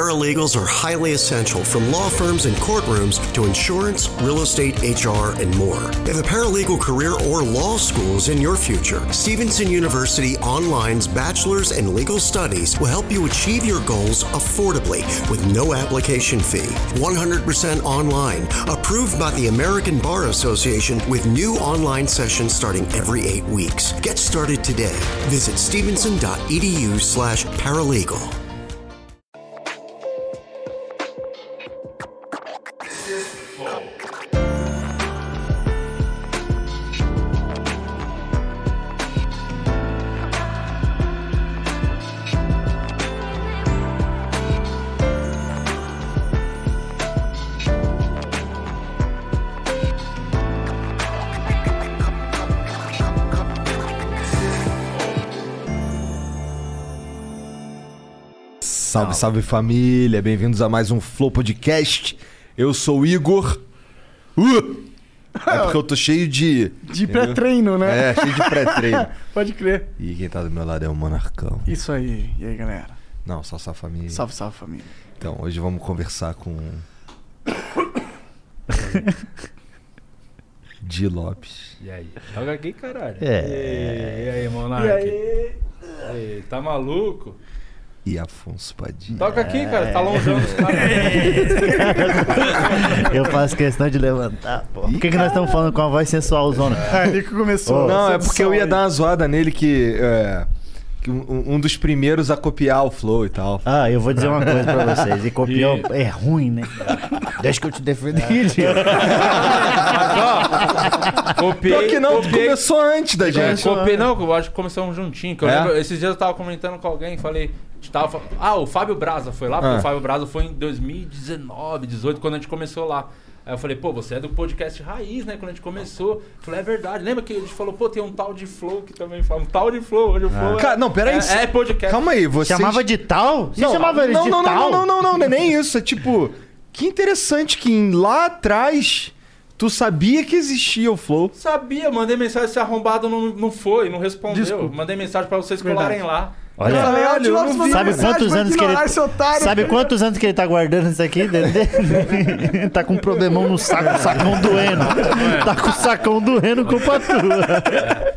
Paralegals are highly essential from law firms and courtrooms to insurance, real estate, HR, and more. If a paralegal career or law school is in your future, Stevenson University Online's Bachelor's in Legal Studies will help you achieve your goals affordably with no application fee. 100% online, approved by the American Bar Association with new online sessions starting every eight weeks. Get started today. Visit stevenson.edu slash paralegal. Salve, salve família, bem-vindos a mais um Flow Podcast. Eu sou o Igor. Uh! É porque eu tô cheio de. De pré-treino, né? É, cheio de pré-treino. Pode crer. E quem tá do meu lado é o Monarcão. Isso aí. E aí, galera? Não, só sua família. Salve, salve, família. Então, hoje vamos conversar com. Di Lopes. E aí? Joga aqui, caralho. É. E, e aí, Monark? E aí, Tá maluco? E Afonso Padilha. Toca aqui, cara. Tá longeando os caras. Eu faço questão de levantar, pô. Por que, que nós estamos falando com a voz sensualzona? Ah, ele que começou. Oh. Não, essa é porque eu ia edição dar uma zoada nele que. é, que um, um dos primeiros a copiar o Flow e tal. Ah, eu vou dizer uma coisa pra vocês. E copiou E- é ruim, né? Deixa que eu te defendi, tio. Copiei. Pior que não, tu copiei, começou antes da É, gente. copiei, não, eu acho que começamos juntinho. que eu né? É? lembro- esses dias eu tava comentando com alguém, falei. a gente Tava, fa- ah, o Fábio Braza foi lá, porque Ah. o Fábio Braza foi em 2019, 18, quando a gente começou lá. Aí eu falei, pô, você é do podcast Raiz, né? Quando a gente começou. Eu falei, é verdade. Lembra que a gente falou, pô, tem um tal de Flow que também fala. Um tal de Flow, hoje o Flow. é- Cara, não, peraí. É, é podcast. Calma aí, você. Chamava de tal? Você chamava ele não, de não, tal? Não, não, não, não, não é nem isso. É tipo, que interessante que em- lá atrás tu sabia que existia o Flow. Sabia, mandei mensagem, esse arrombado não, não foi, não respondeu. Desculpa. Mandei mensagem pra vocês Verdade. colarem lá. Eu Olha, falei, Caralho, olha, eu Lopes não vi. mandou É. Sabe mensagem quantos pra anos que ele- ignorar esse otário, sabe cara. quantos anos que ele tá guardando isso aqui, Dedê? tá com um problemão no saco, o sacão doendo. Tá com o sacão doendo, culpa tua.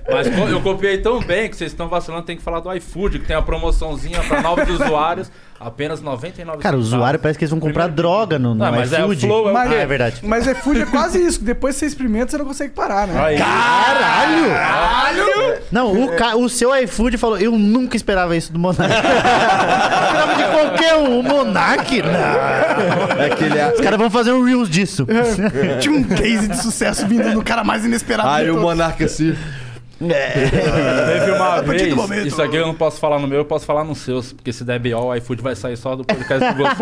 Mas co- eu copiei tão bem que vocês estão vacilando, tem que falar do iFood, que tem uma promoçãozinha pra novos usuários, apenas 99 Cara, o usuário parece que eles vão comprar droga no, no Não, mas é o iFood. Flow, é o ah, quê? é verdade. Mas é food é quase isso. Depois que você experimenta, você não consegue parar, né? Aí, Caralho! Não, o, ca- o seu iFood falou, eu nunca esperava isso do Monark. esperava de qualquer um, o Monark? Não. É que ele é. Os caras vão fazer um Reels disso. Tinha um case de sucesso vindo do cara mais inesperado. Aí de o todos. Monarca assim. teve uma vez, do momento. isso aqui eu não posso falar no meu, eu posso falar nos seus, porque se der BO, o iFood vai sair só do podcast de vocês.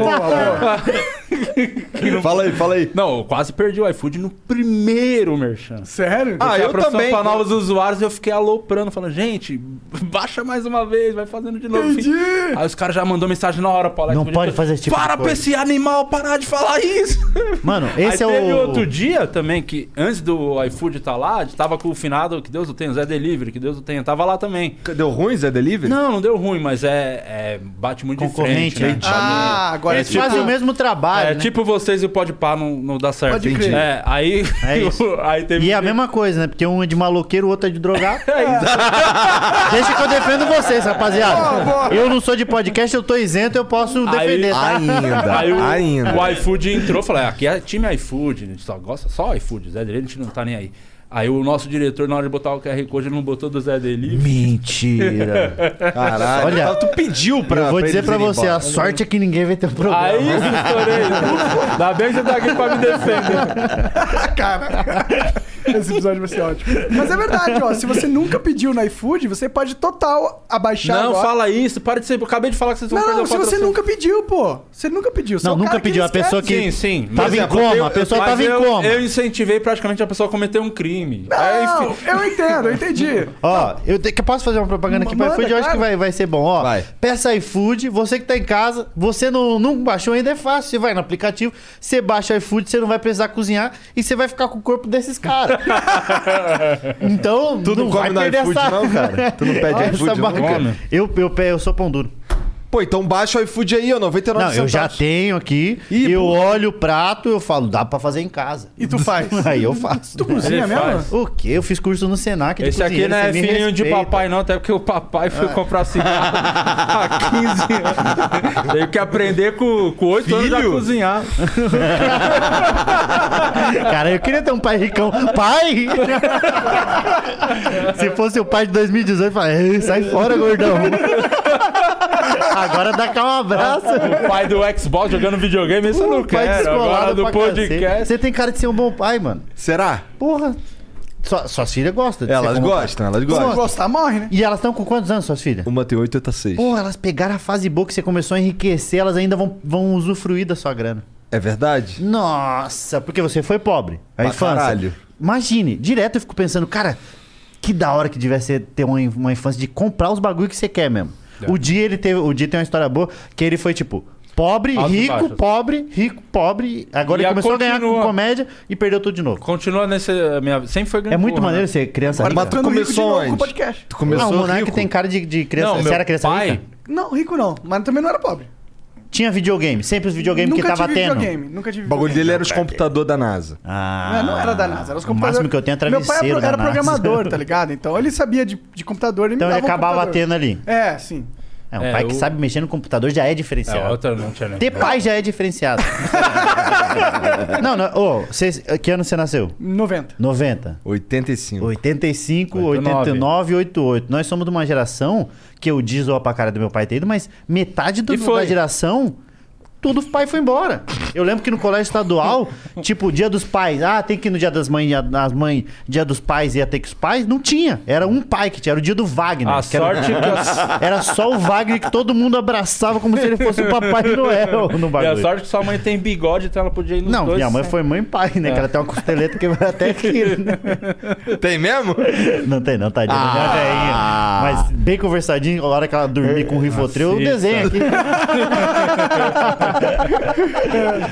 Fala aí, fala aí. não, eu quase perdi o iFood no primeiro merchan. Sério? Ah, Ah, eu eu também. também. Para novos usuários, eu fiquei aloprando, falando, gente, baixa mais uma vez, vai fazendo de novo. Entendi. Aí os caras já mandou mensagem na hora, Paulo. Não pode fazer esse tipo de Para pra coisa." esse animal parar de falar isso. Mano, esse Aí é teve o- outro dia também, que antes do iFood estar lá, tava com o finado, que Deus o tenha, Zé Delivery, que Deus o tenha, tava lá também. Deu ruim, Zé é Delivery? Não, não deu ruim, mas é, é- bate muito Concorrente, de frente, né? né? Ah, agora É, é Eles fazem o mesmo trabalho, É, né? tipo vocês e o Pode Pá não, não dá certo. Pode crer. É, aí, É isso. aí teve E é a um- mesma coisa, né? Porque um é de maloqueiro, o outro é de drogado. Deixa que eu defendo vocês, rapaziada. Eu não sou de podcast, eu tô isento, eu posso Aí- defender, tá? Ainda, Aí o, ainda. o iFood entrou, falei, aqui é time iFood, a gente só gosta só iFood, Zé Delivery a gente não tá nem aí. Aí o nosso diretor, na hora de botar o QR Code, ele não botou do Zé Delivery. Mentira. Caralho. Olha, Então tu pediu pra. eu vou pra dizer eles pra irem você, embora. a sorte é que ninguém vai ter um problema. Aí estourei. Ainda bem que você tá aqui pra me defender. Cara, esse episódio vai ser ótimo. Mas é verdade, ó. Se você nunca pediu no iFood, você pode total abaixar Não, agora. fala isso, para de ser. eu Acabei de falar que vocês vão Não, perder não, o se você patrocínio. nunca pediu, pô. Você nunca pediu. Você Não, é o nunca cara que pediu, eles a pessoa querem. Sim, sim. Tá é, Tava em exemplo, coma, eu- a pessoa Mas tava em eu, coma. eu incentivei praticamente a pessoa a cometer um crime. Aí, Não, enfim, eu entendo, eu entendi. Ó, eu, te- que eu posso fazer uma propaganda aqui para Manda, iFood? Eu acho claro. que vai, vai ser bom. Ó, Vai. peça iFood, você que tá em casa, você não, não baixou ainda, é fácil. Você vai no aplicativo, você baixa iFood, você não vai precisar cozinhar e você vai ficar com o corpo desses caras. então, Tu não, vai come no perder iFood, essa... não, cara? Tu não pede Olha iFood, essa não? barca. Eu, eu, pe- eu sou pão duro. Pô, então baixa o iFood aí, ó, 99 Não, eu já centavos. tenho aqui, Ih, eu pô. olho o prato, eu falo, dá pra fazer em casa. E tu faz? Aí eu faço. Tu cozinha Você é assim mesmo? faz. O quê? Eu fiz curso no Senac de Esse aqui cozinheiro, não é você Tipo assim, me filhinho de respeita. papai, não, até porque o papai foi comprar cigarro há 15 anos. Teve que aprender com, com 8 anos a Filho? cozinhar. Cara, eu queria ter um pai ricão. Pai! Se fosse o pai de 2018, eu falava, "Ei, sai fora, gordão. Agora dá cá um abraço. O pai do Xbox jogando videogame, isso eu não quero. Agora do pra cacete. podcast. Você tem cara de ser um bom pai, mano. Será? Porra. Sua- suas filhas gostam de ser Elas como pai. gostam, elas Se não gostam. gostar, morre, né? E elas estão com quantos anos, suas filhas? Uma tem 8, outra 6. Porra, elas pegaram a fase boa que você começou a enriquecer, elas ainda vão, vão usufruir da sua grana. É verdade? Nossa, porque você foi pobre. A Pra infância. caralho. Imagine, direto eu fico pensando, cara, que da hora que tivesse ter uma, in- uma infância de comprar os bagulho que você quer mesmo. É. O dia ele teve, o dia tem uma história boa que ele foi tipo pobre, Altos e rico, baixos. pobre, rico, pobre. E Agora ele a começou a ganhar continua. com comédia e perdeu tudo de novo. Continua nessa minha. Sempre foi grande. É muito porra, maneiro né? ser criança Mas rica. tu Matando rico de começou novo com onde? o podcast. Tu começou ah, o Monark rico? tem cara de, de criança. Não, você meu era criança pai- rica? Não, rico não. Mas também não era pobre. Tinha videogame, sempre os videogames que nunca tava tive tendo. videogame. Nunca tive O bagulho videogame. dele era os computadores da NASA. Ah, Não, não era da NASA, era os computadores. O máximo que eu tenho é Meu pai travesseiro era, pro- da era NASA. programador, tá ligado? Então ele sabia de, de computador, ele Então me ele dava um acabava computador. tendo ali. É, sim. É, um É, pai que eu- sabe mexer no computador já é É, diferenciado. outra não tinha nem. Ter pai já é diferenciado. não, não. Ô, cês- que ano você nasceu? 90. 90. 85. 85, 89. 89, 88. Nós somos de uma geração que eu diz ó pra cara do meu pai ter ido, mas metade do, E foi. da geração, tudo o pai foi embora. Eu lembro que no colégio estadual, tipo, dia dos pais, ah, tem que ir no dia das mães, dia das mães, dia dos pais ia ter que os pais, não tinha. Era um pai que tinha, era o dia do Wagner. A que era o- sorte é que Era só o Wagner que todo mundo abraçava como se ele fosse o Papai Noel no a... e a bagulho. sorte que sua mãe tem bigode, então ela podia ir nos Não, dois. É. minha mãe foi mãe e pai, né? Que ela tem uma costeleta que vai até aqui. né? Tem mesmo? Não tem não, tadinha. não é velhinha. Mas bem conversadinho, a hora que ela É, dormir com o Rivotril, eu Assista. desenho aqui.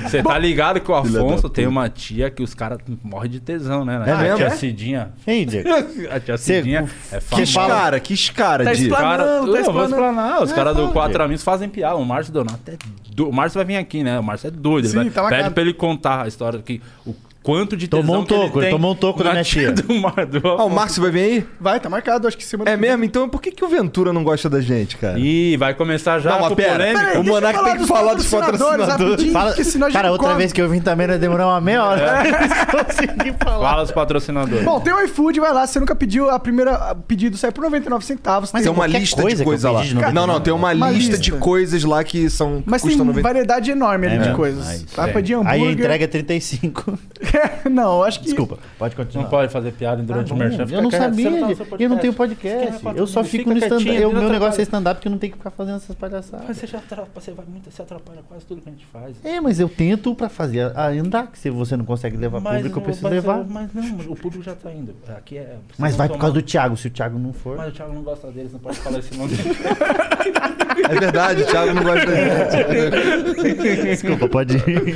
Você tá ligado que o Filha da Afonso puta. tem uma tia que os caras morrem de tesão, né? É a mesmo? tia É? Cidinha. Ei, Diego. A tia Cidinha é Que famosa. escara, que escara, Tá Di. explanando. Cara, Não, tá eu vou explanar. Os É, caras do fala, Quatro Diego. Amigos fazem piada. O Márcio Donato é doido. O Márcio vai vir aqui, né? O Márcio é doido. Sim, ele vai- tá marcado. Pede pra ele contar a história que o quanto de tesão Tomou um que toco, ele ele tem tomou um toco da na minha tia. Do, Mar- do Ah, o Afonso. Márcio vai vir Vai, tá marcado, acho que semana aí? É que vem. mesmo? Então por que, que o Ventura não gosta da gente, cara? Ih, vai começar já Não, mas com pera, polêmica. pera aí. O deixa eu Monark tem que dos falar dos patrocinadores. rapidinho, Fala- porque senão a gente Cara, outra come. É. vez que eu vim também, nós demoramos uma meia hora. né? Consegui falar. Fala os patrocinadores. Bom, tem o iFood, vai lá, você nunca pediu, a primeira a pedido sai por 99 centavos. Mas tem é tem, uma qualquer lista coisa de que eu coisa lá. pedi de 99. Não, não, tem uma, Uma lista, lista. de coisas lá que são. mas tem custam 90. variedade enorme ali É, de né? coisas. Aí, Dá pra de Aí hambúrguer. a entrega é 35. não, acho que... Desculpa, pode Não continuar. Ah, pode fazer piada durante o Bom, merchan. eu Fica não quieto, sabia, senta no gente. seu eu não podcast. é tenho podcast. Fica Eu só quieto, fico no fica stand-up. quietinho, Eu- não Meu negócio atrapalha. é stand-up que eu não tenho que ficar fazendo essas palhaçadas. Mas Você já atrapalha, você vai muito, você atrapalha quase tudo que a gente faz. É, mas eu tento pra fazer a- andar. que Se você não consegue levar público, eu preciso mas, é, levar. Mas não, o público já tá indo. Aqui é. Mas vai por causa do Thiago. Thiago. Se o Thiago não for. Mas o Thiago não gosta deles, não pode falar esse nome. É verdade, o Thiago não gosta da gente. Desculpa, pode ir.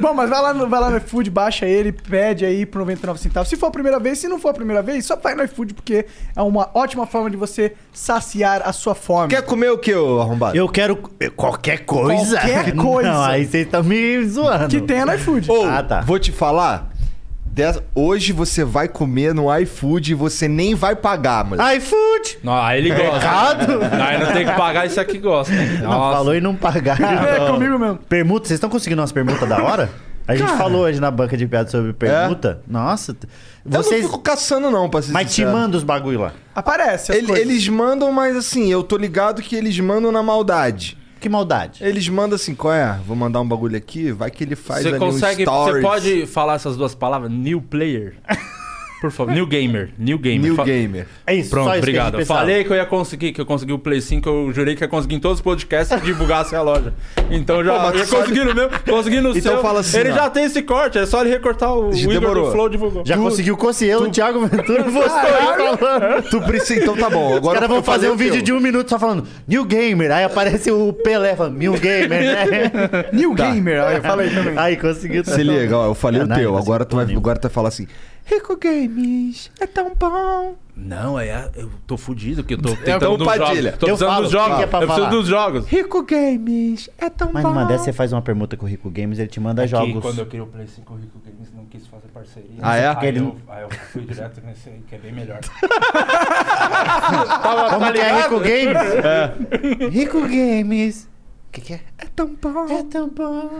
Bom, mas vai lá, no, vai lá no iFood, baixa ele, pede aí por 99 centavos. Se for a primeira vez, se não for a primeira vez, só vai no iFood, porque é uma ótima forma de você saciar a sua fome. Quer comer o que, ô arrombado? Eu quero qualquer coisa. Qualquer coisa. Não, aí vocês estão me zoando. Que tenha no iFood. Ou, Ah, tá. vou te falar. dessa- Hoje você vai comer no iFood e você nem vai pagar, mano. Ah, iFood. não, aí ele gosta. Aí não tem que pagar, isso aqui gosta. hein? Não, falou e não pagaram. É, comigo mesmo. Permuta, vocês estão conseguindo umas permutas da hora? A gente falou hoje na banca de piada sobre permuta. Nossa. t- É? Eu Vocês. não fico caçando, não, pra ser Mas te sincero. manda os bagulho lá. Aparece as Ele- coisas. eles mandam, mas assim, eu tô ligado que eles mandam na maldade. Que maldade. Eles mandam assim, qual é? Vou mandar um bagulho aqui, vai que ele faz Você ali consegue. um stories. Você pode falar essas duas palavras? New player. Por favor. New gamer. New gamer. New Fa- Gamer. É isso. Pronto, só isso que a gente obrigado. Eu pensava. Falei que eu ia conseguir, que eu consegui o Play 5, eu jurei que ia conseguir em todos os podcasts que divulgasse a loja. Então já, Pô, mas já só consegui no meu, consegui no Então seu. fala assim, ele ó. já tem esse corte, é só ele recortar o, o Igor Demorou. do Flow divulgou. Já conseguiu o Cossielo, o Thiago Ventura, você aí falando. Tu precisa, então tá bom. Os Agora caras eu vão fazer falei um o vídeo teu. de um minuto só falando New Gamer. Aí aparece o Pelé falando New Gamer, né? New Gamer, olha, fala aí também. Aí conseguiu. Se liga, ó, eu falei É, o não, teu. não Agora tu vai conseguiu. agora tu vai falar assim: Rico Games é tão bom. Não, é. a- Eu tô fudido, que eu tô então, tentando dos Padilha. jogos. Tô Eu precisando falo dos o que jogos. que é pra eu preciso falar. dos jogos. Rico Games é tão Mas numa dessa você faz uma permuta com o Rico Games, ele te manda Que jogos. quando eu criei o Play 5, o Rico Games não quis fazer parceria. Ah, é? Aí, Ele- eu, aí eu fui direto nesse aí, que é bem melhor. Como que tá é Rico Games? É. Rico Games. O que, que é? É tão bom. É tão bom.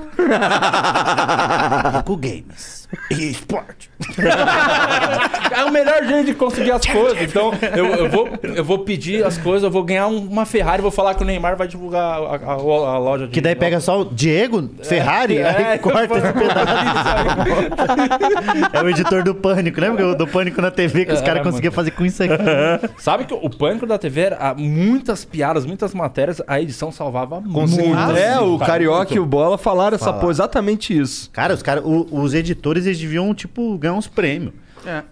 Rico Games. E esporte. É o melhor jeito de conseguir as coisas. Então, eu, eu vou, eu vou pedir as coisas, eu vou ganhar um- uma Ferrari, vou falar que o Neymar vai divulgar a, a- a loja de. Que daí pega só o Diego Ferrari, aí corta esse pedaço. É o editor do Pânico. Lembra que o do Pânico na TV que os É, caras mano. conseguiam fazer com isso aqui? Sabe que o pânico da TV era ah, muitas piadas, muitas matérias, a edição salvava Conseguiu. muito. é, o Cara, Carioca e o Bola falaram essa Falaram. porra, exatamente isso. Cara, os, cara, o- os editores eles deviam, tipo, ganhar uns prêmios.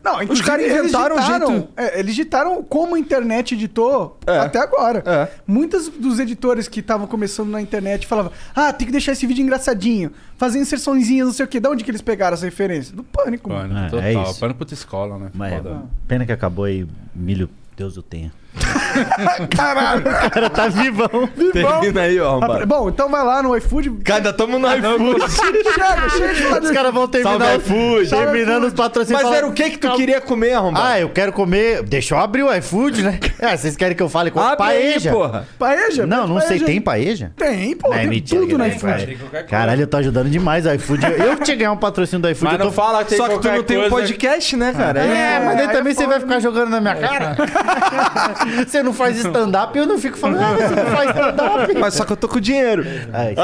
Não, inclusive, caras eles inventaram um ditaram- jeito- é, eles ditaram como a internet editou É. até agora. É. Muitos dos editores que estavam começando na internet falavam: Ah, tem que deixar esse vídeo engraçadinho, fazer inserçõezinhas, não sei o quê. Da onde que eles pegaram essa referência? Do pânico. mano. Pânico, É, total. é isso. Pânico de escola, né? Mas é, Foda. pena que acabou aí, milho, Deus o tenha. Caralho! O cara tá vivão. Termina aí, ó, arrombado. Bom, então vai lá no iFood. Cada tamo Ah, no um iFood. Chega, chega de falar Os disso. caras vão Salve, terminar o- iFood. terminando os patrocínios. Mas Fala- era o que que tu queria comer, arrombado? Ah, eu quero comer. Deixa eu abrir o iFood, né? É, vocês querem que eu fale com Abre paeja? aí, porra. Paeja? Não, não sei, Paeja. tem paeja? Tem, pô, Não, é tem mentira que tudo no tem, iFood. cara. Caralho, eu tô ajudando demais o iFood. Eu- Eu que tinha que ganhar um patrocínio do iFood. Mas eu não tô... fala que tem Só que tu qualquer não tem um coisa- podcast, né, cara? É, mas É, daí aí também é você vai ficar jogando na minha cara. você não faz stand-up, eu não fico falando, ah, você não faz stand-up. Mas só que eu tô com dinheiro. Ai,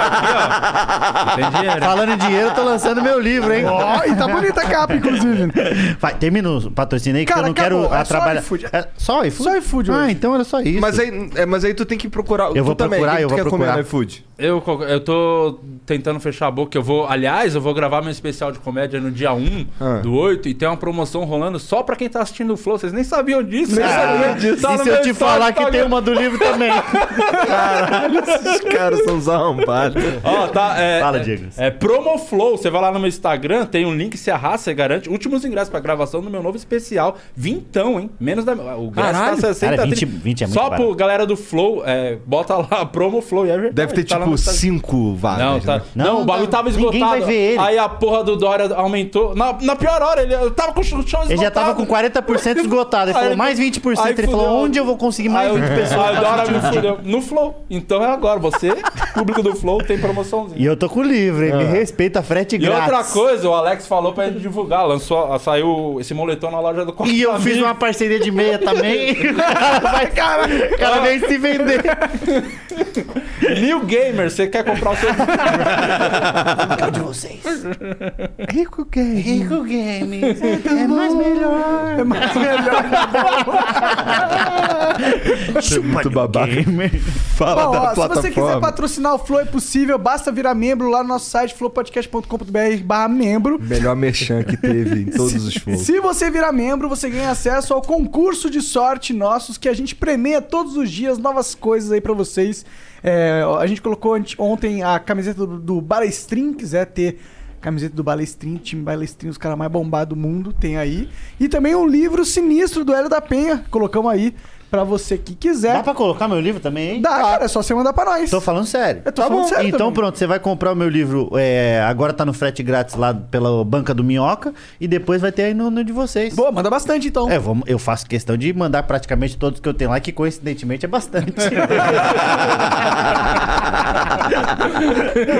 né? Falando em dinheiro, eu tô lançando meu livro, hein? Ó, e tá bonita a capa, inclusive. Vai, termina o patrocínio aí, que Cara, eu não acabou, quero é a só trabalhar. iFood. É só iFood? Só iFood Ah, hoje. então era só isso. Mas aí, é, mas aí tu tem que procurar. Eu vou tu também, procurar, o que tu eu vou quer comer procurar. no iFood? Eu, co- eu tô tentando fechar a boca. Eu vou, aliás, eu vou gravar meu especial de comédia no dia 1 Ah. do 8 e tem uma promoção rolando só pra quem tá assistindo o Flow. Vocês nem sabiam disso. Tá Nem Ah, e se eu te falar que tá tem uma do livro também? Esses caras são os arrombados. Ó, tá, é, Fala, é- Diego. É Promoflow. Você vai lá no meu Instagram, tem um link, se arrasa, você garante. Últimos ingressos pra gravação do meu novo especial. Vintão, hein? Menos da. O ingresso tá Caralho. 60 Cara, 20 30. 20 é muito Só barato. pro galera do Flow, é, bota lá Promoflow. E é verdade, Deve ter, tá lá tipo, no Instagram. cinco vagas. Não, tá. né? Ah, Não, Não, não o bagulho tá- tava esgotado. ninguém vai ver ele. Aí a porra do Dória aumentou. Na, na pior hora, ele eu tava com o show esgotado. Ele já tava com 40% esgotado. Ele Aí falou mais 20%. aí Ele falou, fudeu. onde eu vou conseguir mais Aí o- 20 pessoas? Aí o Dória me fudeu. No Flow. Então é agora. Você, público do Flow, tem E promoçãozinha. eu tô com o livro, hein? Me respeita a frete E grátis. outra coisa, o Alex falou pra gente divulgar. Lançou, saiu esse moletom na loja do Quarto E eu fiz Amigo. uma parceria de meia também. O cara vai, cara, o cara vem se vender. New Gamer, você quer comprar o seu. Qual de vocês? Rico Games. Rico Games. É mais melhor. tá É mais melhor. Chupa Muito babaca. Gamer. Fala Bom, da ó, se plataforma. você quiser patrocinar o Flow, é possível. Basta virar membro lá no nosso site, flowpodcast.com.br barra membro. Melhor merchan que teve em todos os flows. Se você virar membro, você ganha acesso ao concurso de sorte nossos, que a gente premia todos os dias novas coisas aí pra vocês. É, a gente colocou ante- ontem a camiseta do, do Balestrin, quiser ter camiseta do Balestrin, time Balestrin, os caras mais bombados do mundo, tem aí. E também um livro sinistro do Hélio da Penha, colocamos aí pra você que quiser. É. Dá pra colocar meu livro também, hein? Dá, cara, é só você mandar pra nós. Tô falando sério. Eu tô falando sério Então também. pronto, você vai comprar o meu livro. é, agora tá no frete grátis lá pela banca do Minhoca. E depois vai ter aí no, no de vocês. Boa, manda bastante então. É, vou- eu faço questão de mandar praticamente todos que eu tenho lá, que coincidentemente é bastante.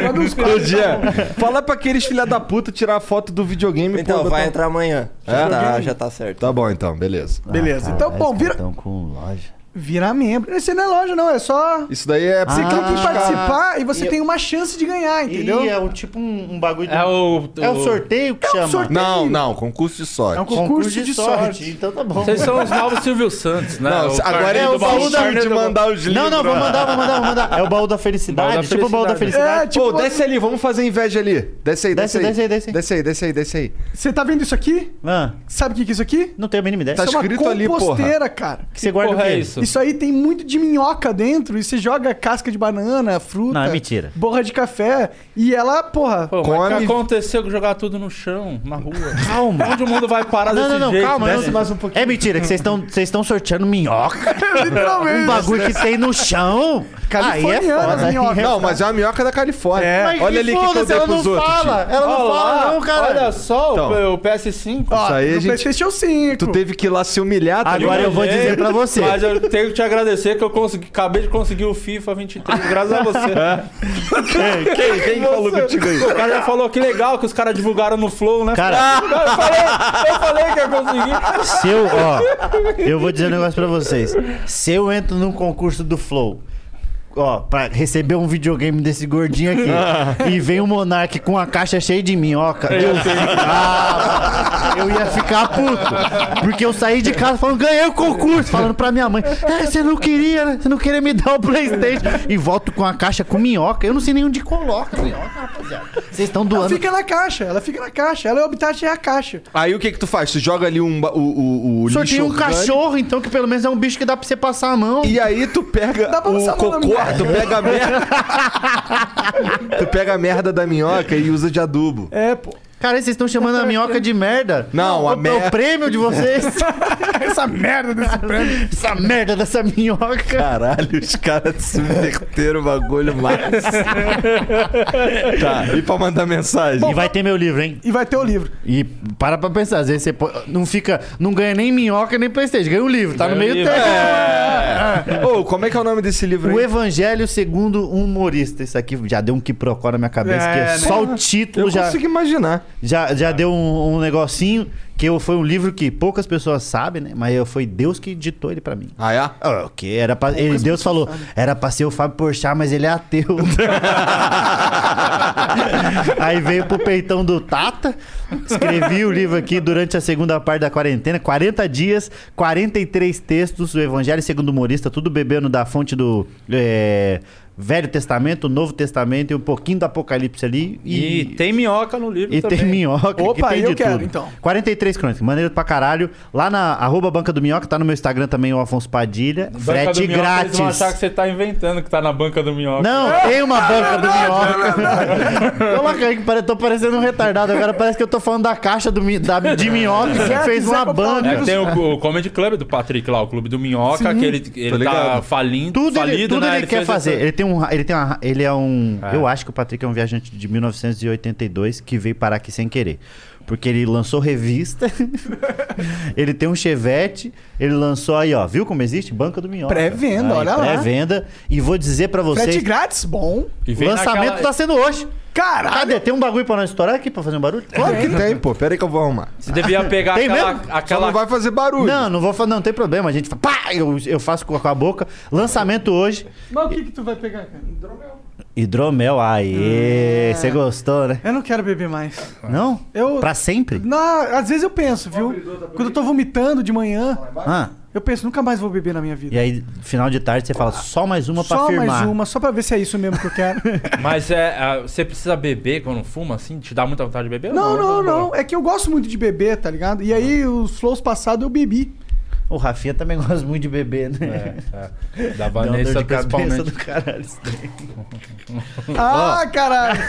Manda uns Ô, Jean, fala pra aqueles filha da puta tirar a foto do videogame. Então, pô, vai botar um- entrar amanhã. Já, É? tá, já tá certo. Tá bom, então, beleza. Beleza, É, então, bom, vira- Então com loja. Virar membro. Esse não é loja, não. É só. Isso daí é... Você clica em Ah. participar e você E- tem uma chance de ganhar, entendeu? E é um, tipo um, um bagulho. de- É o. é o sorteio que chama. sorteio. Não, não, concurso de sorte. É um concurso, de, sorte. Então tá bom. Vocês são os novos Silvio Santos, né? Não, O agora Carlinho é o o do baú baú Baú da- de mandar os livros. né? Não, não, vou mandar, vou mandar, vou mandar. É o baú da felicidade. Baú da tipo o baú da É, felicidade. tipo, Pô, desce ali, vamos fazer inveja ali. Desce aí, desce, Desce, aí. desce aí, Desce aí, desce aí, desce aí. você tá vendo isso aqui? Ah, Sabe o que que é isso aqui? não tenho a mínima ideia. Tá isso é uma escrito ali, porra. composteira, cara. que você guarda o Porra, quê? é isso? isso? Isso aí tem muito de minhoca dentro e você joga casca de banana, fruta. Não, é mentira. Borra de café e ela, porra. Pô, mas o Come- que aconteceu com jogar tudo no chão, na rua? Calma. Onde o mundo vai parar Não, desse não, não, jeito? calma, né? não, É mentira, que vocês estão vocês estão sorteando minhoca. Literalmente. um bagulho que tem no chão. Aí é Californiana, foda. minhoca. Aí é Não, foda. mas é uma minhoca da Califórnia. É. Mas Olha ali o que, que eu foda-se, dei ela pros não outros. fala. tio. Ela não Olha lá, fala, não, cara. Olha só o Então. p- o PS5. Ó, Isso aí, no gente- PlayStation 5. Tu teve que ir lá se humilhar, tá Agora eu vou Ei, dizer pra você. Mas eu tenho que te agradecer que eu consegui, acabei de conseguir o FIFA 23, graças a você. ligado? Quem, quem falou contigo aí? O cara já falou que legal que os caras divulgaram no Flow, né? Cara, Eu falei, eu falei que eu consegui. se eu, ó, eu vou dizer um negócio pra vocês. Se eu entro num concurso do Flow, ó, pra receber um videogame desse gordinho aqui, e vem o Monark com a caixa cheia de minhoca, eu, ficava- eu ia ficar puto. Porque eu saí de casa falando, ganhei o concurso, falando pra minha mãe, é, você não queria, né? Você não queria me dar o Playstation. E volto com a caixa com minhoca. Eu não sei nem onde coloca a minhoca, rapaziada. Vocês estão Ela doando. fica na caixa, ela fica na caixa. Ela é o habitat é a caixa. Aí o que que tu faz? Tu joga ali um, ba- o, o, o lixo Sorteio um orgânico, cachorro, então, que pelo menos é um bicho que dá pra você passar a mão. E aí tu pega Dá pra o usar lá na cocô, minhoca. tu pega a merda... tu pega a merda da minhoca e usa de adubo. É, pô. Cara, vocês estão chamando a minhoca de merda? Não, a o, merda- O prêmio de vocês? Essa merda desse prêmio. Essa merda dessa minhoca. Caralho, os caras subverteram o bagulho mais. tá, e pra mandar mensagem? E vai ter meu livro, hein? E vai ter o livro. E para pra pensar, às vezes você pô- não fica, não ganha nem minhoca nem Playstation, ganha um livro, tá no Ganha meio um livro. tempo. Ô, como é que é o nome desse livro O aí? Evangelho segundo um humorista. Isso aqui já deu um quiprocó na minha cabeça, É, que é né? só o título Eu já, consigo imaginar. já, já deu um, um negocinho, que eu, foi um livro que poucas pessoas sabem, né? Mas eu- foi Deus que ditou ele pra mim. Ah, é? Ah, o quê? Era pra, ele, Deus falou, era pra ser o Fábio Porchat, mas ele é ateu. Aí veio pro peitão do Tata, escrevi o livro aqui durante a segunda parte da quarentena, 40 dias, 43 textos, o Evangelho segundo o humorista, tudo bebendo da fonte do é, Velho Testamento, Novo Testamento e um pouquinho do Apocalipse ali. E, tem minhoca no livro E também. tem minhoca, Opa, que tem eu de quero, tudo. então. 43 crônicas, maneiro pra caralho. Lá na arroba Banca do Minhoca, tá no meu Instagram também, o Afonso Padilha. Banca do frete minhoca, grátis. Eles vão achar que você tá inventando que tá na banca do minhoca. Não, tem uma banca do minhoca. Coloca aí que pare- tô parecendo um retardado. Agora parece que eu tô falando da caixa do, mi- da, de minhoca que Quiser- fez quiser uma comprar um banca. É, tem o, o Comedy Club do Patrick lá, o Clube do Minhoca, que ele, ele tá ligado. falindo, Tudo ele, falido, tudo né? ele quer fez fazer. essa- Ele tem um. Ele, tem uma, ele é um. Eu acho que o Patrick é um viajante de 1982 que veio parar aqui sem querer. Porque ele lançou revista, ele tem um chevette, ele lançou aí, ó. Viu como existe? Banca do Minhoca. Pré-venda, Aí, olha lá. Pré-venda. E vou dizer pra Frete vocês: grátis, bom. E o vem lançamento naquela- tá sendo hoje. Caralho. É Cadê? Tem um bagulho pra nós estourar aqui pra fazer um barulho? Claro que tem, pô. Pera aí que eu vou arrumar. Você devia pegar Tem aquela... mesmo? Só aquela... não vai fazer barulho. Não, não vou falar, não tem problema. A gente fala, pá, eu, eu faço com a com a boca. Lançamento hoje. Mas o que, que tu vai pegar, cara? Hidromel. Hidromel, Ah. aê, você gostou, né? Eu não quero beber mais. Não? Eu- Pra sempre? Não, às vezes eu penso, viu? Quando eu tô vomitando de manhã, Ah, eu penso, nunca mais vou beber na minha e vida. aí, final de tarde, você fala só mais uma pra Só firmar. mais uma, só pra ver se é isso mesmo que eu quero. Mas é, ah, você precisa beber quando fuma, assim? Te dá muita vontade de beber? ou não, não, Tá não. É que eu gosto muito de beber, tá ligado? E aí, os flows passados eu bebi. O Rafinha também gosta muito de beber, bom? né? É, é. Da Deu uma dor Vanessa, de cabeça principalmente. do caralho. isso daí. Ah, caralho.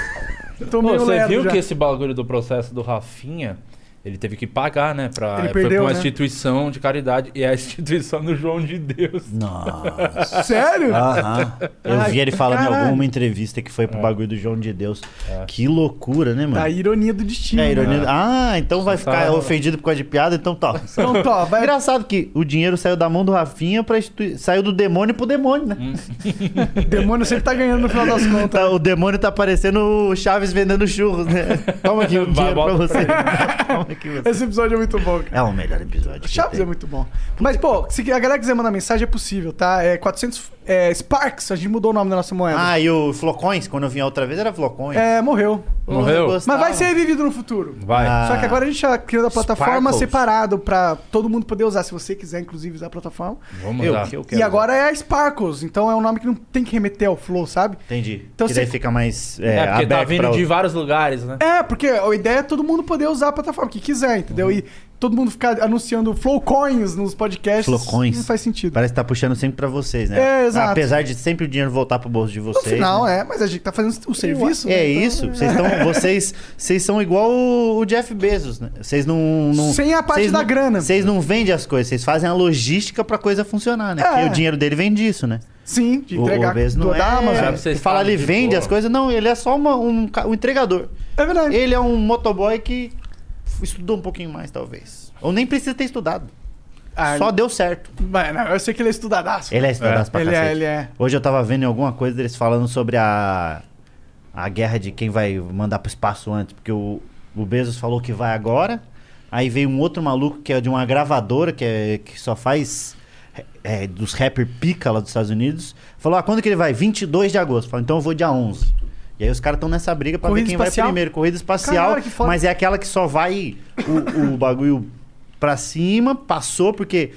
Tô Pô, meio você lerdo viu já. que esse bagulho do processo do Rafinha, ele teve que pagar, né? Pra, Ele foi perdeu, pra uma né? instituição de caridade. E é a instituição do João de Deus. Nossa. Sério? Ah, Aham. Eu vi ele falando em Caralho. alguma entrevista que foi É. pro bagulho do João de Deus. Que loucura, né, mano? A Tá ironia do destino. É, ironia. Ah, então vai ficar Tá. ofendido por causa de piada, então tá. Então, tá, vai- Engraçado que o dinheiro saiu da mão do Rafinha pra institui... saiu do demônio pro demônio, né? O demônio sempre tá ganhando no final das contas. Tá- o demônio tá parecendo o Chaves vendendo churros, né? Toma aqui o Vai, dinheiro pra bota você. Toma aqui você. Esse episódio é muito bom, cara. É o melhor episódio. que Chaves tem. é muito bom. Mas, pô, se a galera quiser mandar mensagem, é possível, tá? É 400... É, Sparks, a gente mudou o nome da nossa moeda. Ah, e o Flocões, quando eu vim a outra vez, era Flocões. É, morreu. Porra, morreu? eu Mas gostava. vai ser revivido no futuro. Vai. Ah. Só que agora a gente já criou a plataforma Sparkles. separado pra todo mundo poder usar, se você quiser, inclusive, usar a plataforma. Vamos Eu, lá. que eu quero. E agora é a Sparkles, então é um nome que não tem que remeter ao flow, sabe? Entendi. Então que você- daí fica mais É, é, porque aberto tá pra vindo de outro. vários lugares, né? Uhum. É, porque a ideia é todo mundo poder usar a plataforma que quiser, entendeu? E todo mundo ficar anunciando flowcoins nos podcasts. Flowcoins. Não faz sentido. Parece que tá puxando sempre pra vocês, né? É, exato. Apesar de sempre o dinheiro voltar pro bolso de No vocês. final, né? é, mas a gente tá fazendo o serviço. É né? Então, isso. Vocês, tão, vocês, vocês são igual o o Jeff Bezos, né? Vocês não, não- Sem a parte vocês da não- grana. Vocês não vendem as coisas, vocês fazem a logística pra coisa funcionar, né? É. Porque o dinheiro dele vem disso, né? Sim, de O- entregar o Bezos não do- é. da Amazon. Sabe, Você vocês fala, falam ele de vende boa. as coisas. Não, ele é só uma- um, ca- um entregador. É verdade. Ele é um motoboy que f- estudou um pouquinho mais, talvez. Ou nem precisa ter estudado. Ah, Só deu certo. Mas, não, eu sei que ele é estudadaço. Ele é estudado É. pra Ele é, cacete. ele é. Hoje eu tava vendo em alguma coisa deles falando sobre a, a guerra de quem vai mandar pro espaço antes. Porque o, o Bezos falou que vai agora. Aí veio um outro maluco que é de uma gravadora que, é, que só faz é, dos rapper pica lá dos Estados Unidos. Falou, ah, quando que ele vai? 22 de agosto. Falou, então eu vou dia 11. E aí os caras estão nessa briga pra Corrida ver quem espacial? vai primeiro. Corrida espacial, Caralho, que foda. mas é aquela que só vai o, o bagulho pra cima, passou, porque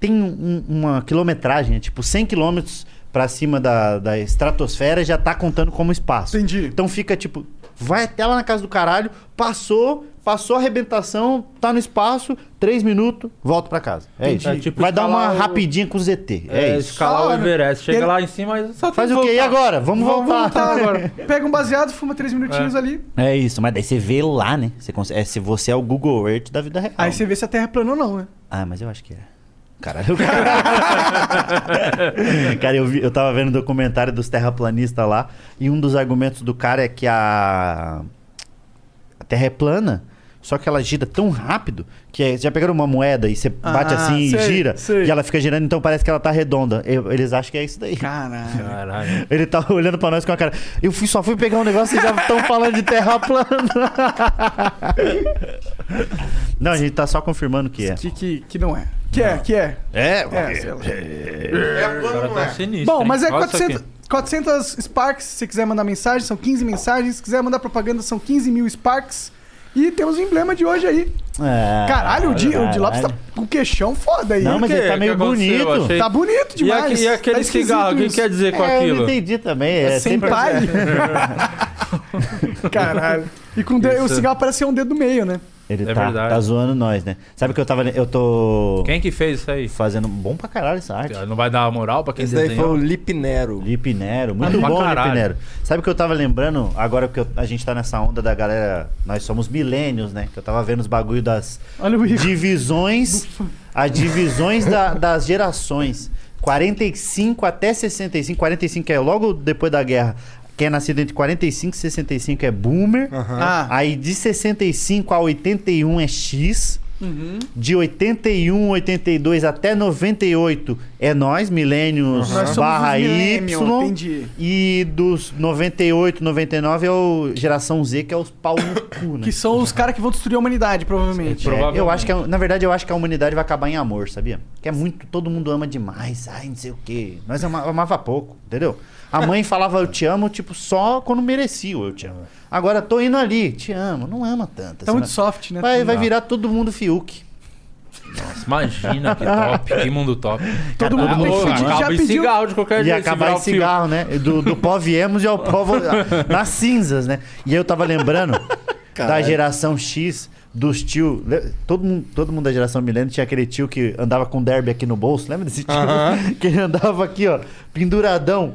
tem um- uma quilometragem, é tipo 100 quilômetros pra cima da, da estratosfera já tá contando como espaço. Entendi. Então fica tipo, vai até lá na casa do caralho, passou, passou a arrebentação, tá no espaço, 3 minutos, volta pra casa. É Entendi. isso. É tipo vai dar uma escalar o- rapidinha com o ZT. É, isso. Escalar o Fala, né? Everest. Chega Ele- lá em cima e só tem Faz que o quê? E voltar. agora? Vamos, Vamos voltar. voltar agora. Pega um baseado, fuma três minutinhos ali. É isso, mas daí você vê lá, né? Você consegue, é, se você é o Google Earth da vida real. Aí você vê se a Terra é plana ou não, né? Ah, mas eu acho que é. Caralho. cara, eu, vi- eu tava vendo um documentário dos terraplanistas lá, e um dos argumentos do cara é que a, a Terra é plana, só que ela gira tão rápido que é- já pegaram uma moeda e você bate Ah, assim sei, e gira, sei. e ela fica girando, então parece que ela tá redonda. Eu- eles acham que é isso daí. Caralho. Caralho. Ele tá olhando pra nós com a cara. Eu fui, só fui pegar um negócio e já estão falando de terra plana. Não, a gente tá só confirmando que é. Que, que, que não é. Que é, que é. É, É, sei lá. O cara tá sinistro. Bom, mas é hein? Olha isso 400, aqui. 400 Sparks, se quiser mandar mensagem, são 15 mensagens. Se quiser mandar propaganda, são 15 mil Sparks. E temos o emblema de hoje aí. É. Caralho, o, Di, o Di caralho. Lopes tá com queixão foda aí. Não, mas O quê? ele tá O meio que aconteceu? bonito. Achei- Tá bonito E, demais. aque- e Tá aquele esquisito cigarro, o que isso. quer dizer com É, eu aquilo? não entendi também. É, Sem sempre- pai? Caralho. E com o dedo- o Isso. cigarro parece ser um dedo do meio, né? Ele É tá, verdade. tá zoando nós, né? Sabe que eu tava. Eu tô Quem que fez isso aí? fazendo bom pra caralho essa arte. Não vai dar moral pra quem Esse daí foi desenhou? o Lipnero. Lipe Nero, Ah, muito pra bom Lipe caralho. Nero. Sabe o que eu tava lembrando, agora que eu- a gente tá nessa onda da galera, nós somos milênios, né? Que eu tava vendo os bagulho das Olha o Igor. divisões, as divisões da- das gerações. 45 até 65, 45 é logo depois da guerra. Quem é nascido entre 45 e 65 é boomer. Ah. Aí de 65 a 81 é X. Uhum. De 81, 82 até 98 é nós, milênios Nós somos barra os Y. millennium, entendi. E dos 98, 99 é o geração Z, que é os pau no cu, né? Que são os caras que vão destruir a humanidade, É, provavelmente. Provavelmente. eu acho que, a- na verdade, eu acho que a humanidade vai acabar em amor, sabia? Que é muito, todo mundo ama demais, ai, não sei o quê. Nós ama, amava pouco, entendeu? A mãe falava eu te amo, tipo, só quando merecia o eu te amo. Agora tô indo ali, te amo, não ama tanto. Tá assim, muito né? soft, né? Vai, vai virar todo mundo Fiuk. Nossa, imagina que top, que mundo top. Todo mundo tem que pedir, acaba já em pediu. cigarro de qualquer E jeito. acabar em o fio. cigarro, né? Do, do pó viemos e ao pó vo- nas cinzas, né? E aí eu tava lembrando da geração X, dos tio. le- Todo mundo, todo mundo da geração milênio tinha aquele tio que andava com derby aqui no bolso, lembra desse tio? Que ele andava aqui, ó, penduradão.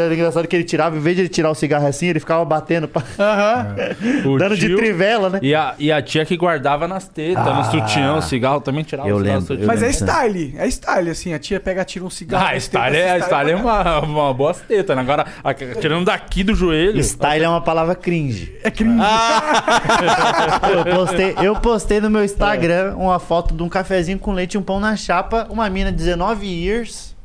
Era engraçado que ele tirava, em vez de ele tirar o cigarro assim, ele ficava batendo, pra- O dando de tio trivela, né? E a, e a tia que guardava nas tetas, no sutiã, o cigarro também tirava eu o cigarro lembro, do sutiã. eu Mas é lembro. style. É style, assim. A tia pega, tira um cigarro. Ah, mas style tem é, esse style é pra uma, uma boa teta, né? Agora, a- tirando daqui do joelho. Style é uma palavra cringe. Ah! É cringe. Eu postei, eu postei no meu Instagram uma foto de um cafezinho com leite e um pão na chapa, uma mina 19 years.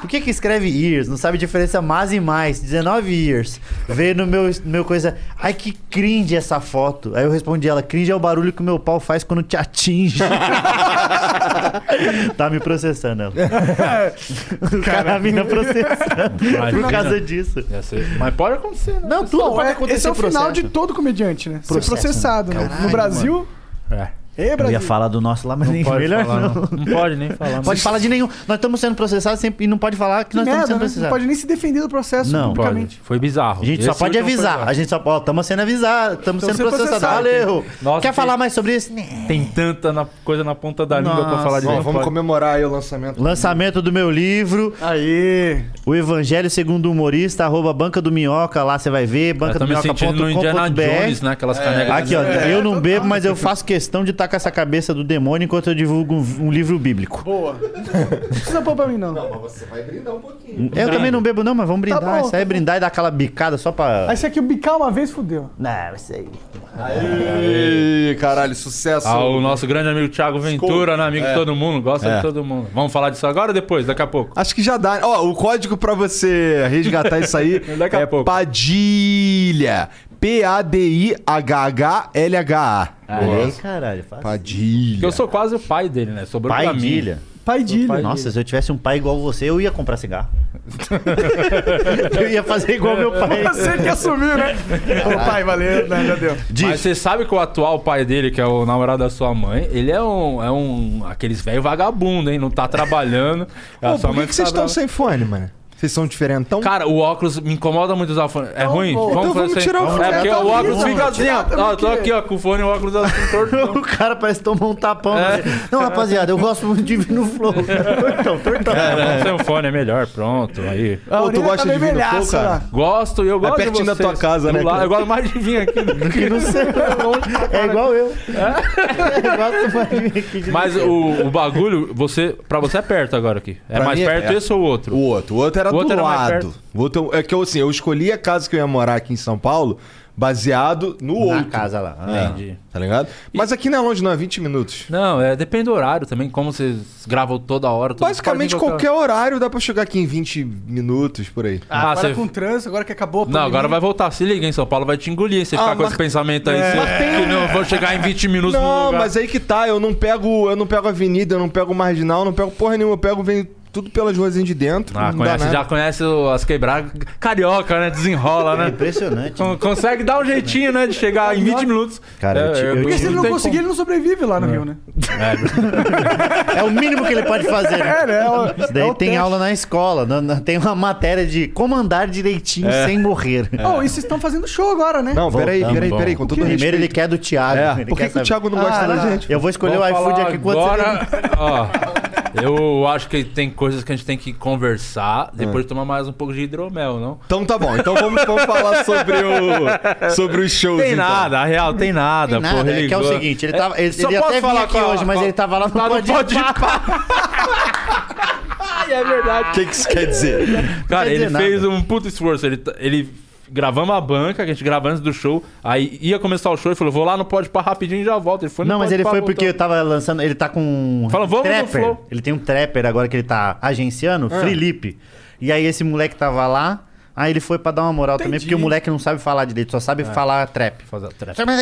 Por que que escreve years? Não sabe a diferença mais e mais. 19 years. Veio no meu, no meu coisa, ai que cringe essa foto. Aí eu respondi ela, cringe é o barulho que o meu pau faz quando te atinge. tá me processando ela. o cara, a mina processando Imagina. por causa disso. Ia ser- Mas pode acontecer, né? Não, tudo Bom, pode é- acontecer esse é o final processo. de todo comediante, né? Processo, Ser né? processado, né? Caralho, no Brasil. É. Ei, Eu ia Brasil. falar do nosso lá, mas nem pode melhor falar, é não. Não pode nem falar. né? Pode falar de nenhum. Nós estamos sendo processados sempre, e não pode falar que nós Merda, estamos né? sendo Não processados. pode nem se defender do processo Não. Não pode. publicamente. Foi bizarro. A gente só Esse pode último foi avisar. bizarro. A gente só pode. Estamos sendo avisados. Estamos sendo sendo processados. processados. Valeu. Nossa, Quer tem- falar mais sobre isso? Né. Tem tanta na- coisa na ponta da língua pra Nossa. falar de Bom, não vamos pode. comemorar aí o lançamento. Lançamento do meu livro, Aê! O Evangelho segundo o Humorista, arroba Banca do Minhoca. Lá você vai ver, Eu tô me sentindo no Indiana Jones, bancadominhoca.com.br. né? Aquelas canecas. Aqui, ó. É. eu não bebo, mas eu faço questão de estar com essa cabeça do demônio enquanto eu divulgo um, um livro bíblico. Boa. Não precisa pôr pra mim, não. Você vai brindar um pouquinho. Eu também não bebo, não, mas vamos brindar. bom, isso aí tá é bom. brindar e dar aquela bicada só pra. Aí se aqui o bicar uma vez, fudeu. Não, isso aí. Ih, caralho, sucesso. Ah, o nosso grande amigo Thiago Ventura, né? Amigo de todo mundo, gosta É. de todo mundo. Vamos falar disso agora ou depois? Daqui a pouco. Acho que já dá. Ó, o código pra você resgatar isso aí Daqui a é pouco. Padilha. P-A-D-I-H-H-L-H-A. Olha aí, caralho. Faz. Padilha. Porque eu sou quase o pai dele, né? Sobrou pra Pai mim. Dilha. Pai Dilha. Nossa, se eu tivesse um pai igual você, eu ia comprar cigarro. eu ia fazer igual meu pai. Você que assumiu, né? Ô, pai, valeu. Não, já deu. Mas você sabe que o atual pai dele, que é o namorado da sua mãe, ele é um. É um aqueles velho vagabundo, hein? Não tá trabalhando. É a Pô, sua por mãe que, que vocês tá estão brava. sem fone, mano? Vocês são diferentão? Cara, o óculos me incomoda muito usar o fone. É ruim? pô, então vamos fazer assim? tirar o fone. É porque Tá o óculos horrível, fica vamos assim, tirar também, ó. Ó, tô que- aqui, ó, com o fone e o óculos assim torto. O cara parece tomar um tapão. É. né? Não, rapaziada, eu gosto muito de vir no flow. Tortão, tortão. É, Sem o fone é melhor, pronto. Aí. Pô, A tu orelha tá gosta de vir no vermelhaça flow, cara? lá. Gosto e eu gosto de É pertinho da vocês. tua casa, Do né, lado. cara? Eu gosto mais de vir aqui do que no seu. É igual eu. Eu gosto mais de vir aqui de Mas o, o bagulho, você, pra você é perto agora aqui. É Pra mais mim é perto perto. esse ou o outro? O outro. O outro era O outro do era mais lado. perto. O outro, é que eu, assim, eu escolhi a casa que eu ia morar aqui em São Paulo baseado no na outro. casa lá. É, Entendi. Tá ligado? Mas aqui não é longe, não, é 20 minutos. Não, é, depende do horário também, como vocês gravam toda hora. tudo. Basicamente, Pode vir qualquer horário dá pra chegar aqui em 20 minutos, por aí. Ah, agora você- com trânsito, agora que acabou a Não, agora vai pandemia. voltar. Se liga, hein? São Paulo vai te engolir. Você né? Ah, ficar com mas- esse pensamento aí. É. você- Mas tem- Que não, vou chegar em 20 minutos no Não, lugar. mas aí que tá, eu não pego, eu não pego avenida, eu não pego marginal, eu não pego porra nenhuma, eu pego vem tudo pelas ruas de dentro. Ah, não conhece, dá já nada. conhece o- as quebradas. Carioca, né? Desenrola, É né? impressionante. Con- Consegue dar um jeitinho, né? De chegar em 20 minutos. Cara, eu É, te- é, eu porque Porque se ele não tem conseguir, ele não sobrevive lá no Rio, né? É o mínimo que ele pode fazer. né? É, né? É o- Isso daí é o tem teste. aula na escola. na- na- tem uma matéria de como andar direitinho É. sem morrer. É. Oh, e vocês estão fazendo show agora, né? Não, peraí, Voltamos, peraí, bom. peraí, com todo Primeiro respeito. ele quer do Thiago. É, ele por quer que, que o saber. Ah, Thiago não gosta da gente? Eu vou escolher Vamos o iFood falar aqui quando agora, você... ó, Eu acho que tem coisas que a gente tem que conversar, Ah. depois tomar mais um pouco de hidromel, não? Então tá bom, então vamos, vamos falar sobre o sobre os shows. Tem então. nada, a real tem nada, tá. Tem nada, porra, é que é o ligou. seguinte, ele, tava, ele, só ele posso até vinha falar aqui com a- hoje, mas com a- ele tava lá no Tá no Pode Pode Pá. Ai, é verdade. O que, que isso quer dizer? Cara, quer ele dizer fez nada. um puto esforço. Ele, t- ele gravamos a banca, que a gente grava antes do show. Aí ia começar o show e falou: vou lá no Pode Par rapidinho e já volto. Ele foi no Não, mas Pode ele Pá, foi voltou. porque eu tava lançando. Ele tá com. um Fala, vamos no trapper. flow. Ele tem um trapper agora que ele tá agenciando, Ah. Felipe. E aí esse moleque tava lá. Aí ele foi pra dar uma moral também, Entendi. porque o moleque não sabe falar direito, só sabe falar trap. É. Fazer trap. Então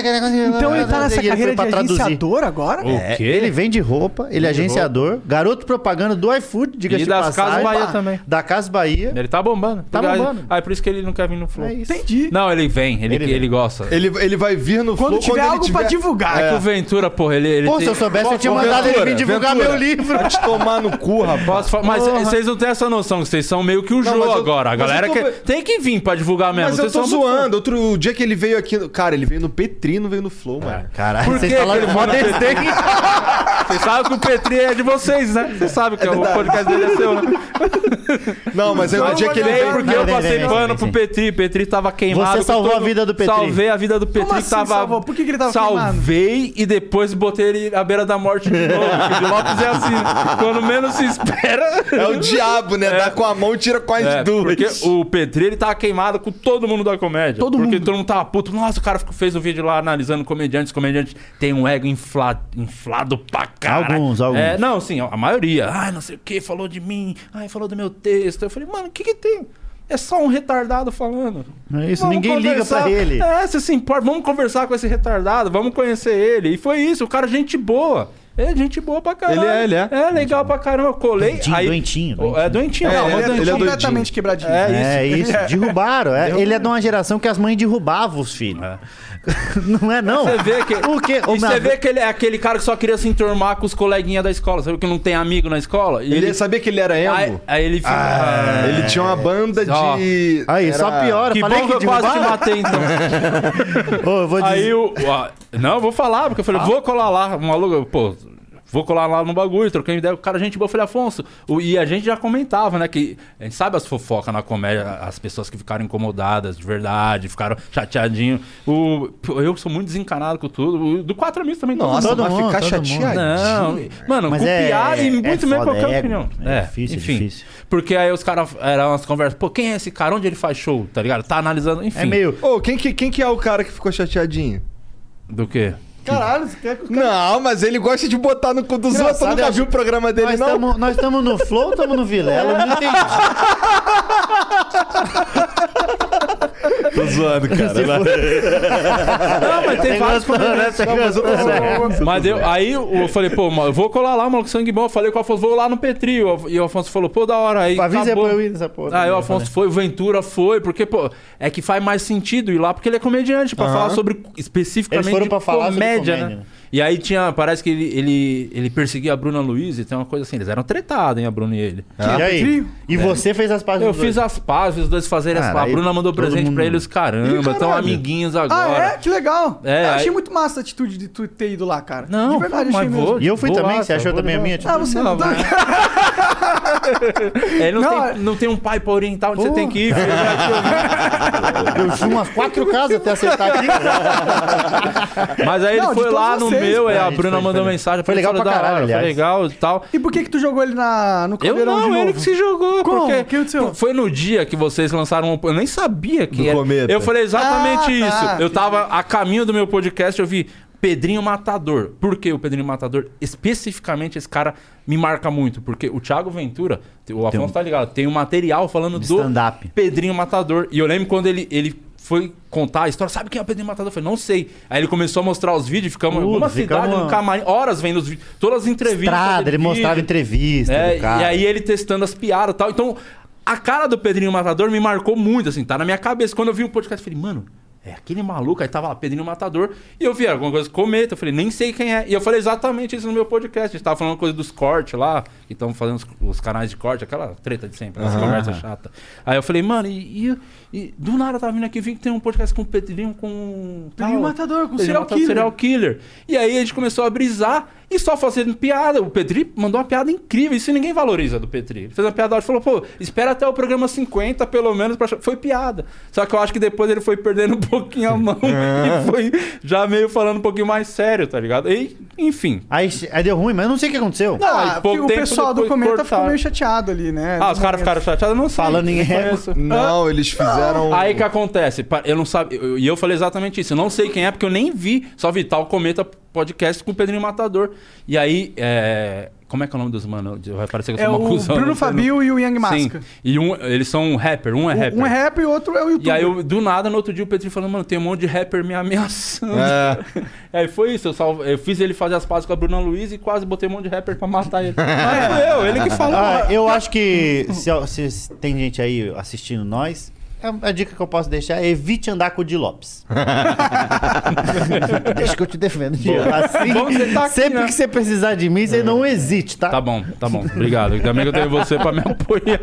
Então ele tá nessa carreira de agenciador agora? O É, quê? ele vende roupa, ele é agenciador, garoto propaganda do iFood, diga-se E de das passagem. Casas Bahia Bah, também. Da Casa Bahia. Ele tá bombando. Tá Porque aí- bombando. Aí por isso que ele não quer vir no Flow. É isso. Entendi. Não, ele vem, ele, Ele ele, vem. gosta. Ele, É ele vai vir no Quando flow tiver ele algo pra divulgar. É que o que Ventura, porra, ele. ele Pô, tem- se eu soubesse, eu tinha mandado ele vir divulgar meu livro. Vai te tomar no cu, rapaz. Posso falar? Mas vocês não têm essa noção, que vocês são meio que o Não, jogo mas eu- agora. A mas eu galera tô- que. Tem que vir pra divulgar mesmo. Mas eu É, vocês tô são muito zoando. Outro dia que ele veio aqui. no- Cara, ele veio no Petri, não veio no Flow, mano. É. Caralho, vocês que falaram que mó ele fala desdém. fofos. Vocês sabem que o Petri é de vocês, né? Vocês sabem que o podcast dele é seu, né? Não, mas é o dia que ele Sei, veio. porque Não, eu vem, passei vem, vem, pano vem, pro vem. Petri. Petri tava queimado. Você com salvou todo- a vida do Petri. Salvei a vida do Petri. Como que assim tava... salvou? Por que que ele tava Salvei e depois botei ele à beira da morte de novo. porque o Lopes é assim, né? quando menos se espera... É o diabo, né? Dá com a mão e tira com as É, duas. porque o Petri, ele tava queimado com todo mundo da comédia. Todo porque mundo. todo mundo tava puto. Nossa, o cara ficou- fez um vídeo lá analisando comediantes. Comediantes tem um ego inflado, inflado pra caralho. Alguns, alguns. É, não, sim, a maioria. Ai, não sei o que, falou de mim. Ai, falou do meu texto. Eu falei, mano, o que que tem? É só um retardado falando. É isso, Vamos ninguém liga conversar. pra ele. É, você se importa. Vamos conversar com esse retardado, vamos conhecer ele. E foi isso, o cara é gente boa. É gente boa pra caralho. Ele é, ele é. É legal pra caramba. Eu colei. Doentinho, aí... doentinho, É doentinho. É, não, ele é- mas ele doentinho. é doidinho. completamente quebradinho. É, É isso, derrubaram. é. ele é de uma geração que as mães derrubavam os filhos. Não é não. É. Você vê que, O quê? e Ô, minha você vê avó- que ele é aquele cara que só queria se enturmar com os coleguinhas da escola, sabe? Que não tem amigo na escola. E Ele, sabia que ele era emo? É. aí, aí ele fica. Ah, Ele tinha uma banda Ó. de. Aí, só piora. Que Falei bom que que eu quase te derrubaram. matei, então. Ô, eu vou dizer- Ah. Aí o. o- a- não, eu vou falar, porque eu falei, vou colar lá. O maluco, pô, vou colar lá no bagulho, troquei uma ideia. O cara, gente boa, eu falei, Afonso. o- e a gente já comentava, né? Que a gente sabe as fofocas na comédia, as pessoas que ficaram incomodadas de verdade, ficaram chateadinho. O, pô, eu sou muito desencanado com tudo. O, do quatro amigos também Nossa, Todo vai mundo, ficar todo mundo. chateado. não, mano, Mas é- copiar e é muito foda, menos qualquer é ego. opinião. É difícil, é difícil. Porque aí os caras eram umas conversas, pô, quem é esse cara? Onde ele faz show? Tá ligado? Tá analisando, enfim. É meio. Ô, quem, que, quem que é o cara que ficou chateadinho? Do quê? Caralho, você quer que o Não, mas ele gosta de botar no cu dos outros. Tu Engraçado, nunca eu- viu o programa dele, nós não? tamo- Nós estamos no Flow ou estamos no Vilela? Eu Não entendi. Tô zoando, cara. Não, mas tem vários comentários. Você gostou, né? Mas eu, aí eu falei, pô, mano, eu vou colar lá, maluco, sangue bom. Eu falei com o Afonso, vou lá no Petri. E o- E o Afonso falou, pô, da hora. Aí Avisa acabou. pra eu ir nessa porra. né? Aí o Eu Afonso foi, o Ventura foi, porque, pô, é que faz mais sentido ir lá, porque ele é comediante, pra falar sobre especificamente Eles foram pra de falar sobre comédia, comédia, né? né? E aí tinha, parece que ele, ele, ele perseguia a Bruna Luiz e tem uma coisa assim, eles eram tretados, hein, a Bruna e ele. E aí? E você fez as páginas Eu fiz as pazes, os dois fazerem as Cara, pazes. A aí Bruna mandou todo presente mundo- pra eles, caramba, tão caralho. amiguinhos Ah, é? agora. Que legal. É, eu achei aí- muito massa a atitude de tu ter ido lá, cara. Não, de verdade, mas achei mesmo. vou. E eu fui Vou também, lá, você eu achou vou também a lá. minha? Tipo, Ah, você Não, não, mas- Ele não, Não, tem, é- não tem um pai pra orientar onde você tem que ir. filho. Eu fui umas quatro casas até acertar aqui. Mas aí Não, ele de foi lá todos no vocês, meu, aí né? a Isso Bruna foi- mandou foi- mensagem. foi legal falei, pra "Da hora, caralho, Foi aliás." legal e tal. E por que que tu jogou ele na, no Eu caldeirão de não, novo? ele que se jogou. Como? Porque O que aconteceu? Foi no dia que vocês lançaram. um- Eu nem sabia que Do era. Cometa. Eu falei exatamente Ah, isso. tá. Eu tava a caminho do meu podcast, eu vi Pedrinho Matador. Por que o Pedrinho Matador? Especificamente esse cara me marca muito. Porque o Thiago Ventura, o Afonso tá ligado, tem um material falando do stand-up. Pedrinho Matador. E eu lembro quando ele. ele foi contar a história, sabe quem é o Pedrinho Matador? Eu falei, não sei. Aí ele começou a mostrar os vídeos, ficamos em Tudo, alguma ficamos- cidade, num camarim, horas vendo os vídeos, todas as entrevistas. Estrada, ele vídeo. mostrava entrevista É, do cara. E aí ele testando as piadas e tal. Então, a cara do Pedrinho Matador me marcou muito, assim, tá na minha cabeça. Quando eu vi o podcast, eu falei, mano, é aquele maluco. Aí tava lá, Pedrinho Matador. E eu vi alguma coisa, cometa. Eu falei, nem sei quem é. E eu falei exatamente isso no meu podcast. A gente tava falando coisa dos cortes lá, que estão fazendo os, os canais de corte, aquela treta de sempre, essa conversa chata. Aí eu falei, mano, e, e- e do nada eu tava vindo aqui, vi que tem um podcast com o Pedrinho, com. o Pedrinho Tá Matador, com serial killer. Serial killer. E aí a gente começou a brisar e só fazendo piada. O Petri mandou uma piada incrível. Isso ninguém valoriza do Petri. Fez uma piada da hora e falou, pô, espera até o programa 50, pelo menos, pra... achar- foi piada. Só que eu acho que depois ele foi perdendo um pouquinho a mão É. e foi já meio falando um pouquinho mais sério, tá ligado? E, enfim. Aí, che- aí deu ruim, mas eu não sei o que aconteceu. Ah, Ah, e pouco o tempo pessoal do depois Cometa ficou cortaram. meio chateado ali, né? Ah, os caras ficaram chateados, eu não sei. Falando em Não ego. conheço. Não, eles fizeram. um Aí que acontece, pa- eu não sabia, eu- e eu falei exatamente isso, eu não sei quem é, porque eu nem vi, só vi tal Cometa Podcast com o Pedrinho Matador. E aí, é, como é que é o nome dos mano? Vai parecer que eu É sou uma o cuzão. Bruno não sei, Fabio não. e o Young Sim, Masca. e um, eles são um rapper, um é rapper. Um é rap e o outro é o YouTube. E aí, eu, do nada, no outro dia, o Petri falou, mano, tem um monte de rapper me ameaçando. Aí foi isso, eu, salvo- eu fiz ele fazer as pazes com a Bruna Luiz e quase botei um monte de rapper pra matar ele. É. Mas foi eu, ele que falou. Ah, eu acho que se, se tem gente aí assistindo nós, é a dica que eu posso deixar é evite andar com o Di Lopes. Deixa que eu te defendo, Di. Assim, Bom que você tá aqui, sempre né? É. que você precisar de mim, você não hesite, tá? Tá bom, tá bom. Obrigado. Ainda bem que eu tenho você pra me apoiar.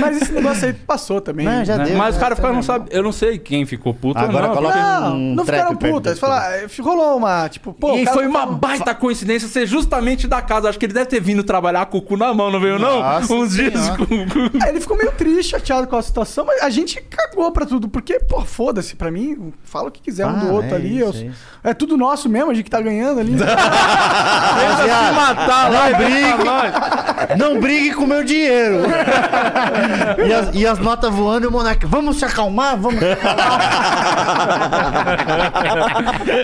Mas esse negócio aí passou também. Não, já né? deu. Mas o já cara tá fica, não bom. sabe. Eu não sei quem ficou puto. ou Agora não, coloca- Não, um não ficaram trap perto putas. do Fala, rolou uma, tipo, pô. o e cara foi uma falou- baita coincidência ser justamente da casa. Acho que ele deve ter vindo trabalhar com o cu na mão, não veio, não? Nossa Uns dias Senhora. com, com- Aí ele ficou meio triste, chateado com a situação, mas a gente cagou pra tudo, porque, pô, foda-se, pra mim, fala o que quiser um Ah, do outro é ali. isso, eu- é isso. é tudo nosso mesmo, a gente que tá ganhando ali. Tenta se matar lá, Não briga. Não brigue com meu dinheiro. e, as, e as notas voando e o Monark, vamos se acalmar? Vamos.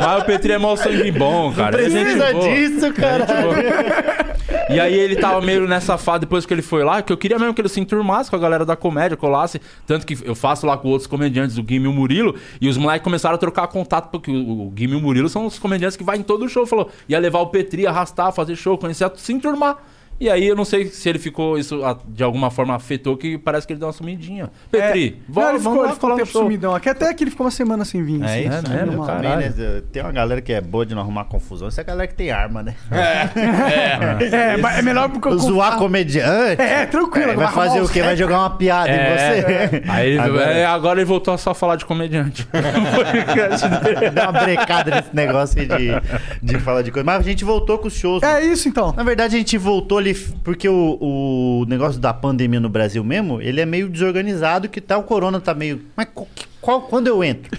Mas o Petri é mó sangue bom, cara. Ele é gente Precisa boa. disso, cara. E aí ele tava meio nessa fase depois que ele foi lá, que eu queria mesmo que ele se enturmasse com a galera da comédia, colasse. Tanto que eu faço lá com outros comediantes, o Guime e o Murilo, e os moleques começaram a trocar contato, porque o o Guime e o Murilo são os comediantes que vai em todo show. Falou, ia levar o Petri, arrastar, fazer show, conhecer, se enturmar. E aí eu não sei se ele ficou, isso ah, de alguma forma afetou, que parece que ele deu uma sumidinha. Petri, É, não, volta, ele vamos ficou, lá ele ficou um colar no tempo show. sumidão. Aqui até que ele ficou uma semana sem vir. assim. isso, né, normal. cara? Também, né, Tem uma galera que é boa de não arrumar confusão. Isso é a galera que tem arma, né? É, mas é melhor porque eu. Zoar comediante. É, é, tranquilo. vai arrumar fazer os o quê? Vai recordes. jogar uma piada em você? É. Aí ele- é, agora... Agora- ele voltou a só falar de comediante. Podcast dele. Dá uma brecada nesse negócio aí de, de falar de coisa. Mas a gente voltou com os shows. É isso então. Na verdade, a gente voltou ali f- porque o, o negócio da pandemia no Brasil mesmo, ele é meio desorganizado, que tá o corona tá meio... Mas co- que- qual, quando eu entro?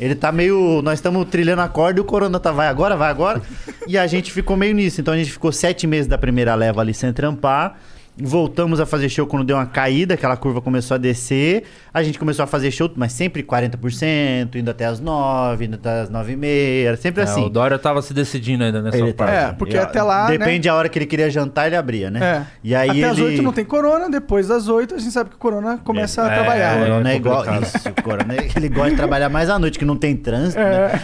Ele tá meio... Nós estamos trilhando a corda e o corona tá vai agora, vai agora. E a gente ficou meio nisso. Então a gente ficou sete meses da primeira leva ali sem trampar. Voltamos a fazer show quando deu uma caída, aquela curva começou a descer. A gente começou a fazer show, mas sempre 40%, indo até as 9, indo até as 9 e meia, sempre É, assim. o Dória tava se decidindo ainda nessa Ele tá- parte. É, porque até lá. né, Depende da hora que ele queria jantar, ele abria, né? É. E aí Até ele... as 8 não tem corona, depois das 8 a gente sabe que o corona começa a trabalhar. O né? Corona é, É igual. complicado. Isso, o Corona é- ele gosta de trabalhar mais à noite, que não tem trânsito, né?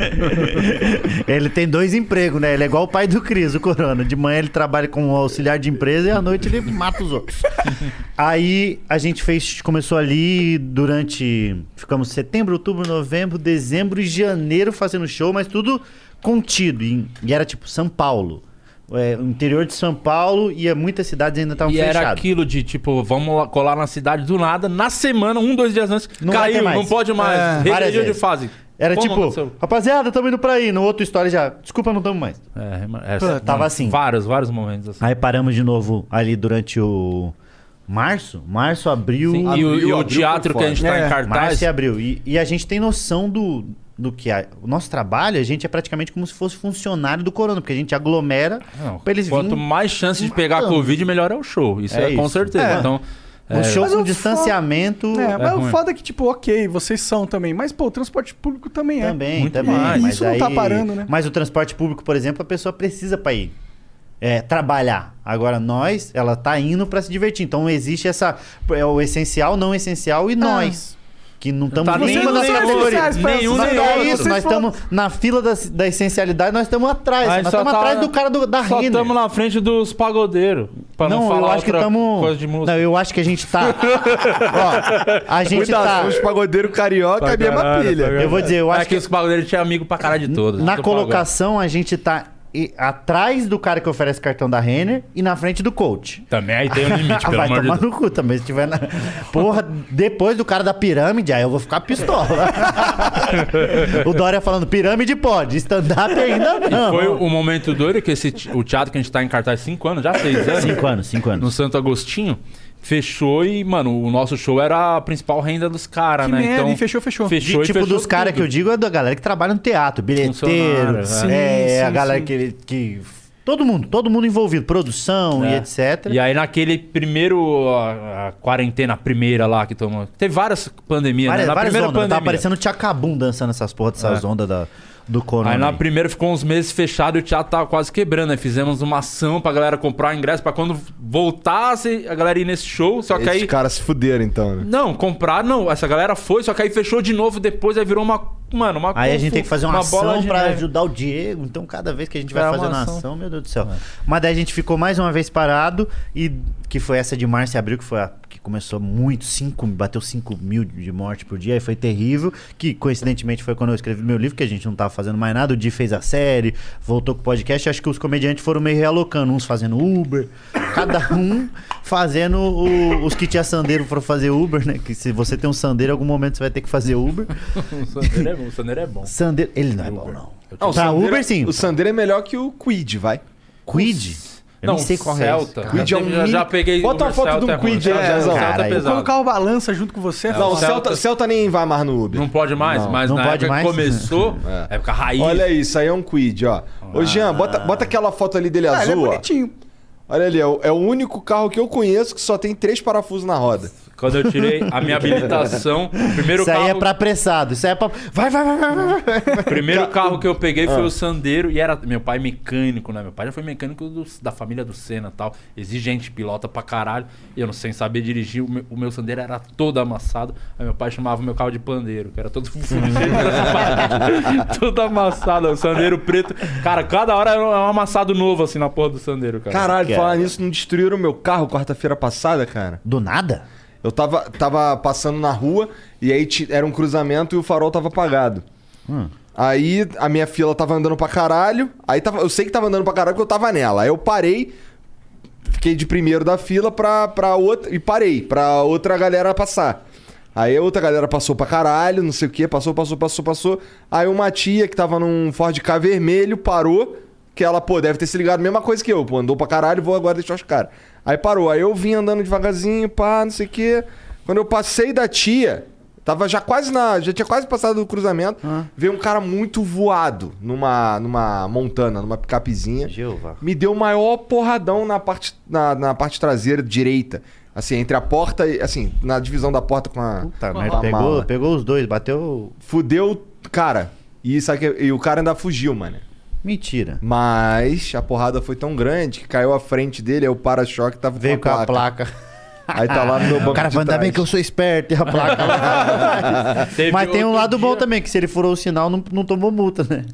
ele tem dois empregos, né? Ele é igual o pai do Cris, o Corona. De manhã ele trabalha como auxiliar de empresa e à noite ele mata os outros. Aí a gente fez, começou ali durante. Ficamos setembro, outubro, novembro, dezembro e janeiro fazendo show, mas tudo contido. E, e era tipo São Paulo. É, o interior de São Paulo e é, muitas cidades ainda estavam E fechadas. era aquilo de tipo, vamos lá- colar na cidade do nada, na semana, um, dois dias antes, Não vai ter caiu, mais. não pode mais. É, regrediu várias de vezes. fase. Era Como tipo, aconteceu? rapaziada, tamo indo pra aí. No outro história já, desculpa, não tamo mais. É, é, Pô, tava mano, assim. Vários, vários momentos assim. Aí paramos de novo ali durante o março, março, abril, Sim, e o, abriu, e o abriu, teatro foi que a gente tá fora. em É, cartaz. março e abril. E, e a gente tem noção do, do que é. O nosso trabalho, a gente é praticamente como se fosse funcionário do corona, porque a gente aglomera Não, pra eles quanto virem. mais chance de pegar matando. Covid, melhor é o show. Isso é, É com isso. certeza. É. Então, Um show Mas com eu falo- distanciamento É, mas ruim. o foda é que, tipo, ok, vocês são também, mas, pô, o transporte público também é. também, muito também. mais. Mas Isso não tá aí- parando, né? Mas o transporte público, por exemplo, a pessoa precisa pra ir. é, trabalhar. Agora nós, ela tá indo pra se divertir. Então existe essa é o essencial, não essencial É. e nós que não estamos tá nenhum nenhuma das nem categorias. essenciais pra Nenhum essas nem pessoas. outro. Vocês é Nós falam- estamos na fila da, da essencialidade, nós estamos atrás. Aí nós só estamos tá- atrás do cara do, da só Renner. estamos na frente dos pagodeiros. Pra não, Não, falar eu acho que outra estamos. coisa de música. Não, eu acho que a gente tá. Ó, a gente Cuidado, tá. são os pagodeiros carioca é a mesma Caralho, pilha. caralho. Eu vou dizer, eu É acho que os pagodeiros tinham amigo pra caralho de todos. Na do pagode. colocação, a gente tá e- atrás do cara que oferece cartão da Renner e na frente do coach. Também aí tem um limite, Ah, pelo vai amor de tomar Deus. no cu também, se tiver na... Porra, depois do cara da pirâmide, aí eu vou ficar pistola. o Dória falando, pirâmide pode, stand-up ainda não. Foi o momento doido que esse, te- o teatro que a gente tá em cartaz 5 anos, já 6 anos, Cinco anos, cinco no anos. Santo Agostinho, fechou e, mano, o nosso show era a principal renda dos caras, Que né? merda, então, e fechou, fechou. De Fechou e tipo fechou dos caras que tudo. eu digo é da galera que trabalha no teatro, bilheteiro, Funcionário, Sim, é, sim, a galera sim. que, que... Todo mundo, todo mundo envolvido, produção e É. etc. E aí naquele primeiro a, a quarentena primeira lá que tomou. Teve várias pandemias, Várias, né? Na várias primeira ondas. Tá pandemia. É. aparecendo um o Tchacabum dançando essas porra dessas ondas da, do corona. Aí na aí. primeira ficou uns meses fechado e o teatro tava quase quebrando, né? Fizemos uma ação pra galera comprar ingresso pra quando voltasse a galera ir nesse show, só que Esses aí caras se fuderam, então. Né? Não, comprar não. Essa galera foi, só que aí fechou de novo depois, aí virou uma. Mano, uma. Aí a gente confu- tem que fazer uma, bola ação de pra neve. ajudar o Diego. Então, cada vez que a gente É vai uma fazendo uma ação. É. ação. meu Deus do céu. Mas daí a gente ficou mais uma vez parado, e que foi essa de março e abril, que foi a que começou muito, cinco, bateu 5 mil de morte por dia, e foi terrível. Que coincidentemente foi quando eu escrevi meu livro, que a gente não tava fazendo mais nada. O Di fez a série, voltou com o podcast. Acho que os comediantes foram meio realocando, uns fazendo Uber, cada um fazendo o- os que tinha sandeiro foram fazer Uber, né? Que se você tem um sandeiro, em algum momento você vai ter que fazer Uber. O Sandeiro é bom. O Sandeiro é bom. Sandeiro, ele não é bom, não. Ah, o pra Sandero- Uber, sim. O Sandero é melhor que o Quid, vai. Quid? Eu não, nem sei qual Celta. é. esse, cara. Quid é um Já- já, mini- peguei. Bota o uma foto Celta de um ruim. Quid aí, O Celta- o Zezão. Celta é Caralho. Quando o pesado. carro balança junto com você, é Não, o foda. Celta- Celta, Celta nem vai mais no Uber. Não pode mais, mas não na pode época mais. que começou, época raiz. Olha isso, aí é um Quid, ó. Ô, Jean, bota, bota aquela foto ali dele Ah, ele é azul, ó. bonitinho. Olha ali, é o, é o único carro que eu conheço que só tem três parafusos na roda. Quando eu tirei a minha habilitação, primeiro Isso carro, aí é pra apressado. Isso aí é pra. Vai, vai, vai, vai, vai, vai. primeiro carro que eu peguei Ah. foi o Sandeiro e era meu pai mecânico, né? Meu pai já foi mecânico do- da família do Senna e tal, exigente, pilota pra caralho. E eu não sem saber dirigir, o meu, o meu Sandeiro era todo amassado. Aí meu pai chamava o meu carro de pandeiro, que era todo fudido, todo amassado, o Sandeiro preto. Cara, cada hora era um amassado novo assim na porra do Sandeiro, cara. Caralho, Cara. falar nisso, não destruíram meu carro quarta-feira passada, cara? Do nada? Eu tava, tava passando na rua e aí ti- era um cruzamento e o farol tava apagado. Aí a minha fila tava andando pra caralho. Aí tava, eu sei que tava andando pra caralho porque eu tava nela. Aí eu parei, fiquei de primeiro da fila pra, pra outra. E parei, pra outra galera passar. Aí a outra galera passou pra caralho, não sei o que, passou, passou, passou, passou. Aí uma tia que tava num Ford K vermelho parou, que ela, pô, deve ter se ligado, mesma coisa que eu, pô, andou pra caralho, vou agora deixar os caras. Aí parou, aí eu vim andando devagarzinho, pá, não sei o que. Quando eu passei da tia, tava já quase na. Já tinha quase passado do cruzamento, veio um cara muito voado numa, numa montana, numa picapezinha. Jeová. Me deu o maior porradão na parte, na, na parte traseira direita. Assim, entre a porta e. Assim, na divisão da porta com a. Puta com a merda. Tá, Pegou, mala. pegou os dois, bateu. Fudeu, cara. E, sabe que, e o cara ainda fugiu, mano. Mentira. Mas a porrada foi tão grande que caiu a frente dele, aí o para-choque tava Veio com a placa. Aí tá lá no meu banco. O cara de falando, ainda trás. bem que eu sou esperto e a placa. lá." Teve Mas tem um outro lado bom dia- também, que se ele furou o sinal, não, não tomou multa, né?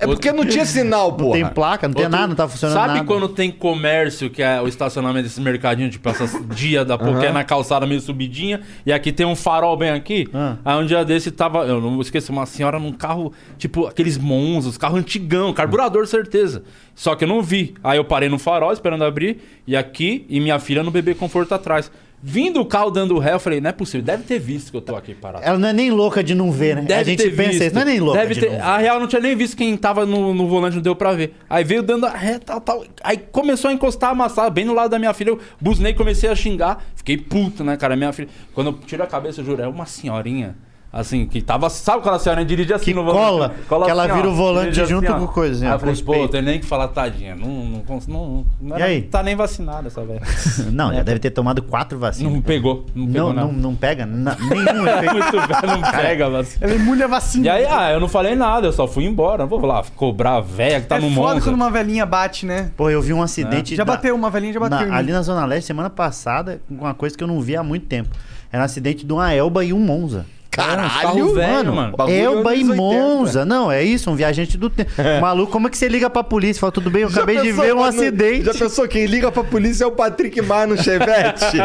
É porque não tinha sinal, pô. Tem placa, não tem Outro- nada, não tá funcionando Sabe nada. quando tem comércio, que é o estacionamento desse mercadinho, tipo, essas dia da porra, que é na calçada meio subidinha, e aqui tem um farol bem aqui? Ah. Aí um dia desse tava, eu não esqueci, uma senhora num carro, tipo, aqueles monzos, carro antigão, carburador, certeza. Só que eu não vi. Aí eu parei no farol, esperando abrir, e aqui, e minha filha no bebê conforto atrás. Vindo o carro dando ré, eu falei, não é possível, deve ter visto que eu tô aqui parado. Ela não é nem louca de não ver, né? Deve a gente ter pensa visto. isso, não é nem louca Deve de ter- não ver. A real não tinha nem visto quem tava no, no volante, não deu pra ver. Aí veio dando a ré, tal, tal. Aí começou a encostar, amassar bem no lado da minha filha. Eu buzinei, comecei a xingar. Fiquei puto, né, cara? Minha filha. Quando eu tiro a cabeça, eu juro, é uma senhorinha. Assim, que tava. Sabe quando a senhorinha dirige assim Que no volante? cola, que ela vira o volante dirige assim, junto ó. com coisa, né, Aí eu com falei, os pô, peitos. tem nem que falar, tadinha. Não, não, cons- não, não E aí? tá nem vacinada essa velha. Não, já deve ter tomado quatro vacinas. Não pegou, não pegou Não, nada. não, não pega na- nenhum efeito. Muito velho, não pega, mas. Ela emulha a vacina. E aí, ah, eu não falei nada, eu só fui embora. Não vou lá cobrar a véia que tá é no foda monte. quando uma velhinha bate, né? Pô, eu vi um acidente. Já da- bateu, uma velhinha já bateu. em mim. na- ali na Zona Leste, semana passada, com uma coisa que eu não vi há muito tempo. Era um acidente de uma Elba e um Monza. É um Carro Caralho, velho, mano. mano. Bagulho é Elba e anos né? 80. Monza. Não, é isso, um viajante do tempo. Maluco, como é que você liga pra polícia? e Fala, tudo bem, eu Já acabei de pensou, ver um mano? acidente. Já pensou? Quem liga pra polícia é o Patrick Mar no Chevette.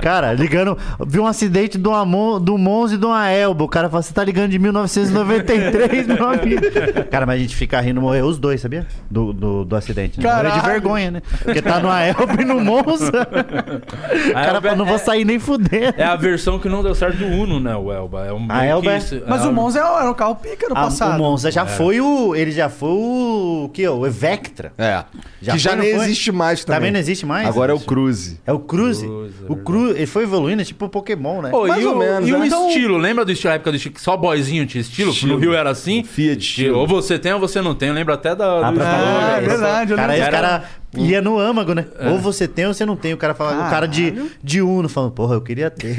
Cara, ligando, vi um acidente do, Amon, do Monza e do uma Elba. O cara fala, você tá ligando de 1993, meu amigo. Cara, mas a gente fica rindo, morreu os dois, sabia? Do, do, do acidente. Né? Morreu de Caralho. vergonha, né? Porque tá no Elba e no Monza. O cara Elba fala, não é- vou sair nem fuder. É a versão que não deu certo do Uno, né, o Elba? É um meio que Elba é- isso- Mas Ah, é o um- Monza era um carro pica no A- passado. o Monza já foi o. Ele já foi o. o que? O Vectra. é. Já que já foi, não nem foi? existe mais também. Também não existe mais? Agora é o Cruze. É o Cruze. Cruze, é o Cruze. Ele foi evoluindo, é tipo o Pokémon, né? Pô, Mais e ou o, menos, e o né? Então- estilo, lembra do estilo, a época do estilo, que só boyzinho tinha estilo? Estilo. No Rio era assim? Fiat estilo. Ou você tem ou você não tem, lembra até da... Ah, do pra slogan. falar- é verdade, eu Cara, lembro. esse cara ia no âmago, né? Ou você tem ou você não tem. O cara fala, o cara de, de Uno falando, porra, eu queria ter.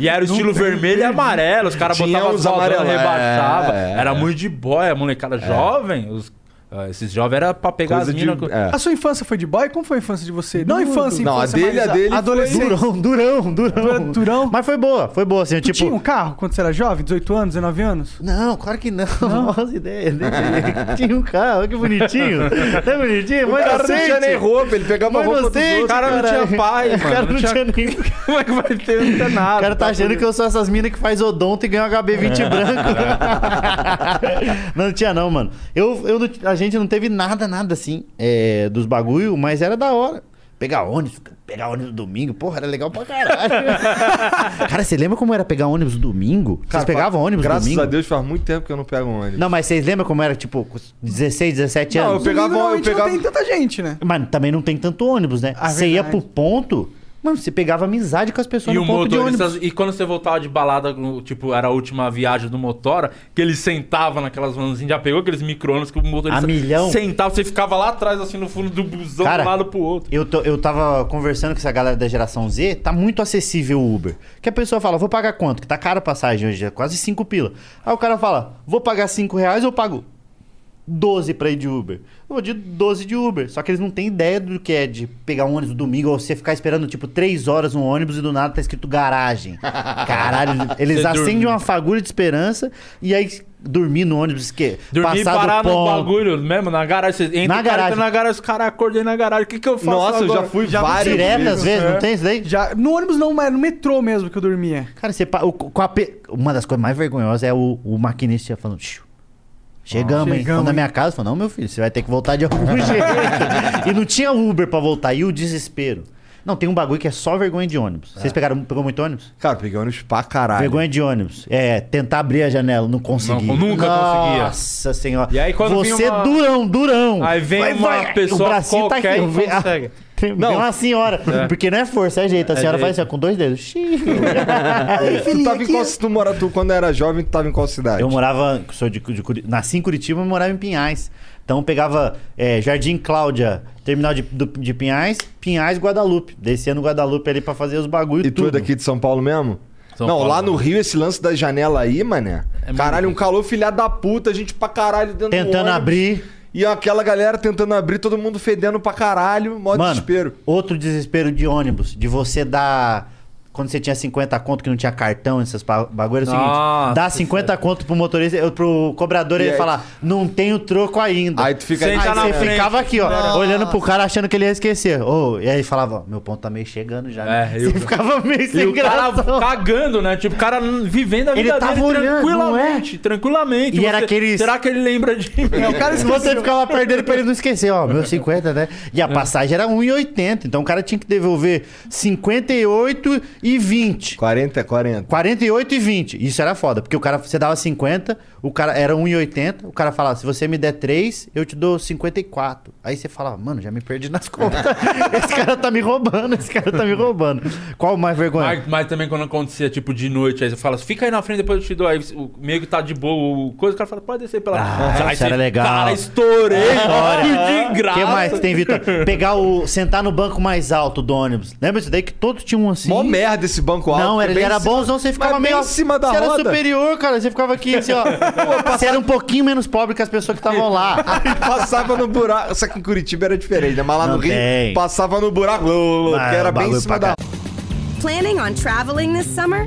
E era o estilo vermelho e amarelo, os caras Tinha botavam uns os amarelo amarelo, é, rebaixava. é, Era muito de boy, a molecada jovem, os Ah, esses jovens era pra pegar Coisa as de- minas. é. A sua infância foi de boy? Como foi a infância de você? Não, infância, infância. Não, a dele- mas a dele foi Adolescente. Durão, durão, durão. é Durão? Mas foi boa, foi boa, assim, Tu tipo... tinha um carro quando você era jovem? 18 anos, 19 anos? Não, claro que não. Nossa ideia. nem sei. Tinha um carro, olha que bonitinho. Não é bonitinho? Mas cara não tinha nem roupa, ele pegava Mas roupa dos inocente, outros. O cara não caralho. tinha pai, O mano. cara não tinha nem... Como é que vai ter? Não tem nada. É. O cara tá achando que eu sou essas minas que faz odonto e ganha um HB20 branco. não tinha não, mano. Eu, eu não- a gente não teve nada, nada assim é, dos bagulho, mas era da hora. Pegar ônibus, pegar ônibus domingo, porra, era legal pra caralho. cara, você lembra como era pegar ônibus domingo? Cara, Vocês pegavam ônibus Graças domingo? a Deus faz muito tempo que eu não pego um ônibus. Não, mas vocês lembram como era, tipo, com 16, 17 Não, anos? eu pegava- Domingo, normalmente eu pegava- não tem tanta gente, né? Mas também não tem tanto ônibus, né? Ah, você ia verdade. pro ponto, mano, você pegava amizade com as pessoas E no o ponto de ônibus. motorista, e quando você voltava de balada, no- tipo, era a última viagem do motora, que ele sentava naquelas vanzinhas, já pegou aqueles micro-ônibus que o motorista A milhão. sentava, você ficava lá atrás, assim, no fundo do busão, Cara, de um lado pro outro. Eu, tô- eu tava conversando com essa galera da geração Z, tá muito acessível o Uber. Que a pessoa fala, vou pagar quanto? Que tá cara a passagem hoje, é quase 5 pila. Aí o cara fala, vou pagar 5 reais ou pago 12 pra ir de Uber? Eu vou de 12 de Uber. Só que eles não têm ideia do que é de pegar um ônibus domingo ou você ficar esperando, tipo, 3 horas um ônibus e do nada tá escrito garagem. Caralho, eles Você acendem dorme. uma fagulha de esperança e aí dormir no ônibus, que Dormir e passar do parar no ponto. bagulho mesmo, na garagem. Você entra, Na o cara garagem. entra na garagem, os caras acordam na garagem. O que, que eu faço? Nossa, eu agora? já fui várias Direto É. às vezes, não tem isso daí? Já, no ônibus não, mas no metrô mesmo que eu dormia. Cara, você pa- o- com a pe- uma das coisas mais vergonhosas é o, o maquinista falando. "Xiu, Chegamos, hein? Chegamos, Quando na hein?" minha casa, falou, não, meu filho, você vai ter que voltar de algum jeito. e não tinha Uber pra voltar. E o desespero. Não, tem um bagulho que é só vergonha de ônibus. Vocês pegaram, pegou muito ônibus? Cara, eu peguei ônibus pra caralho. Vergonha de ônibus. É, tentar abrir a janela, não consegui. Não, nunca conseguia. Nossa senhora. E aí, quando Você vinha uma- durão, durão. Aí vem uma pessoa tá qualquer e consegue. Não. Vem uma senhora. Porque não é força, é jeito. A senhora faz jeito. assim, ó, com dois dedos. Xiii. Tu tava em qual- tu mora, tu, quando era jovem, tu tava em qual cidade? Então, Eu morava, sou de, de Curi- nasci em Curitiba, mas morava em Pinhais. Então eu pegava é, Jardim Cláudia, terminal de, do- de Pinhais, Pinhais Guadalupe. Descia no Guadalupe ali pra fazer os bagulho E tu é tudo. daqui de São Paulo mesmo? São não, Paulo, lá no né? Rio, esse lance da janela aí, mané. É muito caralho, um calor filha da puta, gente pra caralho dentro do Tentando ônibus. abrir. E aquela galera tentando abrir, todo mundo fedendo pra caralho, mó Mano, desespero. outro desespero de ônibus, de você dar... Quando você tinha 50 conto, que não tinha cartão, essas pa- bagulho, é o seguinte. Nossa, Dá 50 conto pro motorista, eu- pro cobrador, E ele aí? falar, não tenho troco ainda. Aí tu fica Senta Aí na você frente. ficava aqui, ó, olhando pro cara achando que ele ia esquecer. Ô, e aí falava, ó, meu ponto tá meio chegando já. né?" É, você eu- ficava meio E sem o cara graça. cagando, né? Tipo, o cara vivendo a Ele vida tava dele olhando, é? tranquilamente. Tranquilamente. E era aquele- Será que ele lembra de mim? É, o cara Se você ficava perdendo pra ele não esquecer, ó, meu 50, né? É. E a passagem era 1,80, então o cara tinha que devolver 58 e 20. 40 é 40. 48 e 20. Isso era foda, porque o cara você dava 50, o cara era 1,80, o cara falava: "Se você me der 3, eu te dou 54". Aí você fala: "Mano, já me perdi nas contas. esse cara tá me roubando, esse cara tá me roubando". Qual o mais vergonha? Mas, mas também quando acontecia, tipo, de noite, aí você fala, fica aí na frente, depois eu te dou. Aí o meio que tá de boa, o coisa, o cara fala, pode descer pela Ah, Aí isso era você, legal. Cara, estourei. Olha, de graça. que mais que tem, Vitor? Pegar o. sentar no banco mais alto do ônibus. Lembra disso daí que todos tinham um assim? Mó merda esse banco alto. Não, que era, ele bem era em cima- bonzão, você ficava mas meio. bem em cima da você roda. era superior, cara. Você ficava aqui assim, ó. Você era um pouquinho menos pobre que as pessoas que estavam lá. Aí passava no buraco. Só que em Curitiba era diferente, né? Mas lá Não no Rio, tem. passava no buraco. ô, ô, ô, Ah, que era bem em bagulho cima pra da. Planning on traveling this summer?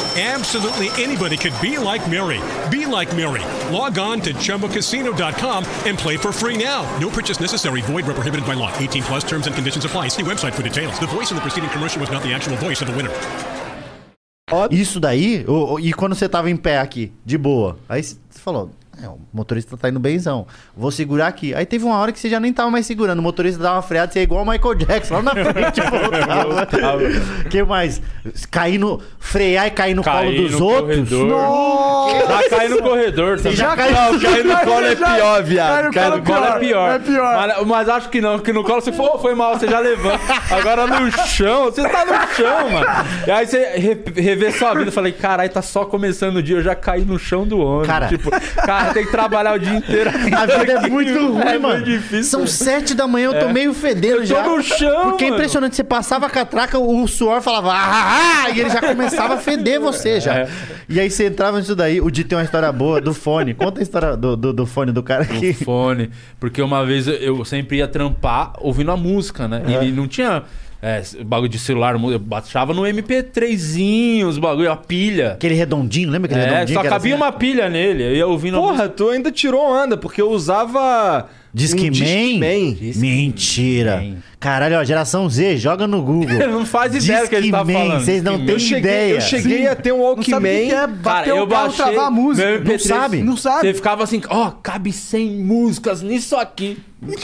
Absolutely anybody could be like Mary. Be like Mary. Log on to chumbacasino.com and play for free now. No purchase necessary. Void where prohibited by law. 18 plus terms and conditions apply. See website for details. The voice in the preceding commercial was not the actual voice of the winner. Isso daí, o- o- e quando você tava em pé aqui, de boa. Aí você falou: É, o motorista tá indo benzão. Vou segurar aqui. Aí teve uma hora que você já nem tava mais segurando. O motorista dava uma freada, você é igual o Michael Jackson lá na frente. voltava. que mais? Cair no. Frear e cair no colo dos outros. Corredor. Já cair no corredor. também. já caiu- Não, cair no colo é Já- pior, viado. caiu Cair no colo é pior. É pior. Mas, mas acho que não, que no colo você falou, "Ô, foi mal, você já levanta. Agora no chão, você tá no chão, mano. E aí você re, revê sua vida. Eu falei, caralho, tá só começando o dia, eu já caí no chão do ônibus. Cara. Tipo, cara, tem que trabalhar o dia inteiro. A vida é muito ruim, É mano. muito difícil. São sete da manhã, eu tô meio fedendo tô já. no chão, Porque é mano. impressionante, você passava a catraca, o suor falava, ah, ah, ah", e ele já começava a É. feder você já. E aí você entrava nisso daí, o Di tem uma história boa do fone. Conta a história do, do, do fone do cara o aqui. fone. Porque uma vez eu- eu sempre ia trampar ouvindo a música, né? E não tinha é, esse bagulho de celular, eu baixava no MP3zinho, os bagulho, a pilha. Aquele redondinho, lembra aquele É, redondinho? só que era cabia assim? uma pilha nele, eu ia ouvindo a Porra, tu ainda tirou onda, porque eu usava. Disque um Man? Discman. Mentira. Caralho, ó, geração Z, joga no Google. Não faz ideia do que a gente tá Discman, falando. Vocês não Discman. têm Eu cheguei, ideia. eu cheguei a ter um Walkman. é Cara, eu baixei. travar a música. meu MP3. Não sabe? Não sabe. Você ficava assim, ó, cabe 100 músicas nisso aqui.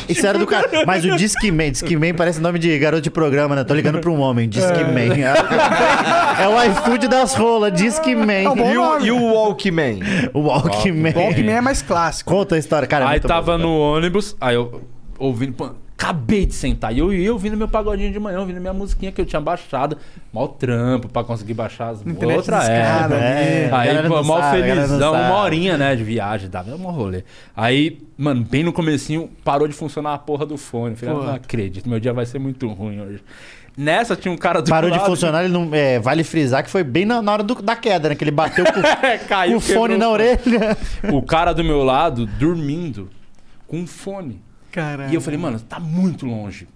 Isso era do cara. Mas o Discman, Discman parece nome de garoto de programa, né? Tô ligando pra um homem, Discman. É, o iFood das rolas, Discman. É Tá um bom E o, nome. e o Walkman? o Walkman. Walkman é mais clássico. Conta a história, cara. é aí muito tava bom. no ônibus, aí eu ouvindo, pô, acabei de sentar. E eu ia ouvindo meu pagodinho de manhã, ouvindo minha musiquinha que eu tinha baixado. Mal trampo pra conseguir baixar as Internet outra discada, era. né? A galera Aí, pô, não mal sabe, a galera não felizão, sabe. uma horinha, né, de viagem, dava um rolê. Aí, mano, bem no comecinho, parou de funcionar a porra do fone. Falei, "Ah, não acredito, meu dia vai ser muito ruim hoje. Nessa tinha um cara do Parou de lado- funcionar, ele não, é, vale frisar que foi bem na, na hora do- da queda, né? Que ele bateu com, com Caiu, o fone quebrou na o orelha. O cara do meu lado dormindo com um fone. Caralho. E eu falei, mano, tá muito longe.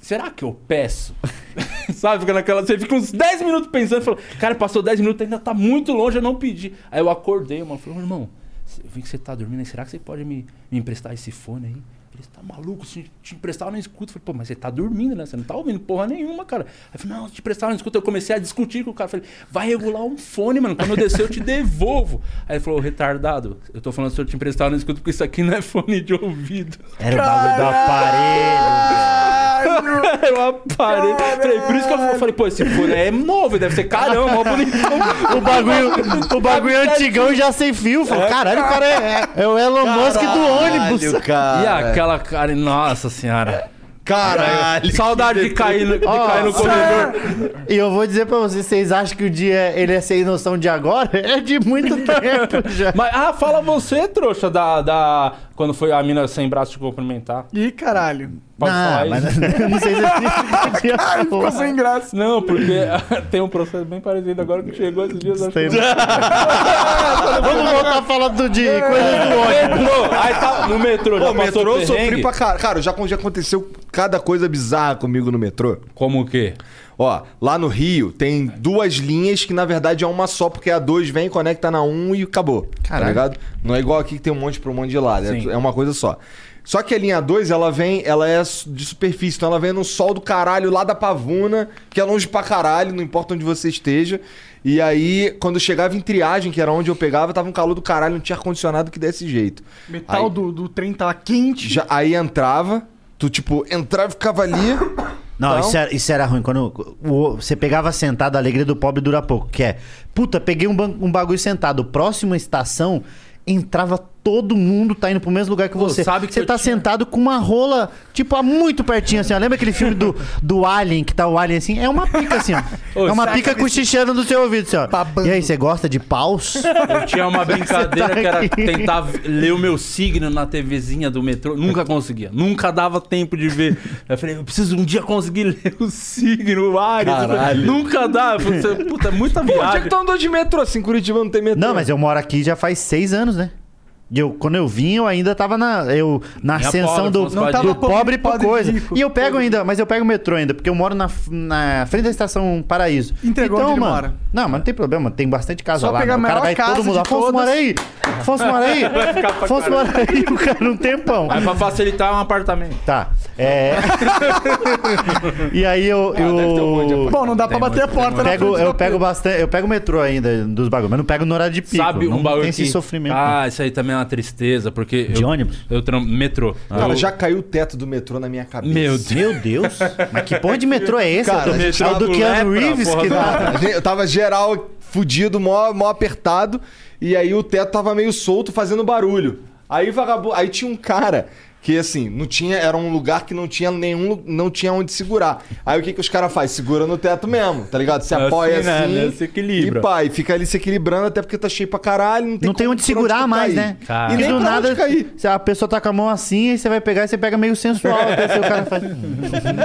Será que eu peço? Sabe, fica naquela. Você fica uns 10 minutos pensando, falou, cara, passou 10 minutos, ainda tá muito longe, eu não pedi. Aí eu acordei, mano, falei, "Ô, irmão, eu vi que você tá dormindo aí, será que você pode me, me emprestar esse fone aí? Ele tá maluco, se te emprestar eu não escuto. Eu Falei, pô, mas você tá dormindo, né? Você não tá ouvindo porra nenhuma, cara. Aí eu falei, não, se te emprestar eu não escuto. Eu comecei a discutir com o cara. Falei, vai regular um fone, mano. Quando eu descer, eu te devolvo. Aí ele falou, "Ô, retardado, eu tô falando se eu te emprestar eu não escuto, porque isso aqui não é fone de ouvido. Era o bagulho do Era aparelho. um aparelho. Falei, por isso que eu falei, pô, esse fone é novo, deve ser carão, mó bonitão. O bagulho, o bagulho antigão já sem fio. Falou, caralho, o cara é, é o Elon Musk do ônibus. Caralho, cara. E aquela cara, nossa senhora. Caralho. Saudade de cair no, de cair no Nossa. corredor. E eu vou dizer pra vocês, vocês acham que o dia ele é sem noção de agora? É de muito tempo já. Mas, ah, fala você, trouxa, da, da. Quando foi a mina sem braço te cumprimentar. Ih, caralho. Pode falar Ah, mas isso? eu não sei se é eu tinha Ficou sem graça. Não, porque tem um processo bem parecido agora que chegou esses dias. acho que- Vamos voltar a falar do dia, coisa do ônibus. Metrô, aí tá no metrô, já Pô, passou metrô eu sofri perrengue? pra caralho. Cara, já, já aconteceu cada coisa bizarra comigo no metrô. Como o quê? Ó, lá no Rio tem duas linhas que na verdade é uma só, porque a dois vem, conecta na um e acabou. Tá Caralho. ligado? Não é igual aqui que tem um monte pra um monte de lado. Sim. É, é uma coisa só. Só que a linha 2, ela vem, ela é su- de superfície, então ela vem no sol do caralho lá da pavuna, que é longe pra caralho, não importa onde você esteja. E aí, quando eu chegava em triagem, que era onde eu pegava, tava um calor do caralho, não tinha ar-condicionado que desse jeito. Metal Aí- do, do trem tava quente. Já, aí entrava, tu tipo, entrava e ficava ali. Não, Então- isso, era, isso era ruim. Quando o- você pegava sentado, a alegria do pobre dura pouco. Que é, puta, peguei um, ban- um bagulho sentado. Próxima estação, entrava todo mundo, tá indo pro mesmo lugar que você. sabe que você eu tá tinha- sentado com uma rola, tipo, há muito pertinho, assim, ó. Lembra aquele filme do, do Alien, que tá o Alien assim? É uma pica, assim, ó. Ô, é uma saca pica cochichando no seu ouvido, assim, ó. Babando. E aí, você gosta de paus? Eu tinha uma brincadeira Você tá que era aqui. tentar ler o meu signo na TVzinha do metrô. Nunca conseguia. Nunca dava tempo de ver. Eu falei, eu preciso um dia conseguir ler o signo, o Ares. Caralho. Nunca dá. Eu falei, Puta, é muita Pô, onde é que viagem. tu andou de metrô? Assim, Curitiba não tem metrô. Não, mas eu moro aqui já faz seis anos, né? E eu, quando eu vim, eu ainda tava na, eu, na Em ascensão Apolo, do, Afonso Padilha. do Não tava pobre pobre, pra pobre, coisa. rico. e eu pego ainda, mas eu pego o metrô ainda, porque eu moro na, na frente da estação Paraíso. Então, Entregou onde ele mano, mora. Não, mas não tem problema, tem bastante casa Só lá. pegar né? a O cara maior vai casa todo de mundo. Afonso todas." mora aí! Afonso mora aí! Afonso mora aí, o cara um tempão. Aí pra facilitar é um apartamento. Tá. É. e aí eu. eu... Ah, deve ter um monte de bom, não dá pra bater a porta né? na Pego- frente eu da pego bastante, eu pego o metrô ainda dos bagulhos, mas não pego no horário de pico. Sabe não um bagulho tem que... esse sofrimento. Ah, isso aí também é uma tristeza, porque... De eu- ônibus? Eu tram... Metrô. Cara, Ah, Eu- já caiu o teto do metrô na minha cabeça. Meu não. Meu Deus, mas que porra de metrô é esse? Cara, é o do- metrô é o do do Keanu lepra, Reeves porra que do- dá. A gente- Eu tava geral fudido, mó, mó apertado, e aí o teto tava meio solto, fazendo barulho. Aí vagabundo, aí tinha um cara que assim, não tinha, era um lugar que não tinha nenhum, lu- não tinha onde segurar. Aí o que que os caras fazem? Segura no teto mesmo, tá ligado? Se Assim, apoia assim, né? Né? Se equilibra. E pai, fica ali se equilibrando até porque tá cheio pra caralho, não tem Não tem como- onde pra segurar tu mais, cair. né? Cara. E E nem do pra nada, onde cair. se a pessoa tá com a mão assim, aí você vai pegar e você pega meio sensual. até aí o cara faz.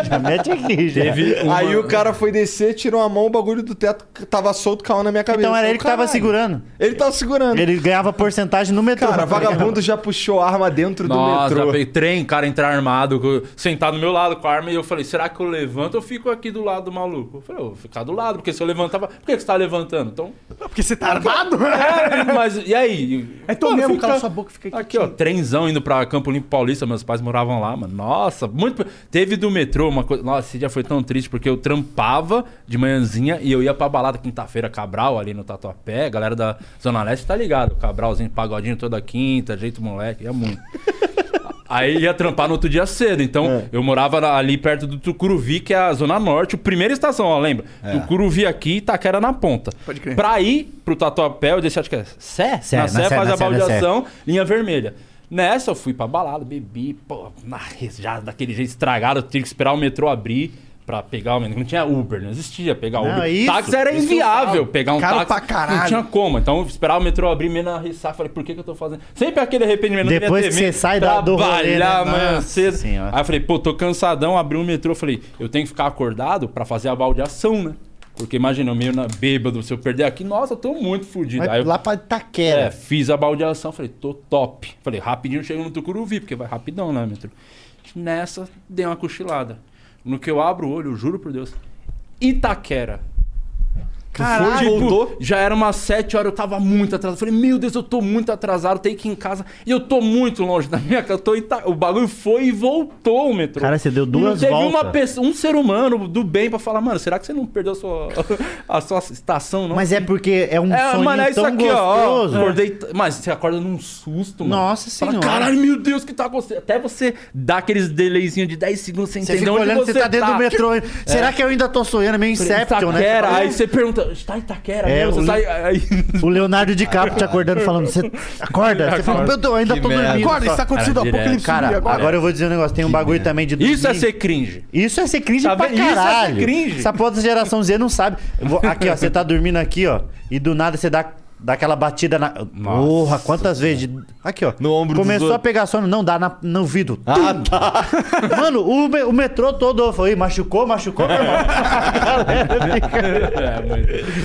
Já mete aqui, já. Teve uma- Aí o cara foi descer, tirou a mão, o bagulho do teto tava solto, caiu na minha cabeça. Então era Eu, ele que tava "Caralho." segurando. Ele tava segurando. Ele ganhava porcentagem no metrô. Tá Cara, vagabundo já puxou arma dentro do Nossa, já metrô. peguei trem, cara entrar armado, co- sentado do meu lado com a arma, e eu falei, será que eu levanto ou fico aqui do lado do maluco? Eu falei, eu vou ficar do lado, porque se eu levantava... Por que que você tá levantando? Então... Porque você tá armado? É, mas e aí? É teu Mano, mesmo, fica- cala sua boca, fica Aqui, ó, trenzão indo pra Campo Limpo Paulista, meus pais moravam lá, mano. Nossa, muito. Teve do metrô uma coisa. Nossa, esse dia foi tão triste, porque eu trampava de manhãzinha e eu ia pra balada quinta-feira, Cabral, ali no Tatuapé. A galera da Zona Leste tá ligado. Cabralzinho, pagodinho toda quinta, jeito moleque, ia muito. Aí ia trampar no outro dia cedo. Então, É. eu morava na- ali perto do Tucuruvi, que é a Zona Norte, o primeira estação, ó, lembra? É. Tucuruvi aqui e Itaquera na ponta. Pode crer. Pra ir pro Tatuapé, eu deixei, acho que é Sé? Sé, na na Sé Sé, faz na a Sé, na baldeação, linha vermelha. Nessa, eu fui pra balada, bebi, pô, na já daquele jeito estragado, eu tive que esperar o metrô abrir. Pra pegar o menino. Não tinha Uber, não existia pegar Não, Uber. isso, táxi era isso eu inviável. Pegar um Caro táxi. pra caralho. Não tinha como. Então, eu esperava o metrô abrir, meio na ressaca. Falei, por que, que eu tô fazendo? Sempre aquele arrependimento. não devia Depois ter que você vindo sai da- do rolê, né? trabalhar amanhã Nossa cedo. Senhora. Aí eu falei, pô, tô cansadão, abri o metrô. Falei, eu tenho que ficar acordado pra fazer a baldeação, né? Porque imagina, eu meio na bêbado, se eu perder aqui, nossa, eu tô muito fudido. Aí eu Lá pra é, Itaquera. fiz a baldeação, falei, tô top. Falei, rapidinho chego no Tucuruvi, porque vai rapidão, né, metrô? Nessa, dei uma cochilada. No que eu abro o olho, eu juro por Deus, Itaquera. Caralho, Tipo, voltou. já era umas 7 horas, eu tava muito atrasado. Falei, meu Deus, eu tô muito atrasado, tenho que ir em casa. E eu tô muito longe da minha casa. eu tô em Ita- O bagulho foi e voltou o metrô. Cara, você deu E duas não teve voltas. uma pessoa, um ser humano do bem pra falar, mano, será que você não perdeu a sua, a sua estação, não? Mas é porque é um É, soninho mano, é isso tão aqui, ó, É. gostoso. ó. Acordei. Mas você acorda num susto, mano. Nossa Fala, Senhora. Caralho, meu Deus, o que tá acontecendo? Até você dar aqueles delayzinhos de 10 segundos sem Você entender fica onde olhando, você você tá dentro do metrô. Que- Será que eu ainda tô sonhando? É Meio Inception, né? Itaquera, Você fala, aí você pergunta, tá Itaquera É, mesmo? Você o- sai- aí- O Leonardo DiCaprio te acordando falando, você acorda? Você fala, meu Deus, eu ainda tô dormindo. Acorda, só. um está acontecendo Cara, o apocalipse. Cara, zumbi agora, eu vou dizer um negócio, tem um bagulho também de Isso é dormir. ser cringe. Isso é ser cringe Tá pra vendo? Isso é ser caralho. cringe. Essa porra da geração Z não sabe. Eu vou- Aqui, ó, você tá dormindo aqui, ó, e do nada você dá, dá aquela batida na. Porra, quantas vezes? de- Aqui, ó. No ombro dos Começou a outros. pegar sono, não dá na, no vidro. Ah, Mano, o, me- o metrô todo foi, "Ih, machucou, machucou, meu irmão. A galera fica-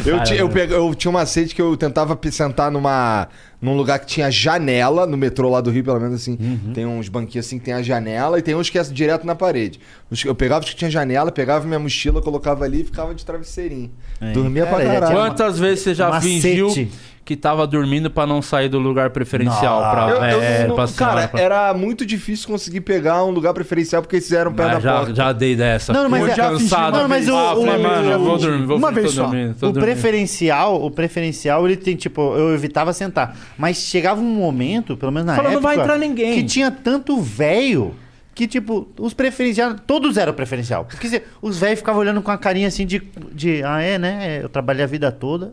Eu, ti- eu, pego- eu tinha uma sede que eu tentava pi- sentar numa, num lugar que tinha janela, no metrô lá do Rio, pelo menos assim. Uhum. Tem uns banquinhos assim que tem a janela e tem uns que é direto na parede. Os que- Eu pegava os que tinha janela, pegava minha mochila, colocava ali e ficava de travesseirinho. É. Dormia Cara, pra já caralho. tinha Quantas vezes você já Macete. fingiu que tava dormindo pra não sair do lugar preferencial? Pra, Eu- eu é, não- pra senhora, cara, pra- era muito difícil conseguir pegar um lugar preferencial porque eles eram perto Ah, da já, porta. já dei dessa. Não, mas Fui é- cansado. Não, mas o- Ah, falei, o- mano, eu vou dormir, vou Uma tô vez só. dormindo, tô O dormindo. preferencial, o preferencial, ele tem, tipo, eu evitava sentar. Mas chegava um momento, pelo menos na Fala, época... não vai entrar ninguém. Que tinha tanto velho que, tipo, os preferenciais... Todos eram preferencial. Quer dizer, os velhos ficavam olhando com a carinha assim de, de... Ah, é, né? Eu trabalhei a vida toda.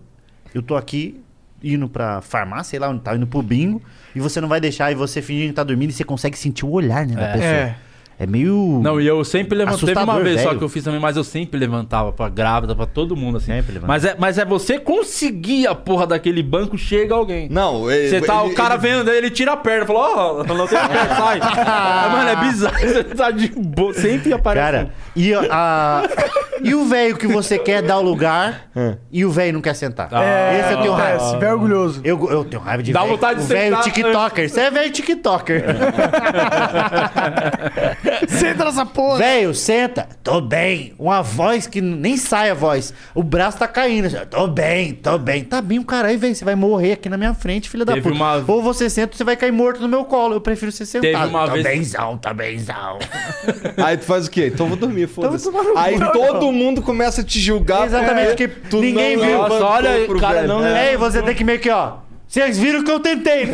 Eu tô aqui indo pra farmácia, sei lá onde tá, indo pro bingo. E você não vai deixar, e você fingindo que tá dormindo. E você consegue sentir o olhar, né, da pessoa. É. É. meio... Não, e eu sempre levantava. Teve uma Assustador, vez só velho. que eu fiz também, mas eu sempre levantava pra grávida, pra todo mundo, assim. Sempre levantava. mas, é, mas é você conseguir a porra daquele banco, chega alguém. Não, ele- Você tá, o ele- cara ele- vendo, aí ele tira a perna, fala, ó, não tem a perna, sai. Mas, Mano, é bizarro, você tá de boa, sempre aparece. um Cara, e, a- e o velho que você quer dar o lugar É. e o velho não quer sentar. Esse eu tenho raiva. Acontece, velho orgulhoso. Eu, eu tenho raiva de Ah, Dá velho. vontade de O velho sentar. tiktoker. Você é velho tiktoker. Senta nessa porra. velho, senta. Tô bem. Uma voz que nem sai a voz. O braço tá caindo. assim, Tô bem, tô bem. Tá bem o caralho, velho. Você vai morrer aqui na minha frente, filha da Teve puta. uma- Ou você senta ou você vai cair morto no meu colo. Eu prefiro ser sentado. uma tá vez- bemzão, tá bemzão. Aí tu faz o quê? Então eu vou dormir, foda-se. Aí cu. todo todo mundo começa a te julgar. Exatamente, porque que ninguém viu. levantou Nossa, olha aí, pro cara, velho. não- É, e você tem que meio que, ó. Vocês viram que eu tentei.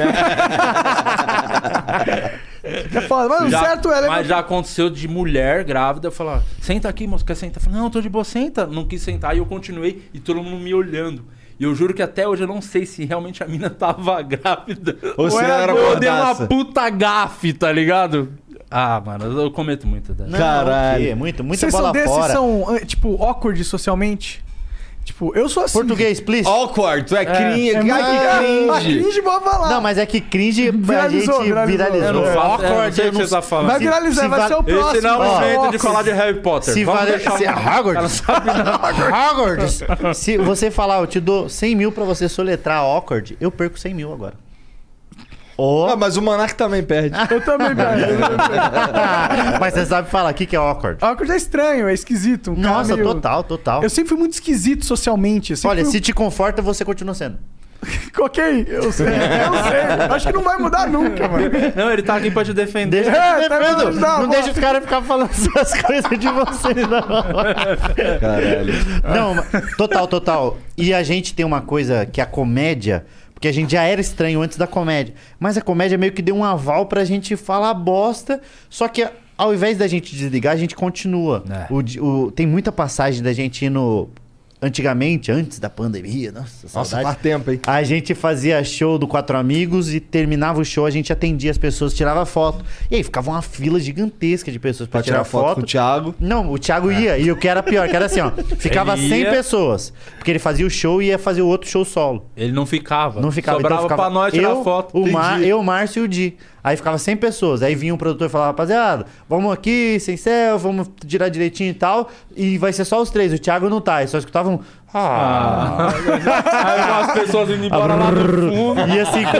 É foda. Mas o Já- certo é. Mas já aconteceu de mulher grávida falar: senta aqui, moço, quer sentar? Eu falei, não, tô de boa, senta. Não quis sentar e eu continuei e todo mundo me olhando. E eu juro que até hoje eu não sei se realmente a mina tava grávida. Ou se ela era eu dei uma gordaça. puta gafe, tá ligado? Ah, mano, eu cometo muito né? dessa. Não, Caralho. o quê? Muito, muita Vocês são bola desses fora. são, eh, tipo, awkward socialmente? Tipo, eu sou assim. Português, please. Awkward, tu é, cringe. É muito Ai, ah, que cringe. cringe, bora falar. Não, mas é que cringe a gente Viralizou, viralizou. viralizou. Eu não É, falo, Awkward, eu não sei o que você tá falando. Vai se- viralizar, se vai va- ser o Esse próximo. não é o Ó, momento de awkward. falar de Harry Potter. Se Vamos vale- deixar se- é o- Hogwarts? Ela sabe nada. Awkward. Se você falar, eu te dou 100 mil pra você soletrar awkward, eu perco 100 mil agora. Ah, Oh, mas o Monark também perde. Eu também, velho. mas você sabe falar, o que, que é awkward? Awkward é estranho, é esquisito. um cara Nossa, meio- total, total. Eu sempre fui muito esquisito socialmente. eu sempre Olha, fui- se te conforta, você continua sendo. Ok, eu sei. Eu sei. Acho que não vai mudar nunca, mano. Não, ele tá aqui pra te defender. Deixa É, eu tá te defendo. me ajudando, Não bora. deixa os caras ficar falando essas coisas de você, não. Caralho. Não, mas- total, total. E a gente tem uma coisa que a comédia. Porque a gente já era estranho antes da comédia. Mas a comédia meio que deu um aval pra gente falar bosta. Só que ao invés da gente desligar, a gente continua. É. O di- o- tem muita passagem da gente ir no. Antigamente, antes da pandemia, nossa, Nossa, saudade. faz tempo, hein? A gente fazia show do Quatro Amigos e terminava o show, a gente atendia as pessoas, tirava foto. E aí ficava uma fila gigantesca de pessoas pra, Pra tirar foto, com o Thiago. não, o Thiago ia. E o que era pior, que era assim, ó. Ficava Ele 100 ia. pessoas. Porque ele fazia o show e ia fazer o outro show solo. Ele não ficava. Não ficava Sobrava então pra ficava nós tirar eu, foto. O Mar, Entendi. eu, o Márcio e o Di. Aí ficava 100 pessoas. Aí vinha um produtor e falava, rapaziada, vamos aqui, sem céu, vamos tirar direitinho e tal. E vai ser só os três. O Thiago não tá. Aí só escutava um. Ah. Aí as pessoas indo embora lá no fundo. Ia 50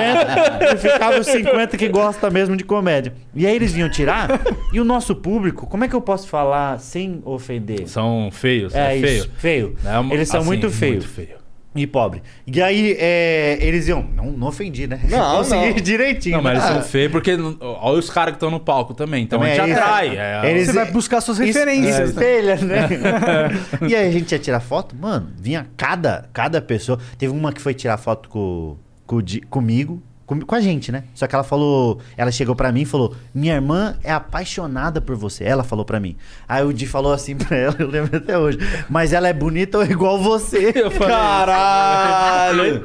e ficava os 50 que gosta mesmo de comédia. E aí eles vinham tirar. E o nosso público, como é que eu posso falar sem ofender? São feios, É, é, isso, feio. feio. Não, Eles são assim, muito feios. muito feio. E pobre. E aí, é, eles iam. Não, não ofendi, né? Não, Consegui não. direitinho. Não, mas eles né? são feios porque não- olha os caras que estão no palco também. Então Também a gente é isso. atrai. é. Eles- Você vai buscar suas Es- referências. né? Espelha, né? e aí a gente ia tirar foto, mano, vinha cada, cada pessoa. Teve uma que foi tirar foto com, com, o Di- comigo, com, com a gente, né? Só que ela falou, ela chegou pra mim e falou: Minha irmã é apaixonada por você. Ela falou pra mim. Aí o Di falou assim pra ela, eu lembro até hoje. Mas ela é bonita ou igual você? Eu falei, Caralho!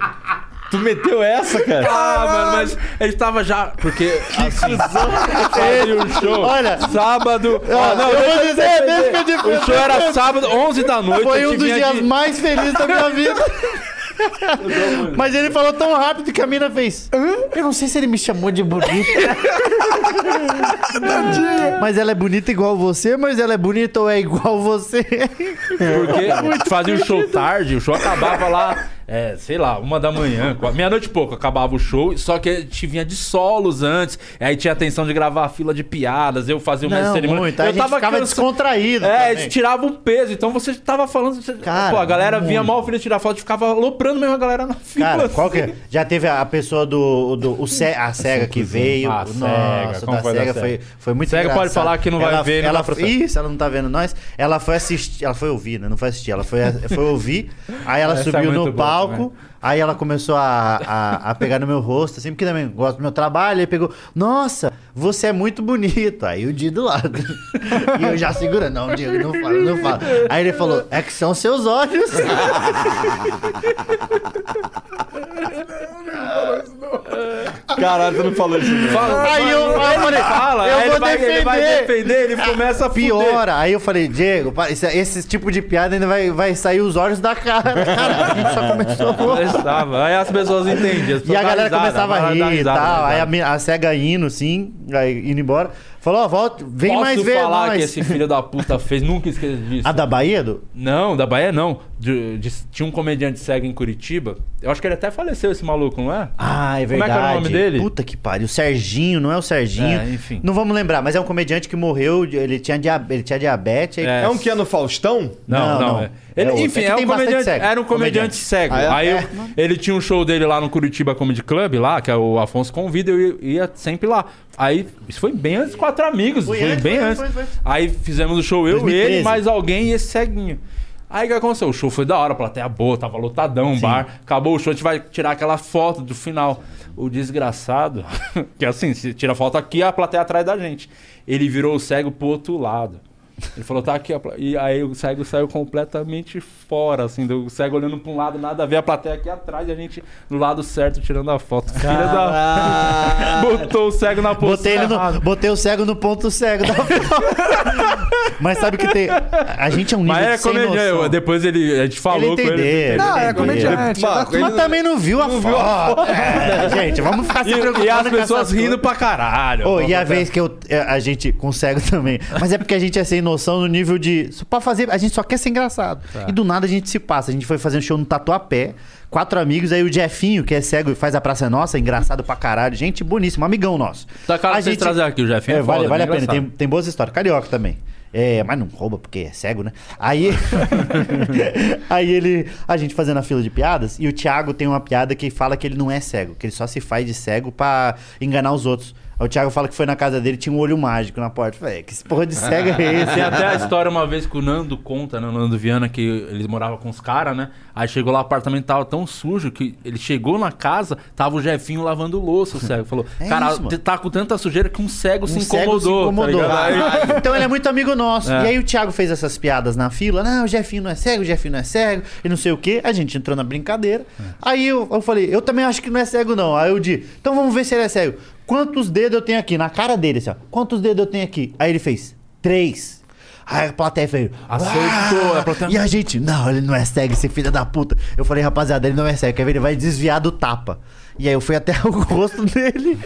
tu meteu essa, cara? Ah, mano, mas ele tava já. Porque. assim, fazia o um show. Olha. Sábado. Ó, não, eu deixa vou eu dizer, defender. deixa eu defender. O show era sábado, 11 da noite. a Foi gente um dos vinha dias de- mais felizes da minha vida. Mas ele falou tão rápido que a mina fez. Eu não sei se ele me chamou de bonita. mas ela é bonita igual você, mas ela é bonita ou é igual você? Porque fazia o show tarde, o show acabava lá, é, sei lá, uma da manhã, qua- meia-noite e pouco acabava o show, só que a gente vinha de solos antes, aí tinha a atenção de gravar a fila de piadas, eu fazia uma Não, cerimônia. muito, aí eu a gente ficava descontraído É, também. isso tirava um peso, então você tava falando. você- Cara, pô, a galera vinha muito. mal feliz tirar foto e ficava aloprando mesmo a galera na fila. Cara, qual que assim. é? Já teve a a pessoa do. do o Ce- a cega que veio. Ah, nossa, Cega, como da foi da cega Cega? foi, foi muito Cega pode engraçado. falar que não vai ela, ver, não Ela, dá pra saber. isso, ela não tá vendo nós. Ela foi assistir. Ela foi ouvir, né? Não foi assistir. Ela foi, foi ouvir. Aí ela Essa é subiu muito no boa palco. também. Aí ela começou a, a, a pegar no meu rosto, assim, porque também gosto do meu trabalho. Aí pegou, nossa, você é muito bonito. Aí o Di do lado. E eu já segurando, não, Diego, não fala, não fala. Aí ele falou, é que são seus olhos. Caralho, tu não falou isso. né? Fala, Aí eu, aí eu falei, fala, eu aí vou ele, vai, ele vai defender. defender, ele começa a fuder. Piora. Aí eu falei, Diego, para, esse, esse tipo de piada ainda vai, vai sair os olhos da cara. Cara, a gente só começou. Começava. Aí as pessoas entendiam. as E pessoas a galera dá risada, começava a dá rir e risada, né, dá tal. Aí risada. a, mi- a cega indo, sim, aí indo embora. Falou, ó, volta, vem Posso mais ver falar nós. que esse filho da puta fez? Nunca esqueça disso. A da Bahia, do? Não, da Bahia não. de- de- tinha um comediante cego em Curitiba. Eu acho que ele até faleceu, esse maluco, não é? Ah, é Como é verdade. que era o nome dele? Puta que pariu. Serginho, não é o Serginho. É, enfim. Não vamos lembrar, mas é um comediante que morreu, ele tinha, dia- ele tinha diabetes. aí- É. É um que é no Faustão? Não, não. Não, não. é. Ele- É outro. enfim, É que é um tem bastante comediante, cego. era um comediante Comediante. cego. Ah, é? Aí eu- É. ele tinha um show dele lá no Curitiba Comedy Club, lá, que é o Afonso convida, eu ia- ia sempre lá. Aí, isso foi bem antes, quatro amigos, foi, Foi antes, bem foi, antes. foi, foi. Aí fizemos o show, eu, 2013. ele, mais alguém e esse ceguinho. Aí o que aconteceu? O show foi da hora, a plateia boa, tava lotadão, o bar. Acabou o show, a gente vai tirar aquela foto do final. O desgraçado, que assim, se tira foto aqui, a plateia atrás da gente. Ele virou o cego pro outro lado. Ele falou, tá aqui, a pla- e aí o cego saiu completamente fora, assim, do- o cego olhando pra um lado, nada a ver, a plateia aqui atrás e a gente do lado certo tirando a foto. Filha da. Botou o cego na posição. Botei, ele errada. no, botei o cego no ponto cego. da- Mas sabe o que tem. A a gente é um nível Mas é de sem comediante. noção. eu- Depois ele, a gente Ele falou com entender. ele. ele Não, é entender. comediante. Bah, tá é da- ele Mas também não viu a foto. É, gente, vamos ficar se E, preocupando e as com essas pessoas rindo pra caralho. Ô, e a Pra- vez que eu, é, a gente consegue também. Mas é porque a gente é sem noção no nível de. Só pra fazer. A gente só quer ser engraçado. E do nada a gente se passa. A gente foi fazer um show no Tatuapé. Quatro amigos, aí o Jefinho, que é cego e faz a Praça é Nossa, engraçado pra caralho. Gente boníssimo, amigão nosso. Tá cara a de vocês trazer aqui, o Jefinho é É, vale, foda, vale a bem pena. Tem, engraçado. tem boas histórias. Carioca também. É, mas não rouba porque é cego, né? Aí. aí ele. A gente fazendo a fila de piadas. E o Thiago tem uma piada que fala que ele não é cego. Que ele só se faz de cego pra enganar os outros. Aí o Thiago fala que foi na casa dele tinha um olho mágico na porta. Eu Falei, que esse porra de cego é esse? Tem até a história uma vez que o Nando conta, né? O Nando Viana, que ele morava com os caras, né? Aí chegou lá, o apartamento tava tão sujo que ele chegou na casa, tava o Jefinho lavando louça, o cego. Falou, É cara, isso, mano. você tá com tanta sujeira que um cego se Um cego incomodou. se incomodou. tá ligado? Aí- então ele é muito amigo nosso. É. E aí o Thiago fez essas piadas na fila. Não, o Jefinho não é cego, o Jefinho não é cego. E não sei o quê. A gente entrou na brincadeira. É. Aí eu, eu falei, eu também acho que não é cego não. Aí eu disse, então vamos ver se ele é cego. Quantos dedos eu tenho aqui? Na cara dele, assim, ó. Quantos dedos eu tenho aqui? Aí ele fez, três. Aí a plateia fez... Aceitou, "Ah!" a plateia- E a gente, não, ele não é cego, esse filho da puta. Eu falei, rapaziada, ele não é cego. Quer ver? Ele vai desviar do tapa. E aí eu fui até o rosto dele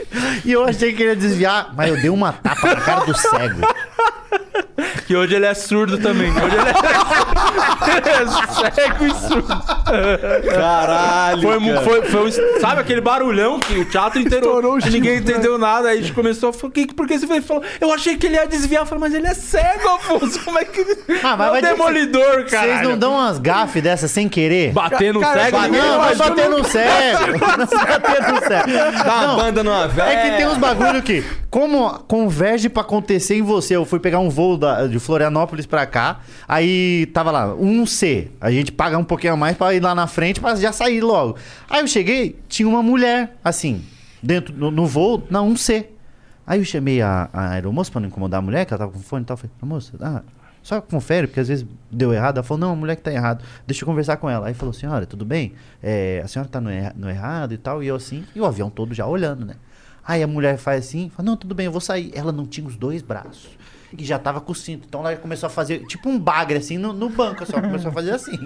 e eu achei que ele ia desviar, mas eu dei uma tapa na cara do cego. Que hoje ele é surdo também. Hoje ele é cego e surdo. Caralho. Foi, mu- cara. foi, foi um- sabe aquele barulhão que o teatro inteiro. Estourou o ninguém chifre. entendeu nada. Aí a gente começou a falar: "Que- por que você fez?" Ele falou? Eu achei que ele ia desviar. Eu falei, mas ele é cego, Afonso. Como é que. Ah, é mas um vai dizer que demolidor, cara. Vocês não dão umas gafes dessas sem querer? Bater no Cara, cego. cara, ninguém não, vai- vai bater no cego. Não vai bater no cego. Tá, Dá uma Não, banda numa velha. É que tem uns bagulho que, como converge pra acontecer em você, eu fui pegar um voo da- de Florianópolis pra cá, aí tava lá, 1C. A gente paga um pouquinho a mais pra ir lá na frente pra já sair logo. Aí eu cheguei, tinha uma mulher, assim, dentro no, no voo, um na 1C. Aí eu chamei a, a aeromoça pra não incomodar a mulher, que ela tava com fone e tal. Eu Falei, moça, ah, só confere, porque às vezes deu errado. Ela falou, não, a mulher que tá errado. Deixa eu conversar com ela. Aí falou, senhora, tudo bem? É, a senhora tá no, erra- no errado e tal. E eu assim, e o avião todo já olhando, né? Aí a mulher faz assim, fala, não, tudo bem, eu vou sair. Ela não tinha os dois braços. E já tava com o cinto. Então ela começou a fazer tipo um bagre assim no, no banco, só começou a fazer assim.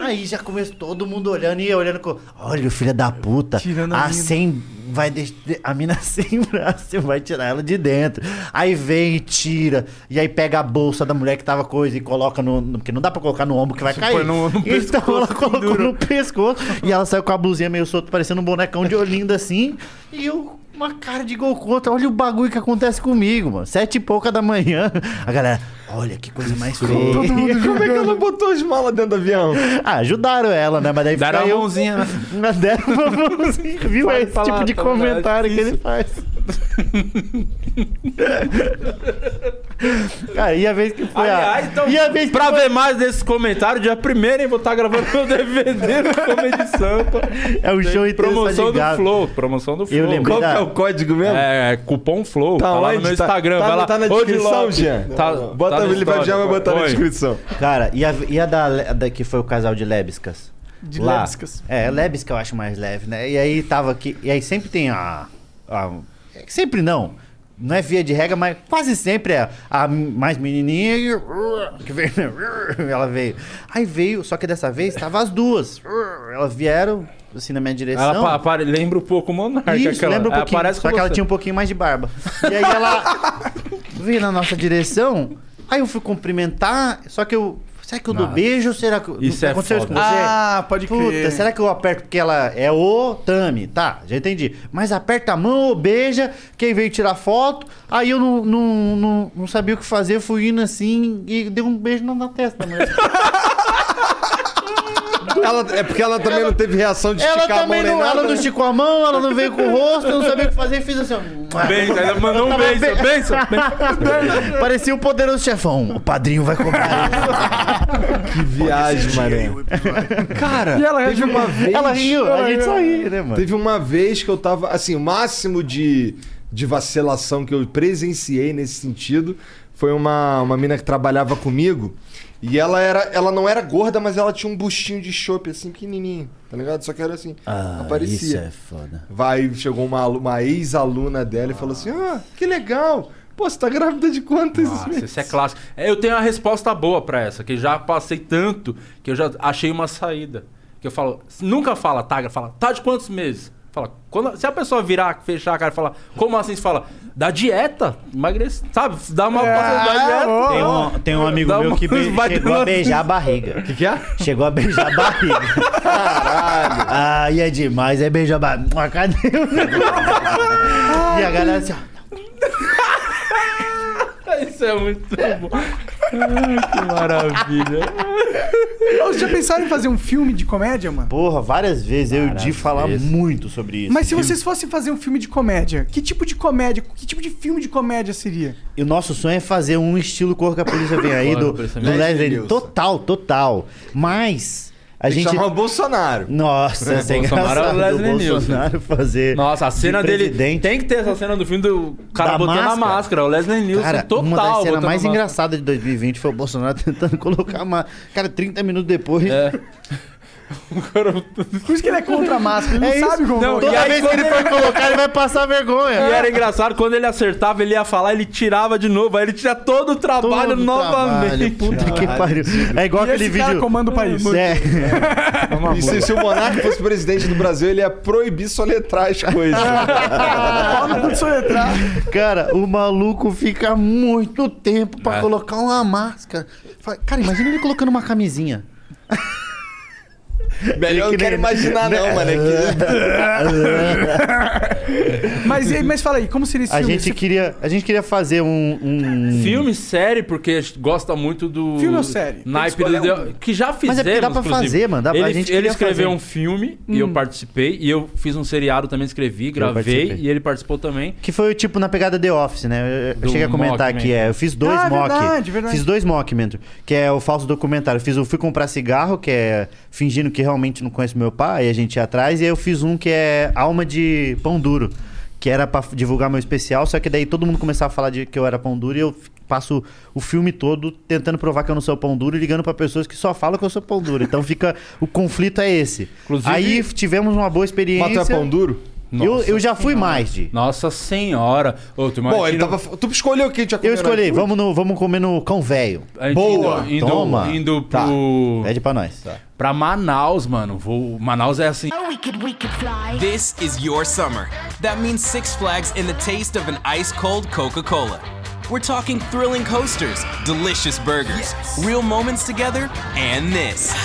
Aí já começou todo mundo olhando e eu olhando com. Olha, o filho da puta. Tirando a a mina. sem vai deix- a mina sem braço, você vai tirar ela de dentro. Aí vem e tira, e aí pega a bolsa da mulher que tava coisa e coloca no, no- porque não dá pra colocar no ombro que vai cair. no- no então pescoço, ela colocou pendura. no pescoço e ela saiu com a blusinha meio solta, parecendo um bonecão de Olinda assim, e eu uma cara de gol contra. Olha o bagulho que acontece comigo, mano. Sete e pouca da manhã, a galera, olha que coisa mais feia. Como é que ela botou as malas dentro do avião? Ah, ajudaram ela, né? Mas daí Deram fica a eu- mãozinha, né? Mas deram uma mãozinha. Viu? É Pode esse falar, tipo de tá ligado? comentário que ele Isso. faz. Cara, Ah, e a vez que foi Aliás, a... então, E a vez que pra foi- ver mais desses comentários, dia 1 hein, vou estar gravando meu DVD no Comedy Sampa. É um show intenso, Promoção do ligado. Flow, promoção do Flow. lembrei Qual que é da- o código mesmo? É, cupom Flow. Tá, Tá lá no onde? meu Tá- Instagram. tá- vai lá. tá na Ô, descrição, Diloc, Jean? Tá, Bota, tá na ele vai, história, já vai botar na Oi. descrição. Cara, e a, e a da, da que foi o casal de Lebescas? De Lebescas. É, Lebesca eu acho mais leve, né? E aí tava aqui. E aí sempre tem a. a- é que sempre não. Não é via de regra, mas quase sempre é a mais menininha e. Que veio. né? Ela veio. Aí veio, só que dessa vez tava as duas. Elas vieram assim na minha direção. Ela pa- apare- lembra um pouco o Monarca. Isso, aquela- lembra um ela pouquinho. Parece só com que ela você. tinha um pouquinho mais de barba. E aí ela veio na nossa direção, aí eu fui cumprimentar, só que eu Será que eu dou beijo ou será que. Isso é aconteceu foda. com você? Ah, pode Puta, crer. será que eu aperto porque ela é o Tami? Tá, já entendi. Mas aperta a mão ou beija, quem veio tirar foto, aí eu não, não, não, não sabia o que fazer, fui indo assim e dei um beijo na, na testa da mulher. Ela, é porque ela também não teve reação de Ela esticar a mão também nem não, nada. ela não esticou a mão, ela não veio com o rosto, eu não sabia o que fazer, fiz assim, ó. Benção, ela mandou um Tava benção, bem- benção, benção. Parecia o poderoso chefão. O padrinho vai cobrar. Que viagem, mano. Cara, E ela teve riu. uma vez... ela riu, a gente só ri, né, mano? Teve uma vez que eu tava, assim, o máximo de, de vacilação que eu presenciei nesse sentido foi uma, uma mina que trabalhava comigo e ela era ela não era gorda, mas ela tinha um bustinho de chope assim, pequenininho, tá ligado? Só que era assim, aparecia. Isso é foda. Vai, chegou uma, alu- uma ex-aluna dela e falou assim: Ah, que legal! Pô, você tá grávida de quantos Nossa, meses? isso é clássico. É, Eu tenho uma resposta boa pra essa, que já passei tanto que eu já achei uma saída. Que eu falo, nunca fala tá, fala, tá de quantos meses? Fala, quando- se a pessoa virar, fechar a cara e falar, como assim? Você fala, da dieta, emagrece, sabe? Dá uma É, passada da dieta. Tem um, tem um amigo Ah, Dá meu uma- que be- vai chegou a dando- beijar a barriga. O que, que é? Chegou a beijar a barriga. Caralho. Ai, é demais. É beijar a barriga. Cadê o negócio? E a galera assim, ó. Isso é muito bom. Ai, que maravilha. Vocês já pensaram em fazer um filme de comédia, mano? Porra, várias vezes eu e o Di falar muito sobre isso. Mas se E o- vocês fossem fazer um filme de comédia, que tipo de comédia, que tipo de filme de comédia seria? E o nosso sonho é fazer um estilo Cor que a Polícia Vem Aí Corra do, que a Polícia do Vem Aí. Leslie. Nilson. Total, total. Mas a Tem que gente... chamar o Bolsonaro. Nossa, sem Bolsonaro é o engraçado Leslie o Nielsen. Bolsonaro fazer... Nossa, a cena de dele. presidente. Tem que ter essa cena do filme do cara Da botando a máscara. máscara. O Leslie Nielsen Cara, total. uma das cenas botando mais a máscara. engraçadas de 2020 foi o Bolsonaro tentando colocar uma... Cara, 30 minutos depois... É. Por isso que ele é contra a máscara, ele não isso. sabe como. Não, Toda E aí, vez que quando ele for colocar, ele vai passar vergonha. E É. era engraçado, quando ele acertava, ele ia falar, ele tirava de novo. Aí ele tira todo o Todo trabalho trabalho, novamente. Puta que pariu. É igual E aquele esse vídeo. cara comanda o país. É. E se, se o Monarca fosse presidente do Brasil, ele ia proibir soletrar as coisas. Fala do soletrar. Cara, o maluco fica muito tempo pra É. colocar uma máscara. Fala, Cara, imagina ele colocando uma camisinha. Melhor eu não que quero nem- imaginar, não, mano. É que- Mas, e- mas fala aí, como seria esse A filme? gente queria, a gente queria fazer um, um- Filme, série, porque a gente gosta muito do. Filme ou série? Naipe Tem que do escolher um. The- Que já fizemos. Mas é porque dá pra inclusive. fazer, mano, dá pra- ele, a gente ele queria escreveu fazer. um filme e Hum. eu participei. E eu fiz um seriado também, escrevi, gravei. participei. E ele participou também. que foi tipo na pegada The Office, né? Eu- Eu Do cheguei a comentar Mockman. aqui, é. Eu fiz dois Ah, mock. verdade, verdade. Fiz dois mock, mentor, que é o falso documentário. Eu fiz o Fui Comprar Cigarro, que é fingindo que realmente não conheço meu pai, e a gente ia atrás. E aí eu fiz um que é Alma de Pão Duro, que era pra divulgar meu especial, só que daí todo mundo começava a falar de que eu era pão duro e eu f- passo o filme todo tentando provar que eu não sou pão duro e ligando pra pessoas que só falam que eu sou pão duro. Então fica. O conflito é esse. Inclusive- aí tivemos uma boa experiência. Mas tu é pão duro? Eu, Nossa eu já fui mais, de. Nossa senhora. Ô, tu Bom, ele imagina- tava. Tu escolheu quem tinha Eu escolhi, vamos, no, vamos comer no cão velho. a gente Boa! Indo, indo, Toma! indo Tá. pro. Tá. Pede pra nós. Pra Manaus, mano. Vou... Manaus é assim. This is your summer. That means Six Flags and the taste of an ice cold Coca Cola. We're talking thrilling coasters, delicious burgers, real moments together, and this.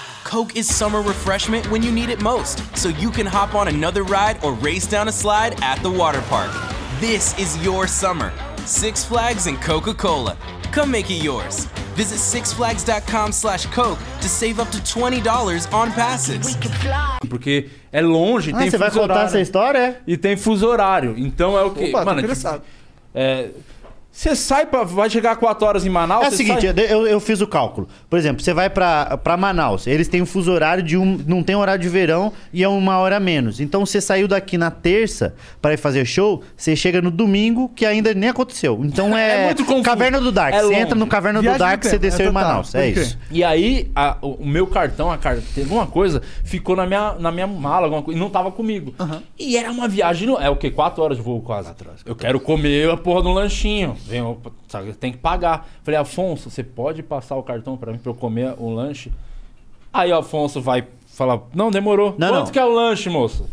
Coke is summer refreshment when you need it most, so you can hop on another ride or race down a slide at the water park. This is your summer. Six Flags and Coca-Cola. Come make it yours. Visit sixflags.com slash Coke to save up to $20 on passes. Porque é longe, Ah, tem você vai fuso contar horário. essa história? é? E tem fuso horário. Então é o que. Opa, tô mano, interessado. é, Você sai pra. Vai chegar 4 horas em Manaus? É o você seguinte, sai- eu, eu fiz o cálculo. Por exemplo, você vai pra, pra Manaus, eles têm um fuso horário de um. Não tem horário de verão e é uma hora a menos. Então você saiu daqui na terça pra ir fazer show, você chega no domingo, que ainda nem aconteceu. Então é. É muito confuso. Caverna do Dark. É você longe. entra no Caverna Viagem do no Dark, você tempo, desceu é em total, Manaus. É pode crer. isso. E aí, a- o o meu cartão, a carteira, alguma coisa, ficou na minha, na minha mala, alguma coisa, e não tava comigo. E era uma viagem, não- é o quê? Quatro horas de voo quase. Eu quero comer a porra do lanchinho. Vem, eu- sabe, tem que pagar. Falei, Afonso, você pode passar o cartão pra mim pra eu comer o lanche? Aí o Afonso vai falar, não, demorou. Não, Quanto não. que é o lanche, moço?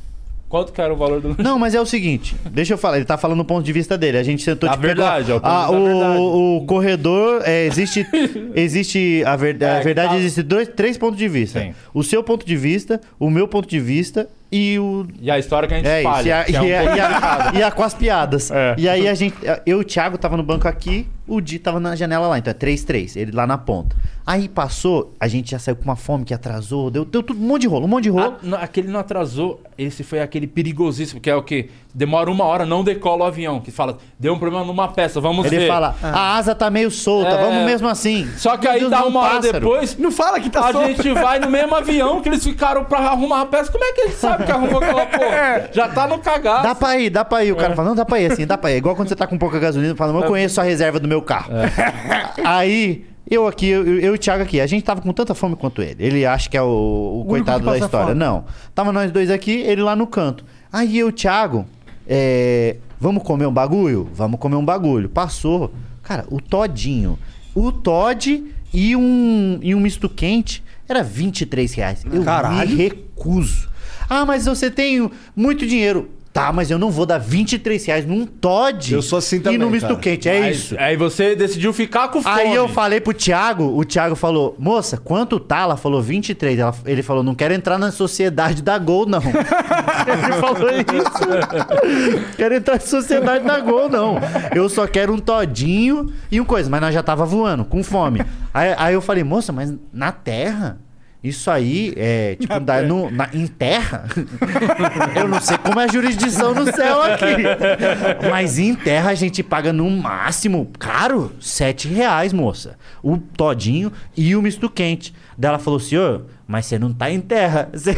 Quanto que era o valor do lanche? Não, mas é o seguinte, deixa eu falar, ele tá falando o ponto de vista dele. A gente sentou A de pegar- verdade, é o ponto Ah, da o, verdade. o corredor é, existe existe a, ver- a que verdade tá- existe dois, três pontos de vista. Sim. O seu ponto de vista, o meu ponto de vista e o E a história que a gente é isso, e espalha. a, que é um e a- pouco e a- e a com as piadas. É. E aí a gente. Eu e o Thiago tava no banco aqui, o Di tava na janela lá, então é 3-3, ele lá na ponta. Aí passou, a gente já saiu com uma fome que atrasou, deu, deu tudo, um monte de rolo, um monte de rolo. Ah, não, aquele não atrasou, esse foi aquele perigosíssimo, que é o que demora uma hora, não decola o avião, que fala, deu um problema numa peça, vamos Ele ver. fala, Ah. a asa tá meio solta, É. vamos mesmo assim. Só que Meu aí Deus, dá não, uma hora pássaro. depois, Não fala que tá a só. gente vai no mesmo avião que eles ficaram pra arrumar a peça. Como é que eles sabem que arrumou aquela porra? Já tá no cagaço. É. Dá pra ir, dá pra ir. O É. cara fala, não, dá pra ir assim, dá pra ir. Igual quando você tá com pouca gasolina, fala, eu conheço a reserva do meu carro. É. Aí, eu aqui, eu, eu e o Thiago aqui, a gente tava com tanta fome quanto ele. Ele acha que é o, o coitado que da passa história. fome. Não. Tava nós dois aqui, ele lá no canto. Aí eu e o Thiago, é, vamos comer um bagulho? Vamos comer um bagulho. Passou. Cara, o todinho. O Todd e um, e um misto quente era 23 reais. Eu Caralho. me recuso. Ah, mas você tem muito dinheiro. Tá, mas eu não vou dar 23 reais num Todd Eu sou assim e também, no misto cara. quente. É Aí- isso. Aí você decidiu ficar com fome. Aí eu falei pro Thiago, o Thiago falou, moça, quanto tá? Ela falou 23. Ela- ele falou, não quero entrar na sociedade da Gol, não. ele falou isso. quero entrar na sociedade da Gol, não. Eu só quero um todinho e um coisa. Mas nós já tava voando, com fome. Aí, aí eu falei, moça, mas na terra? Isso aí é, tipo, dá no- na- em terra? Eu não sei como é a jurisdição no céu aqui. Mas em terra a gente paga no máximo, caro, sete reais, moça. O todinho e o misto quente. Daí ela falou, senhor, mas você não tá em terra. Você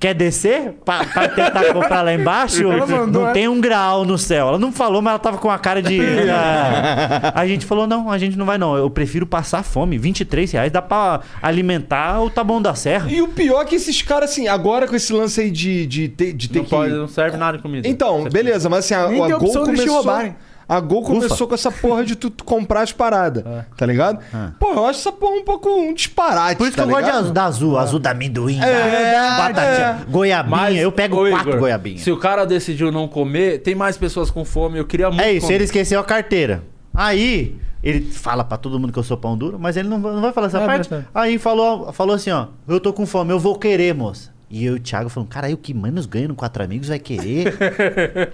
quer descer pra, pra tentar comprar lá embaixo? Ela mandou, não é? tem um grau no céu. Ela não falou, mas ela tava com a cara de... Ah. A gente falou, não, a gente não vai não. Eu prefiro passar fome. 23 reais dá pra alimentar o Taboão da Serra. E o pior é que esses caras, assim, agora com esse lance aí de, de, ter- de ter Não, que. pode, não serve nada de comida. Então, Você- beleza, mas assim, a, Nem a tem Gol opção deles te começou. roubarem. A Gol começou Ufa. com essa porra de tu, tu comprar as paradas, É. tá ligado? Pô, eu acho essa porra um pouco um disparate. Por isso tá que eu gosto de ligado? azul, da azul, azul da amendoim, É, da batatinha, goiabinha. Mas, eu pego ô, quatro Igor, goiabinhas. Se o cara decidiu não comer, tem mais pessoas com fome. Eu queria muito. É isso, comer. ele esqueceu a carteira. Aí, ele fala pra todo mundo que eu sou pão duro, mas ele não, vai- não vai falar essa É parte. verdade. Aí falou, falou assim, ó, eu tô com fome, eu vou querer, moça. E eu e o Thiago falando, cara, aí o que menos ganha no Quatro Amigos vai querer.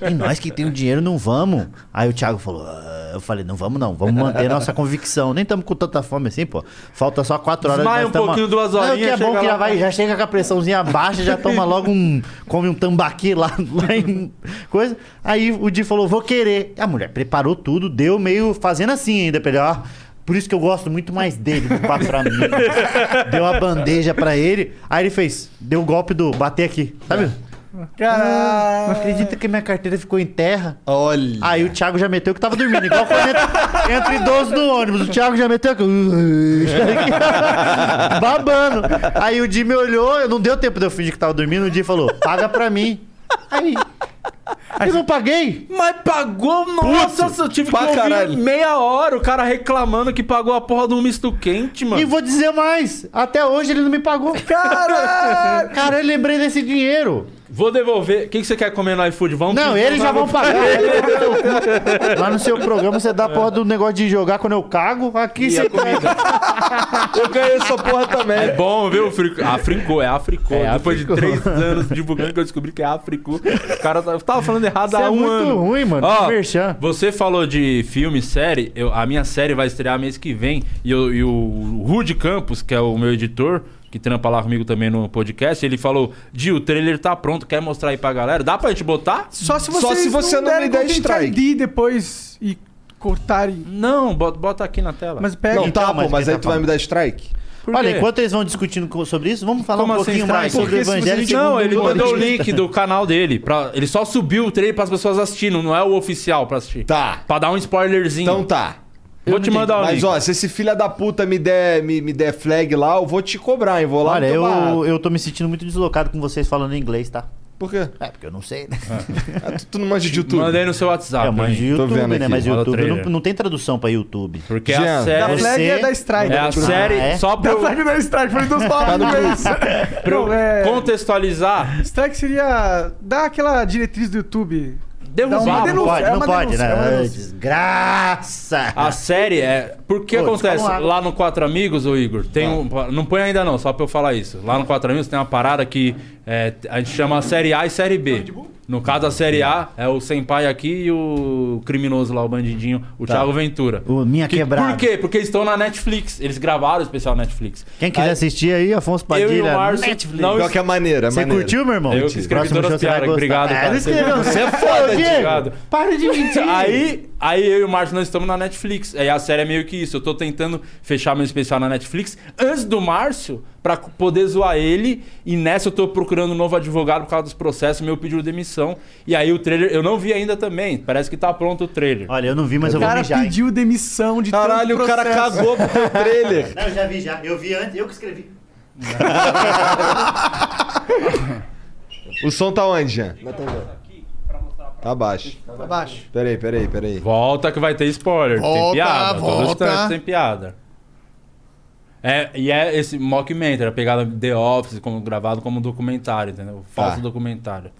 e nós que tem o dinheiro não vamos. Aí o Thiago falou, "Ah", eu falei, não vamos não, vamos manter a nossa convicção. Nem estamos com tanta fome assim, pô. Falta só quatro horas. Desmaia nós um tamo- pouquinho, duas Não, horinhas, que é bom chega que já lá. vai, já chega com a pressãozinha baixa, já toma logo um. come um tambaqui lá, lá em coisa. Aí o Di falou, vou querer. A mulher preparou tudo, deu meio fazendo assim ainda pra ele, ó. Por isso que eu gosto muito mais dele do que pra mim. deu a bandeja pra ele. Aí ele fez, deu o golpe do bater aqui, sabe? Caralho. Não acredita que minha carteira ficou em terra? Olha. Aí o Thiago já meteu que tava dormindo, igual quando entra, entra idoso no ônibus. O Thiago já meteu que. Babando. Aí o Di me olhou, não deu tempo de eu fingir que tava dormindo. O Di falou: paga pra mim. Aí. Eu não paguei? Mas pagou, nossa, eu tive que pra ouvir caralho. meia hora o cara reclamando que pagou a porra do misto quente, mano. E vou dizer mais: até hoje ele não me pagou. Cara! Cara, eu lembrei desse dinheiro. Vou devolver. O que, que você quer comer no iFood? Vamos Não, pedir, eles já mas vão vou- pagar. Lá no seu programa você dá a porra do negócio de jogar quando eu cago. Aqui E você a comida? Eu ganhei essa porra também. É bom, viu? Fric... Africô, é Africô. É Depois Africô. de três anos divulgando que eu descobri que é Africô. O cara tava- eu tava falando errado Isso há é um muito ano. ruim, mano. Ó, Merchan. você falou de filme, série. Eu- a minha série vai estrear mês que vem. E, eu- e o Rude Campos, que é o meu editor, que trampa lá comigo também no podcast, ele falou: Di, o trailer tá pronto, quer mostrar aí pra galera? Dá pra gente botar? Só se, Só vocês se você não me derem der Content strike. ID depois e cortarem. Não, bota, bota aqui na tela. Mas pega. Não, tá, Então, mas pô, mas quem aí tá tu vai falando? me dar strike? Por Olha, quê? enquanto eles vão discutindo co- sobre isso, vamos falar Como um assim, pouquinho strike? mais sobre o Porque se você Evangelho. discutir- segundo Não, ele o mandou o Evangelho. link do canal dele. Pra... Ele só subiu o trailer pras pessoas assistindo, não é o oficial pra assistir. Tá. Pra dar um spoilerzinho. Então tá. Vou te mandar o Mas link. ó, se esse filho da puta me der, me, me der flag lá, eu vou te cobrar, hein? Vou lá Olha, no teu eu, barato. eu tô me sentindo muito deslocado com vocês falando inglês, tá? Por quê? É, porque eu não sei, né? Ah, tu, tu não manja de YouTube. Mandei no seu WhatsApp. É, mas hein? Ah, YouTube, vendo né? aqui, Mas olha o YouTube não, trailer. não tem tradução pra YouTube. Porque Jean, é a A série. Dá flag Você- é da Strike. É a série. é? Só pra Da eu, flag é da Strike. Falei duas Tá no palavras. cu. pra eu Não, é- contextualizar. Strike seria dar aquela diretriz do YouTube. Derrubar. Dá uma Ah, não denúncia, pode, é não uma pode, denúncia, é uma né? denúncia. Desgraça! A série é. Por que Pô, acontece? desculpa. Lá no Quatro Amigos, ô Igor, tem um. Não põe ainda não, só pra eu falar isso. Lá no Quatro Amigos tem uma parada que é, a gente chama série A e série B. No caso, a série A é o Senpai aqui e o criminoso lá, o bandidinho, o Thiago Ventura. O Minha que, Quebrada. Por quê? Porque eles estão na Netflix. Eles gravaram o especial Netflix. Quem quiser Aí, assistir aí, Afonso Padilha. eu e o Márcio. Netflix. não Qual que é a maneira, Você curtiu, meu irmão? Eu que escrevi todas as piadas, obrigado, É, cara. ele escreveu, você é foda, Foda, Diego. Obrigado. Para de mentir. Aí, aí eu e o Márcio nós estamos na Netflix. Aí a série é meio que isso. Eu tô tentando fechar meu especial na Netflix antes do Márcio pra c- poder zoar ele. E nessa eu tô procurando um novo advogado por causa dos processos, meu pedido de demissão. E aí o trailer, eu não vi ainda também. Parece que tá pronto o trailer. Olha, eu não vi, mas eu O vou cara mijar. hein? pediu demissão de tanto Caralho, o cara um processo. cagou pro teu trailer. Não, eu já vi já. Eu vi antes, eu que escrevi. O som tá onde, Jean? Na TV. Tá baixo. Tá baixo. Peraí, peraí, peraí. Volta que vai ter spoiler. tem Volta, piada. Tô volta. gostando, tem piada. É, e é esse mockumentary, a pegada The Office, como, gravado como documentário, entendeu? Falso Tá. documentário.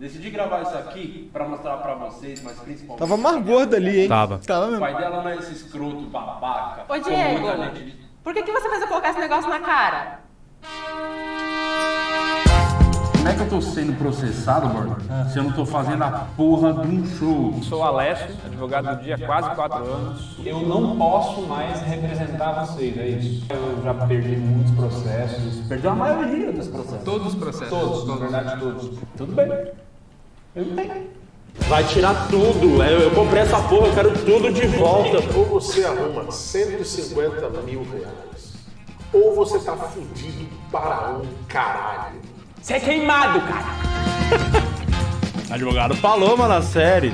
Decidi gravar isso aqui pra mostrar pra vocês, mas principalmente... Tava mais gordo ali, hein? Tava. Tava mesmo. pai dela não é esse escroto babaca. Ô, Diego, por que, que você fez eu colocar esse negócio na cara? Como é que eu tô sendo processado, mano? Se eu não tô fazendo a porra de um show. Sou Alessio, advogado do dia há quase 4 anos. Eu não posso mais representar vocês, é isso. Eu já perdi muitos processos. Perdi a maioria dos processos. Todos os processos? Todos, na verdade todos. Tudo bem. Eu bem. Vai tirar tudo. é, Eu, eu comprei essa porra, eu quero tudo de volta. Ou você arruma 150 mil reais, ou você tá fudido para um caralho. Você é queimado, cara. Advogado Paloma na série.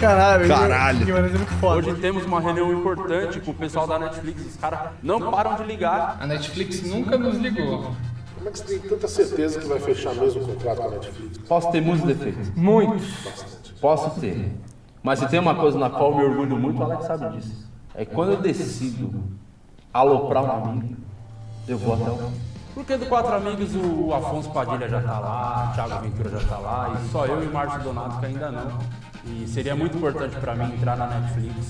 Caralho. Caralho. Guimarães é muito foda. Hoje temos uma reunião importante com o pessoal da Netflix. Os caras não param de ligar. A Netflix nunca nos ligou. Como é que você tem tanta certeza que vai fechar mesmo o contrato com a Netflix? Posso ter muitos defeitos? Muitos. Posso ter. Mas se tem uma coisa na qual eu me orgulho muito, o Alex sabe disso. É quando eu decido aloprar um amigo, eu vou até o. Porque do Quatro Amigos o Afonso Padilha já tá lá, o Thiago Ventura já tá lá, e só eu e o Márcio Donato que ainda não. E seria muito importante pra mim entrar na Netflix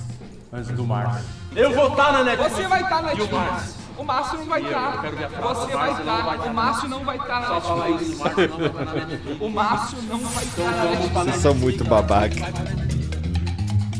antes do Márcio. Eu vou estar na Netflix! Você vai estar na Netflix! O Márcio não vai estar. Você vai estar. O Márcio não vai estar na Netflix. O Márcio não vai estar na Netflix. Vocês são muito babaca. Tá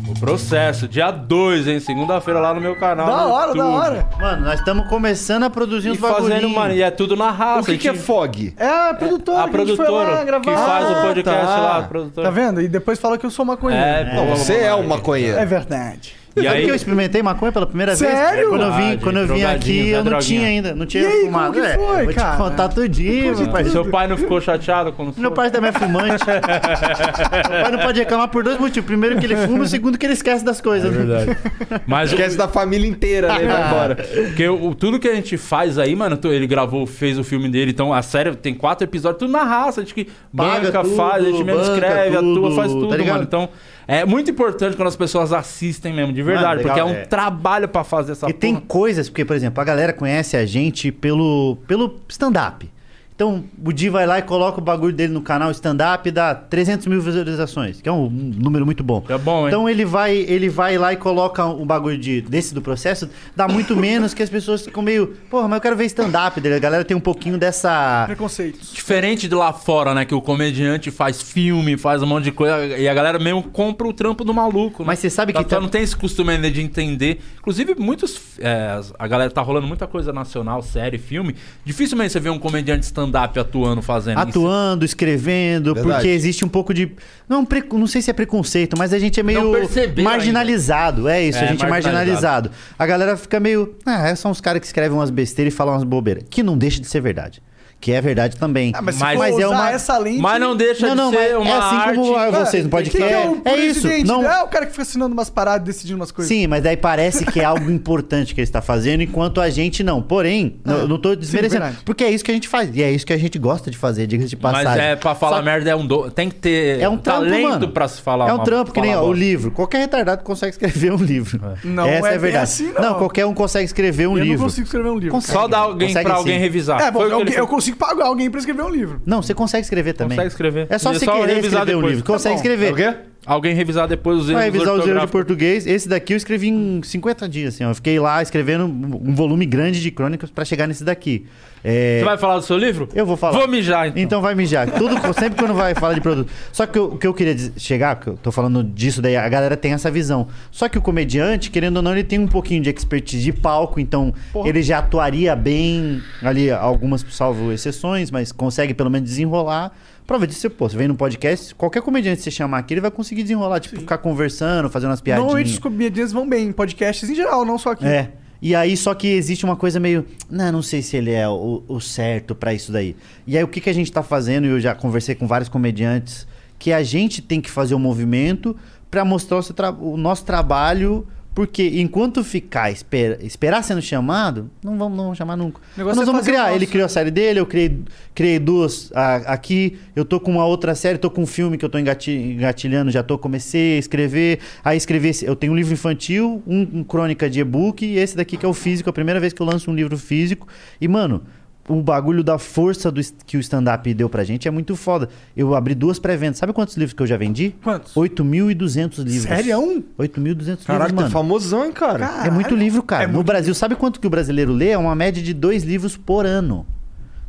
O processo, dia 2, hein? Segunda-feira lá no meu canal. Da hora, da hora. Mano, nós estamos começando a produzir E uns bagulhinhos. fazendo, mano, e é tudo na raça. O que, que é fog? É a produtora. A que gente foi lá produtora que gravar. Ah, faz o podcast tá. lá, a produtora. Tá vendo? E depois fala que eu sou maconheiro. É, É, pô, vamos Você lá, é o gente. maconheiro. verdade. E Sabe aí, que eu experimentei maconha pela primeira vez? Sério? Ah, Quando eu vim, Verdade, quando eu vim aqui, drogadinho, eu tá não tinha droguinha. ainda. Não tinha E aí, como fumado. que É, foi, eu vou cara? te contar tudinho, meu pai. seu pai não ficou chateado quando Meu foi? pai também é fumante. Meu pai não pode reclamar por dois motivos. Primeiro que ele fuma, e segundo que ele esquece das coisas. né? É verdade. Mas o- Esquece é da família inteira, né? Vai embora. porque o, tudo que a gente faz aí, mano, tu- ele gravou, fez o filme dele, então a série tem quatro episódios, tudo na raça, a gente que Paga banca, tudo, faz, a gente mesmo banca escreve, tudo, atua, faz tá tudo, ligado? mano. Então, é muito importante quando as pessoas assistem mesmo, de verdade, legal, porque é um é. trabalho pra fazer essa E tem porra. coisas, porque, por exemplo, a galera conhece a gente pelo, pelo stand-up. Então, o Di vai lá e coloca o bagulho dele no canal stand-up e dá 300 mil visualizações, que é um, um número muito bom. É bom, hein? Então, ele vai, ele vai lá e coloca o bagulho de, desse do processo, dá muito menos que as pessoas ficam meio... Porra, mas eu quero ver stand-up dele. A galera tem um pouquinho dessa... Preconceitos. Diferente de lá fora, né? Que o comediante faz filme, faz um monte de coisa e a galera mesmo compra o trampo do maluco. né? Mas você sabe que Tá- tá- tam- não tem esse costume ainda de entender. Inclusive, muitos. é, as- a galera tá rolando muita coisa nacional, série, filme. Dificilmente você vê um comediante stand-up atuando, fazendo isso? Atuando, escrevendo, Verdade. porque existe um pouco de. Não, pre- não sei se é preconceito, mas a gente é meio perceberam marginalizado. É isso, É, a gente é marginalizado. marginalizado. A galera fica meio. Ah, é só uns caras que escrevem umas besteiras e falam umas bobeiras. Que não deixa de ser verdade. Que é verdade também. Ah, é mas é se for usar essa lente- Mas não deixa Não, de não, mas ser uma é assim arte. como vocês no Cara, podcast. quem que é, o é isso. presidente? Não, É o cara que fica assinando umas paradas, decidindo umas coisas. Sim, mas daí parece que é algo importante que ele está fazendo, enquanto a gente não. Porém, não- É. eu não tô desmerecendo. verdade. porque é isso que a gente faz. E é isso que a gente gosta de fazer, diga-se de passagem. Mas é pra falar Só- merda é um do... tem que ter É um trampo, talento mano. Tá pra se falar. É um uma- trampo, que nem falar ó, o bosta. livro. Qualquer retardado consegue escrever um livro. Não Essa é é, bem a verdade. assim, não. qualquer um consegue escrever um eu livro. não consigo escrever um livro. Consegue, Só dá alguém consegue pra sim. alguém revisar. É, bom, Foi o que alguém- ele eu consigo pagar alguém pra escrever um livro. Não, você consegue escrever também. Consegue escrever. É só E você querer revisar escrever um depois. livro. Consegue Tá bom. escrever. Alguém revisar depois os erros Vai revisar os erros de ortográficos. português. Esse daqui eu escrevi em 50 dias, assim, ó. Eu fiquei lá escrevendo um um volume grande de crônicas pra chegar nesse daqui. É, Você vai falar do seu livro? Eu vou falar. Vou mijar, então. vai mijar. Tudo, sempre quando vai falar de produto. Só que eu- o que eu queria dizer- chegar, que eu tô falando disso daí, a galera tem essa visão. Só que o comediante, querendo ou não, ele tem um pouquinho de expertise de palco, então ele já atuaria bem ali, algumas salvo exceções, mas consegue pelo menos desenrolar. Prova disso, pô, você vem num podcast, qualquer comediante que você chamar aqui, ele vai conseguir desenrolar, tipo, ficar conversando, fazendo umas piadinhas. Normalmente os comediantes vão bem em podcasts em geral, não só aqui. É. E aí, só que existe uma coisa meio. Não, não sei se ele é o, o certo pra isso daí. E aí, o que, que a gente tá fazendo, e eu já conversei com vários comediantes, que a gente tem que fazer um movimento pra mostrar o, seu tra- o nosso trabalho. Porque enquanto ficar esper- esperar sendo chamado, não vamos, não vamos chamar nunca. negócio Nós é vamos fazer o criar. nosso. Ele criou a série dele, eu criei, criei duas a- aqui. Eu tô com uma outra série, tô com um filme que eu tô engati- engatilhando, já tô comecei a escrever. Aí escrevi, esse- eu tenho um livro infantil, um, um crônica de e-book e esse daqui que é o físico, é a primeira vez que eu lanço um livro físico. E mano, o bagulho da força do est- que o stand-up deu pra gente é muito foda. Eu abri duas pré-vendas. Sabe quantos livros que eu já vendi? Quantos? 8.200 livros. Sério? É um? 8.200 livros, Caraca, tá mano. famosão, hein, cara? É muito livro, cara. no Brasil, sabe quanto que o brasileiro lê? É uma média de dois livros por ano.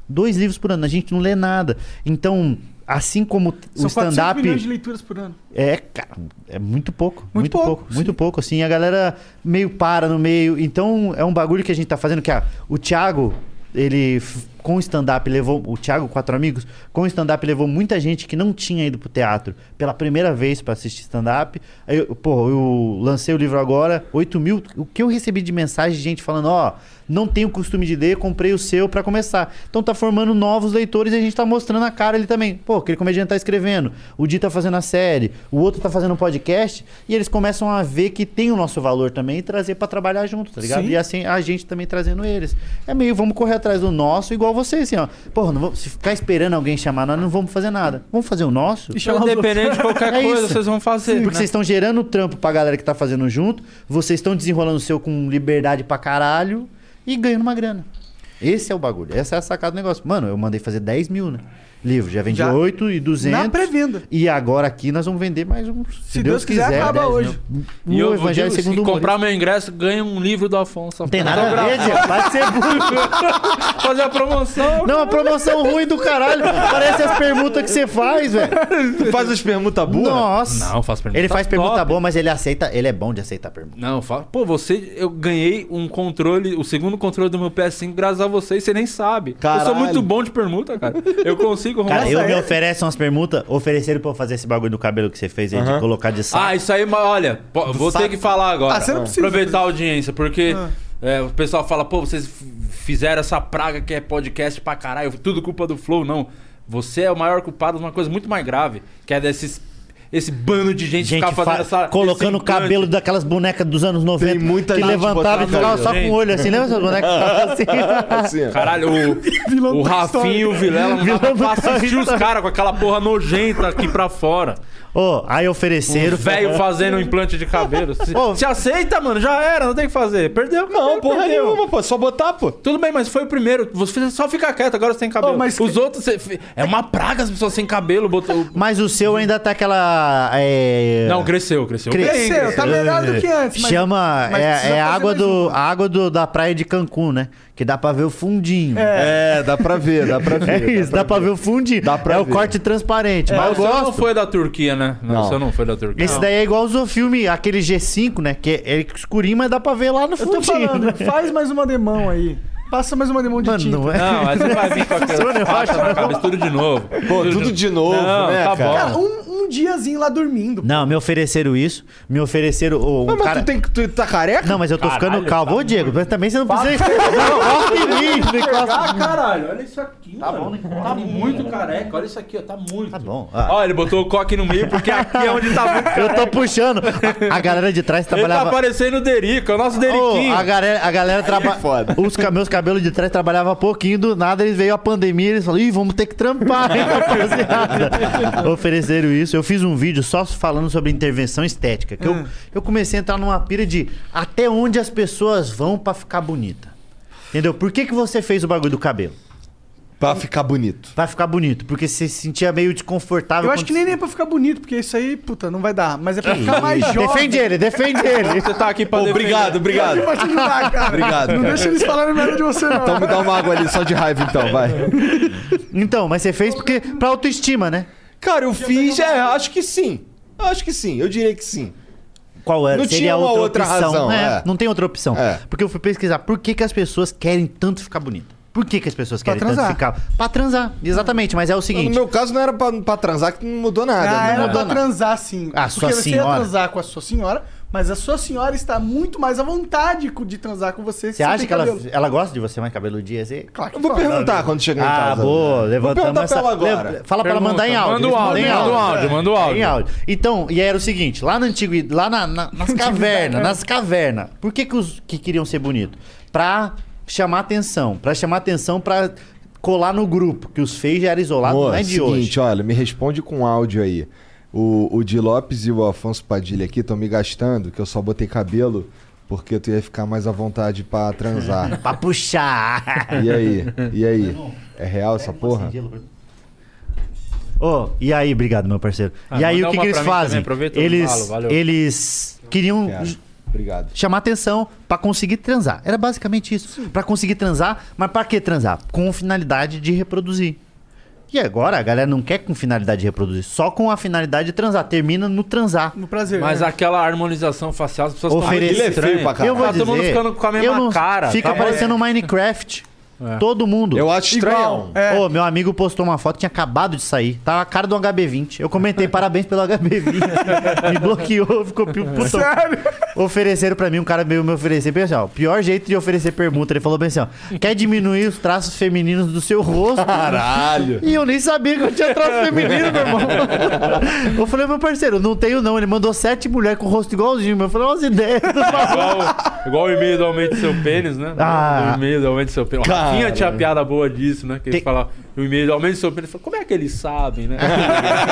Dois livros por ano. A gente não lê nada. Então, assim como o São 400 stand-up. milhões de leituras por ano. É, cara, é muito pouco. Muito, pouco, pouco. muito pouco, assim. A galera meio para no meio. Então, é um bagulho que a gente tá fazendo que ah, o Thiago, ele f- com o stand-up levou. O Thiago, quatro amigos, com o stand-up levou muita gente que não tinha ido pro teatro pela primeira vez pra assistir stand-up. Aí Eu, pô, eu lancei o livro agora, 8 mil. O que eu recebi de mensagem de gente falando, ó, não tenho costume de ler, comprei o seu pra começar. Então tá formando novos leitores e a gente tá mostrando a cara ali também. Pô, aquele comediante tá escrevendo, o Di tá fazendo a série, o outro tá fazendo um podcast, e eles começam a ver que tem o nosso valor também e trazer pra trabalhar junto, tá ligado? Sim. E assim a gente também trazendo eles. É meio, vamos correr atrás do nosso, igual vocês, assim, ó. Pô, não vamos- se ficar esperando alguém chamar, nós não vamos fazer nada. Vamos fazer o nosso? E chamar os outros. Independente de qualquer É coisa, isso. vocês vão fazer. Porque né? vocês estão gerando trampo pra galera que tá fazendo junto, vocês estão desenrolando o seu com liberdade pra caralho e ganhando uma grana. Esse é o bagulho, essa é a sacada do negócio. Mano, eu mandei fazer 10 mil, né? Livro, já vendi Já. 8 e 200. Na pré-venda. E agora aqui nós vamos vender mais um. Se, Se Deus quiser, acaba 10 hoje. mil. E eu O vou um Evangelho dizer, se segundo o comprar humorista. meu ingresso, ganha um livro do Afonso. Não tem nada a ver, Diego. Vai ser burro. Fazer a promoção. Não, a promoção ruim do caralho. Parece as permutas que você faz, velho. Tu faz as permutas boas? Nossa. Não, faz pergunta. Ele faz Tá top. pergunta boa, mas ele aceita. Ele é bom de aceitar pergunta. Não, fala. Pô, você. Eu ganhei um controle, o segundo controle do meu PS5, graças a você, e você nem sabe. Eu sou Caralho. muito bom de permuta, cara. Eu consigo arrumar. Cara, eu Nossa, me é- oferecem umas permutas, ofereceram pra eu fazer esse bagulho do cabelo que você fez aí, de colocar de saco. Ah, isso aí, mas olha, pô, vou ter saco. que falar agora. Ah, você não precisa Aproveitar a audiência, porque Ah. é, o pessoal fala, pô, vocês f- fizeram essa praga que é podcast pra caralho, tudo culpa do Flow. Não. Você é o maior culpado de uma coisa muito mais grave, que é desses. Esse bando de gente, gente ficar fazendo fa- essa. colocando o esse encante. cabelo daquelas bonecas dos anos 90 Tem muita que gente levantava e botando ficava cabelo. só com o olho assim, lembra essas bonecas? que ficavam assim? Assim, ó. Caralho, o, o Rafinho e o Vilela não dava Vilão pra do Toy assistir os Story. caras com aquela porra nojenta aqui pra fora. Ô, aí O ofereceram. velho fazendo um implante de cabelo. Se, Ô. se aceita, mano, já era, não tem o que fazer. Perdeu, Não, cabelo, porra perdeu. nenhuma, pô. é Só botar, pô. Tudo bem, mas foi o primeiro. Você só fica quieto, agora você tem cabelo. Ô, mas- Os outros. você- É uma praga as pessoas sem cabelo. Botou... Mas o seu ainda tá aquela. é, Não, cresceu, cresceu. Cresceu, Bem, Cresceu, tá melhor do que antes. mas- Chama. mas é precisa é a fazer água, mais do, uma. a água do, da praia de Cancún, né? Que dá pra ver o fundinho. É, dá pra ver, dá pra ver. É isso, dá pra ver o fundinho. Dá pra é o ver. corte transparente. Mas mas eu o seu gosto. não foi da Turquia, né? Não, Não. o seu não foi da Turquia. Esse daí é igual o filme, aquele G5, né? Que é, é escurinho, mas dá pra ver lá no Eu tô fundinho. falando, né? faz mais uma demão um aí. Passa mais uma demão de tinta. não é? Não, mas você vai vir com aquela faixa na cabeça, tudo de novo. Pô, tudo de novo, Não, né, tá cara? bom. Um, um diazinho lá dormindo. Não, me ofereceram isso. Me ofereceram. ô, um Mas, mas cara... tu tem que. Tu tá careca? Não, mas eu tô ficando Caralho, calvo. Ô, Diego, mas também você não precisa. Não, encosta em mim. não encosta- Ah, caralho, olha isso aqui, tá mano. tá muito careca, olha isso aqui, ó, tá muito. Tá bom. ah. Ó, ele botou o coque no meio porque aqui é onde tá muito Eu tô puxando. A, a galera de trás Ele tá trabalhava. parecendo o Derico, é o nosso Ô, Deriquinho. a galera, a galera é trabalha. foda. Os ca- meus cabelos de trás trabalhava pouquinho, do nada eles veio a pandemia, eles falaram, ih, vamos ter que trampar, hein, rapaziada. Ofereceram isso. Eu fiz um vídeo só falando sobre intervenção estética. Que Ah. eu, eu comecei a entrar numa pira de até onde as pessoas vão pra ficar bonita. Entendeu? Por que, que você fez o bagulho do cabelo? Pra ficar bonito. Vai ficar bonito, porque você se sentia meio desconfortável. Eu acho quando- que nem nem é pra ficar bonito, porque isso aí, puta, não vai dar. Mas é pra ficar mais jovem. Defende ele, defende ele. Você tá aqui pra Obrigado, obrigado. Pra te ajudar, cara. Obrigado, Não cara. deixa eles falarem merda de você, não. Então me dá uma água ali só de raiva, então, vai. Então, mas você fez porque pra autoestima, né? Cara, eu fiz, é, acho que sim. Eu Acho que sim, eu diria que sim. Qual era? Não tinha uma outra opção. razão, É, é. Não tem outra opção. É. Porque eu fui pesquisar por que, que as pessoas querem tanto ficar bonita. Por que, que as pessoas querem tanto transar. ficar? Pra transar. Exatamente, mas é o No seguinte. meu caso não era pra, pra transar, que não mudou nada. Ah, né? era pra dona. transar sim. Ah, Porque sua você ia senhora. transar com a sua senhora, mas a sua senhora está muito mais à vontade co- de transar com você. Você acha que ela, ela gosta de você mais cabeludinha assim? Claro que Eu vou fala. perguntar tá, quando chegar em Ah, casa. né? boa, perguntar levantamos pra essa... ela agora. Lev- Fala pra ela mandar em áudio. Manda o áudio, eles mandam em manda o áudio, manda o Em áudio. áudio. Então, e era o seguinte, lá na antiguidade, lá na- na- nas cavernas, nas cavernas, por que que os que queriam ser bonitos? Pra chamar atenção, pra chamar atenção, pra colar no grupo, que os feios já eram isolados, Amor, não é de seguinte, hoje. olha, me responde com áudio aí. O, o Di Lopes e o Afonso Padilha aqui estão me gastando, que eu só botei cabelo porque tu ia ficar mais à vontade pra transar. Pra puxar. e aí? E aí? É real essa porra? Ô, e aí, obrigado, meu parceiro. e aí, Ah, manda o que, uma que eles pra mim também, fazem? aproveita o eles, embalo, valeu. eles queriam Cara, obrigado. chamar atenção pra conseguir transar. Era basicamente isso. Pra conseguir transar, mas pra que transar? Com finalidade de reproduzir. E agora a galera não quer com finalidade de reproduzir, só com a finalidade de transar. Termina no transar. No prazer. Mas né? aquela harmonização facial, as pessoas Oferece- muito Ele feio é estranho. pra caralho. Eu vou Tá dizer, todo mundo ficando com a mesma eu não- cara, Fica tá É. parecendo um Minecraft. Todo mundo. Eu acho Igual. estranho. É. Ô, meu amigo postou uma foto, tinha acabado de sair. Tava a cara do HB20. Eu comentei, parabéns pelo HB20. me bloqueou, ficou pi- puto. Sério? Ofereceram pra mim, um cara veio me oferecer. Bem assim, ó, o pior jeito de oferecer permuta. Ele falou bem assim, ó, quer diminuir os traços femininos do seu rosto? Caralho. E eu nem sabia que eu tinha traço feminino, meu irmão. Eu falei, meu parceiro, não tenho não. Ele mandou sete mulheres com o rosto igualzinho. Eu falei, umas ideias. Igual, igual o e-mail do aumento do seu pênis, né? Ah. o e-mail do aumento do seu pênis. O Cara. Rafinha tinha piada boa disso, né? Que ele Tem- fala, o e-mail do aumento do seu pênis. Fala, Como é que eles sabem, né?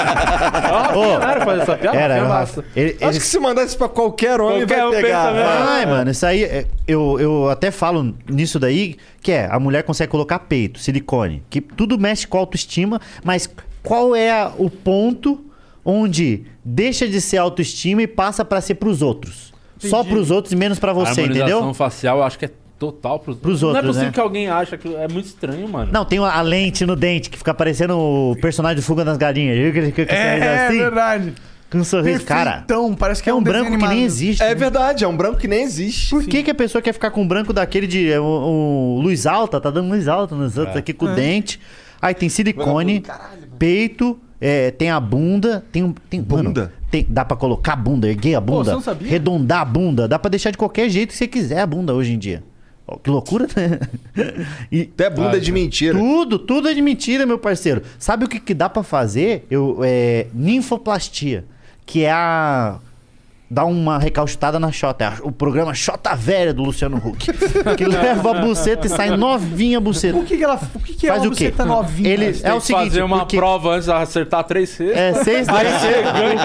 Ah, Ô, era fazer essa piada? Era, Rafinha era. massa. Ele- Acho que se mandasse pra qualquer homem Qualquer um vai pensa mesmo. pegar. Ai, mano, isso aí. é, Eu, eu até falo nisso daí, que é, a mulher consegue colocar peito, silicone. Que tudo mexe com a autoestima, mas qual é a- o ponto onde deixa de ser autoestima e passa pra ser pros outros? Só pros outros e menos pra a você, harmonização entendeu? facial eu acho que é total pros, Pros Não é outros, possível né? que alguém acha que é muito estranho, mano. Não, tem a a lente no dente que fica parecendo o personagem de Fuga nas Galinhas. Viu que ele fica com É, sorriso é assim? verdade. Com um sorriso, cara. Então, parece que É um branco desenho que nem animado. existe. É né? verdade, é um branco que nem existe. Por que, que a pessoa quer ficar com um branco daquele de. é, O, o luz alta, tá dando luz alta nos É. outros aqui com o dente. Aí tem silicone, peito, é, tem a bunda, tem um. Tem, mano, Bunda? tem- dá pra colocar a bunda, erguer a você bunda, não sabia? redondar a bunda, dá pra deixar de qualquer jeito que você quiser a bunda hoje em dia. Ó, que loucura, né? E Até é bunda de mentira. tudo, tudo é de mentira, meu parceiro. Sabe o que, que dá pra fazer? Eu, é, ninfoplastia, que é a. Dá uma recalchutada na Xota. É a- o programa Xota Velha do Luciano Huck. que leva a buceta e sai novinha a buceta. O que, que ela. O que, que Faz é o quê? tá novinha? Ele Tem é o que seguinte. fazer uma porque- prova antes de acertar três cestas. É, seis, dois,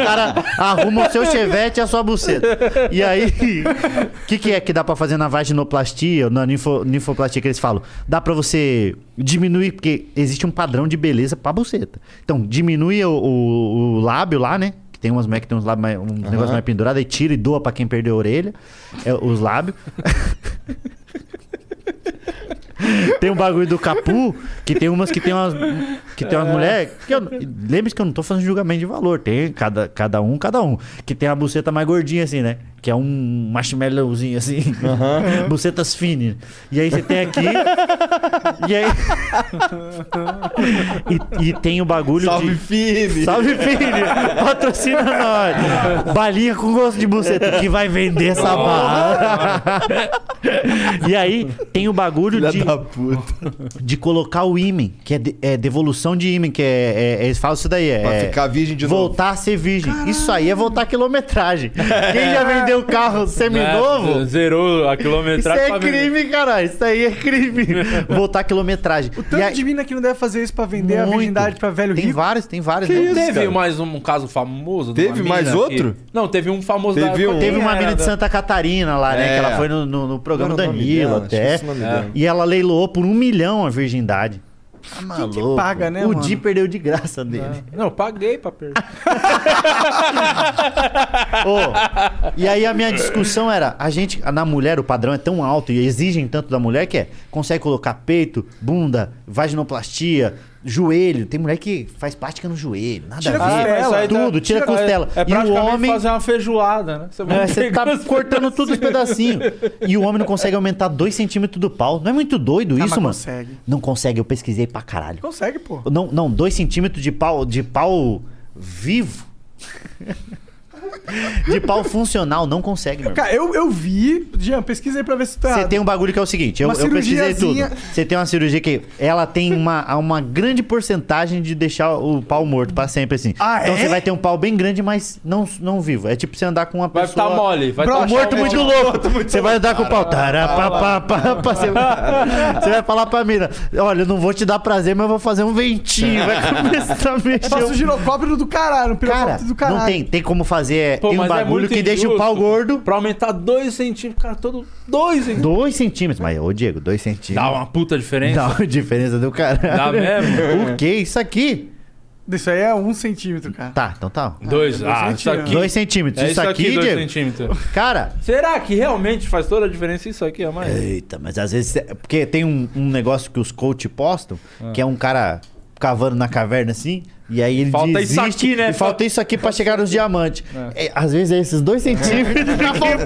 o cara arruma o seu chevette e a sua buceta. E aí, o que, que é que dá pra fazer na vaginoplastia, ou na ninfo- ninfoplastia que eles falam? Dá pra você diminuir, porque existe um padrão de beleza pra buceta. Então, diminui o, o- o lábio lá, né? Que tem umas mulheres que tem uns lábios mais, um negócio mais pendurado, aí tira e doa pra quem perdeu a orelha, é, os lábios. Tem um bagulho do Capu, que tem umas que tem umas. Que tem umas É. mulheres. Lembre-se que eu não tô fazendo julgamento de valor. Tem cada, cada um, cada um. Que tem a buceta mais gordinha, assim, né? Que é um marshmallowzinho assim. Bucetas finas. E aí você tem aqui. e aí. E, e tem o bagulho Salve, de... Fini! Salve, Fini! Patrocina nós! Balinha com gosto de buceta que vai vender essa barra. e aí tem o bagulho de... De colocar o ímen, que é, de- é devolução de ímen, que é, é- Eles falam isso daí. É, Pra ficar virgem de voltar a ser virgem. Isso aí é voltar a quilometragem. Quem já vendeu carro seminovo... É, Zerou a Isso Né? quilometragem. é pra vender. crime, caralho. Isso aí é crime. Voltar a quilometragem. O Tanto de mina que não deve fazer isso pra vender a Muito. virgindade pra velho Tem rico. vários, tem vários. Que né? isso, teve mais um caso famoso. de uma Teve mina mais que- outro? Não, teve um famoso da Teve, época. teve uma Quem mina era? de Santa Catarina lá, né? É. Que ela foi no, no- no programa Qual era o nome Danilo dela? até. Esqueci o nome dela. E ela leiloou por um milhão a virgindade. Tá maluco. paga, né, O mano? É. Di perdeu de graça dele. Não, eu paguei pra perder. Ô, e aí a minha discussão era: a gente, na mulher, o padrão é tão alto e exigem tanto da mulher que é, consegue colocar peito, bunda, vaginoplastia, joelho. Tem mulher que faz plástica no joelho, nada Tira a ver. costela, aí dá- tudo, tira, tira- costela. é- é e o praticamente homem. fazer uma feijoada, né? Você vai É, Você tá pegando os cortando tudo os pedacinhos. E o homem não consegue aumentar 2 centímetros do pau. Não é muito doido Ah, isso, mas mano? consegue. Não consegue, eu pesquisei pra caralho. Consegue, pô. Não, não, 2 centímetros de pau, de pau vivo. de pau funcional, não consegue, meu irmão. Cara, eu, eu vi. Jean, pesquisa aí pra ver se tá. Você tem um bagulho que é o seguinte, eu, Uma eu pesquisei tudo. cirurgiazinha. Você tem uma cirurgia que ela tem uma, uma grande porcentagem de deixar o pau morto pra sempre, assim. Ah, então é? você vai ter um pau bem grande, mas não, não vivo. É tipo você andar com uma Vai pessoa... ficar mole, vai Bro, ficar morto mole. muito É, louco. Você vai andar com o pau... tarapapapapa, Você vai- você vai falar pra mina, olha, eu não vou te dar prazer, mas eu vou fazer um ventinho. Vai começar a mexer. Passa o o- girocóptero do caralho, o Cara, pirocóptero do caralho. não tem, tem como fazer... é, Pô, tem um mas é bagulho muito que deixa o injusto. pau gordo... Pra aumentar 2 centímetros, cara, todo 2 centímetros. 2 centímetros, mas ô Diego, 2 centímetros. Dá uma puta diferença. Dá uma diferença do caralho. Dá mesmo? O que? Isso aqui? Isso aí é um centímetro, cara. Tá, então tá. Dois, dois ah, isso centímetros. aqui. Dois centímetros. É Isso aqui, dois Diego? centímetros. Cara. Será que realmente faz toda a diferença isso aqui, é Amar? Eita, mas às vezes. é- Porque tem um, um negócio que os coach postam, Ah. que é um cara cavando na caverna assim. E aí ele Falta desiste, isso aqui, né? E falta isso aqui pra chegar nos diamantes. É, às vezes é esses dois centímetros Tá que falta.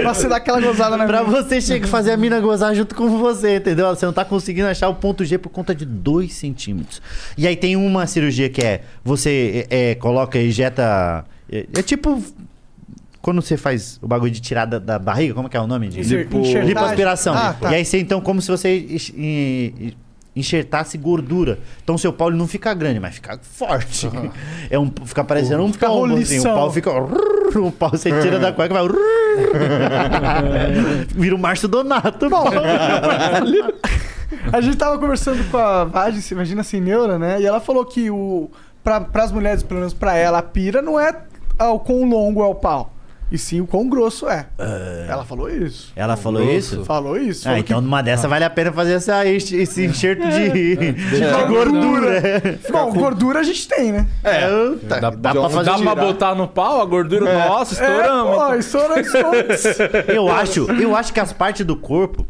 Pra você dar aquela gozada na Pra mina. você chegar fazer a mina gozar junto com você, entendeu? Você não tá conseguindo achar o ponto G por conta de 2 centímetros. E aí tem uma cirurgia que é. Você é, é, coloca e injeta. É, é tipo. Quando você faz o bagulho de tirar da, da barriga, como é que é o nome? De... Lipo- Enxertagem. Lipoaspiração. Ah, tá. E aí você, então, como se você enx- en- enxertasse gordura. Então seu pau ele não fica grande, mas fica forte. É um, fica parecendo um Fica tombo, assim. O rolição. pau fica... O pau você tira da cueca e vai... Vira um o Márcio Donato. Bom, a gente tava conversando com a Vagem, se imagina sem neura, né? E ela falou que o pra, pras mulheres, pelo menos pra ela, a pira não é ah, o quão longo é o pau. E sim o quão grosso é. Ela falou isso. Ela falou isso? Falou isso. Ah, falou então numa dessa vale a pena fazer essa, esse, esse enxerto de, de gordura. que- Bom, é gordura a gente tem, né? É, tá, dá, pra fazer Dá pra botar no pau a gordura? Nossa, estouramos. É, pô, estouramos todos. Eu acho, eu acho que as partes do corpo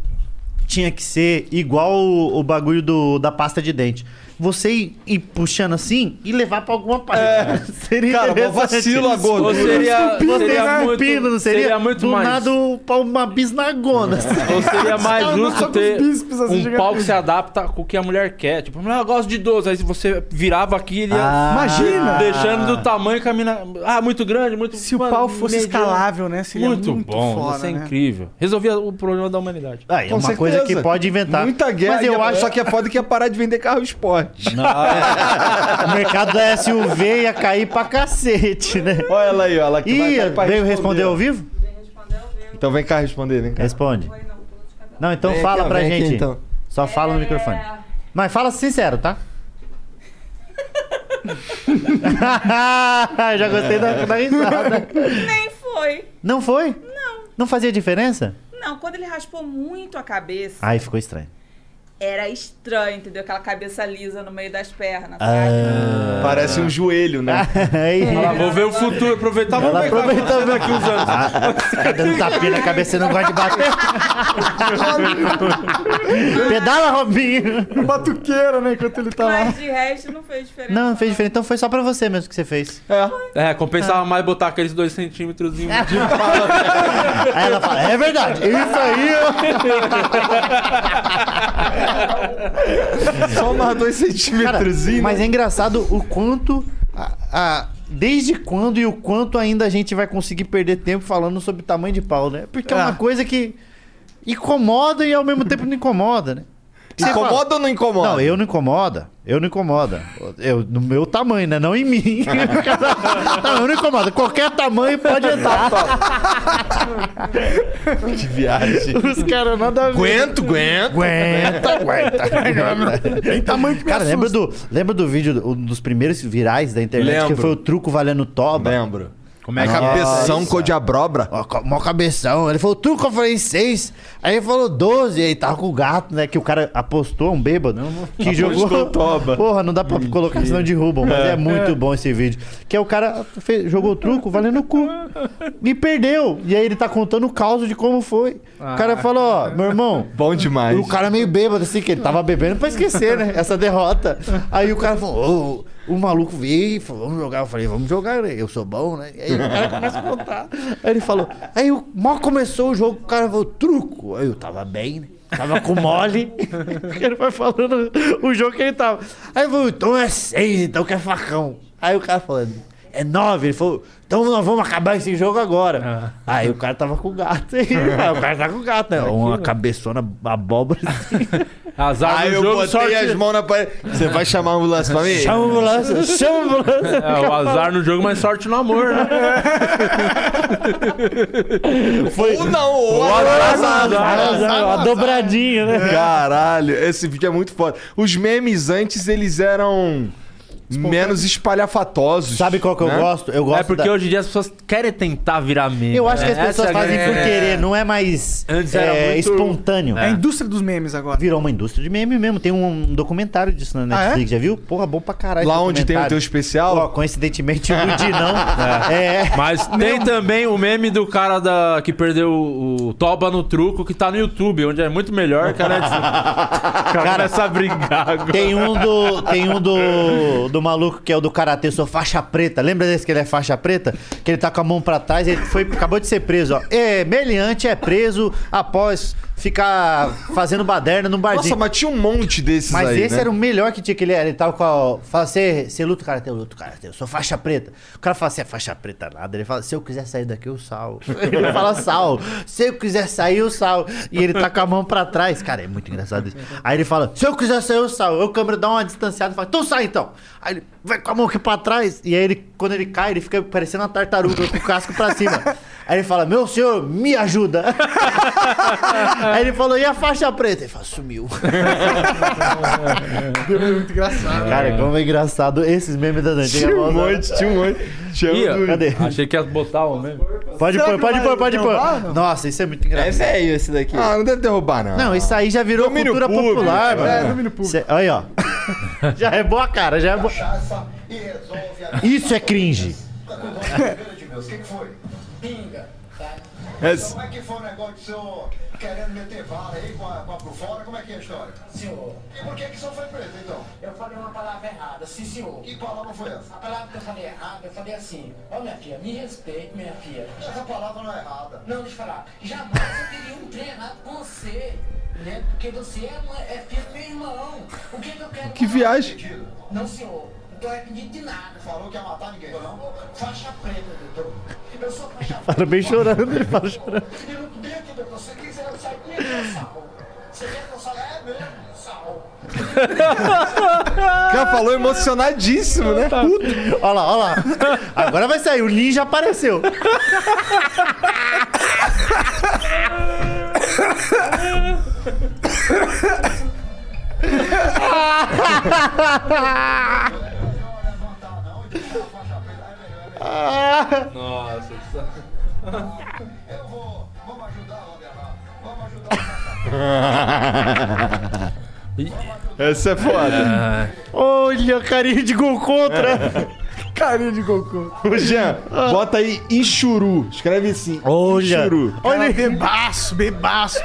tinha que ser igual o, o bagulho do, da pasta de dente. Você ir, ir puxando assim e levar pra alguma parte. Seria É. Cara, interessante. mó vacilo a gordura. Ou é seria- Você né? seria vai muito- pindo, não seria? seria muito do mais. nada o pau- uma bisnagona. assim. Ou Então seria mais Não, não só justo com ter os bíceps, assim, um gigante. pau que se adapta com o que a mulher quer? Tipo, ah, eu gosto de 12. Aí se você virava aqui, ele ia... Ah. Imagina! Deixando do tamanho que a mina... Ah, muito grande, muito... Se o mano, pau fosse mediano. escalável, né? Seria muito, muito, bom, foda, isso é né? incrível. Resolvia o problema da humanidade. Ah, é uma coisa que pode inventar. Muita guerra. Mas eu acho Só que é foda que ia parar de vender carro esporte. o mercado da SUV ia cair pra cacete, né? Olha ela aí, ó. Ela que Ih, vai pra veio responder ao vivo? Então vem cá responder, vem cá. Responde. Não, então Vem aqui, fala ó, pra vem aqui, gente. então. É. Só fala no microfone. Mas fala sincero, tá? Já gostei da, da risada. Nem foi. Não foi? Não, Não fazia diferença? não. Quando ele raspou muito a cabeça, Ai, ficou estranho. Era estranho, entendeu? Aquela cabeça lisa no meio das pernas. Ah. Parece um joelho, né? É. Ah, vou ver o futuro, aproveitar, vou Ela ver como aproveita tá daqui uns anos. Fica dando um tapinha na cabeça, você não gosta de bater. Pedala, Robinho. Batuqueira, né? Enquanto ele tá Mas de resto não fez diferença. Não, não fez diferença. Então foi só pra você mesmo que você fez. É. É, compensava mais botar aqueles dois centímetros de É. Aí ela fala, é verdade. Isso aí, É Só mais dois centímetros. Cara, mas é engraçado o quanto. a- a- desde quando e o quanto ainda a gente vai conseguir perder tempo falando sobre tamanho de pau, né? Porque é, uma coisa que incomoda e ao mesmo tempo não incomoda, né? Porque você Incomoda fala- ou não incomoda? Não, eu não incomoda. Eu não incomoda. Eu, no meu tamanho, né? Não em mim. não, eu não incomoda. Qualquer tamanho pode entrar. Que viagem. Os caras nada a ver. Aguento, aguento. Aguenta, aguenta. Tem tamanho que Cara, lembra do, lembra do vídeo, do- um dos primeiros virais da internet, Lembro. que foi o truco valendo toba? Lembro. Como É cabeção cor de abrobra. Mó cabeção. Ele falou, truco, eu falei seis. Aí ele falou 12. Aí tava com o gato, né? Que o cara apostou, um bêbado, que Apostou jogou... toba. Porra, não dá pra colocar, senão derrubam. Mas é, muito bom esse vídeo. Que é o cara fe- jogou o truco valendo o cu. E perdeu. E aí ele tá contando o caos de como foi. O cara falou, ó, meu irmão... Bom demais. O cara meio bêbado, assim, que ele tava bebendo pra esquecer, né? Essa derrota. Aí o cara falou, ô, o maluco veio e falou, vamos jogar. Eu falei, vamos jogar, né? eu sou bom, né? Aí o cara começa a contar. Aí ele falou, aí o mal começou o jogo, o cara falou, truco. Aí eu tava bem, né? Tava com mole. ele vai falando o jogo que ele tava. Aí eu falei, então é seis, então que é facão. Aí o cara falando, é nove. Ele falou, então nós vamos acabar esse jogo agora. Aí o cara tava com o gato. Aí, o cara tá com o gato, né? Ah. Uma cabeçona abóbora. assim. Azar Aí do eu jogo, botei sorte. as mãos na parede. Você vai chamar a ambulância pra mim? Chama a ambulância, chama a ambulância. É, o azar no jogo, mas sorte no amor, né? Foi Ou não, ou Azar, atrasado. azar, uma dobradinha, né? Caralho, esse vídeo é muito foda. Os memes antes, eles eram menos espalhafatosos. Sabe qual que eu né? gosto? Eu gosto É porque da- hoje em dia as pessoas querem tentar virar meme. Eu acho que as Essa pessoas é a fazem grande- por querer, não é mais Antes era é, muito- espontâneo. É a indústria dos memes agora. Virou uma indústria de meme mesmo. Tem um documentário disso na Ah, é? Netflix, já viu? Porra, bom pra caralho. Lá esse onde tem o teu documentário. Ó, especial, coincidentemente, o de não. é. Mas tem também o meme do cara da, que perdeu o, o Toba no truco, que tá no YouTube, onde é muito melhor que a Netflix. Cara, Começa a brigar agora. Tem um do. Tem um do. Do maluco que é o do Karatê, sou faixa preta. Lembra desse que ele é faixa preta? Que ele tá com a mão pra trás, ele foi, acabou de ser preso, ó. É, meliante é preso após ficar fazendo baderna num barzinho. nossa, mas tinha um monte desses Mas aí, esse né? era um o melhor que tinha que ele era. Ele tava com a. Fala, você você luta o karatê, eu luto o karatê, eu sou faixa preta. O cara fala, você é faixa preta nada. Ele fala, se eu quiser sair daqui, eu sal. Ele fala, sal. Se eu quiser sair, eu sal. E ele tá com a mão pra trás. Cara, é muito engraçado isso. Aí ele fala, se eu quiser sair, eu sal. Eu, câmera, dá uma distanciada e fala, então sai então. Aí ele vai com a mão aqui pra trás. E aí ele, quando ele cai, ele fica parecendo uma tartaruga com o casco pra cima. Aí ele fala, meu senhor, me ajuda. Aí ele falou, e a faixa preta? Ele falou, sumiu. um Muito engraçado. Cara, como é engraçado esses memes da Dante. Tinha um monte, tinha um monte. Tinha Ih, ó, um do... Cadê? Achei que ia botar o meme. Pode Será pôr, que pode vai pôr, pode derrubar, não? pôr. Nossa, isso é muito engraçado. velho esse daqui. Ah, não deve derrubar, não. Não, isso aí já virou Domínio cultura público, popular, mano. é, domínio público. Cê- aí, ó. já é boa cara, já é boa. Isso é cringe. O que foi? Pinga. Esse- Como é que foi o negócio do senhor querendo meter vara aí com a, com a por fora? Como é que é a história? Senhor. É E por que que o senhor foi preso, então? Eu falei uma palavra errada, sim senhor. Que palavra foi essa? A palavra que eu falei errada, eu falei assim, ó minha filha, me respeite, minha filha. Essa palavra não é errada. Não, deixa eu falar, jamais eu teria um trem errado com você, né? Porque você é, uma- é filho do meu irmão. O que, que eu quero Que falar? viagem. Não, senhor, Então, não tô arrependido de nada. Falou que ia matar ninguém, não? Faixa preta, doutor. Eu sou faixa preta. Fala bem chorando, ele fala chorando. Eu não dentro, doutor, você quiser eu saio comigo, eu salvo. Você quer que eu saia? É mesmo, eu salvo. O cara falou emocionadíssimo, né? Puta, Olha lá, olha lá. Agora vai sair, o ninja apareceu. Nossa, Eu vou. Vamos ajudar, Vamos ajudar. Essa é foda. Olha, carinha de gol contra. carinha de gol contra. É. Ô, Jean, Ah. bota aí Ichuru. Escreve assim. Olha. Ichuru. Olha aí. Bebaço, bebaço.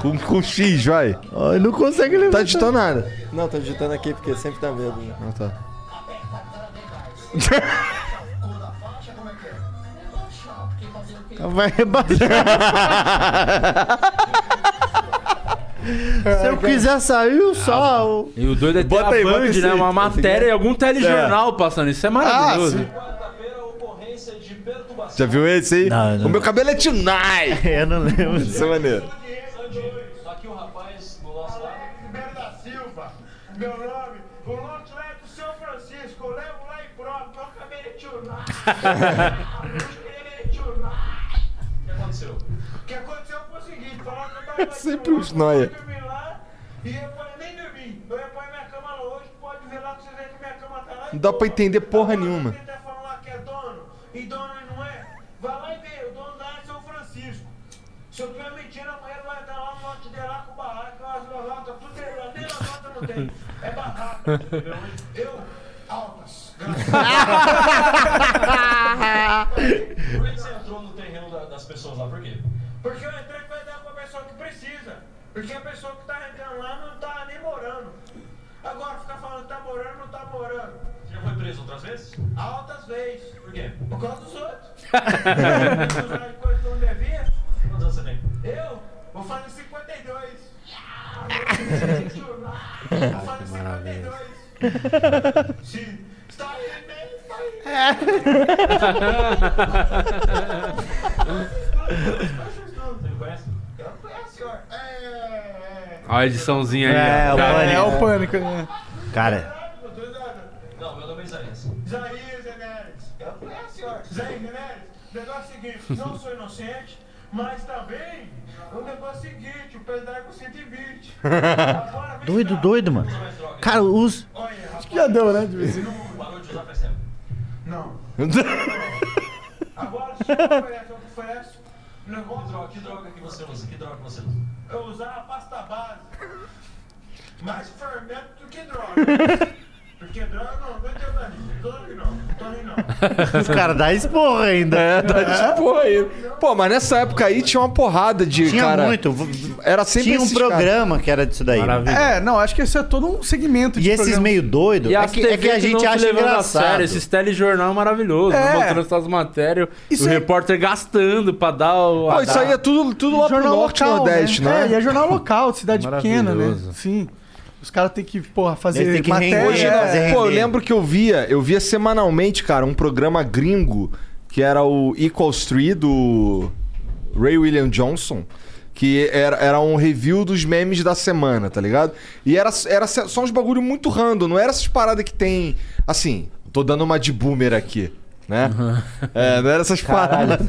Com, com X, vai. não consegue levantar. Tá digitando nada. Não, tô digitando aqui porque sempre dá medo. Né? Ah, tá. Vai rebaixar. Se eu quiser sair, eu só. E o doido é ter Bota a aí, bota Band, esse né? aí. Ah, Uma matéria e algum telejornal passando. Isso é maravilhoso. Já viu esse aí? O meu cabelo é Tunai. É, não lembro. Isso é maneiro. Meu nome, o lote é do São Francisco, eu levo lá e provo, meu cabelo é tchurnar. O que aconteceu? O que aconteceu foi o seguinte, falaram que eu tava É um sempre uns noia. e eu falei, nem dormi. Eu ia pôr minha cama lá hoje, pode ver lá que vocês veem que minha cama tá lá. Não dá pra entender porra nenhuma. tá E é dono não é? Vai lá e vê, o dono da área é São Francisco. Se eu tiver mentira, amanhã ele vai dar lá no lote dele lá com barraca, as barracas, tudo é lá, nem levanta não tem. É barraca. entendeu? Eu, altas. Por que você entrou no terreno da- das pessoas lá? Por quê? Porque eu entrei pra dar pra pessoa que precisa. Porque a pessoa que tá entrando lá não tá nem morando. Agora fica falando que tá morando, não tá morando. Você já foi preso outras vezes? Altas vezes. Por quê? Por causa dos outros. Quantos anos você tem? Eu vou fazer 52. que maravilha. Sim. Está aí mesmo, está aí Você me conhece? É. Olha a ediçãozinha aí. É, ó. o Cara, pânico. é o pânico. Pânico, né? Cara, Não, meu nome é Isaías. Isaías Enéas. Eu conheço, senhor. Isaías Enéas, o negócio é o seguinte, não sou inocente, mas também o negócio é o seguinte, o pedaço com 120. doido, doido, mano. Cara, os. Acho que já deu, né? De vez em Parou de usar faz tempo. Não. Agora se eu oferece, eu ofereço. Que droga, que droga que você usa? Que droga que você usa? Eu usava pasta base. Mais fermento do que droga. Porque droga não, não tem nada. Droga não, Tony não. Os caras dá esporra ainda. É, dá de porra aí. Pô, mas nessa época aí tinha uma porrada de Tinha cara. muito. Era sempre Tinha um esses caras. programa que era disso daí. É, não, acho que esse é todo um segmento de E esses programas. meio doido E é as que, é que a gente acha engraçado. esses telejornal é maravilhoso, É. mostrando essas matérias, Isso o é- aí- repórter gastando pra dar o. Pô, isso aí é tudo, tudo lá pro jornal norte local, nordeste, né? né? É, e é jornal local, de cidade pequena, né? Maravilhoso. Sim. Os caras têm que, porra, fazer Eles têm que matéria. Hoje, é. Pô, eu lembro que eu via, eu via semanalmente, cara, um programa gringo que era o Equal Street do Ray William Johnson. Que era, era um review dos memes da semana, tá ligado? E era, era só uns bagulho muito random, não era essas paradas que tem. Assim, tô dando uma de boomer aqui, né? É, não era essas paradas.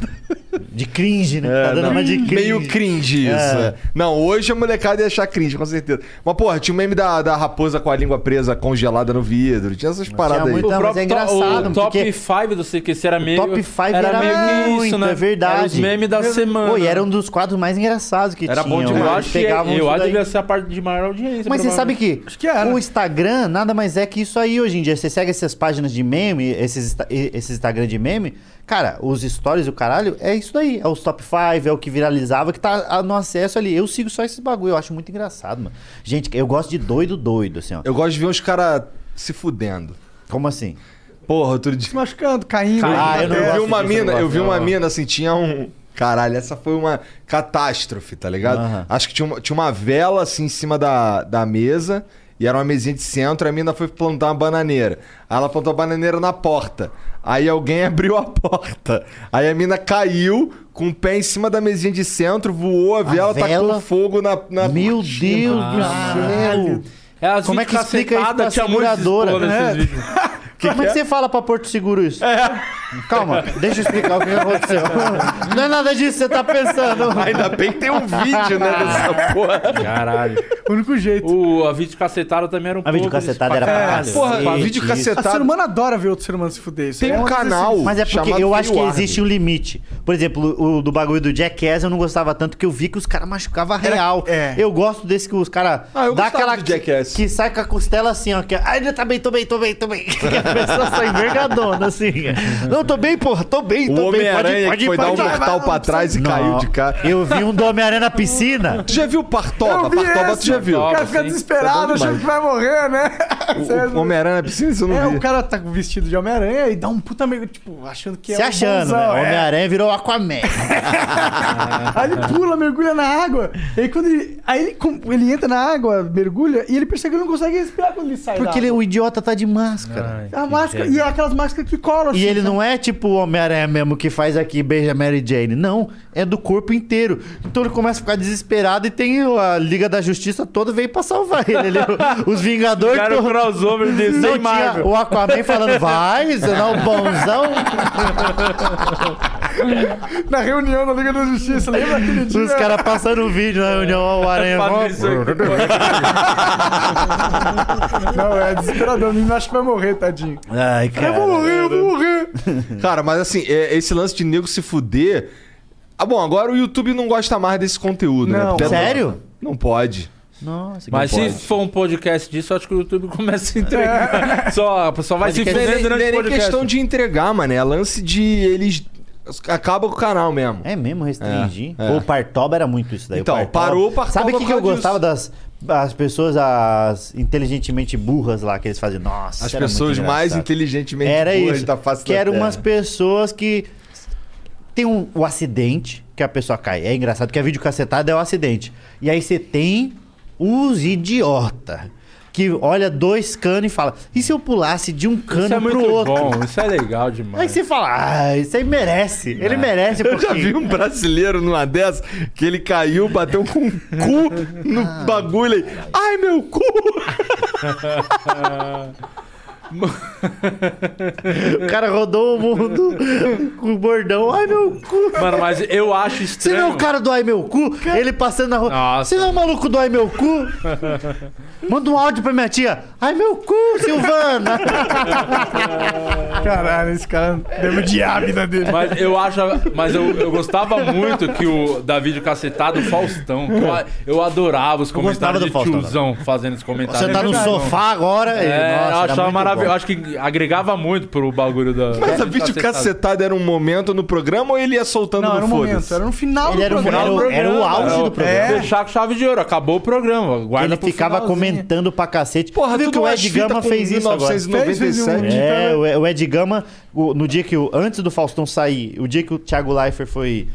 De cringe, né? É, Tá dando não, uma de cringe. Meio cringe isso. É. é. Não, hoje a molecada ia achar cringe, com certeza. Mas, porra, tinha o meme da, da raposa com a língua presa congelada no vidro. Tinha essas paradas aí. muito, mas é engraçado, o top porque- 5 do CQC era meio. Top 5 era, meio que muito, isso, né? é verdade. Era os memes da semana. Pô, e era um dos quadros mais engraçados que Era tinha. né? bom demais. Eu acho que eu acho que devia Mas ser a parte de maior audiência. você sabe provavelmente. que, o Instagram nada mais é que isso aí hoje em dia. Você segue essas páginas de meme, esses, insta- e- esses Instagram de meme. Cara, os stories e o caralho, é isso daí. É os top 5, é o que viralizava, que tá ah, no acesso ali. Eu sigo só esses bagulho, eu acho muito engraçado, mano. Gente, eu gosto de doido, doido, assim, ó. Eu gosto de ver os caras se fudendo. Como assim? Porra, outro dia. Se machucando, caindo. Ah, na assim, eu, não terra. vi uma mina, eu vi uma mina assim, tinha um. Caralho, essa foi uma catástrofe, tá ligado? Acho que tinha uma, tinha uma vela assim em cima da, da mesa, e era uma mesinha de centro, e a mina foi plantar uma bananeira. Aí ela plantou a bananeira na porta. Aí alguém abriu a porta. Aí a mina caiu com o pé em cima da mesinha de centro, voou a vela, vela? tacou fogo na. na Meu Deus do céu! Elas Como é que explica isso pra tinha muito seguradora? desespero nesses né? é? vídeos. Como é que você fala pra Porto Seguro isso? Calma, deixa eu explicar o que aconteceu. Não é nada disso que você tá pensando. Ainda bem que tem um vídeo, né, dessa porra. Caralho. O único jeito. O, a vídeo cacetada também era um A vídeo cacetada era pra caralho. Porra, vídeo O ser cacetado. humano adora ver outro ser humano se fuder. Isso Tem é um exercício. canal Mas é porque chamado eu acho que Vieward. existe um limite. Por exemplo, o do bagulho do Jackass eu não gostava tanto que eu vi que os caras machucavam real. é. Eu gosto desse que os caras Ah, eu dá gostava aquela do que, Jackass. que sai com a costela assim, ó. Que, Ai, eu tô bem, tô bem, tô bem, tô bem. Que a pessoa sai envergadona assim. Não, tô bem, porra, tô bem, O tô bem. Homem-Aranha que foi dar um vai, vai, mortal não pra precisa- trás e Não. caiu de cara. Eu vi um do Homem-Aranha na piscina. Tu já viu o Partoba? Eu vi Partoba tu esse, já viu. O cara fica Sim. Tá bom desesperado, achando demais. que vai morrer, né? O, o Homem-Aranha na piscina, isso eu não É, vi. o cara tá vestido de Homem-Aranha e dá um puta meio, tipo, achando que é Se um achando, né? bonzão, é. Homem-Aranha virou Aquaman. É Aí ele pula, mergulha na água. E aí quando ele. Aí ele, com- ele entra na água, mergulha, e ele percebe que ele não consegue respirar quando ele sai. Porque ele, o idiota tá de máscara. A máscara. E é aquelas máscaras que colam assim, E ele sabe? não é tipo o Homem-Aranha mesmo que faz aqui e beija Mary Jane. Não, é do corpo inteiro. Então ele começa a ficar desesperado e tem a Liga da Justiça toda veio pra salvar ele. ele os Vingadores. Fizeram to- um crossover de Não sem tinha Marvel. o Aquaman falando, vai, você não é o bonzão. Na reunião da Liga da Justiça, lembra aquele dia? Os caras passando o vídeo na reunião, ó, o Aranha. ó, Não, é desesperador. O menino acha que vai morrer, tadinho. Ai, Eu vou cara. morrer, eu vou morrer. Cara, mas assim, é- esse lance de nego se fuder. Ah, bom, agora o YouTube não gosta mais desse conteúdo, né? Não. Até- Sério? Não pode. Nossa, que Mas se pode. for um podcast disso, eu acho que o YouTube começa a se entregar. Só, só vai se Não é fuder nem, não durante é o nem podcast. questão de entregar, mano. É lance de eles. Acaba com o canal mesmo. É mesmo, restringir. É, é. Pô, O Partoba era muito isso daí. Então, Partoba- parou o Partoba Sabe o que, por que eu causa gostava das as pessoas as inteligentemente burras lá que eles faziam? Nossa, As era muito pessoas mais engraçado. inteligentemente Era burras isso. da face que da eram Terra. umas pessoas que. Tem um, o acidente que a pessoa cai. É engraçado que a videocacetada é o acidente. E aí você tem os idiota. Que olha dois canos e fala: e se eu pulasse de um cano Isso é pro muito outro? bom, isso é legal Aí demais. É. você fala: ah, isso aí merece. Ele merece. Eu já pouquinho." vi um brasileiro numa dessa que ele caiu, bateu com o cu no Ah. bagulho aí. Ai, meu cu! O cara rodou o mundo com o bordão. Ai, meu cu. Mano, mas eu acho Você estranho. não é o cara do Ai Meu Cu? Ele passando na rua. Nossa. Você não é o maluco do Ai Meu Cu? Manda um áudio pra minha tia. Ai Meu Cu, Tá Silvana. Caralho, esse cara deve odiar a vida dele. Mas eu acho. Mas eu, eu gostava muito que o da vídeo cacetado o Faustão. que Eu, a- eu adorava os gostava comentários do de Faustão. tiozão fazendo esse comentário. Você tá no sofá agora. É, Nossa, eu era achava muito maravilhoso. bom. Acho que agregava muito pro bagulho da. Mas a vídeo cacetada era um momento no programa ou ele ia soltando Não, no era um momento, foda-se? era no final Ele do era o- programa. era o- era o auge do programa. É. Fechar com chave de ouro. Acabou o programa. Guarda Ele pro ficava finalzinho. comentando pra cacete. um- Porra, Tu viu tudo que é o Ed Gama fez isso agora. 1997. Fez, fez um- É, o o Ed Gama, o- no dia que o, antes do Faustão sair, o dia que o Thiago Leifert foi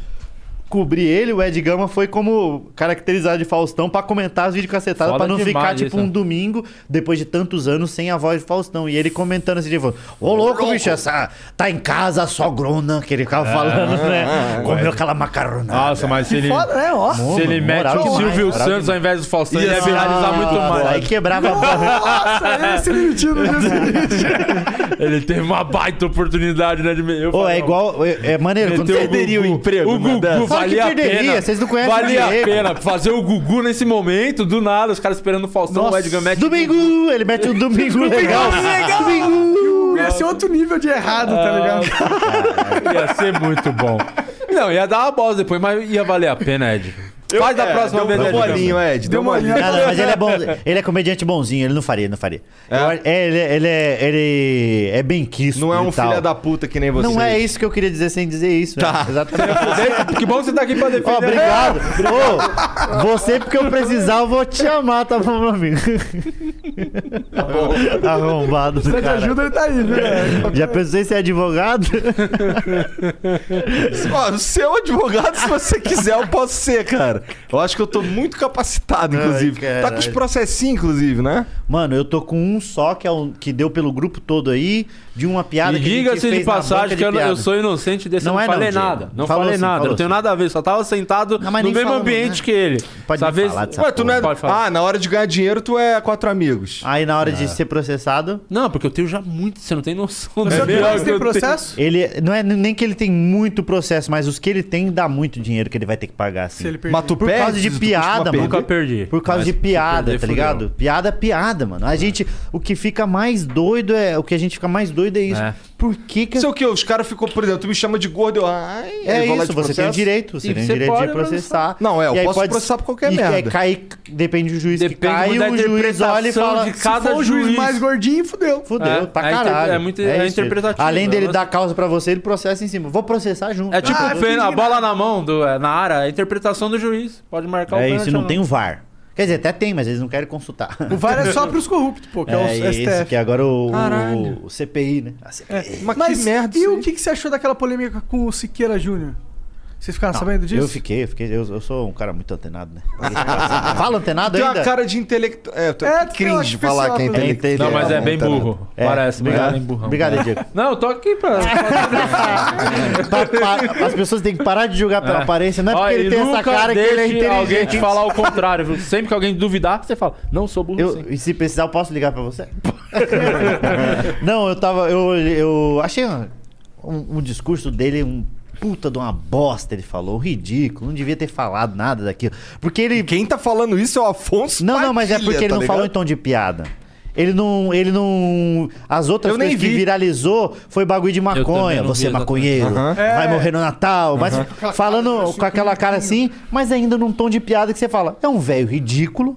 cobrir ele, o Ed Gama foi como caracterizado de Faustão pra comentar os vídeos cacetados, Foda pra não ficar demais né? tipo isso. um domingo, depois de tantos anos, sem a voz de Faustão. E ele comentando assim, tipo, ô louco, bicho, essa tá em casa, só grona, que ele É. ficava falando, né? Comeu aquela macarronada. Nossa, mas se ele. Foda, né? Ó. Se ele mete Moral o demais, Silvio moral Ah, Santos ao invés do Faustão, ele ia Nossa, viralizar muito Aí mais. quebrava a barra. Nossa, é ele se demitiu É. no dia seguinte. Ele teve uma baita oportunidade, né? De... Eu Ô, falei, é não, igual. É, é maneiro. Quando Meteu perderia o Gugu. emprego, O Gugu Fala que valia a perderia, pena. vocês não conhecem Valia o a Diego. pena. Fazer o Gugu nesse momento, do nada, os caras esperando o Faustão, o Edgar mete. Domingo! Ele mete um domingo legal. Domingo! Ia ser é outro nível de errado, tá Ah, ligado? Ia ser muito bom. Não, ia dar uma bola depois, mas ia valer a pena, Ed. Faz da próxima vez, é, Deu Ed. molinho, Ed. Deu molinho. Não, não, mas ele é bom. Ele é comediante bonzinho, ele não faria, ele não faria. Eu- É, ele, ele é. Ele é bem quisto. Não é um e tal. filho da puta que nem você. Não é isso que eu queria dizer sem dizer isso. Tá. Exatamente. Que bom que você tá aqui pra Ó, defender. obrigado. Ô, você, porque eu precisar, eu vou te amar, tá bom, meu amigo? Arrombado do Se te cara. ajuda, ele tá aí, né? Já pensei em ser advogado? Ó, seu advogado, se você quiser, eu posso ser, cara. cara. Eu acho que eu tô muito capacitado, Ai, inclusive. tá com os caralho. processinhos, inclusive, né? Mano, eu tô com um só que é o que deu pelo grupo todo aí, de uma piada E que a gente diga-se de fez na banca passagem que eu, não- piada. eu sou inocente desse, Não eu não é não, falei Diego. nada. Não Falou falei sim, nada, falou não tenho sim. nada a ver, só tava sentado no mas mesmo nem falamos, ambiente né? que ele. Pode Essa nem vez... falar dessa Ué, tu não é... Pode falar. Ah, na hora de ganhar dinheiro, tu é quatro amigos. Aí na Ah. hora de ser processado. Não, porque eu tenho já muito, você não tem noção É Você do tem- pior você que tem É eu tenho. processo? Ele não é nem que ele tem muito processo, mas os que ele tem dá muito dinheiro que ele vai ter que pagar assim. ele perder. Mas tu Por perde, causa de tu piada, costuma mano. Nunca perdi. Por causa Mas de se piada, perder, tá fudeu. É. ligado? Piada, piada, mano. A gente. O que fica mais doido é. O que a gente fica mais doido é isso. É. Por que que. Isso é o quê? Os caras ficam, por exemplo, tu me chama de gordo, eu... Ai, É aí vou lá isso, te você tem o processo. direito. Você E tem o você direito de pode processar. Não, é, eu E aí posso processar por qualquer e merda. É, cai, depende do juiz que Depende cai, da o juiz olha e interpretação fala. de "Se cada for o juiz." juiz mais mais gordinho, fudeu. Fudeu, É, pra é inter- caralho. é muito- é isso. interpretativo, Além né? dele Mas- dar causa pra você, ele processa em cima. Vou processar junto. É tipo Ah, o pênalti, a bola na mão, do, é, na área, a interpretação do juiz. Pode marcar o é pênalti isso, ou não tem o VAR. Quer dizer, até tem, mas eles não querem consultar. O VAR é só pros corruptos, pô, que é, É o isso, STF. que agora o, Caralho. o CPI, né? A CPI. Mas, Mas que merda e isso o aí. que, que você achou daquela polêmica com o Siqueira Júnior? Vocês ficaram sabendo disso? Eu fiquei, eu fiquei. Eu, eu sou um cara muito antenado, né? Fala antenado Tem uma ainda? cara de intelectual... É, tu É, é tu cringe tem uma falar que é pessoa- É, intelectual. entendeu? Não, mas é bem tá ligado? burro. É, Parece, obrigado, hein, burrão. Obrigado, hein, Diego. Não, eu tô aqui pra. Pa- pa- As pessoas têm que parar de julgar pela aparência. Não é porque Ó, ele e tem essa nunca cara que ele é deixe alguém inteligente. te falar o contrário, viu? Sempre que alguém duvidar, você fala, não sou burro sim. Eu, e se precisar, eu posso ligar pra você? não, eu tava. Eu, eu achei um, um discurso dele um puta de uma bosta, ele falou. Ridículo. Não devia ter falado nada daquilo. Porque ele. Quem tá falando isso é o Afonso Não, não, mas é Padilha, porque ele tá não ligado? falou em tom de piada. Ele não. Ele não. As outras Eu nem coisas que vi. viralizou foi bagulho de também maconha. não Você vi é maconheiro, exatamente. vai morrer no Natal. Mas falando com aquela cara assim, mas ainda num tom de piada que você fala. É um velho ridículo,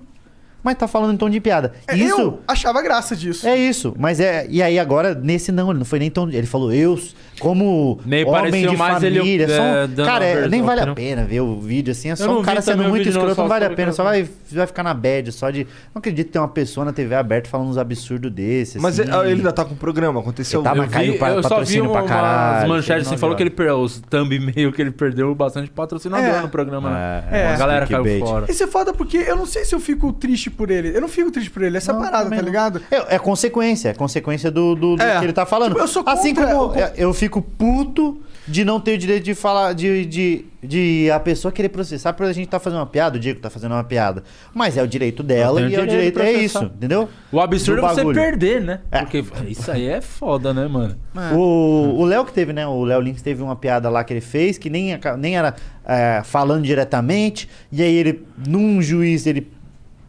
mas tá falando em tom de piada. É, Isso. Eu achava graça disso. É isso, mas é. E aí agora, nesse não, ele não foi nem tão. Ele falou, eu, como Meio homem pareceu de mais ele, família. só um- é, dando cara, a é, nem versão vale que a não- pena ver o vídeo assim. É só não um vi cara sendo também o muito vídeo, não, escroto, só não vale a soube pena. que Só eu- vai, vai ficar na bad, só de. Não acredito ter uma pessoa na TV aberta falando uns absurdos desses. Mas assim. ele ele ainda tá com o programa, aconteceu... Ele tá- Ah, mas caiu pa- patrocínio pra caralho, As manchetes teve assim, nove falou que ele horas. perdeu os thumb meio que ele perdeu bastante patrocinador É. no programa, né? É, A é. galera caiu Clickbait. fora. Isso é foda porque eu não sei se eu fico triste por ele. Eu não fico triste por ele, essa Não, parada, também tá não. ligado? É, é consequência, é consequência do, do- do É. que ele tá falando. Tipo, eu sou assim contra- como eu- eu, eu fico puto de não ter o direito de falar, de, de, de a pessoa querer processar porque a gente tá fazendo uma piada, o Diego tá fazendo uma piada. Mas é o direito dela Eu e tenho é o direito de direito, é processar. isso, entendeu? O absurdo Do é você bagulho. perder, né? É. Porque isso aí é foda, né, mano? O o Léo que teve, né? O Léo Lins teve uma piada lá que ele fez que nem, aca- nem era é, falando diretamente. E aí ele, num juiz, ele,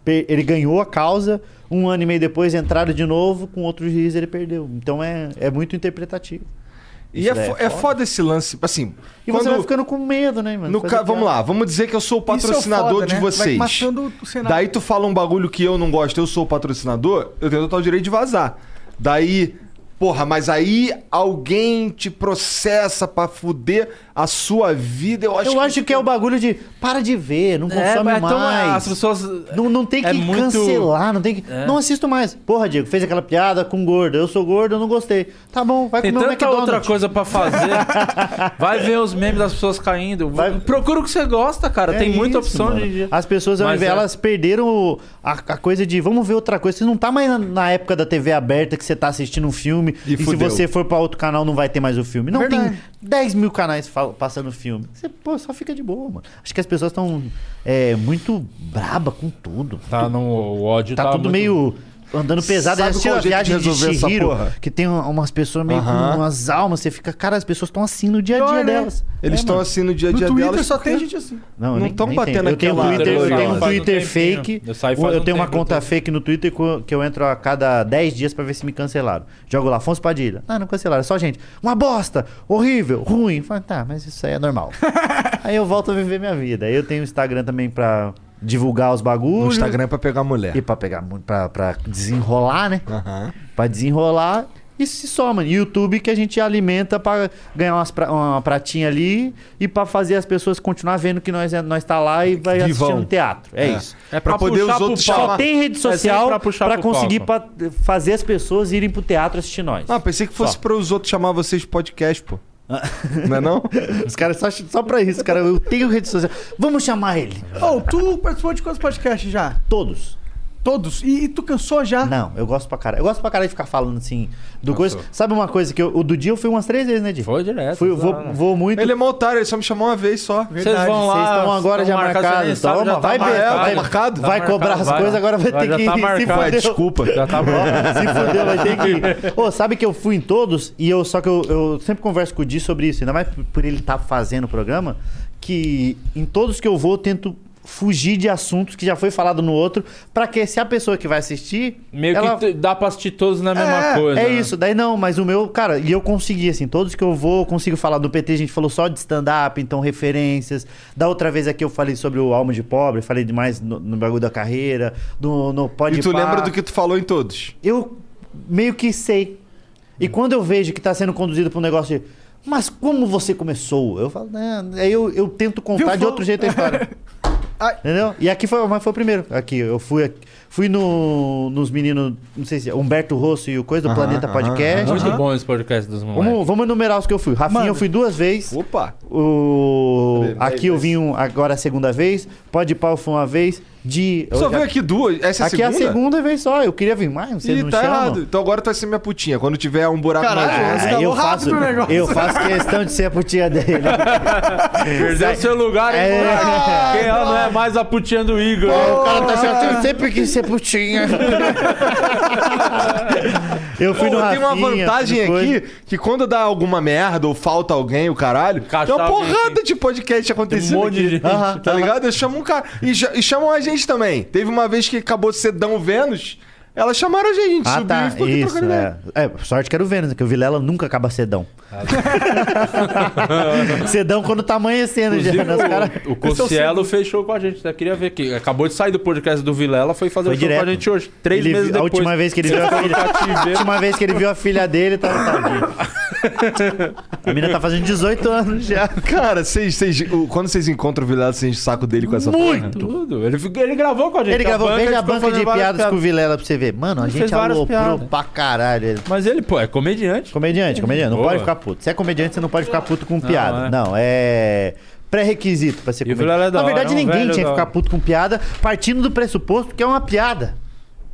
pe- ele ganhou a causa. Um ano e meio depois entraram de novo, com outro juiz ele perdeu. Então é, é muito interpretativo. E Isso é, daí é fo- é foda. foda esse lance, assim... E você quando- vai ficando com medo, né, mano? No Fazer ca... Vamos piada. lá, vamos dizer que eu sou o Isso é o patrocinador foda, de né? Vai vocês. matando o cenário. Daí tu fala um bagulho que eu não gosto, eu sou o patrocinador, eu tenho total direito de vazar. Daí, porra, mas aí alguém te processa pra fuder a sua vida, eu acho Eu acho que é o bagulho de para de ver, não consome mas então, mais. as pessoas. Não, não tem que é muito- cancelar, não tem que. É. Não assisto mais. Porra, Diego, fez aquela piada com gordo. Eu sou gordo, eu não gostei. Tá bom, vai Tem comer um tanta McDonald's. outra coisa pra fazer. Vai ver os memes das pessoas caindo. Vai- Procura o que você gosta, cara. É Tem muita isso, opção mano. de. As pessoas, ao Mas invés, é- elas perderam o- a, a coisa de vamos ver outra coisa. Você não tá mais na, na época da TV aberta que você tá assistindo um filme E e, se fudeu. você for pra outro canal não vai ter mais o filme. Não, Verdade. tem 10 mil canais fal- passando filme. Você, pô, só fica de boa, mano. Acho que as pessoas estão muito braba com tudo. Tá no o ódio. Tá tudo muito- meio andando pesado. Sabe Aí assistiu qual é a jeito de viagem de resolver essa Chihiro, porra? que tem um- umas pessoas meio Aham. com umas almas. Você fica, cara, as pessoas estão assim no dia a Dói, dia né? delas. Eles É, estão mano. assim no dia a No dia Twitter delas. só porque- tem gente assim. eu Não nem- tão nem batendo tenho. eu tenho aquela Twitter, Eu tenho um teoria. Faz um Twitter tempinho. fake. Eu saí Eu, faz um tenho uma tempo, conta eu tenho. fake no Twitter que eu- que eu entro a cada 10 dias pra ver se me cancelaram. Jogo lá, Afonso Padilha. Ah, não cancelaram. é Só gente. Uma bosta. Horrível. Ruim. Fala, tá, mas isso aí é normal. aí eu volto a viver minha vida. Aí eu tenho um Instagram também pra divulgar os O bagulhos. Instagram é pra pegar mulher. E pra pegar, mu- pra, pra desenrolar, né? Aham. Pra desenrolar e se soma. E YouTube que a gente alimenta pra ganhar umas pra- uma pratinha ali e pra fazer as pessoas continuar vendo que nós, é, nós tá lá e vai Que assistir vão. um teatro. É, isso. É pra poder puxar os pro outros pau. Só chamar- tem rede É sempre social pra Ah. pra, puxar pro conseguir palco. pa- fazer as pessoas irem pro teatro assistir nós. Ah, pensei que fosse Só. pra os outros chamar vocês de podcast, pô. Não é não? Os caras só, só pra isso, cara. Eu tenho rede social. Vamos chamar ele. Ô, tu participou de quantos podcasts já? Todos. Todos? E, e tu cansou já? Não, eu gosto pra caralho. Eu gosto pra caralho de ficar falando assim do coisa. Sabe uma coisa que eu- o do dia eu fui umas três vezes, né, Di? Foi direto. tá Fui, eu vou, exato. vou muito. Ele é mó otário, ele só me chamou uma vez só. Verdade, vocês estão agora já marcados. Toma, vai, Ah, ver, é? vai, Tá marcado? vai cobrar as coisas, agora vai tá ter que se Vai, fuder. tá Desculpa. Se fuder, vai ter que ir. Ô, sabe que eu fui em todos e eu só que eu, eu sempre converso com o Di sobre isso, ainda mais por- por ele estar fazendo o programa, que em todos que eu vou eu tento fugir de assuntos que já foi falado no outro, pra que se a pessoa que vai assistir, Meio ela- que t- dá pra assistir todos na mesma é, coisa. É né? isso, daí não, mas o meu, cara, e eu consegui, assim, todos que eu vou, eu consigo falar do PT, a gente falou só de stand-up, então referências. Da outra vez aqui eu falei sobre o Alma de Pobre, falei demais no, no bagulho da carreira, do, no pode E tu Pá. lembra do que tu falou em todos? Eu meio que sei. Hum. E quando eu vejo que tá sendo conduzido pra um negócio de. Mas como você começou? Eu falo, né? Aí eu, eu tento contar de outro jeito a história. Entendeu? E aqui foi, mas foi o primeiro. Aqui, eu fui, aqui- fui no, nos meninos, não sei se é Humberto Rosso e o Coisa do Aham, Planeta aham, Podcast. aham. É Muito bom esse podcast dos moleques. Vamos, vamos enumerar os que eu fui. Rafinha, Manda. eu fui duas vezes. Opa! O... Aqui eu vim um- agora a segunda vez. Pode pau foi uma vez. De... Só veio aqui duas? Essa é a Aqui Aqui é a segunda? segunda vez só. Eu queria vir mais, você Ih, não tá chama? errado. Então agora tu vai ser minha putinha. Quando tiver um buraco Ah, mais eu, faço, eu faço questão de ser a putinha dele. Perdeu seu lugar, hein, É. moleque? Quem não é mais a putinha do Igor? o cara tá certo, eu sempre quis ser putinha. Eu fui no Tem uma Rafinha, vantagem fui no aqui que quando dá alguma merda ou falta alguém, o caralho, tem uma alguém porrada de podcast acontecendo. monte de aqui. gente. Aham, tá Aham. ligado? Eu chamo um cara. E, cha- e chamam a gente também. Teve uma vez que acabou Sedão Vênus, elas chamaram a gente, a gente subiu e Ah, tá. ficou aqui Isso, trocando ideia. é. é. Sorte que era o Vênus, que o Vilela nunca acaba cedão. cedão quando tá amanhecendo já. Né? Os cara... Inclusive, o, o Cossielo fechou com a gente, né? Queria ver que acabou de sair do podcast do Vilela, foi fazer Foi o show direto. com a gente hoje. Três Ele- meses A depois. última vez que ele viu a filha. a última vez que ele viu a filha dele, tava tadinho. A menina tá fazendo 18 anos já. Cara, vocês, vocês- o- quando vocês encontram o Vilela, vocês enchem o saco dele com essa Muito. Tudo. Ele, fica- ele gravou com a gente. Ele gravou, banca, veja a ficou banca de fazendo várias piadas com o Vilela pra você ver. Mano, a Ele fez gente várias aloprou piadas. pra caralho. ele. Mas ele, pô, é comediante. Comediante, comediante. Não Boa. pode ficar puto. Se é comediante, você não pode ficar puto com Não, piada. é. Não, é. Pré-requisito pra ser E o Vilela é comediante. da Na hora, verdade, é um ninguém velho tinha da que ficar hora. puto com piada, partindo do pressuposto que é uma piada.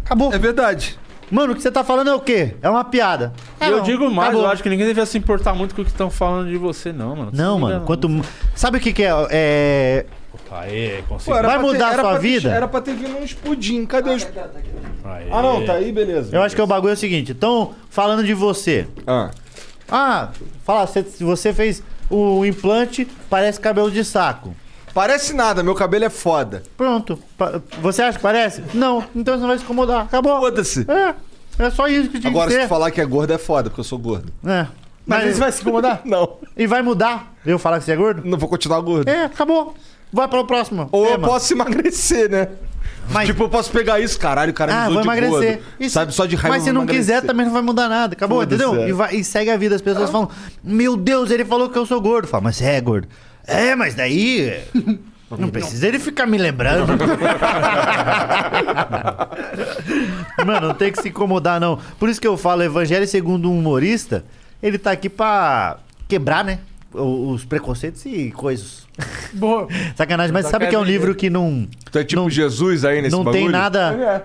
Acabou. É verdade. Mano, o que você tá falando é o quê? É uma piada. E É, eu não, digo mais, acabou. eu acho que ninguém devia se importar muito com o que estão falando de você, É, não, mano. Não, Se liga, mano. Quanto. Sabe o que, que é? É. Aê, Pô, consegui. era Vai pra ter- mudar a era sua pra ter- vida? Era era pra ter vindo uns pudim. Cadê os. Ah, não, tá aí, beleza. Eu acho que o bagulho é o seguinte. Então, falando de você. Ah. Ah, fala, se se você fez o implante, parece cabelo de saco. Parece nada, meu cabelo é foda. Pronto. Pa- Você acha que parece? Não. Então você não vai se incomodar. Acabou. Foda-se. É. É só isso que tinha Agora, que se ser. tu falar que é gordo, é foda, porque eu sou gordo. É. Mas isso vai se incomodar? não. E vai mudar? Eu falar que você é gordo? Não, vou continuar gordo. É, acabou. Vai para o próximo. Ou eu tema. posso emagrecer, né? Tipo, eu posso pegar isso, caralho, o cara me Ah, vou usou de emagrecer. gordo. Isso- Sabe, só de raiva Mas se eu vou não quiser, emagrecer. também não vai mudar nada. Acabou, Foda-se, entendeu? é. E, vai- e segue a vida. As pessoas falam: Meu Deus, ele falou que eu sou gordo. Fala, mas você é gordo. É, mas daí. Não precisa ele ficar me lembrando. Mano, não tem que se incomodar, não. Por isso que eu falo, Evangelho segundo um humorista, ele tá aqui pra quebrar, né? o- Os preconceitos e coisas. Boa. Sacanagem, mas Só sabe quer que é um vender. livro que não. Tu é tipo Jesus aí nesse não bagulho? tem nada-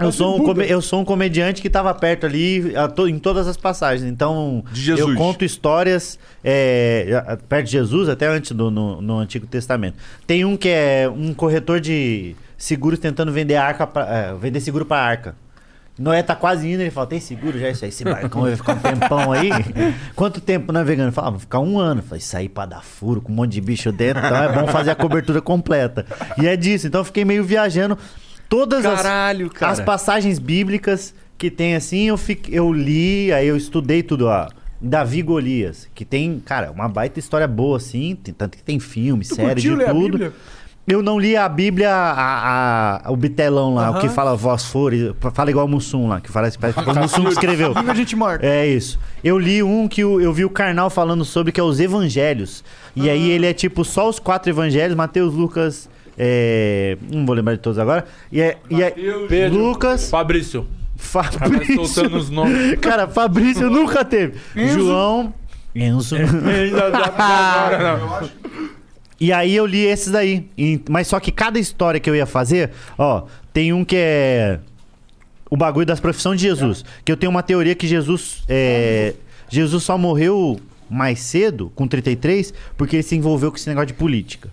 É. Eu sou, um Buda. come- eu sou um comediante que estava perto ali a to- em todas as passagens. Então, Jesus. eu conto histórias é, a- perto de Jesus, até antes do no, no Antigo Testamento. Tem um que é um corretor de seguros tentando vender arca pra, é, vender seguro para arca. Noé tá quase indo, ele fala, tem seguro já isso aí, esse barcão vai ficar um tempão aí. Quanto tempo navegando? Ele Fala, ah, vou ficar um ano. Eu Falei, sair pra dar furo com um monte de bicho dentro, então é bom fazer a cobertura completa. E é disso, então eu fiquei meio viajando. Todas as- Caralho, cara. as passagens bíblicas que tem assim, eu, fiquei, eu li, aí eu estudei tudo, ó. Davi e Golias, que tem, cara, uma baita história boa, assim, tem- tanto que tem filme, série, de curtiu ler a tudo. Bíblia? eu não li a Bíblia, a- a- o bitelão lá, o que Aham. fala voz fores, fala igual o Mussum lá, que parece, parece que o Mussum que escreveu. Viva a gente morta. É isso. Eu li um que o- eu vi o Karnal falando sobre, que é os evangelhos. E aí Ah. ele é tipo só os quatro evangelhos, Mateus, Lucas. é, não vou lembrar de todos agora. E é, e é Pedro, Lucas. Fabrício. Fabrício. soltando os nomes. Cara, Fabrício nunca teve. João. É. Enzo. Não, não, não, não. E aí eu li esses daí. E- Mas só que cada história que eu ia fazer, ó, tem um que é o bagulho das profissões de Jesus. É. Que eu tenho uma teoria que Jesus é, Jesus só morreu mais cedo, com 33, porque ele se envolveu com esse negócio de política.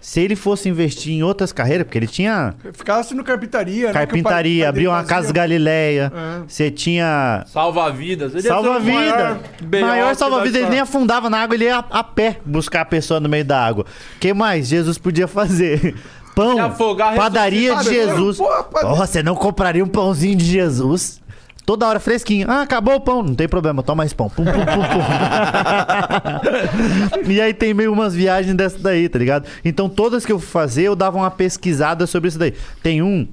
Se ele fosse investir em outras carreiras, porque ele tinha Ficasse no carpintaria, né, que o pai- carpintaria, pai dele abriu uma fazia. casa Galileia, você tinha Salva vidas. Ele ia Salva É. ser um o vida. BO Maior, que salva vida. vai Ele nem afundava na água, ele ia a, a pé buscar a pessoa no meio da água. O que mais Jesus podia fazer? Pão, Se afogar, padaria de ressuscitar. Jesus. Pô, Ó, você não compraria um pãozinho de Jesus? Toda hora fresquinho. Ah, acabou o pão. Não tem problema, toma esse pão. Pum, pum, pum, pum. e aí tem meio umas viagens dessa daí, tá ligado? Então todas que eu fazer, eu dava uma pesquisada sobre isso daí. Tem um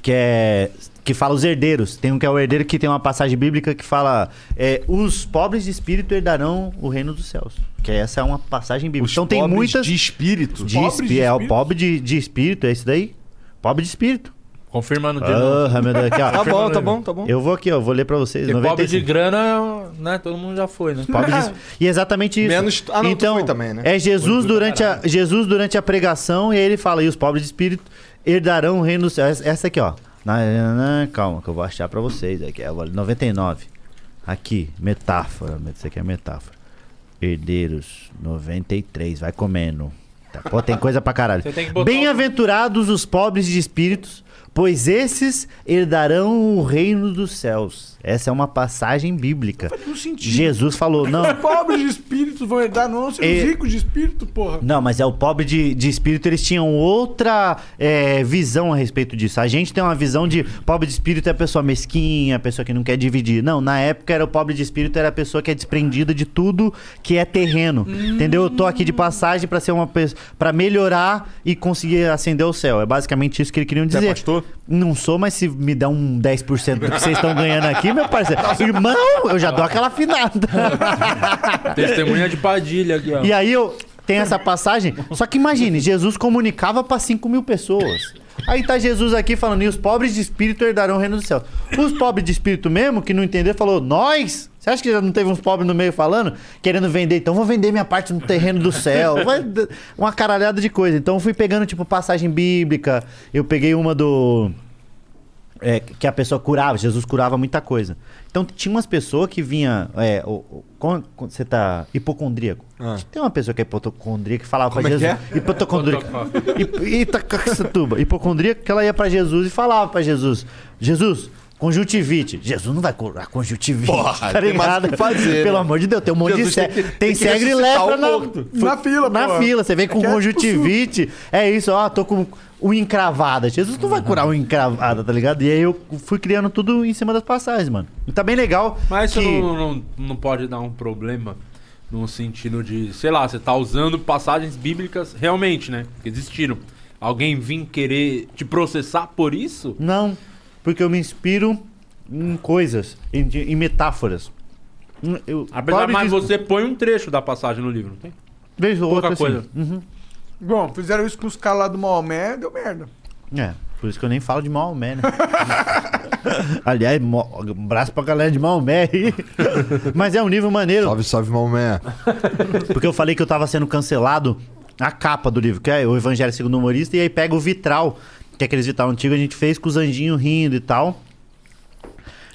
que é que fala os herdeiros. Tem um que é o herdeiro que tem uma passagem bíblica que fala é, os pobres de espírito herdarão o reino dos céus. Que essa é uma passagem bíblica. então tem pobres muitas de espírito. de Pobres espi- de é o espírito? pobre de, de espírito, é isso daí? Pobre de espírito. Confirmando de novo. Ah, meu Deus, aqui, ó. Tá bom, tá bom, tá bom. Eu vou aqui, ó, vou ler pra vocês. Porque é pobre de 95. grana, né? Todo mundo já foi, né? Pobre de- E é exatamente isso. Menos- ah, não, tu então, foi também, né? É Foi Jesus do durante, a, Jesus durante a pregação, e aí ele fala: e os pobres de espírito herdarão o reino do céu. Essa- Essa aqui, ó. Na- na- na- Calma, que eu vou achar pra vocês. Aqui, ó, 99. Aqui, metáfora. Isso aqui é metáfora. Herdeiros, 93. Vai comendo. Tá, Pô, tem coisa pra caralho. Você tem que botar um- Bem-aventurados os pobres de espíritos, pois esses herdarão o reino dos céus. Essa é uma passagem bíblica. nenhum sentido. Jesus falou, não. Os pobres de espírito vão herdar, não, se E- os ricos de espírito, porra. Não, mas é o pobre de, de espírito, eles tinham outra é, visão a respeito disso. A gente tem uma visão de pobre de espírito é a pessoa mesquinha, a pessoa que não quer dividir. Não, na época era o pobre de espírito, era a pessoa que é desprendida de tudo que é terreno. Entendeu? Eu tô aqui de passagem pra ser uma pessoa. pra melhorar e conseguir ascender ao céu. É basicamente isso que eles queriam dizer. Você é pastor? Não sou, mas se me dá um 10% do que vocês estão ganhando aqui, meu parceiro. Irmão, eu já dou aquela afinada. Testemunha de Padilha aqui, ó. E aí eu tem essa passagem. Só que imagine, Jesus comunicava pra 5 mil pessoas. Aí tá Jesus aqui falando, e os pobres de espírito herdarão o reino do céu. Os pobres de espírito mesmo, que não entenderam, falou, nós? Você acha que já não teve uns pobres no meio falando? Querendo vender, então vou vender minha parte no terreno do céu. Vai- uma caralhada de coisa. Então eu fui pegando, tipo, passagem bíblica. Eu peguei uma do é, que a pessoa curava, Jesus curava muita coisa. Então tinha umas pessoas que vinha. É, o- o- quando- quando você tá hipocondríaco. Tem uma pessoa que é hipocondríaca que falava Ah. Como pra é que Jesus. é? Hipocondríaca. Hip- Itacacetuba. Hipocondríaca que ela ia pra Jesus e falava pra Jesus: Jesus. Conjuntivite. Jesus não vai curar conjuntivite. Porra, tá tem mais ligado? o que fazer, Pelo né? amor de Deus, tem um monte Jesus de tem cego. que- Tem, tem que cego e ressuscitar lepra o na, morto. na Na fila, fila. Na porra. fila. Você vem com É que é conjuntivite. É isso, ó, tô com o encravada. Jesus não vai curar o encravada, tá ligado? E aí eu fui criando tudo em cima das passagens, mano. E tá bem legal. Mas isso que... não, não, não pode dar um problema no sentido de, sei lá, você tá usando passagens bíblicas realmente, né? Que existiram. Alguém vir querer te processar por isso? Não, porque eu me inspiro em coisas, em, em metáforas. Hum, Eu, Apesar pobre mais de- você põe um trecho da passagem no livro, não tem? Vez ou pouca outra, coisa. Assim. Uhum. Bom, fizeram isso com os caras lá do Maomé, deu merda. É, por isso que eu nem falo de Maomé, né? Aliás, mo- um abraço pra galera de Maomé aí. Mas é um nível maneiro. Salve, salve, Maomé. Porque eu falei que eu tava sendo cancelado a capa do livro, que é o Evangelho segundo o humorista, e aí pega o vitral, que é aqueles vitral antigos que a gente fez com os anjinhos rindo e tal.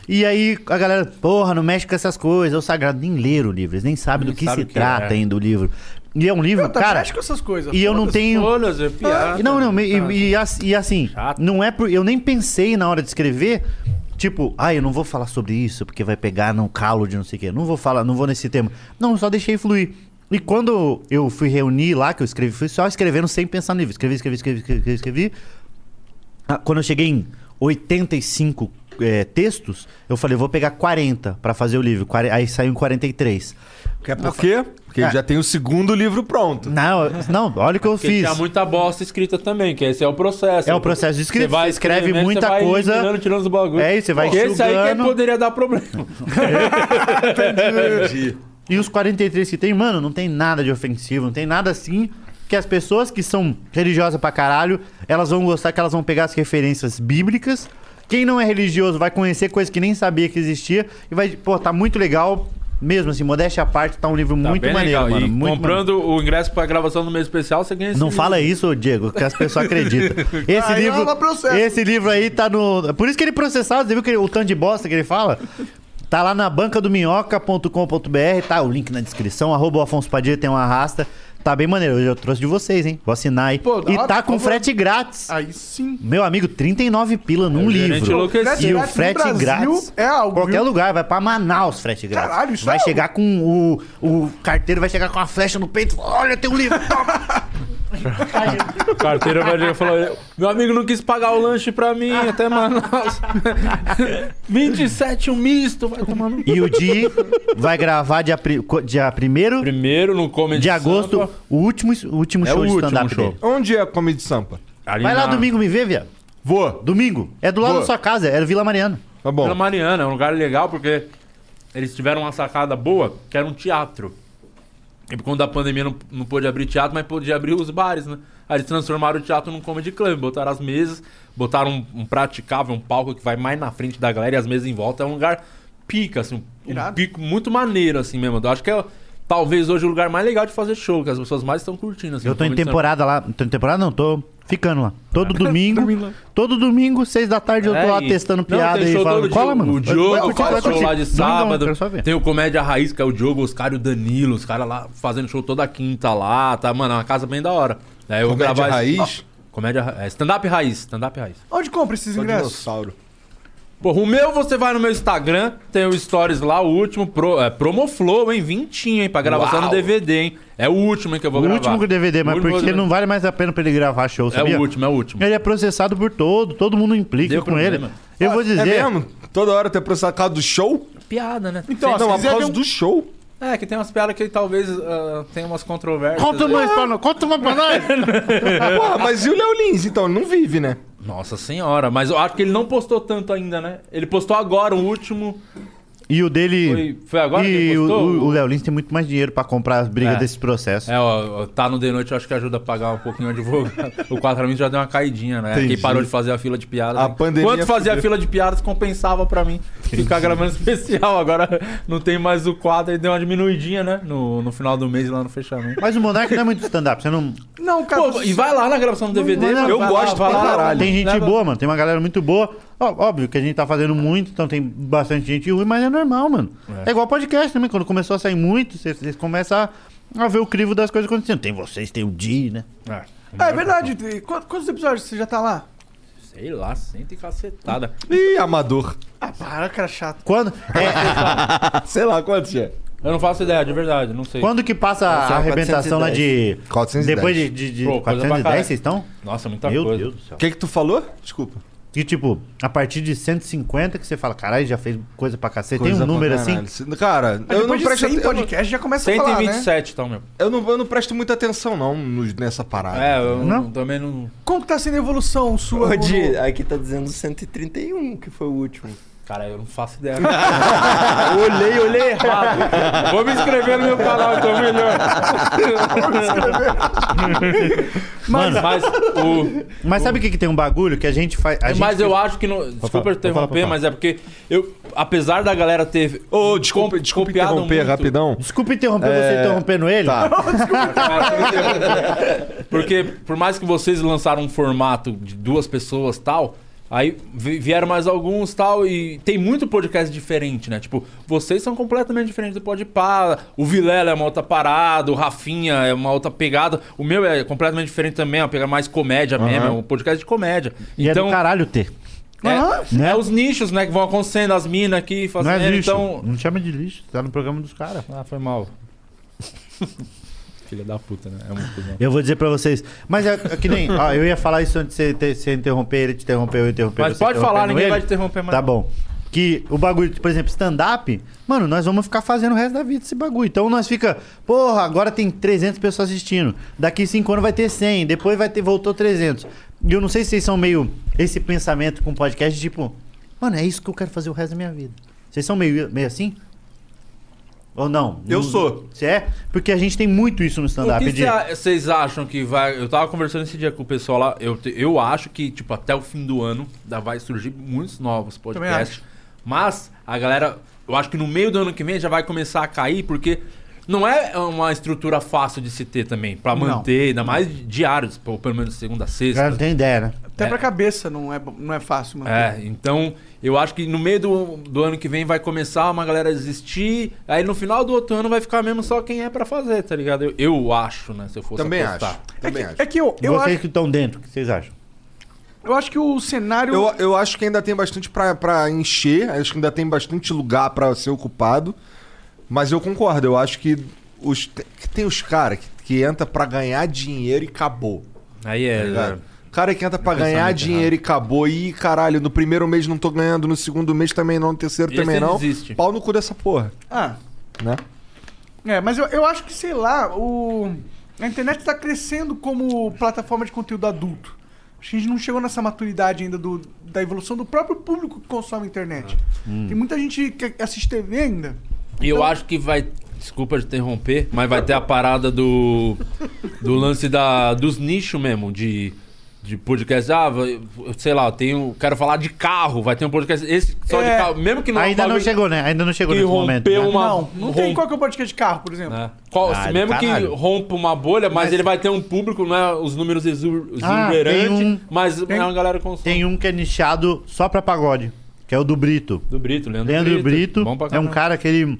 E aí a galera, porra, não mexe com essas coisas, é o sagrado. Nem leram o livro, eles nem sabem do que sabe o se que é. trata ainda o livro. E é um livro, Tá, cara. mexe com essas coisas. E eu não foda-se. tenho. Foda-se, é piada. Ah, Não, não, e, e- e as- e assim, não é por. Eu nem pensei na hora de escrever, tipo, ah, eu não vou falar sobre isso, porque vai pegar no calo de não sei o quê. Não vou falar, não vou nesse tema. Não, só deixei fluir. E quando eu fui reunir lá, que eu escrevi, fui só escrevendo sem pensar no livro. Escrevi, escrevi, escrevi, escrevi, escrevi. Ah, Quando eu cheguei em 85 eh, textos, eu falei, eu vou pegar 40 pra fazer o livro. Quare- Aí saiu em 43. É por quê? Porque É. já tem o segundo livro pronto. Não, não, olha o que eu Porque tinha muita bosta escrita também, que esse é o processo. É o processo de escrita, Você vai você escreve escrevendo, muita você vai coisa. eliminando, tirando os bagulhos. É, e você vai Porque esse aí que enxugando. poderia dar problema. Entendi. E os 43 que tem, mano, não tem nada de ofensivo, não tem nada assim que as pessoas que são religiosas pra caralho, elas vão gostar que elas vão pegar as referências bíblicas. Quem não é religioso vai conhecer coisas que nem sabia que existia e vai, pô, tá muito legal. Mesmo assim, modéstia à parte, tá um livro Tá muito bem maneiro, legal. mano. E Muito comprando o ingresso pra gravação do mês especial, você ganha esse Não livro. fala isso, Diego, que as pessoas acreditam. Esse, Aí é livro, rola processo. esse livro aí tá no. Por isso que ele é processado, você viu que ele- o tanto de bosta que ele fala? Tá lá na banca do minhoca.com.br, tá o link na descrição, arroba o Afonso Padilha tem uma arrasta. Tá bem maneiro, eu trouxe de vocês, hein? Vou assinar aí. Pô, da e hora, tá por com favor. frete grátis. Aí sim. Meu amigo, 39 pila num gerente livro. enlouqueceu. E o Frete frete grátis no Brasil grátis. É algo. Qualquer lugar, vai pra Manaus frete grátis. Caralho, isso Vai é chegar com o. O carteiro vai chegar com uma flecha no peito. e falar, Olha, tem um livro. O carteiro vai chegar e falar: Meu amigo não quis pagar o lanche pra mim, até Manaus. 27, um misto, vai tomar no. E o Di vai gravar dia 1 dia primeiro, primeiro no Comedy de agosto, o último, o último É show o de último stand-up show. dele. Onde é Comedy Sampa? Vai lá domingo me ver, viado. Vou. Domingo. É do lado Boa. da sua casa, é Vila Mariana. Tá Vila Mariana, é um lugar legal porque eles tiveram uma sacada boa, que era um teatro. E por conta da pandemia não, não pôde abrir teatro, mas podia abrir os bares, né? Aí eles transformaram o teatro num comedy club, botaram as mesas, botaram um, um praticável, um palco que vai mais na frente da galera e as mesas em volta. É um lugar pica, assim, um- um, pico muito maneiro, assim mesmo. Eu acho que é talvez hoje o lugar mais legal de fazer show, que as pessoas mais estão curtindo, assim. Eu tô em Comedy Central. temporada lá. Tô em temporada não, tô ficando lá. Todo domingo. todo domingo, seis da tarde, eu tô É, lá e- testando não, piada tem e show falando. todo Cola, dia. mano. O Vai- vai Diogo curtir, vai faz show curtir. lá de Domingão, sábado. quero só ver. Tem o Comédia Raiz, que é o Diogo, Oscar e o Danilo. Os caras lá fazendo show toda quinta lá. Tá, mano, é uma casa bem da hora. Daí eu vou Comédia gravar esse- Raiz? Ó, Comédia Ra- é, Stand-up Raiz. Stand-up Raiz. Onde compra esses Só ingressos? dinossauro. Pô, o meu você vai no meu Instagram, tem o Stories lá, o último, pro, é, Promoflow, hein? Vintinho, hein? Pra gravação Uau. no DVD, hein? É o último hein, que eu O vou gravar. último DVD, mas O último porque DVD. não vale mais a pena pra ele gravar show, É sabia? o último, é o último. Ele é processado por todo, todo mundo implica Deu com problema. ele. Eu vou dizer. É mesmo? Toda hora tem processado por causa do show? Piada, né? Então, Sim, não, mas por causa ver um- do show. É, que tem umas piadas que talvez ah, tenha umas controvérsias. Conta aí. mais pra nós, conta mais pra nós. Porra, mas e o Léo Lins, então? Ele não vive, né? Nossa senhora, mas eu acho que ele não postou tanto ainda, né? Ele postou agora, o último. E o dele. Foi- foi agora que e ele postou? o- o- o Léo Lins tem muito mais dinheiro pra comprar as brigas É. desse processo. É, ó, ó, tá no The Noite, eu acho que ajuda a pagar um pouquinho o advogado. o 4 mil já deu uma caidinha, né? Entendi. Quem parou de fazer a fila de piadas. A né? pandemia Quanto fazia a fudeu. fila de piadas compensava pra mim ficar gravando especial. Agora não tem mais o quadro e deu uma diminuidinha, né? No, no final do mês lá no fechamento. Mas o Monark não é muito stand-up, você não. Não, cara. Pô, e vai lá na gravação do DVD, mano, vai lá, vai lá. Tem gente Leva- boa, mano. Tem uma galera muito boa. Ó, óbvio que a gente tá fazendo muito, então tem bastante gente ruim, mas é normal, mano. É, igual podcast também. Quando começou a sair muito, vocês vocês começam a- a ver o crivo das coisas acontecendo. Tem vocês, tem o Di, né? É verdade. E qu- Quantos episódios você já tá lá? Sei lá, senta e cacetada. Ih, amador. Ah, para, cara chato. Quando? é, Sei lá, quantos é? Eu não faço ideia, de verdade, não sei. Quando que passa Nossa, a arrebentação lá de. 410. Depois de. de, de Pô, coisa pra 410, caralho. vocês estão? Nossa, muita Meu coisa. Deus do céu. O que, que tu falou? Desculpa. E tipo, a partir de 150 que você fala, caralho, já fez coisa pra cacete. tem um número assim? Cara, Mas eu não, depois de presto, 100 eu, não, podcast já começa a falar, né? 127, então, meu. eu, não, eu não presto muita atenção, não, nos- nessa parada. É, eu Não? não- também não. Como que tá sendo a evolução sua? Ô, no- Di, aqui tá dizendo 131, que foi o último. Cara, eu não faço ideia. olhei, olhei errado. Vou me inscrever no meu canal, então melhor. mas, Mano. mas, o, Mas sabe o que, que tem um bagulho que a gente faz. A mas gente... eu acho que. Não, falar, desculpa pode falar, pode interromper, falar. mas é porque eu, apesar da galera ter. Ô, desculpa, com- desculpa copiado interromper muito- rapidão. Desculpa interromper É, você interrompendo ele. Tá. Porque por mais que vocês lançaram um formato de duas pessoas tal, aí vi- vieram mais alguns tal e tem muito podcast diferente, né? Tipo, vocês são completamente diferentes do Podpah, o Vilela é uma outra parada, o Rafinha é uma outra pegada, o meu é completamente diferente também, é uma pegada mais comédia mesmo, é um podcast de comédia. Então, E é do caralho ter. é, Aham. Né? é os nichos, né, que vão acontecendo, as minas aqui Não fazendo, é lixo. então... Não chama de lixo, tá no programa dos caras. Ah, foi mal. Filha da puta, né? É um cuzão. Eu vou dizer pra vocês. Mas é, é que nem. ó, eu ia falar isso antes de você, ter- você interromper, ele te interromper, eu interromper. Mas você pode falar, interrompendo ninguém ele. vai te interromper mais. Tá bom. Que o bagulho, por exemplo, stand-up, mano, nós vamos ficar fazendo o resto da vida esse bagulho. Então nós fica, porra, agora tem 300 pessoas assistindo. Daqui 5 anos vai ter 100, depois vai ter, voltou 300. E eu não sei se vocês são meio esse pensamento com podcast, tipo, mano, é isso que eu quero fazer o resto da minha vida. Vocês são meio, meio assim? Ou não? Eu Não- sou. Você é? Porque a gente tem muito isso no O stand-up. que de- vocês acham que vai. Eu tava conversando esse dia com o pessoal lá. Eu, te- eu acho que, tipo, até o fim do ano ainda vai surgir muitos novos podcasts. Mas a galera Eu acho que no meio do ano que vem já vai começar a cair, porque não é uma estrutura fácil de se ter também, pra Não. manter, ainda mais diários, pô, pelo menos segunda a sexta. Cara, não tem ideia, né? Até pra cabeça não é, bo- não é fácil, mano. É, então eu acho que no meio do, do ano que vem vai começar uma galera a desistir, aí no final do outro ano vai ficar mesmo só quem é pra fazer, tá ligado? Eu, eu acho, né? Se eu fosse Também apostar. acho, também acho. É que eu, eu, Vocês acho, que estão dentro, o que vocês acham? eu acho que o cenário. Eu, eu acho que ainda tem bastante pra, pra encher, acho que ainda tem bastante lugar pra ser ocupado, mas eu concordo, eu acho que, os, que tem os caras que, que entra pra ganhar dinheiro e acabou. tá Aí é. ligado? Cara que entra pra pensamento né? ganhar errado. dinheiro e acabou. Ih, caralho, no primeiro mês não tô ganhando, no segundo mês também não, no terceiro Esse também não. desiste. Pau no cu dessa porra, Ah, né? é, mas eu, eu acho que, sei lá, o. A internet tá crescendo como plataforma de conteúdo adulto. Acho que a gente não chegou nessa maturidade ainda do, da evolução do próprio público que consome a internet. Tem muita gente que assiste TV ainda. E eu acho que vai. Desculpa de interromper, mas vai ter a parada do. Do lance da, dos nichos mesmo, de. De podcast, ah, vai- sei lá, eu tenho, quero falar de carro, vai ter um podcast esse só de É. carro, mesmo que não é um Ainda não bagulho- chegou, né? Ainda não chegou que nesse momento. rompeu né? uma- Não, não tem rompe- qual que é o podcast de carro, por exemplo. né? Qual- Ah, do mesmo que caralho. rompa uma bolha, mas, ele vai ter um público, não é os números exu- Ah, exuberantes, tem um- mas é uma galera com Tem um que é nichado só pra pagode, que é o do Brito. do Brito, Leandro, Leandro Brito, Bom pra é um caramba. cara que ele,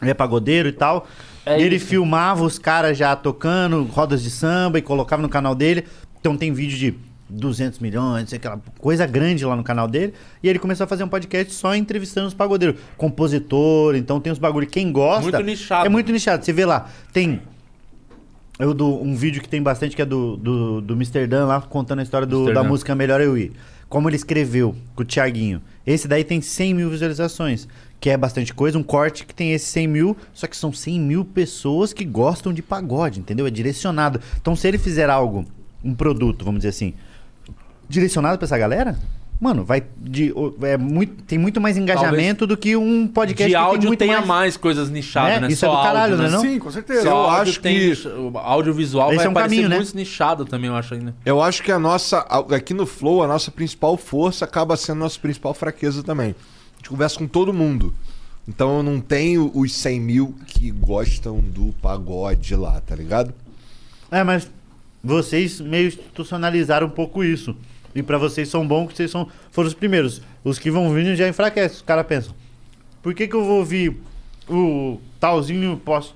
ele é pagodeiro e tal. É ele isso. filmava os caras já tocando rodas de samba e colocava no canal dele. Então tem vídeo de 200 milhões, sei aquela coisa grande lá no canal dele. E ele começou a fazer um podcast só entrevistando os pagodeiros. Compositor, então tem uns bagulho. Quem gosta... Muito nichado. É muito nichado. Você vê lá, tem... Eu do um vídeo que tem bastante, que é do, do, do Mr. Dan lá, contando a história do, Mr. da Dan. música Melhor Eu Ir. Como ele escreveu com o Thiaguinho. Esse daí tem 100 mil visualizações, que é bastante coisa. Um corte que tem esses 100 mil, só que são 100 mil pessoas que gostam de pagode, entendeu? É direcionado. Então, se ele fizer algo, um produto, vamos dizer assim, direcionado pra essa galera... Mano, vai de, o- é muito, tem muito mais engajamento do que um podcast de que áudio tem tem muito tenha mais... mais, coisas nichadas, É, né? isso é do caralho, né, não? Sim, com certeza. Só Eu áudio acho tem que- nicho- o audiovisual Esse vai é um parecer caminho, né? muito nichado também, eu acho ainda. Eu acho que a nossa, a- aqui no Flow, a nossa principal força acaba sendo a nossa principal fraqueza também. A gente conversa com todo mundo. Então eu não tenho os 100 mil que gostam do pagode lá, tá ligado? É, mas vocês meio institucionalizaram um pouco isso. E pra vocês são bons que vocês são, foram os primeiros. Os que vão vindo já enfraquecem. Os caras pensam: por que, que eu vou ouvir o talzinho pós-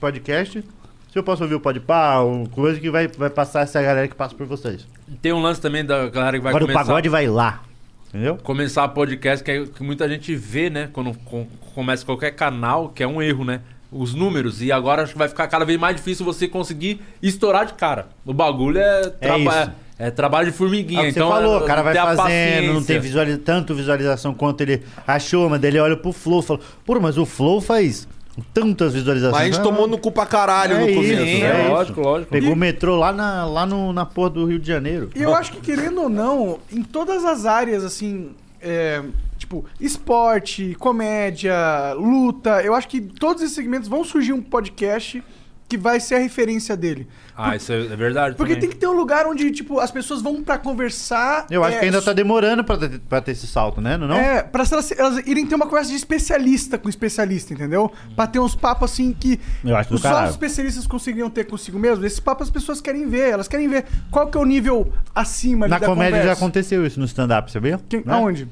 podcast se eu posso ouvir o podpá, o um coisa que vai, vai passar essa galera que passa por vocês? Tem um lance também da galera que vai Agora começar... o pagode vai lá. Entendeu? É começar podcast, que é o que muita gente vê, né? Quando com- começa qualquer canal, que é um erro, né? Os números. E agora acho que vai ficar cada vez mais difícil você conseguir estourar de cara. O bagulho é, traba- isso. é trabalho de É o formiguinha. que então, você falou, o cara vai ter a fazendo, não paciência. tem visualiza tanto visualização quanto ele achou, mas daí ele olha pro Flow e fala, pô, mas o Flow faz tantas visualizações. Mas a gente Ah, tomou no cu pra caralho É no começo, isso, né? é isso. Lógico, lógico. Pegou o metrô lá, na, lá no, na porra do Rio de Janeiro. E eu acho que, querendo ou não, em todas as áreas, assim, é, tipo, esporte, comédia, luta, eu acho que todos esses segmentos vão surgir um podcast que vai ser a referência dele. Ah, isso é é verdade. Porque também. tem que ter um lugar onde, tipo, as pessoas vão pra conversar. Eu acho é, que ainda tá demorando pra ter, pra ter esse salto, né? Não, não? É, pra elas, elas irem ter uma conversa de especialista com especialista, entendeu? Pra ter uns papos assim que Eu acho do os só caralho. os especialistas conseguiriam ter consigo mesmo. Esses papos as pessoas querem ver, elas querem ver qual que é o nível acima ali Na da comédia já conversa. aconteceu isso no stand-up, sabia? Quem, Né? Aonde?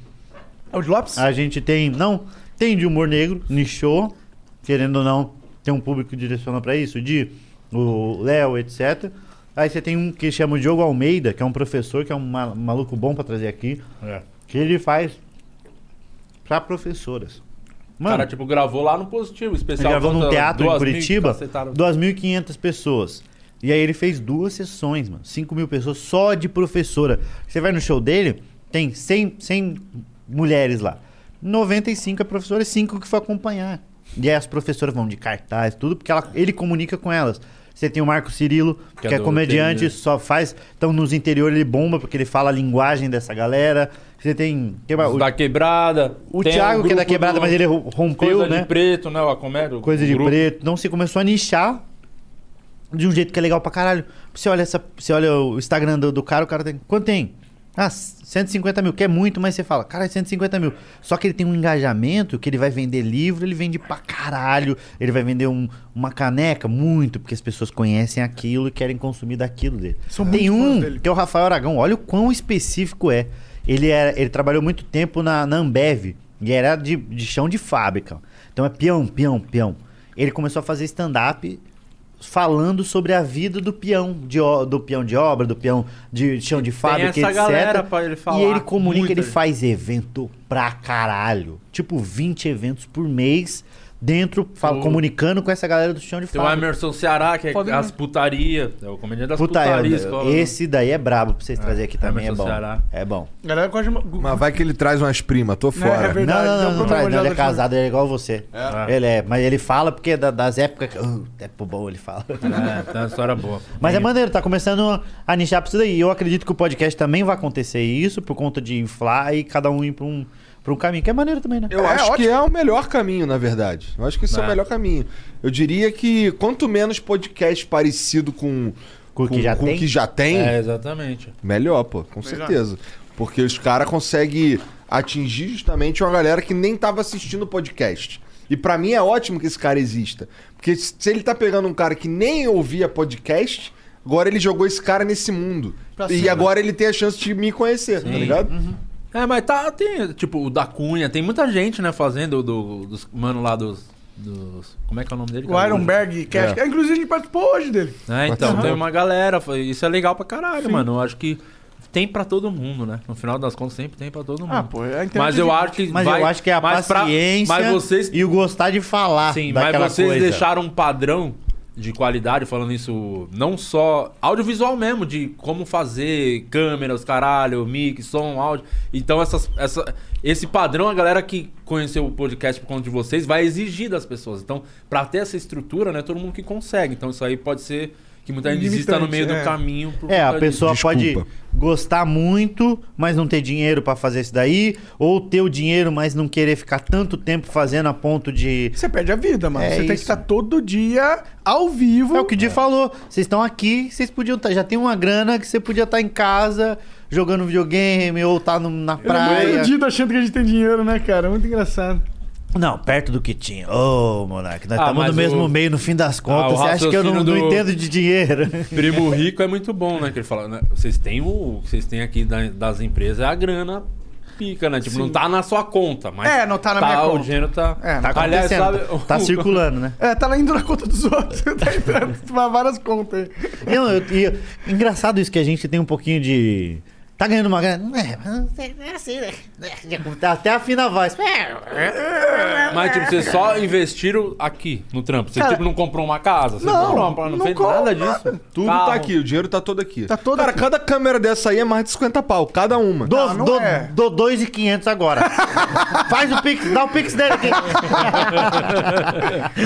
É o de Lopes? A gente tem, não, tem de humor negro, nichou, querendo ou não, tem um público que direciona pra isso, de o Léo, etc. Aí você tem um que chama o Diogo Almeida, que é um professor, que é um ma- maluco bom pra trazer aqui, É. que ele faz pra professoras. O cara, tipo, gravou lá no positivo. Ele Especial gravou num conta teatro em 2.000 Curitiba, cacetadas. 2.500 pessoas. E aí ele fez duas sessões, mano. 5 mil pessoas só de professora. Você vai no show dele, tem 100, 100 mulheres lá. 95 é professora e 5 que foi acompanhar. E aí as professoras vão de cartaz, tudo, porque ela- ele comunica com elas. Você tem o Marco Cirilo, que, Que é adora comediante, ter, né? só faz. Então nos interiores ele bomba, porque ele fala a linguagem dessa galera. Você tem. que mais? Os O- Da quebrada. O tem um Thiago, que é da grupo Quebrada, mas ele ro- rompeu, Coisa né? de preto, né? A comédia. o coisa de grupo. preto. Então você começou a nichar de um jeito que é legal pra caralho. Você olha, essa, você olha o Instagram do, do cara, o cara tem. Quanto tem? Ah, 150 mil, que é muito, mas você fala, cara, 150 mil. Só que ele tem um engajamento que ele vai vender livro, ele vende pra caralho, ele vai vender um- uma caneca muito, porque as pessoas conhecem aquilo e querem consumir daquilo dele. tem um que é o Rafael Aragão, olha o quão específico é. Ele, era, ele trabalhou muito tempo na, na Ambev e era de, de chão de fábrica. Então é peão, peão, peão. Ele começou a fazer stand-up falando sobre a vida do peão, de, o- do peão de obra, do peão de chão de fábrica, essa etc. galera pra ele falar. E ele comunica, Muito ele ele. faz evento pra caralho. Tipo, 20 eventos por mês dentro, fala- Oh. comunicando com essa galera do chão de Tem o fábrica. Emerson Ceará, que é Foda, as né? putaria. É o comediante das Puta, é, putarias. qual é o nome? esse daí é brabo pra vocês trazerem aqui também, Emerson é bom. Ceará. É bom. Galera gosta de uma- Mas vai que ele traz umas primas, tô fora. Não, não, um não, não, traz, não, ele é casado. casado, ele é igual você. É? Ele é, mas ele fala porque é da- das épocas. que- Uh, tempo bom, ele fala. É, tá uma história boa. Mas é maneiro, tá começando a nichar pra isso daí. Eu acredito que o podcast também vai acontecer isso por conta de inflar e cada um ir pra um, pra um caminho, que é maneiro também, né? Eu acho que é o melhor caminho, na verdade. Eu acho que esse é, É. o melhor caminho. Eu diria que quanto menos podcast parecido com com o que já tem? que já tem, É, exatamente. melhor, pô, com Melhor. certeza. Porque os caras conseguem atingir justamente uma galera que nem tava assistindo podcast. E pra mim é ótimo que esse cara exista. Porque se ele tá pegando um cara que nem ouvia podcast, agora ele jogou esse cara nesse mundo. Pra e cima. agora ele tem a chance de me conhecer, tá Sim. ligado? É, mas tá, tem, tipo, o da Cunha, tem muita gente, né, fazendo do, dos mano lá dos, dos- Como é que é o nome dele? O Ironberg Cash. É. Inclusive, a gente participou hoje dele. É, então, tá Aham. tem uma galera, foi- isso é legal pra caralho, Sim. mano. Eu acho que tem pra todo mundo, né? No final das contas, sempre tem pra todo mundo. Ah, pô, a internet mas eu existe. acho que. Mas vai- eu acho que é a mas pra- paciência mas vocês e o gostar de falar Sim, daquela mas vocês coisa. deixaram um padrão de qualidade, falando isso não só audiovisual mesmo, de como fazer câmeras, caralho, mic, som, áudio. Então, essas, essa, esse padrão, a galera que conheceu o podcast por conta de vocês vai exigir das pessoas. Então, pra ter essa estrutura, não é todo mundo que consegue. Então, isso aí pode ser que muita gente desista no Limitante, meio é. do caminho. por É, a conta disso. pessoa pode gostar muito, mas não ter dinheiro pra fazer isso daí, ou ter o dinheiro, mas não querer ficar tanto tempo fazendo a ponto de Você perde a vida, mano. É você tem que isso. estar todo dia ao vivo. É o que o Di falou. Vocês estão aqui, vocês podiam tá, já tem uma grana que você podia estar em casa jogando videogame ou tá no- na Eu não praia. acredito achando que a gente tem dinheiro, né, cara? Muito engraçado. Não, perto do que tinha. Ô, Monark, nós Ah, estamos mas no mesmo o- meio, no fim das Ah, o contas. você acha que eu não, raciocínio não do- entendo de dinheiro? Primo rico é muito bom, né? Que ele fala, né? Vocês têm o, o que vocês têm aqui da- das empresas é a grana pica, né? Tipo, Sim. não tá na sua conta, mas É, não tá na minha O conta. dinheiro tá, É, não tá Aliás, acontecendo. sabe- Tá circulando, né? É, tá lá indo na conta dos outros. tá entrando pra várias contas aí. Não, eu, e eu- engraçado isso que a gente tem um pouquinho de. Tá ganhando uma grana. Não é, mas é assim, né? Até afina a voz. É, Mas tipo, vocês só investiram aqui no trampo. Você Cara, tipo não comprou uma casa, você não, não, comprou, não, não fez compra nada disso. Tudo Carro. tá aqui, o dinheiro tá todo aqui. Tá todo Cara, cada câmera dessa aí é mais de 50 pau, cada uma. Do, do, é. do 2,500 agora. Faz o pix, dá o pix dele aqui.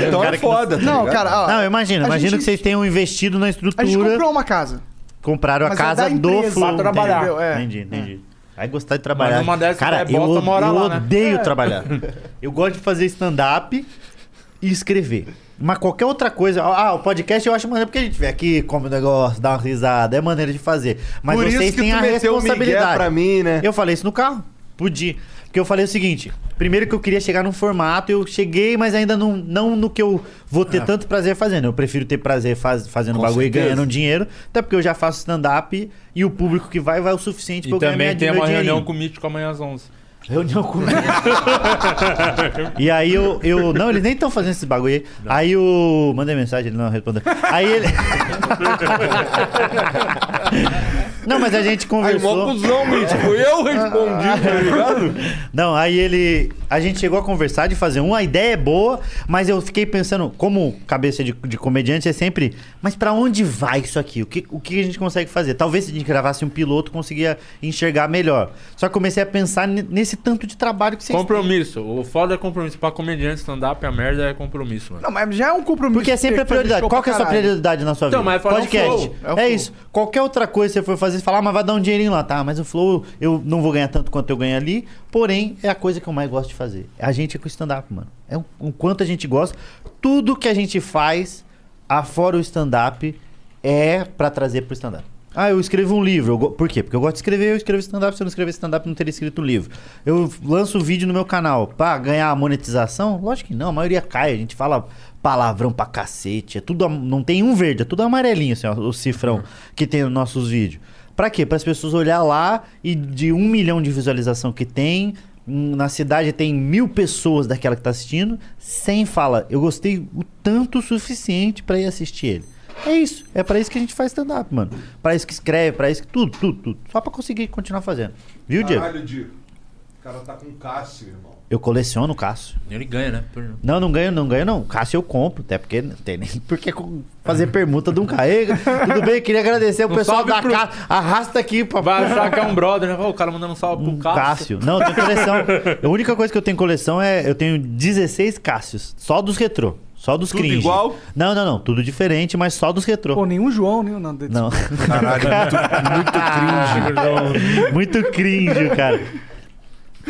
Então é foda, tá Não, ligado? cara, ó, não, é imagina, a imagina gente- que vocês tenham investido na A estrutura. gente comprou uma casa. Compraram a Mas é casa da do empresa, Flow. pra trabalhar. entendeu? É. Entendeu? É. Entendi, entendi. Aí gostar de trabalhar. Mas numa dessas, Cara, é eu, bosta, od- mora eu lá, né? odeio É. trabalhar. Eu gosto de fazer stand-up e escrever. Mas qualquer outra coisa. Ah, o podcast eu acho maneiro porque a gente vem aqui, come o negócio, dá uma risada. É maneira de fazer. Mas Por isso vocês que têm tu a meteu o migué responsabilidade. pra mim, né? Eu falei isso no carro. Podia. Porque eu falei o seguinte: primeiro que eu queria chegar num formato, eu cheguei, mas ainda não, não no que eu vou ter É. tanto prazer fazendo. Eu prefiro ter prazer faz- fazendo Com bagulho certeza. e ganhando um dinheiro, até porque eu já faço stand-up e o público que vai vai o suficiente pra E Tipo, eu ganhar também minha, tem meu uma reunião dinheirinho. com o Mítico amanhã às 11. Reunião com E aí eu, eu não, eles nem estão fazendo esse bagulho aí. Aí eu mandei mensagem, ele não respondeu. Aí ele Não, mas a gente conversou. Aí, mó cuzão, Mítico. Eu respondi, tá ligado? Não, aí ele. A gente chegou a conversar de fazer um, a ideia é boa, mas eu fiquei pensando, como cabeça de, de comediante é sempre, mas pra onde vai isso aqui? O que, o que a gente consegue fazer? Talvez se a gente gravasse um piloto, conseguia enxergar melhor. Só que comecei a pensar ne- nesse tanto de trabalho que vocês Compromisso. O foda é compromisso. Pra comediante stand-up, a merda é compromisso, mano. Não, mas já é um compromisso. Porque é sempre a prioridade. Qual que é a sua prioridade na sua vida? Então, mas fala, é um Podcast. flow, É, isso. Qualquer outra coisa que você for fazer, você fala, ah, mas vai dar um dinheirinho lá, tá? Mas o flow, eu não vou ganhar tanto quanto eu ganho ali. Porém, é a coisa que eu mais gosto de fazer. A gente é com stand-up, mano. É o, o quanto a gente gosta. Tudo que a gente faz, afora o stand-up, é pra trazer pro stand-up. Ah, eu escrevo um livro. Eu go- Por quê? Porque eu gosto de escrever, eu escrevo stand-up. Se eu não escrever stand-up, eu não teria escrito um livro. Eu lanço um vídeo no meu canal pra ganhar a monetização? Lógico que não, a maioria cai. A gente fala palavrão pra cacete. É tudo, am- não tem um verde, é tudo amarelinho, assim, ó, o cifrão que tem nos nossos vídeos. Pra quê? Para as pessoas olhar lá e de um milhão de visualização que tem, hum, na cidade tem mil pessoas daquela que tá assistindo, sem fala, eu gostei o tanto suficiente pra ir assistir ele. É isso, é pra isso que a gente faz stand-up, mano. Pra isso que escreve, pra isso que tudo, tudo, tudo. Só pra conseguir continuar fazendo. Viu, Diego? Caralho, Diego. O cara tá com Cássio, irmão. Eu coleciono o Cássio. Ele ganha, né? Por- Não, não ganho, não ganho, não. Cássio eu compro, até porque não tem nem porque fazer permuta de um carrega. Tudo bem, queria agradecer o Um pessoal salve da pro- Cássio. Arrasta aqui, papai. Vai achar que é um brother, né? Ó, O cara mandando um salve pro Cássio. Cássio. Não, eu tenho coleção. A única coisa que eu tenho coleção é. Eu tenho 16 Cássios. Só dos retrô. Só dos Tudo cringe. igual? Não, não, não. Tudo diferente, mas só dos retrô. Pô, nenhum João, nenhum nada Não. Caralho, é muito, muito cringe, João. Muito cringe, cara.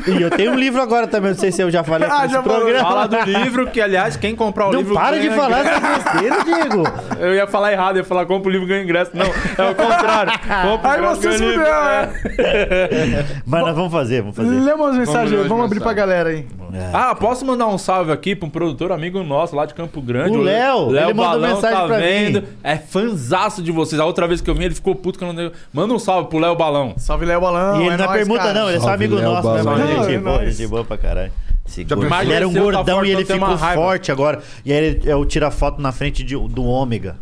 E eu tenho um livro agora também, não sei se eu já falei Ah, aqui nesse programa. Ah, Fala do livro, que aliás, quem comprar o Não livro. para de ganha falar ingresso. essa besteira, Diego. Eu ia falar errado, ia falar compra o livro ganha ingresso. Não, é o contrário. Compra o Aí ingresso, você se ganha livro. fudeu, é. Mas nós vamos fazer, vamos fazer. Lê umas mensagens, vamos, ler as abrir pra galera aí. Ah, posso mandar um salve aqui pra um produtor amigo nosso lá de Campo Grande. O Léo, ele mandou Balão mensagem pra mim. É fanzaço de vocês. A outra vez que eu vim, ele ficou puto que eu não dei. Manda um salve pro Léo Balão. Salve, Léo Balão. E ele não é permuta, não, ele é só amigo nosso, né? Mas gente boa, gente boa pra caralho. Esse gordo. pensou? Ele era um Emagreceu, tá gordão forte, e ele então tem uma ficou raiva. forte agora. E aí ele, eu tiro a foto na frente de- do ômega.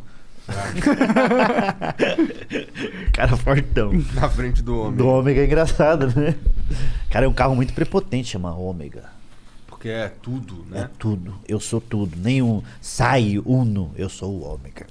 É. Cara fortão. Na frente do homem. Do ômega é engraçado, né? Cara, é um carro muito prepotente chamar ômega. Porque é tudo, né? É tudo. Eu sou tudo. Nenhum. Sai, uno. Eu sou o ômega.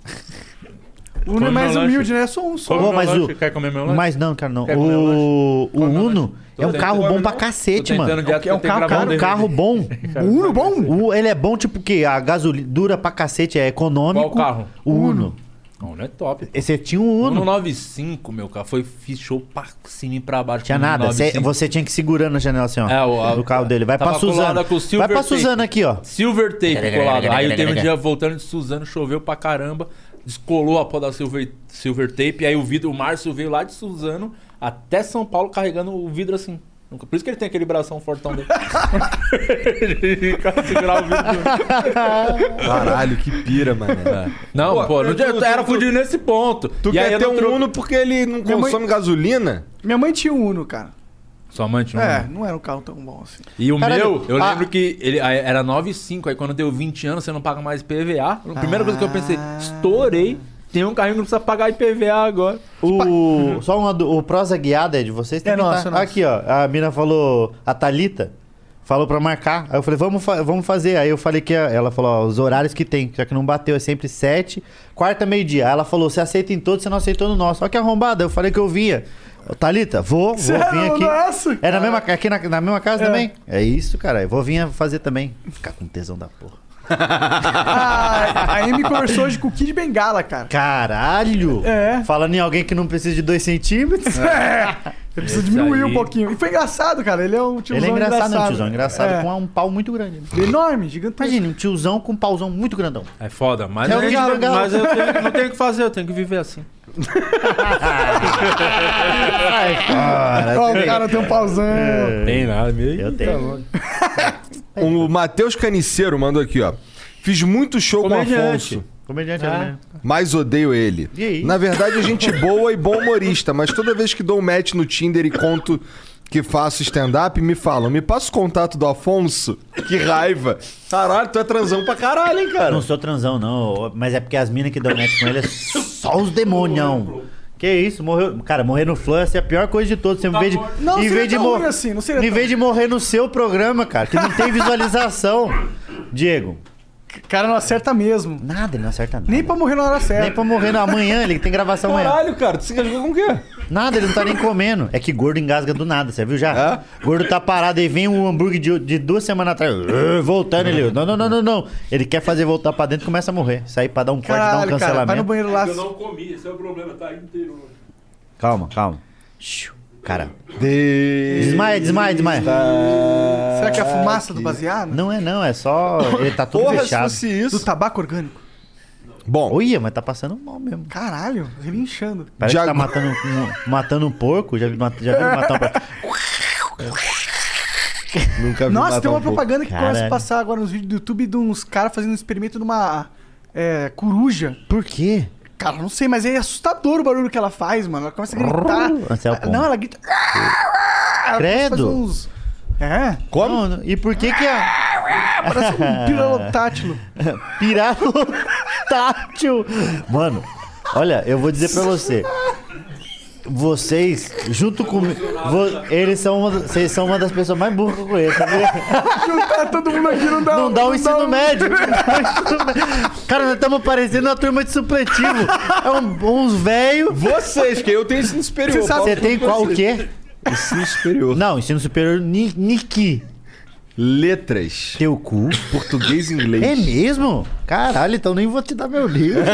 Uno é Come mais meu humilde, lanche. né? É só um só. Pô, mas o... Quer comer meu lanche? Mas não, cara, não. Quer comer meu O, o Uno é um tentando. carro bom pra Tô cacete, tentando mano. dieta É um porque tem que gravar um carro, cara, um DVD. carro bom. O Uno bom? ele é bom tipo que a gasolina dura pra cacete, é econômico. Qual carro? O Uno. Não, não é top. pô. Você tinha um Uno. 195, meu cara. Foi fechou pra cima e pra baixo. Um Tinha com nada. Cê- 195. você tinha que ir segurando a janela assim, ó. É, o- a- do carro dele. Vai tava pra Suzana. colada com o Vai Silver pra Tape. Suzana aqui, ó. Silver tape colado. Aí teve um dia voltando de Suzano, choveu pra caramba, descolou a pó da silver, silver tape. Aí o vidro, o Márcio veio lá de Suzano até São Paulo carregando o vidro assim. Nunca- Por isso que ele tem aquele bração fortão dele. ele fica segurar o vidro. Caralho, que pira, mano. É. Não, pô, não tu- adianta, era fudido nesse ponto. Tu E aí quer eu ter não um tro- Uno porque ele não Minha mãe- consome gasolina? Minha mãe tinha um Uno, cara. Sua mãe tinha um É, Hum. Uno? não era um carro tão bom assim. E o Caralho, meu, eu ah. lembro que ele aí era 9,5, aí quando deu 20 anos você não paga mais IPVA. A primeira coisa que eu pensei, estourei, tem um carrinho que não precisa pagar IPVA agora. O, só uma do- o prosa guiada é de vocês? também, nosso, tá? é nosso. Aqui, ó. A mina falou, a Thalita falou pra marcar. Aí eu falei, vamos, fa- vamos fazer. Aí eu falei que a- ela falou, ó, os horários que tem, já que não bateu, é sempre sete, quarta, meio-dia. Aí ela falou, você aceita em todos, você não aceitou no nosso. Olha que arrombada, eu falei que eu vinha. Ô, Thalita, vou, vou Sério? vir aqui. Nossa, é na mesma, aqui na, na mesma casa É. também? É isso, cara. Eu vou vir fazer também. Ficar com tesão da porra. A, a Amy Ah, conversou hoje com o Kid Bengala, cara. Caralho! É. Falando em alguém que não precisa de dois centímetros. É. Você precisa Esse diminuir aí. um pouquinho. E foi engraçado, cara. Ele é um tiozão Ele é engraçado, né, um tiozão engraçado É. com um pau muito grande. Enorme, gigantesco. Imagina, um tiozão com um pauzão muito grandão. É foda, mas, É eu, o Kid mas, Bengala. eu tenho- não tenho o que fazer, eu tenho que viver assim. Cara, Ó, o cara É. tem um pauzão. É. Tem nada, meio. Eu Então. tenho. O Matheus Caniceiro mandou aqui, ó. Fiz muito show com o Comediante. Afonso. Comediante Ah. É. ele mesmo. Mas odeio ele. E aí? Na verdade, é gente boa e bom humorista, mas toda vez que dou um match no Tinder e conto que faço stand-up, me falam, me passa o contato do Afonso. Que raiva. Caralho, tu é transão pra caralho, hein, cara? Não sou transão, não. Mas é porque as minas que dão match com ele é só os demônião. Que isso, morreu. Cara, morrer no Flush é a pior coisa de todos. Você em vez de, Tá Não, em seria vez de tão mor- ruim assim, não seria Em tão- vez de morrer no seu programa, cara, que não tem visualização. Diego. O cara não acerta mesmo. Nada, ele não acerta nada. Nem pra morrer na hora certa. Nem pra morrer na manhã, ele tem gravação amanhã. Caralho, cara, tu se engasgou com o quê? Nada, ele não tá nem comendo. É que gordo engasga do nada, você viu já? Gordo tá parado aí, vem um hambúrguer de, de duas semanas atrás, "Ah", voltando ele. Não, não, não, não, não. Ele quer fazer voltar pra dentro, começa a morrer. Sair pra dar um corte, dar um Caralho, cara. Vai no cancelamento. banheiro lá. comi, esse é o problema, tá inteiro. calma, calma. Xiu. Cara. Desmaia, desmaia, desmaia. Será que é a fumaça do baseado? Não é, não, é só. Ele tá tudo fechado. isso. Do tabaco orgânico. Bom. Olha, mas tá passando mal mesmo. Caralho, relinchando. Parece que tá matando um, matando um porco. Já vi, mat- já vi matar um porco. Nunca Nossa, tem uma propaganda que começa a Caralho. passar agora nos vídeos do YouTube de uns caras fazendo um experimento numa é, coruja. Por quê? Cara, não sei, mas é assustador o barulho que ela faz, mano. Ela começa a gritar. Esse é o Ah, ponto. não, ela grita. Ela começa a fazer Credo. uns- É? Como? e por que que a... Parece um piralotátil. Piralotátil. Mano, olha, eu vou dizer pra você. Vocês, junto comigo... vo- Eles são uma, vocês são uma das pessoas mais burras que eu conheço, sabia? Juntar tá todo mundo aqui não dá um Não dá um o ensino médio. Cara, nós estamos parecendo uma turma de supletivo. É um, uns velho. Vocês, que eu tenho ensino superior. Você, Paulo, tem qual o vocês. quê? Ensino superior. Não, ensino superior ni- Niki. Letras. Teu cu. Português e inglês. É mesmo? Caralho, então nem vou te dar meu livro.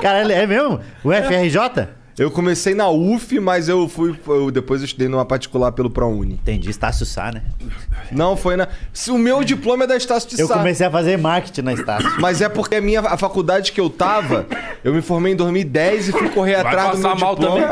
Caralho, é mesmo? O FRJ? Eu comecei na UF, mas eu fui. eu- depois eu estudei numa particular pelo ProUni. Entendi, Estácio Sá, né? Não, foi na. se O meu diploma é da Estácio de Sá. Eu comecei a fazer marketing na Estácio. Mas é porque a minha a faculdade que eu tava, eu me formei em 2010 e fui correr Vai atrás do passar meu mal diploma.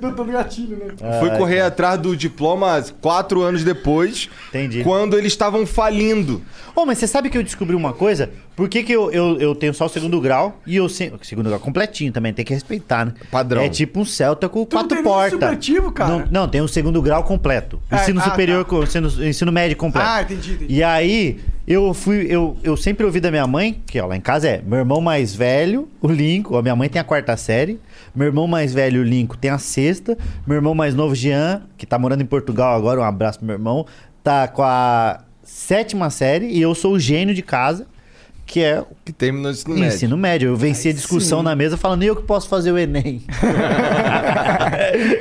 Dando gatilho, né? Fui Ai, correr atrás do diploma quatro anos depois. Entendi. Quando eles estavam falindo. Ô, mas você sabe que eu descobri uma coisa? Por que, que eu, eu, eu tenho só o segundo grau e eu se... Segundo grau completinho também, tem que respeitar, né? Padrão. É tipo um Celta com não quatro tem nem portas. supletivo, cara? Não, não, tem um segundo grau completo. Ah, Ensino ah, superior, tá. com- ensino, ensino médio completo. Ah, entendi, entendi. Tá. E aí, eu fui, eu, eu sempre ouvi da minha mãe, que ó, lá em casa é meu irmão mais velho, o Linco, a minha mãe tem a quarta série, meu irmão mais velho, o Linco, tem a sexta, meu irmão mais novo, Jean, que tá morando em Portugal agora, um abraço pro meu irmão, tá com a sétima série e eu sou o gênio de casa, que é o Que terminou isso no ensino, médio. médio. Eu venci a discussão na mesa falando, e eu que posso fazer o Enem.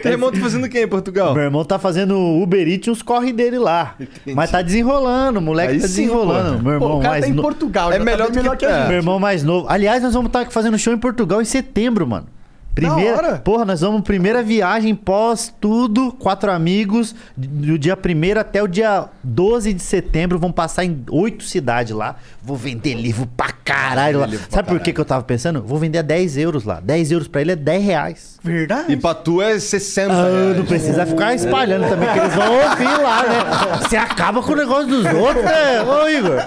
Teu irmão tá fazendo o quê em Portugal? Meu irmão tá fazendo Uber Eats e uns corre dele lá. Mas tá desenrolando, o moleque Aí tá sim, desenrolando. porra. Meu irmão Pô, o cara mais tá em no- Portugal, É já melhor tá bem do que- melhor que, a é. Meu gente. irmão mais novo. Aliás, nós vamos estar fazendo show em Portugal em setembro, mano. Primeira, Da hora. porra, nós vamos primeira viagem pós tudo, quatro amigos, do dia 1 até o dia 12 de setembro, vão passar em oito cidades lá. Vou vender livro pra caralho lá. Vender livro pra Sabe por que que eu tava pensando? Vou vender a 10 euros lá. 10 euros pra ele é 10 reais. Verdade? E pra tu é 60 Ah, reais. não precisa ficar espalhando também, que eles vão ouvir lá, né? Você acaba com o negócio dos outros, né? Ô, Igor.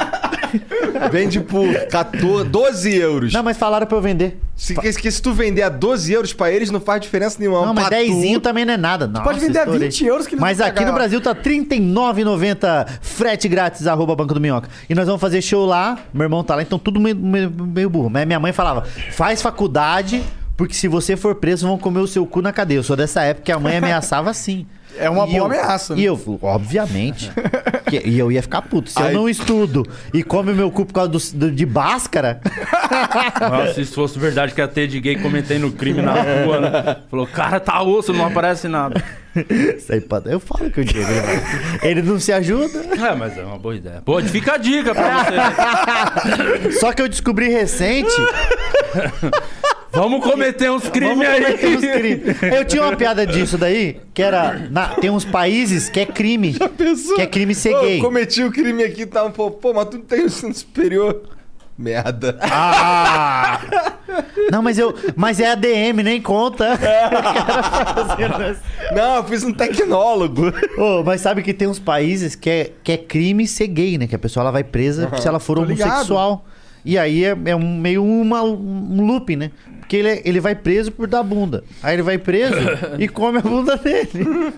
Vende por 14, 12 euros. Não, mas falaram pra eu vender. Se, que, que se tu vender a 12 euros pra eles, não faz diferença nenhuma. É um Não, mas Pra tu- 10 também não é nada. Nossa, pode vender a estourei. 20 euros que eles Mas vão aqui no pagar. Brasil tá R$39,90. Frete grátis, arroba Banco do Minhoca. E nós vamos fazer show lá. Meu irmão tá lá, então tudo meio, meio- meio burro. Mas minha mãe falava, faz faculdade... Porque se você for preso, vão comer o seu cu na cadeia. Eu sou dessa época que a mãe ameaçava assim. É uma boa eu- ameaça, né? E eu, obviamente. que- e eu ia ficar puto. Se Aí- eu não estudo e come o meu cu por causa do- do- de báscara, Nossa, se isso fosse verdade, que a T de gay comentei no crime na rua, né? Falou, cara, tá osso, não aparece nada. Isso aí, pode- eu falo que o Diego ele, vai- ele não se ajuda. É, mas é uma boa ideia. Pô, fica a dica pra você. né? Só que eu descobri recente. Vamos cometer uns Vamos crimes aí. cometer uns crimes. Eu tinha uma piada disso daí, que era. na- tem uns países que é crime. Pensou? Que é crime ser Ô, gay. cometi o crime aqui, tá um pouco. Pô, mas tu não tem o ensino superior? Merda. Ah! Não, mas eu. Mas é ADM, nem conta. Não, eu fiz um tecnólogo. Ô, mas sabe que tem uns países que é, que é crime ser gay, né? Que a pessoa ela vai presa se ela for Tô ligado. homossexual. E aí é, é um, meio uma, um loop, né? Porque ele, é- ele vai preso por dar bunda. Aí ele vai preso e come a bunda dele.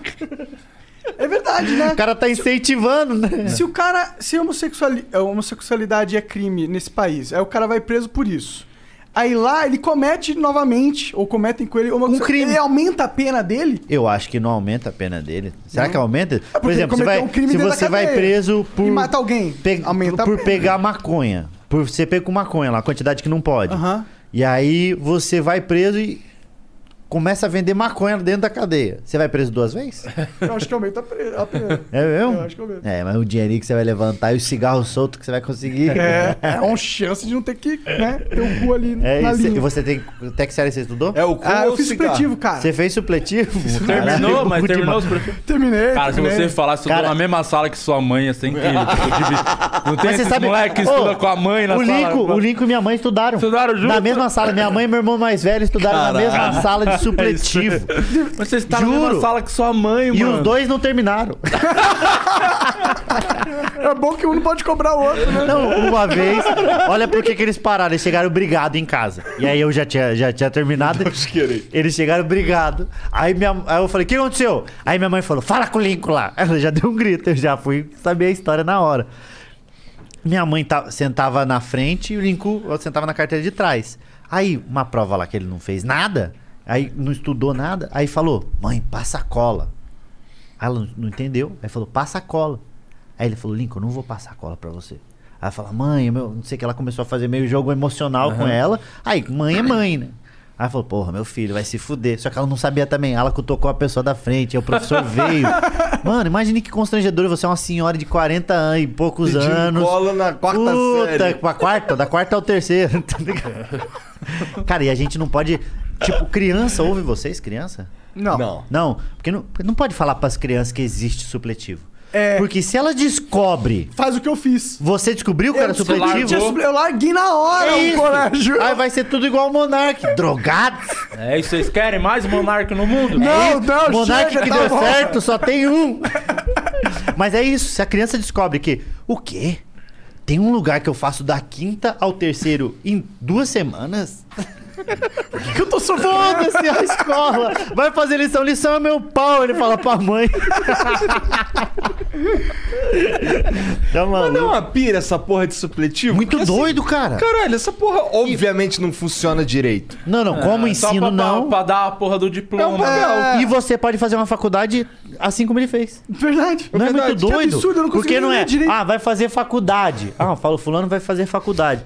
É verdade, né? O cara tá incentivando, né? Se o cara. Se homossexuali- a homossexualidade é crime nesse país, aí o cara vai preso por isso. Aí lá ele comete novamente, ou cometem com ele homosse- Um crime. Ele aumenta a pena dele? Eu acho que não aumenta a pena dele. Será que aumenta? É porque Por exemplo, ele você vai, cometeu um crime se dentro da você vai cadeia. preso por. E mata alguém, pe- aumenta a por pena. pegar maconha. Por ser pego com maconha lá, a quantidade que não pode. Aham. E aí você vai preso e. co- começa a vender maconha dentro da cadeia. Você vai preso duas vezes? Eu acho que aumenta a pre- a pena. É mesmo? Eu acho que aumenta. É, mas o dinheirinho que você vai levantar e o cigarro solto que você vai conseguir. É, é uma chance de não ter que, né, ter o cu ali É, na e cê- linha. e você tem. Até que série você estudou? É o cu Ah, eu ou fiz cigarro? supletivo, cara. Você fez supletivo? Terminou, mas terminou os Terminei. Cara, se terminei. você falasse que estudou na mesma sala que sua mãe, ia ser incrível. Tipo, de- Não tem Mas você esses sabe- moleque que Ô, estuda com a mãe na o sala. Lincoln, o Lincoln e minha mãe estudaram. Estudaram junto? Na mesma sala. Minha mãe e meu irmão mais velho estudaram na Caralho. mesma sala de supletivo. Mas você está na mesma sala que sua mãe, E mano. os dois não terminaram. É bom que um não pode cobrar o outro, né? Não, Então, uma vez. Olha por que que eles pararam. Eles chegaram brigado em casa. E aí eu já tinha, já tinha terminado. Eles chegaram brigado. Aí, minha, aí eu falei, o que aconteceu? Aí minha mãe falou, fala com o Lincoln lá. Ela já deu um grito. Eu já fui saber a história na hora. Minha mãe ta- sentava na frente e o Lincoln sentava na carteira de trás. Aí, uma prova lá que ele não fez nada, aí não estudou nada, aí falou: Mãe, passa a cola. Aí ela não entendeu, aí falou: Passa a cola. Aí ele falou: Lincoln, eu não vou passar a cola pra você. Aí ela fala: Mãe, é meu, não sei o que. Ela começou a fazer meio jogo emocional com Aham. ela. Aí, mãe é mãe, né? Aí falou, porra, meu filho vai se fuder. Só que ela não sabia também. Ela cutucou a pessoa da frente, aí o professor veio. Mano, imagine que constrangedor. Você é uma senhora de 40 anos e poucos Pedindo anos. cola na quarta Puta, série. pra quarta, da quarta ao terceiro, tá ligado? Cara, e a gente não pode. Tipo, criança, ouve vocês, criança? Não. Não. porque não, porque não pode falar pras crianças que existe supletivo. É. Porque se ela descobre. Faz o que eu fiz. Você descobriu que era Eu- supletivo? Eu, tinha- eu larguei na hora É o isso. colégio. Aí vai ser tudo igual o Monark. Drogado. É isso, vocês querem mais monarca no mundo? É isso. Monark que deu certo, só tem um. Mas é isso, se a criança descobre que o quê? Tem um lugar que eu faço da quinta ao terceiro em duas semanas? Por que, eu tô sofrendo? Foda-se a escola! Vai fazer lição, lição é meu pau, ele fala pra mãe. tá Mas não é uma pira essa porra de supletivo? assim, Muito doido, cara. Caralho, essa porra obviamente não funciona direito. Não, não, É, só pra dar- pra dar a porra do diploma. É, E você pode fazer uma faculdade assim como ele fez. Verdade. Não é muito Que doido? absurdo, eu não consegui porque não nem é. ler direito. Ah, vai fazer faculdade. Ah, fala, fulano vai fazer faculdade.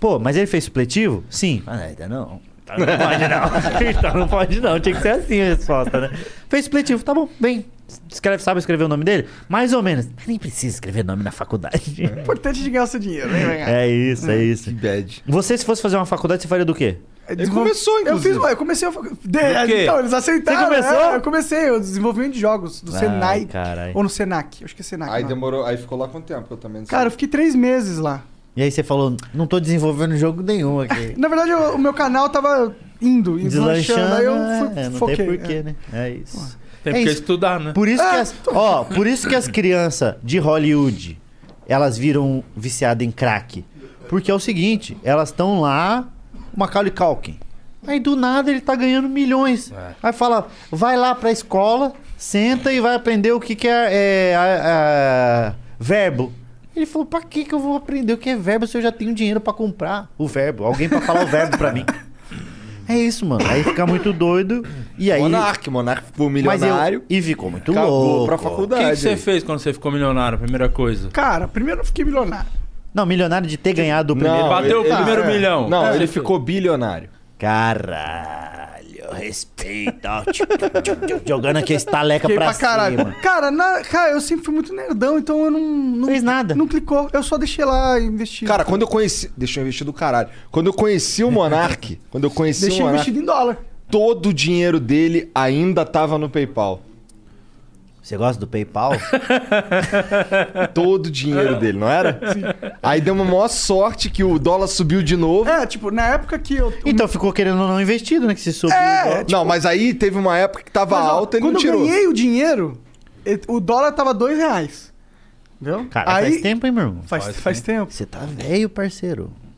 Pô, mas ele fez supletivo? Sim. Ah, ainda não. Então Não pode não. Então não pode não. Tinha que ser assim a resposta, né? Fez supletivo, tá bom, vem. Escreve, sabe escrever o nome dele? Mais ou menos. Mas nem precisa escrever nome na faculdade. O importante é de ganhar seu dinheiro, né? Vai ganhar. É isso, é isso. Que bad. Você, se fosse fazer uma faculdade, você faria do quê? É Desenvol- começou, inclusive. Eu, fiz, eu comecei a... fa- Do quê? De, então, eles aceitaram. Você começou? é, eu comecei o desenvolvimento de jogos do Ai, Senai. carai. Ou no Senac. Acho que é Senac. Aí não. demorou, aí ficou lá quanto tempo? Eu também não sei. Cara, eu fiquei três meses lá. E aí você falou, não tô desenvolvendo jogo nenhum aqui. Na verdade, eu- o meu canal tava indo, deslanchando. Deslanchando, Aí eu fui, é, não foquei. tem porquê, é. né? É isso. Tem é porque isso. estudar, né? Por isso que as, ó, por isso que as crianças de Hollywood, elas viram viciadas em crack. Porque é o seguinte, elas estão lá, o Macaulay Culkin. Aí do nada ele tá ganhando milhões. Aí fala, vai lá pra escola, senta e vai aprender o que, que é, é, a- a- verbo. Ele falou, pra que, que eu vou aprender o que é verbo se eu já tenho dinheiro pra comprar o verbo? Alguém pra falar o verbo pra mim. É isso, mano. Aí fica muito doido. E aí. Monark, Monark ficou milionário. Mas eu- e ficou muito Acabou louco. pra O que, que você fez quando você ficou milionário, primeira coisa? Cara, primeiro eu fiquei milionário. Não, milionário de ter ganhado o primeiro. Não, Bateu o ele- primeiro é. milhão. Não, É. ele ficou bilionário. Caralho, respeita. Tchum, tchum, tchum, Jogando aqui a estaleca Fiquei pra, pra caralho. cima. Cara, na- cara, eu sempre fui muito nerdão, então eu não, não. Fez nada. Não clicou. Eu só deixei lá investir. Cara, quando eu conheci. Deixa eu investir do caralho. Quando eu conheci o Monark, quando eu conheci Deixei o Monark. investido em dólar. Todo o dinheiro dele ainda tava no PayPal. Você gosta do PayPal? Todo o dinheiro dele, não era? Aí deu uma maior sorte que o dólar subiu de novo. É, tipo, na época que eu. É, Então ficou querendo ou não investido, né? Que se subiu. não, mas aí teve uma época que tava Mas, ó, alta e quando não eu tirou. ganhei o dinheiro, e- o dólar tava dois reais. Entendeu? Cara, faz tempo, hein, meu irmão? Faz, faz, tempo. Você tá velho, parceiro. Uh,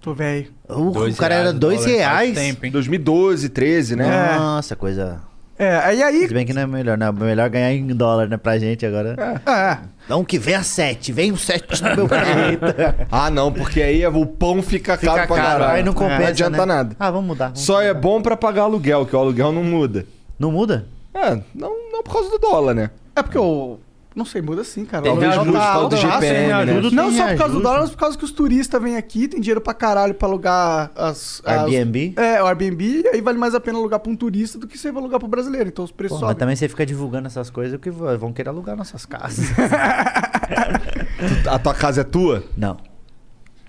Tô velho. O Dois cara reais, era dois dólar faz reais. tempo, 2012, 13, É. né? Nossa, coisa. É, aí aí. Se bem que não é melhor, né? Melhor ganhar em dólar, né? Pra gente agora. É. Então que vem a sete, vem um sete no meu planeta. Ah, não, porque aí o pão fica, caro pra caro, caralho. aí não compensa, É, Não adianta né? nada. Ah, vamos mudar. vamos- Só é bom pra pagar aluguel, que o aluguel não muda. Não muda? É, não, não por causa do dólar, né? É porque o. Não sei, muda sim, cara. Teve O dólar ajuste, tal do alto, GPM, assim, né? ajuda. Tudo Não tem só por causa do ajuste. dólar, mas por causa que os turistas vêm aqui, tem dinheiro pra caralho pra alugar as... as- Airbnb? É, o Airbnb, aí vale mais a pena alugar pra um turista do que você vai alugar pro brasileiro, então os Pô, preços mas sobem. também você fica divulgando essas coisas que vão querer alugar nossas casas. A tua casa é tua? Não.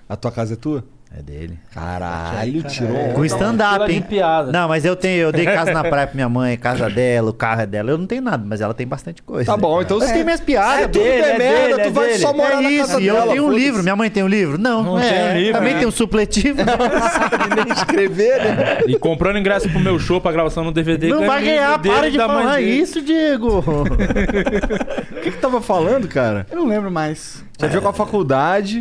A tua casa é tua? É dele. Caralho, tirou. Com onda. stand-up, hein? Não, mas eu tenho, eu dei casa na praia pra minha mãe, casa dela, o carro é dela. Eu não tenho nada, mas ela tem bastante coisa. Tá bom, então você é- tem minhas piadas. é tudo de merda, tu vai só morar é na isso, casa e eu dela, tenho um foda-se. livro, minha mãe tem um livro? Não, Não é, tem um livro, Também né? tem um supletivo. nem escrever, né? E comprando ingresso pro meu show, pra gravação no DVD. Não vai ganhei ganhar, dele para e de da mãe falar dele. isso, Diego. O que que tava falando, cara? Eu não lembro mais. Tinha a ver com a faculdade,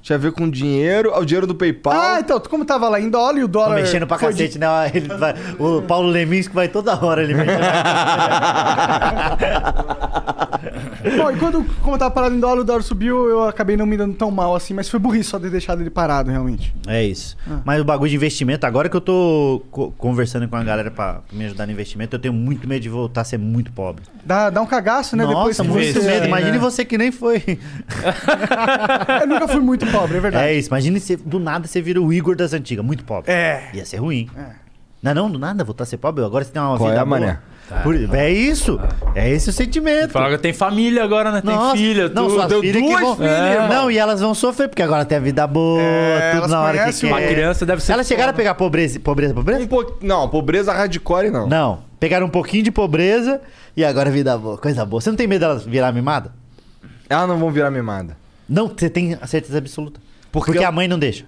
tinha a ver com dinheiro, ah, o dinheiro do PayPal. Ah, então, como tava lá em dólar e o Tô dólar... mexendo pra foi cacete, né? Ele vai- o Paulo Leminski vai toda hora ele mexendo. de- Bom, e quando, como eu tava parado em dólar, o dólar subiu, eu acabei não me dando tão mal assim, mas foi burrice só ter deixado ele parado, realmente. É isso. Ah. Mas o bagulho de investimento, agora que eu tô co- conversando com a galera pra me ajudar no investimento, eu tenho muito medo de voltar a ser muito pobre. Dá, dá um cagaço, né? Nossa, Depois que né? muito medo. Imagine você que nem foi. Eu nunca fui muito pobre, é verdade. É isso. Imagine se do nada você vira o Igor das antigas, muito pobre. É. Ia ser ruim. Não, não, do nada voltar a ser pobre. Agora você tem uma Qual vida é, boa. mané? Tá. Por- é isso. É esse o sentimento. Fala que tem família agora, né? Tem Nossa, filha, não, tudo. suas filhas que vão- É. Não, e elas vão sofrer, porque agora tem a vida boa, tudo É, elas na hora que conhecem quer. uma criança, deve ser Elas chegaram a pegar pobreza, pobreza, pobreza? Um Não, pobreza hardcore não. Não, pegaram um pouquinho de pobreza e agora vida boa, coisa boa. Você não tem medo delas virar mimada? Elas Ah, não vão virar mimada. Não, você tem a certeza absoluta. Porque, a mãe não deixa.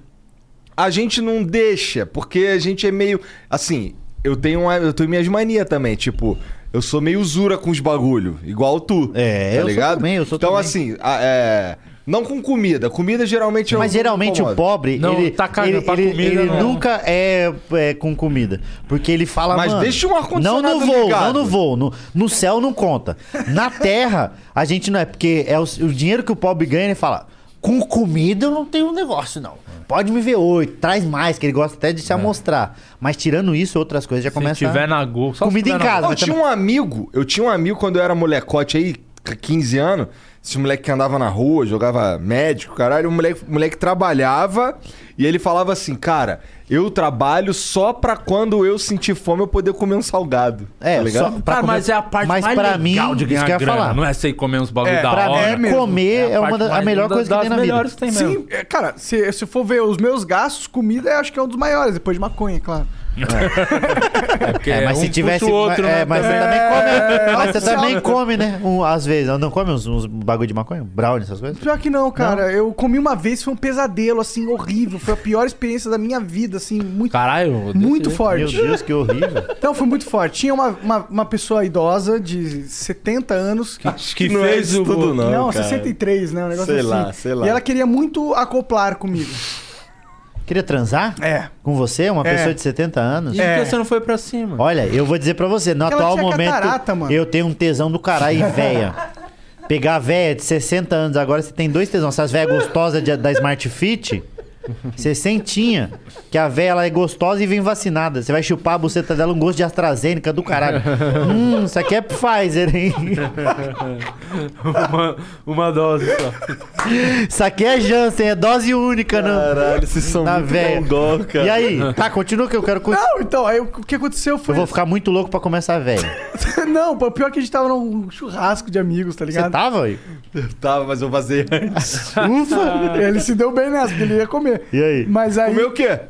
A gente não deixa, porque a gente é meio. Assim, eu tenho, uma, eu tenho minhas manias também, tipo. Eu sou meio usura com os bagulho, igual tu. É, tá eu sou ligado? também, eu sou então, também. assim, a- é, não com comida. Comida geralmente eu Mas não geralmente incomodo. o pobre, ele, tá ele, ele- ele nunca é, é com comida. Porque ele fala, Mas mano, deixa um ar-condicionado Não no voo, ligado." não no voo. No, no céu não conta. Na terra, a gente não é. Porque é o, o dinheiro que o pobre ganha, ele fala... Com comida eu não tenho negócio, não. Pode me ver oito, traz mais, que ele gosta até de se amostrar. Mas tirando isso, outras coisas já começam... É. tiver na Gol, só se Comida em tiver na casa. Não, eu mas tinha também- um amigo, eu tinha um amigo quando eu era molecote aí, com 15 anos, esse moleque que andava na rua, jogava médico, caralho, o moleque, o moleque trabalhava e ele falava assim, cara, eu trabalho só pra quando eu sentir fome eu poder comer um salgado. É, tá ligado? Cara, mas é a parte mas mais pra legal mim, de ganhar isso que eu ia grana. falar. Não é sei comer uns bagulho É, da pra mim, hora. comer é a uma parte da- a mais- melhor uma coisa que das tem na vida. melhores que tem mesmo. Sim, é, cara, se, se for ver os meus gastos, comida, eu acho que é um dos maiores, depois de maconha, claro. porque É, mas um se tivesse. puxa o outro, é, né? mas você É. também come. Mas você Nossa. também come, né? Um, às vezes. Não come uns, uns bagulho de maconha? Brownie, essas coisas? Pior que não, cara. Eu comi uma vez, foi um pesadelo, assim, horrível. Foi a pior experiência da minha vida, assim, muito. Caralho, Muito forte. Meu Deus, que horrível. Então, foi muito forte. Tinha uma, uma, uma pessoa idosa de 70 anos que, que Não é fez isso o- tudo não, Não, cara. 63, né? Um negócio Sei assim. lá, sei lá. E ela queria muito acoplar comigo. Queria transar? É. Com você, uma É. pessoa de 70 anos? E por que você não foi pra cima? Olha, eu vou dizer pra você, no Ela atual tinha momento, catarata, mano. eu tenho um tesão do caralho em véia. Pegar a véia de 60 anos agora, você tem dois tesões. Essas véias gostosas de- da Smart Fit, você sentinha que a véia ela é gostosa e vem vacinada. Você vai chupar a buceta dela um gosto de AstraZeneca do caralho. hum, isso aqui é Pfizer, hein? uma, uma dose só. Isso aqui é Janssen, é dose única, né? Caralho, vocês são na muito véia. mongol, cara. E aí? Tá, continua que eu quero... con- Não, então, aí o que aconteceu foi. Eu vou ficar muito louco pra começar a véia. não, pô, pior que a gente tava num churrasco de amigos, tá ligado? Você tava aí? Eu tava, mas eu vazei antes. tá- Ufa! ele se deu bem nessa, porque ele ia comer. E aí? Mas aí. Comeu o quê?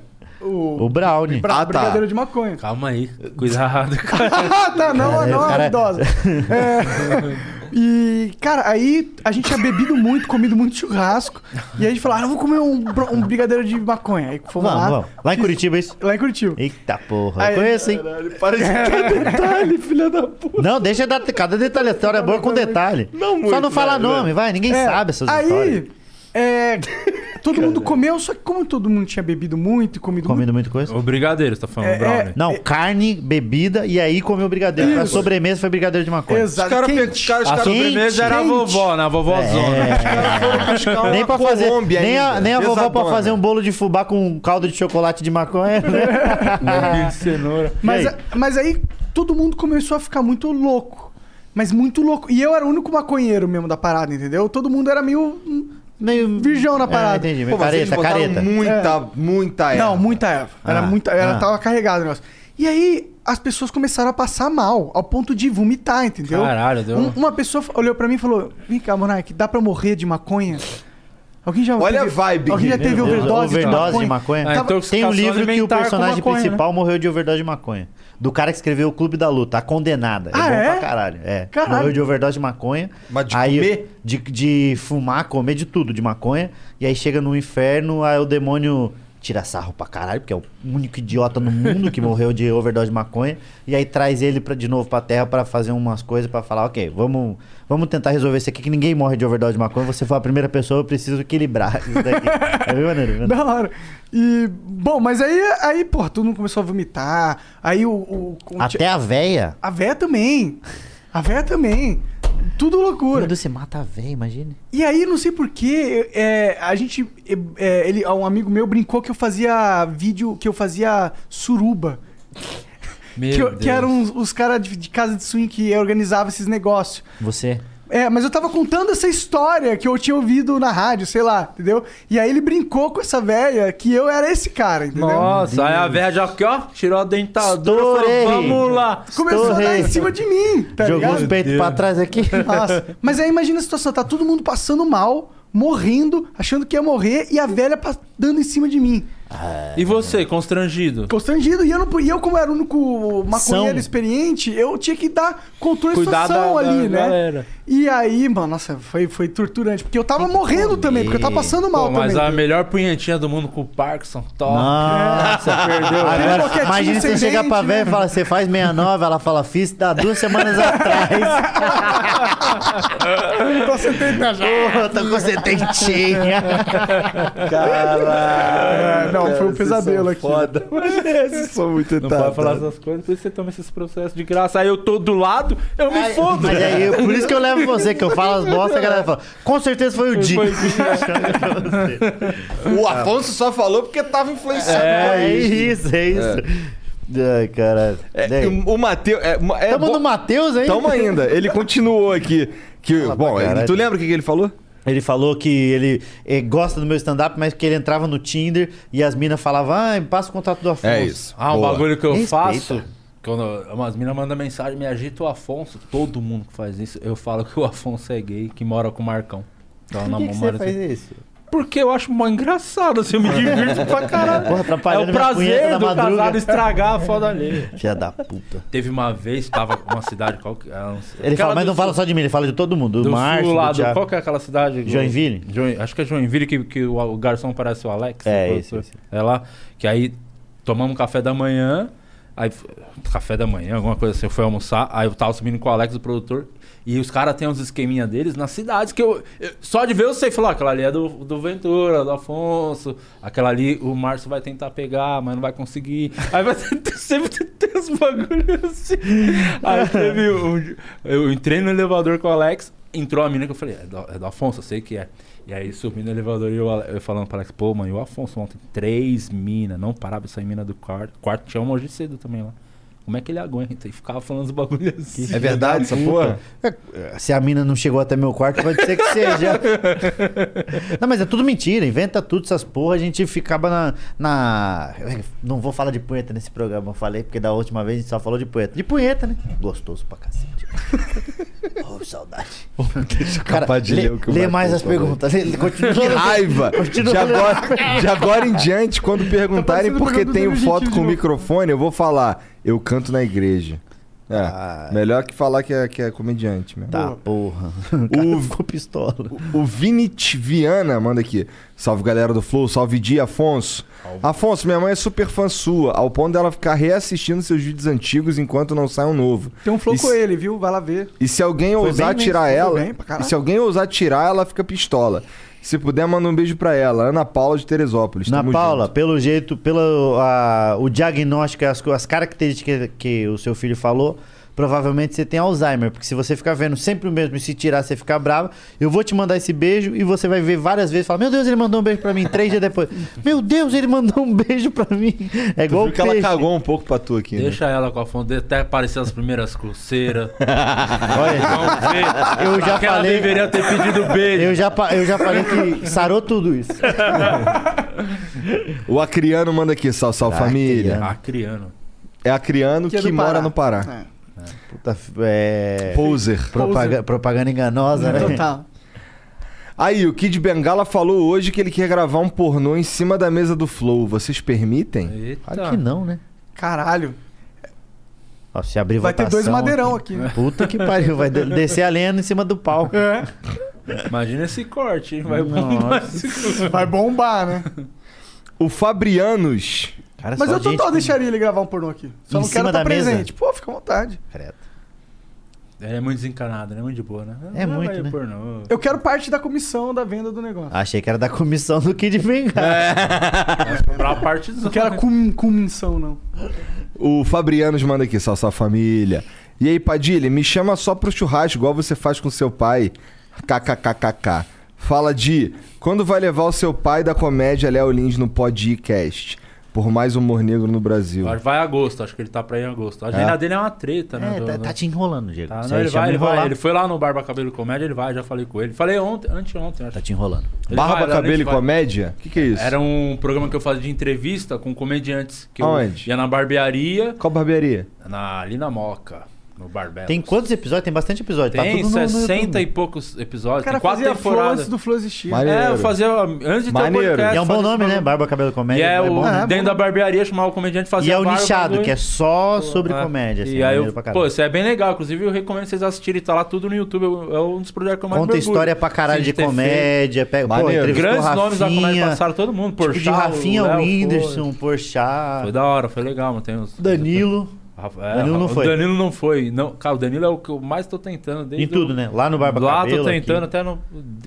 O, O brownie. Ah, bra- tá. brigadeiro de maconha. Calma aí, coisa errada, cara. tá, não, Caralho, não, cara- idosa. É, e, cara, aí a gente tinha bebido muito, comido muito churrasco. E aí a gente falou, ah, eu vou comer um, bro- um brigadeiro de maconha. Aí fomos Vamos, lá. vamos. Lá em Curitiba, é isso? Lá em Curitiba. É Eita porra. Aí- Eu conheço, hein? Para de ficar detalhe, filha da puta. Não, deixa dar cada detalhe. A história é boa com detalhe. Só é muito, não fala vai, vai. nome, vai. Ninguém É, sabe essas aí, histórias. é, todo mundo comeu, só que como todo mundo tinha bebido muito e comido, Comendo muita coisa? O brigadeiro, você tá É, falando, brownie. Não, carne, bebida e aí comeu brigadeiro. A Isso. sobremesa foi brigadeiro de maconha. Exato, Os cara quente. pe- os cara- os A cara- sobremesa era a vovó, né? A É. vovózona. Os É. nem pra fazer, nem a, nem a vovó pra fazer um bolo de fubá com caldo de chocolate de maconha, né? cenoura. Mas, a- mas aí todo mundo começou a ficar muito louco. Mas muito louco. E eu era o único maconheiro mesmo da parada, entendeu? Todo mundo era meio. Meio virgão na parada. é, Ah, entendi, meio Pô, mas eles careta, botaram careta. muita, muita Não, muita erva. Era Ah, muita, era, ah. tava carregado o negócio. E aí as pessoas começaram a passar mal, ao ponto de vomitar, entendeu? Caralho, deu- Um- uma pessoa olhou pra mim e falou: Vem cá, Monark, dá pra morrer de maconha? Alguém já Olha teve- a vibe, Alguém já Guilherme. teve Meu Deus, overdose, overdose de maconha? Tava- Tem um livro que o personagem maconha, né? principal morreu de overdose de maconha. Do cara que escreveu O Clube da Luta, a condenada. É Ah, bom é? pra caralho. É. Caralho. Morreu de overdose de maconha. Mas de aí, comer? De, de fumar, comer de tudo, de maconha. E aí chega no inferno, aí o demônio tira sarro pra caralho, porque é o único idiota no mundo que morreu de overdose de maconha. E aí traz ele pra, de novo pra terra pra fazer umas coisas, pra falar, ok, vamos, vamos tentar resolver isso aqui, que ninguém morre de overdose de maconha. Você foi a primeira pessoa, eu preciso equilibrar isso daqui. é bem maneiro, bem maneiro. Da hora. E, bom, mas aí, aí pô, todo mundo começou a vomitar. Aí o. o- o- Até a véia. A véia também. A véia também. Tudo loucura. Quando você mata a véia, imagine. E aí, não sei porquê, é, a gente. é, ele, um amigo meu brincou que eu fazia vídeo, que eu fazia suruba. Meu que, um- eu- Deus. que eram os, os caras de, de casa de swing que organizava esses negócios. Você. É, mas eu tava contando essa história que eu tinha ouvido na rádio, sei lá, entendeu? E aí ele brincou com essa velha que eu era esse cara, entendeu? Nossa, aí a velha já aqui, ó, tirou a dentadura. Estourei. Falou, vamos lá. Começou a dar em cima de mim, tá Jogou ligado? os peitos pra trás aqui. Nossa. Mas aí imagina a situação, tá todo mundo passando mal, morrendo, achando que ia morrer, e a velha pa- dando em cima de mim. É. E você, constrangido? Constrangido. E eu, não, po- e eu como era o único maconheiro São. experiente, eu tinha que dar controle de Cuidar situação da- da ali, né? galera. E aí, mano, nossa, foi, foi torturante. Porque eu tava morrendo também, porque eu tava passando mal Pô, mas também. a melhor punhetinha do mundo com o Parkinson, top. Nossa, perdeu. Agora, imagina você chegar pra velha né? e falar, você faz 69, ela fala, fiz há duas semanas atrás. tô setentinha já. tô com setentinha. Caralho. Não, foi um pesadelo aqui. Foda. Esses são muito Não pode tá. falar essas coisas, por isso você toma esses processos de graça. Aí eu tô do lado, eu me fodo. Mas aí, eu- por isso que eu levo você, que eu falo as bosta, a galera fala, com certeza foi o dia. O Afonso só falou porque tava influenciado. É, é por isso, é isso. Ai, caralho. É, Daí. o Matheus. É, ma- é Tamo bom- no Matheus, hein? Tamo ainda. Ele continuou aqui. Que, bom, pra ele- caralho. tu lembra o que, que ele falou? Ele falou que ele eh, gosta do meu stand-up, mas que ele entrava no Tinder e as minas falavam, ah, me passa o contato do Afonso. É isso. Ah, um Boa. bagulho que eu Respeita. faço. Quando umas minas mandam mensagem, me agita o Afonso. Todo mundo que faz isso, eu falo que o Afonso é gay, que mora com o Marcão. Então, Por que, que você faz isso? Porque eu acho mó engraçado, assim, eu me divirto pra caralho. Porra, é atrapalhando o minha punheta prazer na do madruga. casado estragar a foda alheia. Filha da puta. Teve uma vez, tava uma cidade qualquer. ah, não sei. Ele Aquela fala, mas do não fala sul- só de mim, ele fala de todo mundo. Do do Márcio, sul lá, do do- Thiago. qual que é aquela cidade? Joinville? Join- acho que é Joinville que, que o, o garçom parece o Alex. É, né? esse, esse. É lá. Que aí tomamos café da manhã, aí f- café da manhã, alguma coisa assim, foi almoçar, aí eu tava subindo com o Alex, o produtor, e os caras têm uns esqueminha deles nas cidades que eu, eu- Só de ver eu sei, falar, ó, aquela ali é do, do Ventura, do Afonso, aquela ali o Márcio vai tentar pegar, mas não vai conseguir. Aí vai ter, sempre tem uns bagulhos assim. Aí teve um, Eu entrei no elevador com o Alex, entrou a menina que eu falei, é do, é do Afonso, eu sei que é. E aí subi no elevador e eu, eu falando pra Alex, pô, mano, e o Afonso ontem, três minas, não parava de sair mina do quarto. Quarto tinha uma hoje cedo também lá. Como é que ele aguenta? E ficava falando os bagulhos assim. É verdade essa porra? É, Se a mina não chegou até meu quarto, pode ser que seja. não, mas é tudo mentira. Inventa tudo essas porra. A gente ficava na, na- é, Não vou falar de punheta nesse programa. Eu falei porque da última vez a gente só falou de punheta. De punheta, né? Gostoso pra cacete. oh, saudade. capaz de lê, ler o que o lê Marcos mais as falou. perguntas. Lê- lê- continua Que lendo. raiva! Continua De lendo. agora, de agora em diante, quando perguntarem parecendo por que programa do tenho Danilo foto Gentili com de novo. microfone, eu vou falar, eu canto na igreja. É, melhor que falar que é, que é comediante mesmo. Tá, porra. O- ficou pistola. O Vinit Viana manda aqui. Salve galera do Flow, salve Di Afonso. Afonso, minha mãe é super fã sua, ao ponto dela ficar reassistindo seus vídeos antigos enquanto não sai um novo. Tem um flow E se- com ele, viu? Vai lá ver. E se alguém Foi ousar bem mesmo, tirar foi ela. bem pra caralho. e se alguém ousar tirar, ela fica pistola. Se puder, manda um beijo pra ela. Ana Paula de Teresópolis. Na Tamo Paula, junto. pelo jeito, pelo a- o diagnóstico, as, co- as características que o seu filho falou, provavelmente você tem Alzheimer, porque se você ficar vendo sempre o mesmo e se tirar, você ficar bravo, eu vou te mandar esse beijo e você vai ver várias vezes e falar: Meu Deus, ele mandou um beijo pra mim. Três dias depois, Meu Deus, ele mandou um beijo pra mim. É igual viu que ela peixe. cagou um pouco pra tu aqui, né? Deixa ela com a fonte, até aparecer as primeiras coceiras. Olha, eu já Aquela falei. deveria ter pedido beijo. Eu já, pa- eu já falei que sarou tudo isso. O Acriano manda aqui, sal, sal, família. Tá, Ah, Acriano. É Acriano que, Que é do mora Pará. no Pará. Puta, é... Poser. Propaga- propaganda então enganosa, né? tá. Total. Aí, o Kid Bengala falou hoje que ele quer gravar um pornô em cima da mesa do Flow. Vocês permitem? Claro que Tá. não, né? Caralho. Ó, se abrir Vai ter votação dois madeirão aqui, né? Puta que pariu, vai de- descer a lenha em cima do pau. Imagina esse corte, hein? Vai Nossa. bombar. esse- Vai bombar, né? O Fabrianos. Mas eu total deixaria ele gravar um pornô aqui. Só Em não cima quero estar da mesa? presente. Pô, fica à vontade. Ele é muito desencanado, né? Muito de boa, né? É muito, né? Pornô. Eu quero parte da comissão da venda do Ah. negócio. Achei que era da comissão do Kid Bengala. Pra parte Não quero com, comissão, não. O Fabrianos manda aqui, sal, sal, família. E aí, Padilha, me chama só pro churrasco, igual você faz com seu pai. KKKKK. Fala de quando vai levar o seu pai da comédia Léo Lins no podcast? Por mais humor negro no Brasil. Acho que Vai em agosto, acho que ele tá pra ir em agosto. A agenda É. dele é uma treta, né? É, do- tá, do- tá te enrolando, Diego. Tá, Isso não, aí ele chama vai, ele enrolar. vai. Ele foi lá no Barba Cabelo e Comédia, ele vai, já falei com ele. Falei ontem, anteontem, acho. Tá te enrolando. Ele tipo Barba, vai, lá, cabelo ele e vai. comédia? O que, que é isso? Era um programa que eu fazia de entrevista com comediantes. Que eu Aonde? ia na barbearia, Qual barbearia? na, ali na Moca, no Barbelo. Tem quantos episódios? Tem bastante episódio. tá Tem tudo no- no, 60 YouTube. e poucos episódios, O cara tem quatro fazia flow temporadas. antes do Flow existir. É, eu fazia antes de ter o podcast. E é um bom fazia- nome, né? Barba, cabelo, E comédia. é, o, bom, né? dentro da barbearia chamava o comediante e fazia E é o barba, nichado, bagulho. que é só sobre comédia. assim, né? e aí, maneiro eu, pra pô, caralho. isso é bem legal. Inclusive, eu recomendo vocês assistirem. Tá lá tudo no YouTube. eu- É um dos projetos que eu mais Conta mergulho. história pra caralho Sim, de ter comédia. feito. Pega, pô, Maneiro. entrevistou Grandes Rafinha, nomes da comédia passaram todo mundo. tipo de Porchat, Rafinha, o Léo Whindersson, Porchat. Foi da hora, foi legal, mano. Tem uns... Danilo. Rafa- Danilo não o foi. Danilo não foi. Não, cara, o Danilo é o que eu mais tô tentando. Desde Em tudo, o- né? Lá no Barba Lá tô Cabelo, tentando aqui. até no...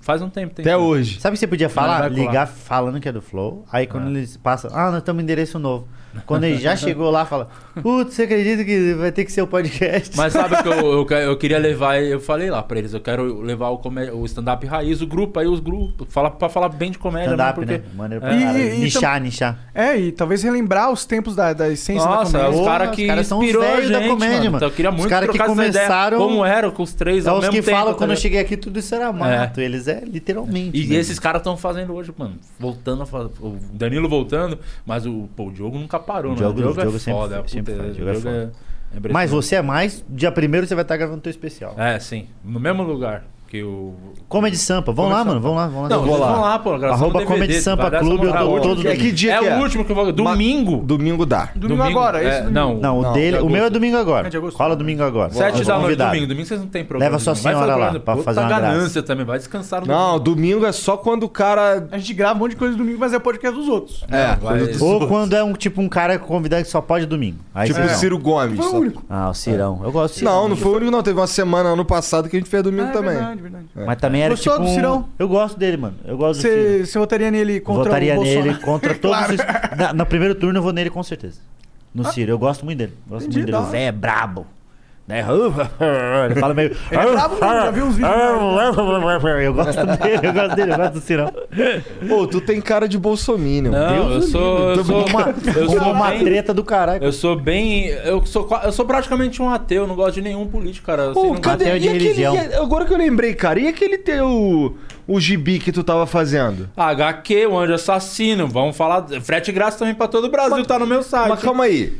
faz um tempo. Até hoje. Sabe o que você podia Não, falar? vai colar. Ligar falando que é do Flow. Aí quando eles passam, ah, nós estamos em endereço novo. Quando ele já chegou lá, fala, putz, você acredita que vai ter que ser o podcast? Mas sabe que eu, eu, que- eu queria levar, eu falei lá pra eles, eu quero levar o, comé- o stand-up raiz, o grupo, aí os grupos, fala, pra falar bem de comédia. Stand-up, mesmo, né? porque- Maneiro É. pra caralho. E- e nichar, tam- nichar. É, e talvez relembrar os tempos da, da essência Nossa, da comédia. os caras que caras são os inspirou a velhos da gente, comédia, mano. Então eu queria Os muito caras que trocar essa ideia, começaram- como era com os três São ao os mesmo que tempo. falam, quando eu tá ligado? cheguei aqui, tudo isso era mato. Eles é literalmente. E né? esses caras estão fazendo hoje, mano. Voltando a fazer. O Danilo voltando, mas o, pô, o Diogo nunca parou, O né? Diogo- o o Diogo é sempre foda. foi, puta, sempre foi, o o Diogo é Diogo foda. é impressionante. Mas você é mais. Dia primeiro você vai estar gravando teu especial. É, sim. No mesmo lugar que o. Comedy Sampa. Vão Comedy lá, mano. Sampa. Vão lá, vão lá. Não, Então, Eu vão lá, pô. gravação do Arroba DVD, Comedy Sampa vai dar Clube. essa Eu moral dou hoje. todo É que dia que é? Domingo? Domingo dá. Domingo agora, é esse domingo. Não, o Não, dele. de O meu é agosto. domingo agora. É de agosto. Cola domingo agora. Sete Vou da noite, convidar. domingo. Domingo vocês não tem programa. Leva sua domingo. Vai senhora fazer lá programa. pra Puta fazer uma ganância graça. também. Vai descansar no Não, domingo é só quando o cara. A gente grava um monte de coisa domingo, mas é podcast dos outros. É, Ou quando é um tipo um cara convidado que só pode domingo. Aí Tipo é. você o não. Ciro Gomes. Foi o só- único. Ah, o Cirão. Eu gosto do Cirão. Não, não foi o único, não. Teve uma semana ano passado que a gente fez domingo Ah, é também. verdade, verdade. Mas também era Gostou tipo do um- Cirão? Eu gosto dele, mano. Eu gosto do Cirão. Você, você votaria nele contra Votaria o Bolsonaro? nele contra todos Claro. Ah. os. Na, no primeiro turno eu vou nele com certeza. No Ciro. Eu gosto muito dele. Gosto Entendi, muito dele. da O hora. Zé é brabo. Né? Ele fala meio. Ele é brabo mesmo, já vi uns vídeos Eu gosto dele, eu gosto dele, eu gosto do Cirão. Pô, tu tem cara de bolsominion. Não, eu Deus sou- o livre. eu sou- Uma, Eu sou uma bem- treta do caralho. Eu sou bem. Eu sou, qua- eu sou praticamente um ateu, eu não gosto de nenhum político, cara. Eu sei, Pô, não- cadê? E aquele- e- agora que eu lembrei, cara, e aquele teu. O gibi que tu tava fazendo? HQ, Ah, o Anjo Assassino, vamos falar. Frete grátis também pra todo o Brasil, tá no meu site. Mas calma aí.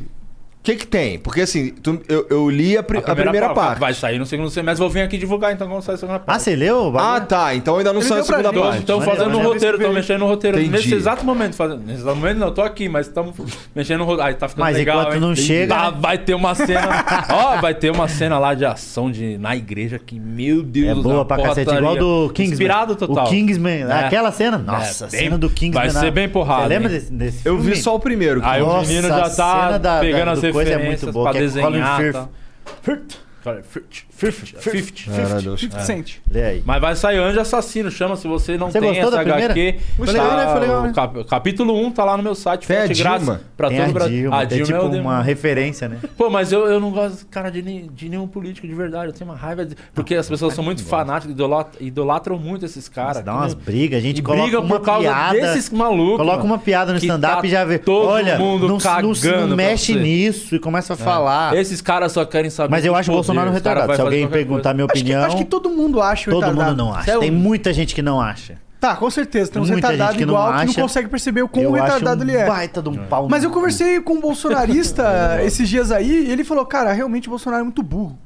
O que que tem? Porque assim, tu- eu, eu li a, pri- a primeira, pa- parte. Vai sair no segundo semestre, vou vir aqui divulgar, então quando sair a segunda Ah, parte. você leu? Ah, tá. Então ainda não saiu a segunda parte. Estão fazendo o roteiro, estão mexendo no roteiro. Entendi. Nesse exato momento, fazendo. Nesse exato momento não, eu tô aqui, mas estamos mexendo no roteiro. Aí tá ficando Mas legal. enquanto hein? não chega, Tá, né? Vai ter uma cena. ó, vai ter uma cena lá de ação de, na igreja que, meu Deus É boa uma pra cacete, porrataria. igual do Kingsman. Inspirado total. É. O Kingsman, aquela cena? Nossa, a bem- cena do Kingsman. Vai na- ser bem porrada. Você lembra hein? desse, desse Eu vi filme? só o primeiro. Aí o menino já a tá cena da- da- pegando as do coisa é referências muito boa, pra que é Colin desenhar. Firth. tá? Olha, 50. 50. 50. Cara, Deus. 50 cent. Lê aí. Mas vai sair Anjo Assassino, chama se você não Você tem gostou essa da primeira? HQ. Foi legal, né? Foi legal, né? o cap- capítulo 1 tá lá no meu site, Tem a frete de graça Dilma. pra Tem todo a o Brasil. Dilma, tem tipo é o demônio. uma referência, né? Pô, mas eu, eu não gosto, cara, de, nem- de nenhum político de verdade. Eu tenho uma raiva de- Porque as pessoas são muito fanáticas, idolat- idolatram muito esses caras. Dá umas brigas, a gente E coloca briga uma por causa piada. desses malucos, Coloca mano, uma piada no que stand-up tá e já vê. todo Olha, mundo não, se- não se- não cagando pra mexe você. nisso e começa a falar. Esses caras só querem saber. Mas eu do acho o poder, Bolsonaro os caras retardado. vai Se fazer alguém qualquer perguntar minha Acho que, opinião, acho que todo mundo acha o todo mundo retardado. não Você acha. é Tem um- muita gente que não acha. Tá, com certeza. Tem uns Muita gente retardados que não igual que acha. não consegue perceber o quão Eu acho retardado um ele é. baita de um pau no Mas eu conversei com um bolsonarista esses dias aí e ele falou: Cara, realmente o Bolsonaro é muito burro.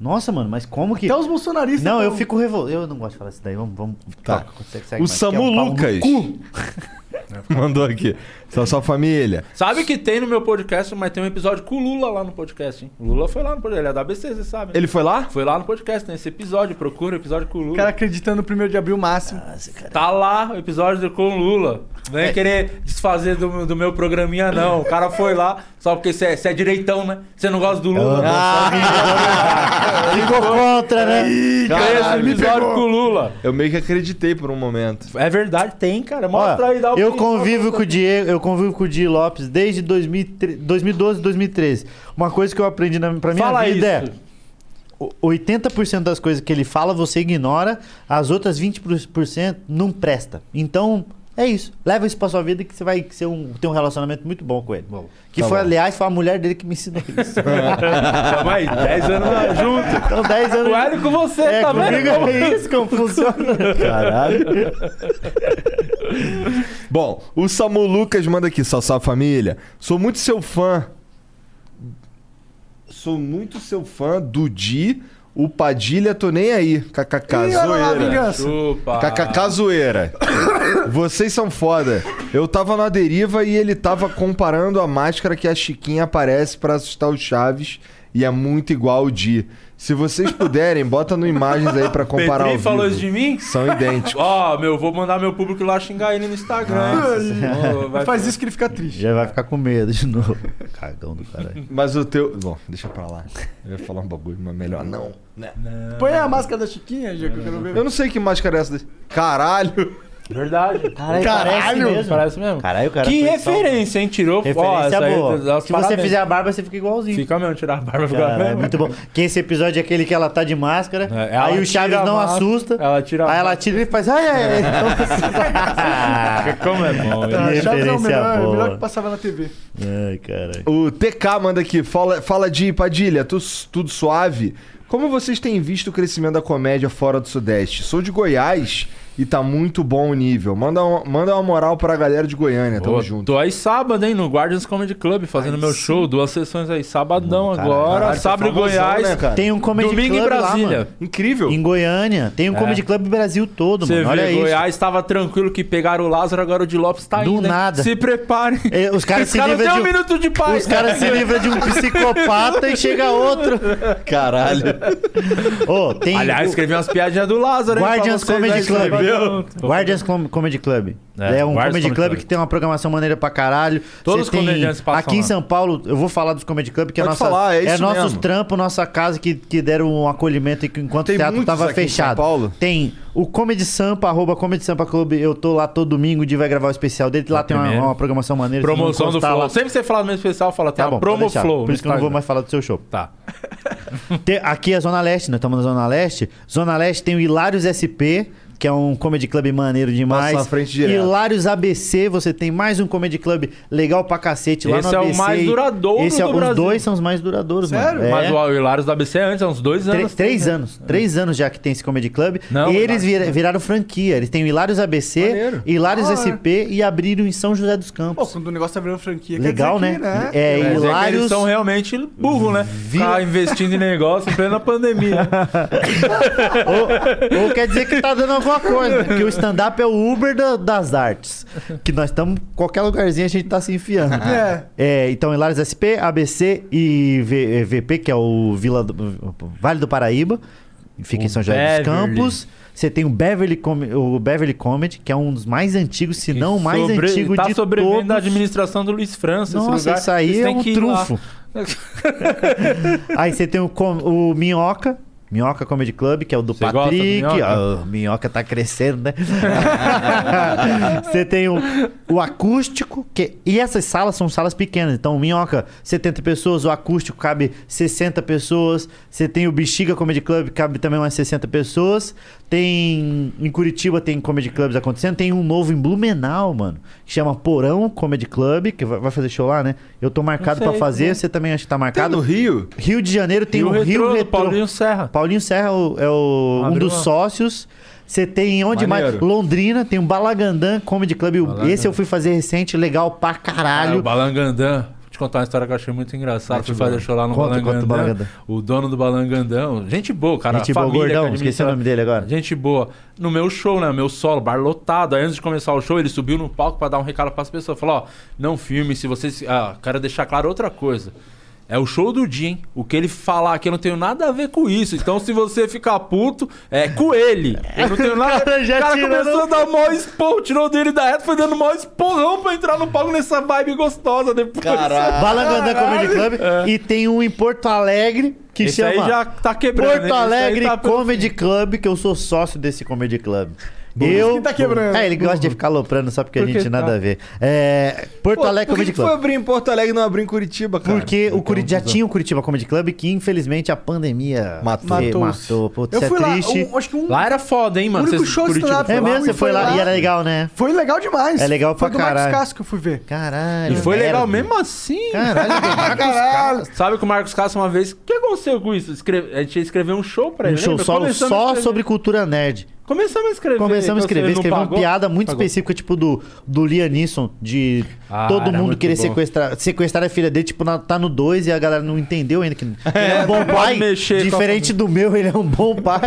Nossa, mano, mas como que. Até os bolsonaristas. Não, tão- eu fico revoltado. Eu não gosto de falar isso daí. Vamos. vamos Tá. toca, consegue- segue O mais, que é Samu um pau no Lucas cu. mandou aqui. Só sua família. Sabe que tem no meu podcast, mas tem um episódio com o Lula lá no podcast, hein? O Lula foi lá no podcast, ele é da ABC, você sabe. né? Ele foi lá? Foi lá no podcast, tem esse episódio, procura o episódio com o O Lula. cara acreditando no primeiro de abril máximo. Tá lá o episódio com o Lula. Não é querer desfazer do, do meu programinha, não. O cara foi lá, só porque você é, você é direitão, né? Você não gosta do Lula. Ficou contra, né? Ih, Tem esse caralho, me episódio pegou. com o Lula. Eu meio que acreditei por um momento. É verdade, tem, cara. Mostra Ó, aí, dá o eu print, convivo mostra. com o Diego, eu convivo com o Di Lopes desde 2003 2012, 2013. Uma coisa que eu aprendi na, pra minha Fala vida isso. é o- 80% das coisas que ele fala você ignora, as outras 20% não presta. Então, é isso. Leva isso pra sua vida que você vai ser um- ter um relacionamento muito bom com ele. que tá foi, bom. aliás, foi a mulher dele que me ensinou isso. Tamo aí, 10 anos junto. Então, 10 anos. O Hélio com você, é, tá comigo vendo? é isso como funciona. Caralho. Bom, o Samu Lucas manda aqui, Sassá Família. Sou muito seu fã. Sou muito seu fã do Di, o Padilha, tô nem aí. KKK, Ih, olha lá a zoeira. vingança. Chupa. KKK, zoeira. Vocês são foda. Eu tava na deriva e ele tava comparando a máscara que a Chiquinha aparece pra assustar o Chaves. E é muito igual o Di. Se vocês puderem, bota no imagens aí pra comparar Petri ao falou vivo. isso de mim? São idênticos. Tipo, Ó, meu, vou mandar meu público lá xingar ele no Instagram. Ô, É, vai- Faz isso que ele fica triste. Já vai ficar com medo de novo. Cagão do caralho. Mas o teu. Bom, deixa pra lá. Eu ia falar um bagulho, mas melhor não. né? Põe a máscara da Chiquinha, Diego, que eu quero ver. Eu não sei que máscara é essa. desse- Caralho! Verdade. Caralho, parece Caralho! mesmo. Parece mesmo. Caralho, o cara que foi referência, hein? Tirou Ó, Referência essa aí, dá boa. os Se você parabéns. fizer a barba, você fica igualzinho. Fica mesmo, tirar a barba fica Cara, é mesmo. muito bom. Que esse episódio é aquele que ela tá de máscara, É, ela aí o tira Chaves a não máscara, assusta, Ela tira a É. aí ela tira e ele faz. Ai, Então, assim, ai, ai. máscara. Como é bom, hein? Tá. A Chaves é o Referência melhor, o boa. melhor que passava na TV. Ai, caralho. O TK manda aqui, fala, fala de Padilha, tu- tudo suave? Como vocês têm visto o crescimento da comédia fora do Sudeste? Sou de Goiás e tá muito bom o nível. Manda, um- manda uma moral pra galera de Goiânia, tamo Pô, junto. Tô aí sábado, hein, no Guardians Comedy Club, fazendo meu show, duas sessões aí, sabadão caralho. agora, Caralho, você é Sabre famosão, Goiás, né, cara? Tem um comedy domingo em club lá, Brasília. É. mano. Incrível. Em Goiânia. Tem um comedy club Brasil todo, Você mano. Olha vê, isso. Goiás estava tranquilo que pegaram o Lázaro, agora o de Lopes tá Do indo. hein? nada. Se preparem. É, os caras Os se caras livram têm de um minuto de paz. Os caras se livram de um psicopata e chega outro. Caralho. Ô, tem Aliás, escrevi umas piadinhas do Lázaro, hein? Guardians pra você, Comedy mas Club. escreveu. Guardians Com- Comedy Club. É, É, Guardians um comedy Comedy club Club. que tem uma programação maneira pra caralho. Todos Você os comediantes passam Aqui em lá. São Paulo, eu vou falar dos comedy club, que é Pode nossa, falar, é isso nossos mesmo. trampos, nossa casa que, que deram um acolhimento e que enquanto Tem o teatro muitos tava aqui em São fechado. Paulo. Tem o Comedy Sampa, arroba Comedy Sampa Club. Eu tô lá todo domingo, o Di vai gravar o especial dele. Lá tem uma, primeiro. uma programação maneira. vocês vão Promoção do encostar Flow. lá. Sempre que você fala no mesmo especial, fala, tem Tá a bom, promo pode deixar. Flow. Por no isso que eu não vou Instagram. mais falar do seu show. Tá. Tem- aqui é a Zona Leste, nós estamos na Zona Leste. Zona Leste tem o Hilários SP, que é um comedy club maneiro demais. Passa na frente direto. Hilários ABC, você tem mais um comedy club legal pra cacete lá Esse no é o ABC. mais duradouro Esse é, do Os Brasil. dois são os mais duradouros, Sério? mano. É. Mas o Hilários da ABC é antes, há uns dois Tre- anos. três anos. Três anos já que tem esse Comedy Club. né? Não, e eles vira- viraram franquia. Eles têm o Hilários ABC, Maneiro. Hilários Da hora. SP e abriram em São José dos Pô, Campos. quando o negócio tá virando franquia, quer Legal, dizer que, né? É, Quer dizer que Eles Hilários. são realmente burro, né? Tá investindo em negócio em plena pandemia. Ou quer dizer que tá dando alguma coisa, né? Que o stand-up é o Uber da- das artes. Que nós estamos, qualquer lugarzinho a gente tá se enfiando. É. É, então, Hilários SP, ABC e V- eh, VP, que é o Vila do- Vale do Paraíba. Fica em São José dos Beverly. Campos. Você tem o Beverly, Com- o Beverly Comedy, que é um dos mais antigos, se não o mais Sobre- antigo tá de sobrevivendo da todos. administração do Luiz França. esse Nossa, lugar. isso aí Vocês é têm um que ir lá. trunfo. Aí você tem o, com- o Minhoca. Minhoca Comedy Club, que é o do Você gosta do Patrick. Minhoca? Ah, o minhoca tá crescendo, né? você tem o, o acústico, que, e essas salas são salas pequenas. Então, o minhoca, 70 pessoas, o acústico cabe 60 pessoas. Você tem o Bexiga Comedy Club, cabe também umas 60 pessoas. Tem. Em Curitiba tem comedy clubs acontecendo. Tem um novo em Blumenau, mano, que chama Porão Comedy Club, que vai vai fazer show lá, né? Eu tô marcado Não pra sei, fazer, né? você também acha que tá marcado. no Rio? Rio de Janeiro tem Rio o Retrô, Rio do Retrô. Paulinho Serra. Paulinho Serra é o- é o- um Abriu dos lá. sócios. Você tem onde mais? Maneiro. Londrina, tem o Balagandã Comedy Club. Esse eu fui fazer recente, legal pra Ah, o caralho. Balangandã. Vou te contar uma história que eu achei muito engraçada. Fui fazer show lá no Conta, conta do Balangandã. Balangandã. o dono do Balangandão, gente boa, cara. Gente a boa, família que gordão, administra- esqueci o nome dele agora. Gente boa. No meu show, né? Meu solo, bar lotado. Aí antes de começar o show, ele subiu no palco pra dar um recado pras pessoas. Falou: ó, não filme, se vocês. Ah, quero deixar claro outra coisa. É o show do dia, hein? O que ele falar aqui eu não tenho nada a ver com isso. Então, se você ficar puto, é com ele. Eu não tenho nada. Cara, já o cara tirando- começou a dar mó esporro, tirou dele da reta, foi dando mó esporrão pra entrar no palco nessa vibe gostosa depois. Balagandã Comedy Club. E tem um em Porto Alegre que É. Esse chama. aí já tá quebrando, hein? Porto Esse aí Alegre tá pelo Comedy Club, que eu sou sócio desse Comedy Club. Burro. Eu. Que tá quebrando. É, ele gosta de ficar loprando só porque, Por que a gente nada tá? a ver. É, Porto Pô, Alegre por que Comedy que Club. foi abrir em Porto Alegre e não abrir em Curitiba, cara? Porque o um Curi... já tinha o Curitiba Comedy Club que, infelizmente, a pandemia matou. Matou. Matou-se. Putz, Eu é fui lá, triste. um- acho que um- Lá era foda, hein, mano? O único Vocês- tipo, show de Curitiba. stand-up É foi lá, mesmo, você e foi foi lá lá. e era legal, né? Foi legal demais. É legal Foi pra do Marcos caralho. Castro que eu fui ver. Caralho. E foi legal merda. mesmo assim. Caralho, Caralho. Castro. Sabe que o Marcos Castro uma vez. O que aconteceu com isso? Escreve- A gente ia escrever um show pra Um ele. show lembra? só, Começamos a só escrever- sobre cultura nerd. Começamos a escrever. Começamos a Então, escrever, você não escrever uma pagou? piada muito Pagou. específica, tipo do, do Lianisson, de Ah, todo era mundo muito querer bom. sequestrar, sequestrar a filha dele, tipo, na- tá no 2 e a galera não entendeu ainda que ele é um bom pode pai. mexer com a diferente do meu, ele é um bom pai.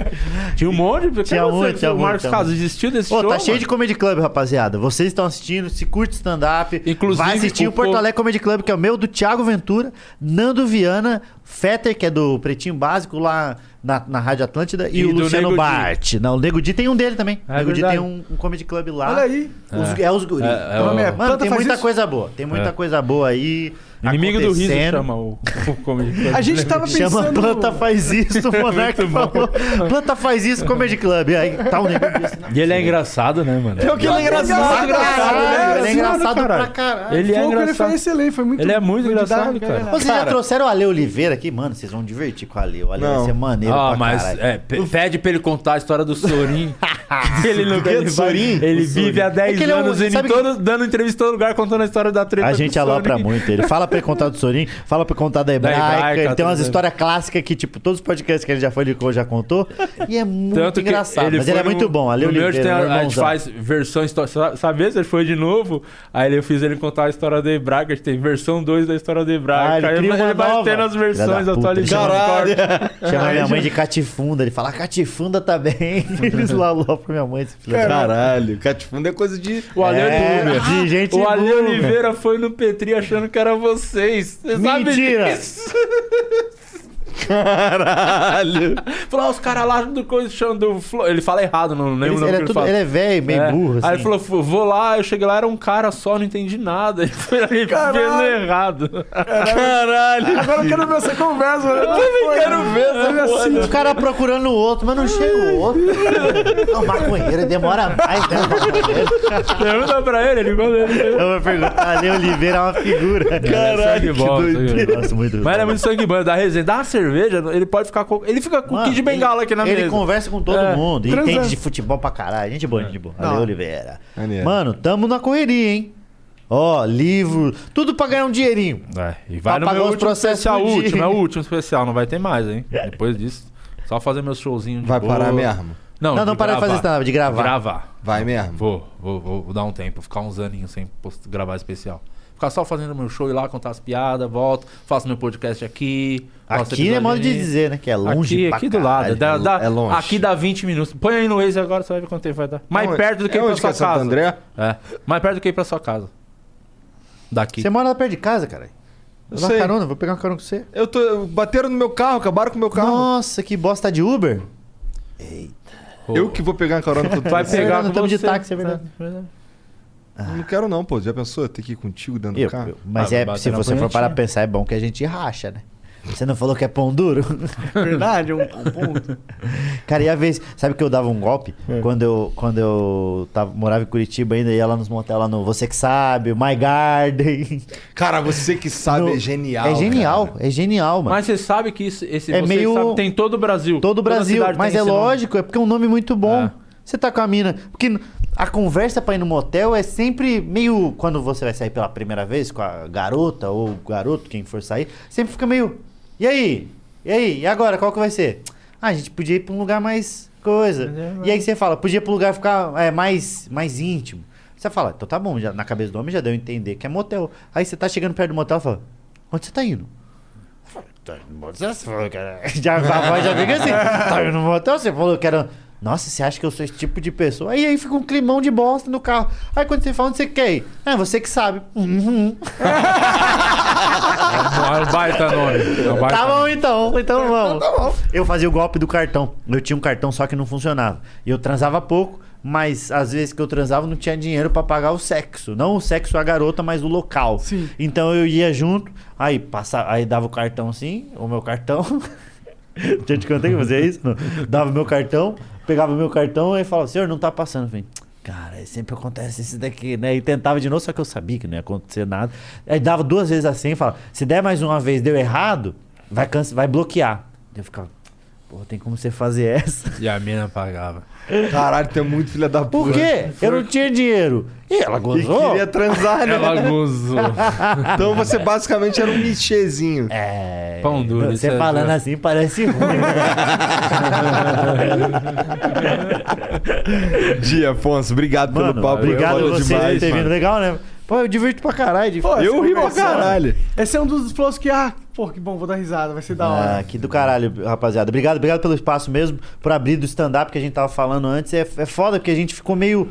Tinha um monte, porque tinha você- muito, tinha um o muito, Marcos tinha Castro muito. desistiu desse Ô, show, Tá cheio mano? de Comedy Club, rapaziada. Vocês estão assistindo, se curte stand-up, Inclusive, vai assistir o, o Porto povo- Alegre Comedy Club, que é o meu, do Thiago Ventura, Nando Viana, Fetter, que é do Pretinho Básico, lá na, na Rádio Atlântida, e, E o do Nego Luciano Di. Bart. Não, o Nego Di tem um dele também. É o Nego Di verdade. tem um, um Comedy Club lá. Olha aí. Os- é. É. os guri. É, é o- Mano, Planta tem faz muita isso? coisa boa. Tem muita É. coisa boa aí. Inimigo do riso acontecendo. chama o, o comedy club. A gente tava pensando... Chama Planta Faz Isso, o Monark Muito bom. falou. Planta Faz Isso, Comedy Club. Aí tá um negócio desse. E ele é engraçado, né, mano? Pior que ele é engraçado, né? cara. Ele é engraçado pra caralho. Ele é Foi o que ele engraçado. foi excelente, foi muito- Ele é muito foi engraçado, didático, cara. Vocês já Cara, trouxeram o Ale Oliveira aqui? Mano, vocês vão divertir com o Ale. O Ale vai Não. ser maneiro Ah, pra mas caralho. é, pe- pede pra ele contar a história do Sorin. ele não O que é do ele, vai- Sorin? ele O Sorin. vive há É 10 que ele é um- anos indo em sabe que- todo- dando entrevista em todo lugar contando a história da treta. A gente alopra muito ele. Fala pra ele contar do Sorin, fala pra ele contar da hebraica. Hebraica, tá ele tem umas tudo. histórias clássicas que, tipo, todos os podcasts que ele já foi, ele já contou. E é muito Tanto que engraçado. mas ele foi é muito no- bom. Ale no meu Oliveira, tem a- meu a, gente irmãozão. faz versões... to- sa- Sabe esse? Ele foi de novo, aí eu fiz ele contar a história da Hebraica. A gente tem versão 2 da história da Hebraica. Ah, ele aí cria uma ele vai nova. tendo as Filha versões da puta, ele chama- atualizadas. Corta. Chama Aí minha já- mãe de catifunda. Ele fala, "Ah, catifunda também. Eles lalou pra minha mãe. esse filho da- Caralho, catifunda é coisa de. O Ale, É, Oliveira, de gente o Ale boomer. Oliveira foi no Petri achando que era vocês. Você Sabe Mentira. disso? Caralho! Falou, ah, os caras lá do coisa chamam do Flo... Ele fala errado, não lembro Ele- o nome ele é que tudo- fala. ele é velho, meio burro, Aí assim. ele falou, "Fu- vou lá, eu cheguei lá, era um cara só, não entendi nada. Ele foi ali fez errado. Caralho. Agora eu quero ver essa conversa. né? Eu também quero ver essa Assim, o cara procurando o outro, mas não chega o outro. Não, maconheiro demora mais, né? assim, Pergunta pra ele, ele quando ele. Eu vou perguntar, Ale Oliveira é uma figura. é Caralho, que doideira. Nossa, muito Mas era muito sangue bom, da resenha, dá uma cerveja, ele pode ficar com. Ele fica com o Mano, Kid de Bengala aqui na ele mesa. conversa com todo É, mundo. e transando. Entende de futebol pra caralho. Gente boa, gente boa. Ale Não. Oliveira. Mano, tamo na correria, hein? Ó, livro, tudo pra ganhar um dinheirinho. É, e vai Pra no pagar meu os último processos especial, do último, dia. é o último especial, não vai ter mais, hein? Depois disso, só fazer meus showzinhos de Vai boa. parar mesmo? Não, Não, não parar de fazer stand-up, de gravar. Gravar. Vai mesmo? Vou, vou, vou, vou dar um tempo, ficar uns aninhos sem post- gravar especial. Ficar só fazendo meu show, ir lá, contar as piadas, volto, faço meu podcast aqui. faço Aqui é episódio modo de ali. dizer, né? Que é longe Aqui, pra aqui do caralho. lado. Dá, dá- É longe. Aqui dá 20 minutos. Põe aí no Waze agora, você vai ver quanto tempo vai dar. Mais Aonde- perto do que é ir pra onde que sua é Santo casa. André? É. Mais perto do que ir pra sua casa. Daqui. Você mora lá perto de casa, cara? Eu Eu dou uma sei. carona, vou pegar uma carona com você. Eu tô. Bateram no meu carro, acabaram com o meu carro. Nossa, que bosta de Uber. Eu que vou pegar a carona com É, Vai você. pegar não com tamo de você. É. táxi, é verdade. Não quero não, pô. Já pensou ter que ir contigo dentro Eu- do carro? eu- mas é, se você for parar pra pensar, é bom que a gente racha, né? Você não falou que é pão duro? Verdade, é um, um ponto. Cara, e a vez, sabe que eu dava um golpe? Quando eu, quando eu tava, morava em Curitiba ainda, ia lá nos motel lá no Você Que Sabe, My Garden. Cara, Você Que Sabe é genial, É genial, é genial, mano. Mas você sabe que isso, esse É você meio- sabe, tem todo o Brasil. Todo o Brasil, mas é lógico, é porque é um nome muito bom. Você tá com a mina. Porque a conversa pra ir no motel é sempre meio. Quando você vai sair pela primeira vez com a garota ou o garoto, quem for sair, sempre fica meio. E aí? E aí? E agora? Qual que vai ser? Ah, a gente podia ir pra um lugar mais coisa. E aí você fala, podia ir pra um lugar ficar é, mais, mais íntimo. Você fala, então tá bom, já, na cabeça do homem já deu a entender que é motel. Aí você tá chegando perto do motel e fala, onde você tá indo? Tá, Já, a voz já fica assim. Tá indo no motel, você falou que era. um- Nossa, você acha que eu sou esse tipo de pessoa? Aí aí fica um climão de bosta no carro. Aí quando você fala, onde você quer ir? É, você que sabe. Uhum. É um baita nome. É um baita Tá nome. bom, então. Então vamos. Eu fazia o golpe do cartão. Eu tinha um cartão só que não funcionava. E eu transava pouco, mas às vezes que eu transava não tinha dinheiro pra pagar o sexo. Não o sexo a garota, mas o local. Então eu ia junto, aí, passa, aí dava o cartão assim, o meu cartão. Já te contei que eu fazia isso? Não. Dava o meu cartão, pegava o meu cartão e falava, senhor, não tá passando. Eu falei, cara, sempre acontece isso daqui, né? E tentava de novo, só que eu sabia que não ia acontecer nada. Aí dava duas vezes assim e falava, se der mais uma vez, deu errado, vai, canse- vai bloquear. Eu ficava, pô, tem como você fazer essa? E a mina pagava. Caralho, tu é muito filha da puta. Por quê? Eu não tinha dinheiro. E ela gozou. E queria transar, É né? Ela gozou. então você basicamente era um nichezinho. É. Pão duro. Você falando assim parece ruim. né, Dia, Afonso, obrigado pelo Mano, papo. é obrigado valeu a vocês por ter vindo. Legal, né? Pô, eu divirto pra caralho. é né, de- Pô, essa essa conversa, conversa, ó. ó. Esse é um dos flows que, ah, pô, que bom, vou dar risada, vai ser da hora. Ah, que do caralho, rapaziada. Obrigado, obrigado pelo espaço mesmo, por abrir do stand-up que a gente tava falando antes. É, é foda, porque a gente ficou meio.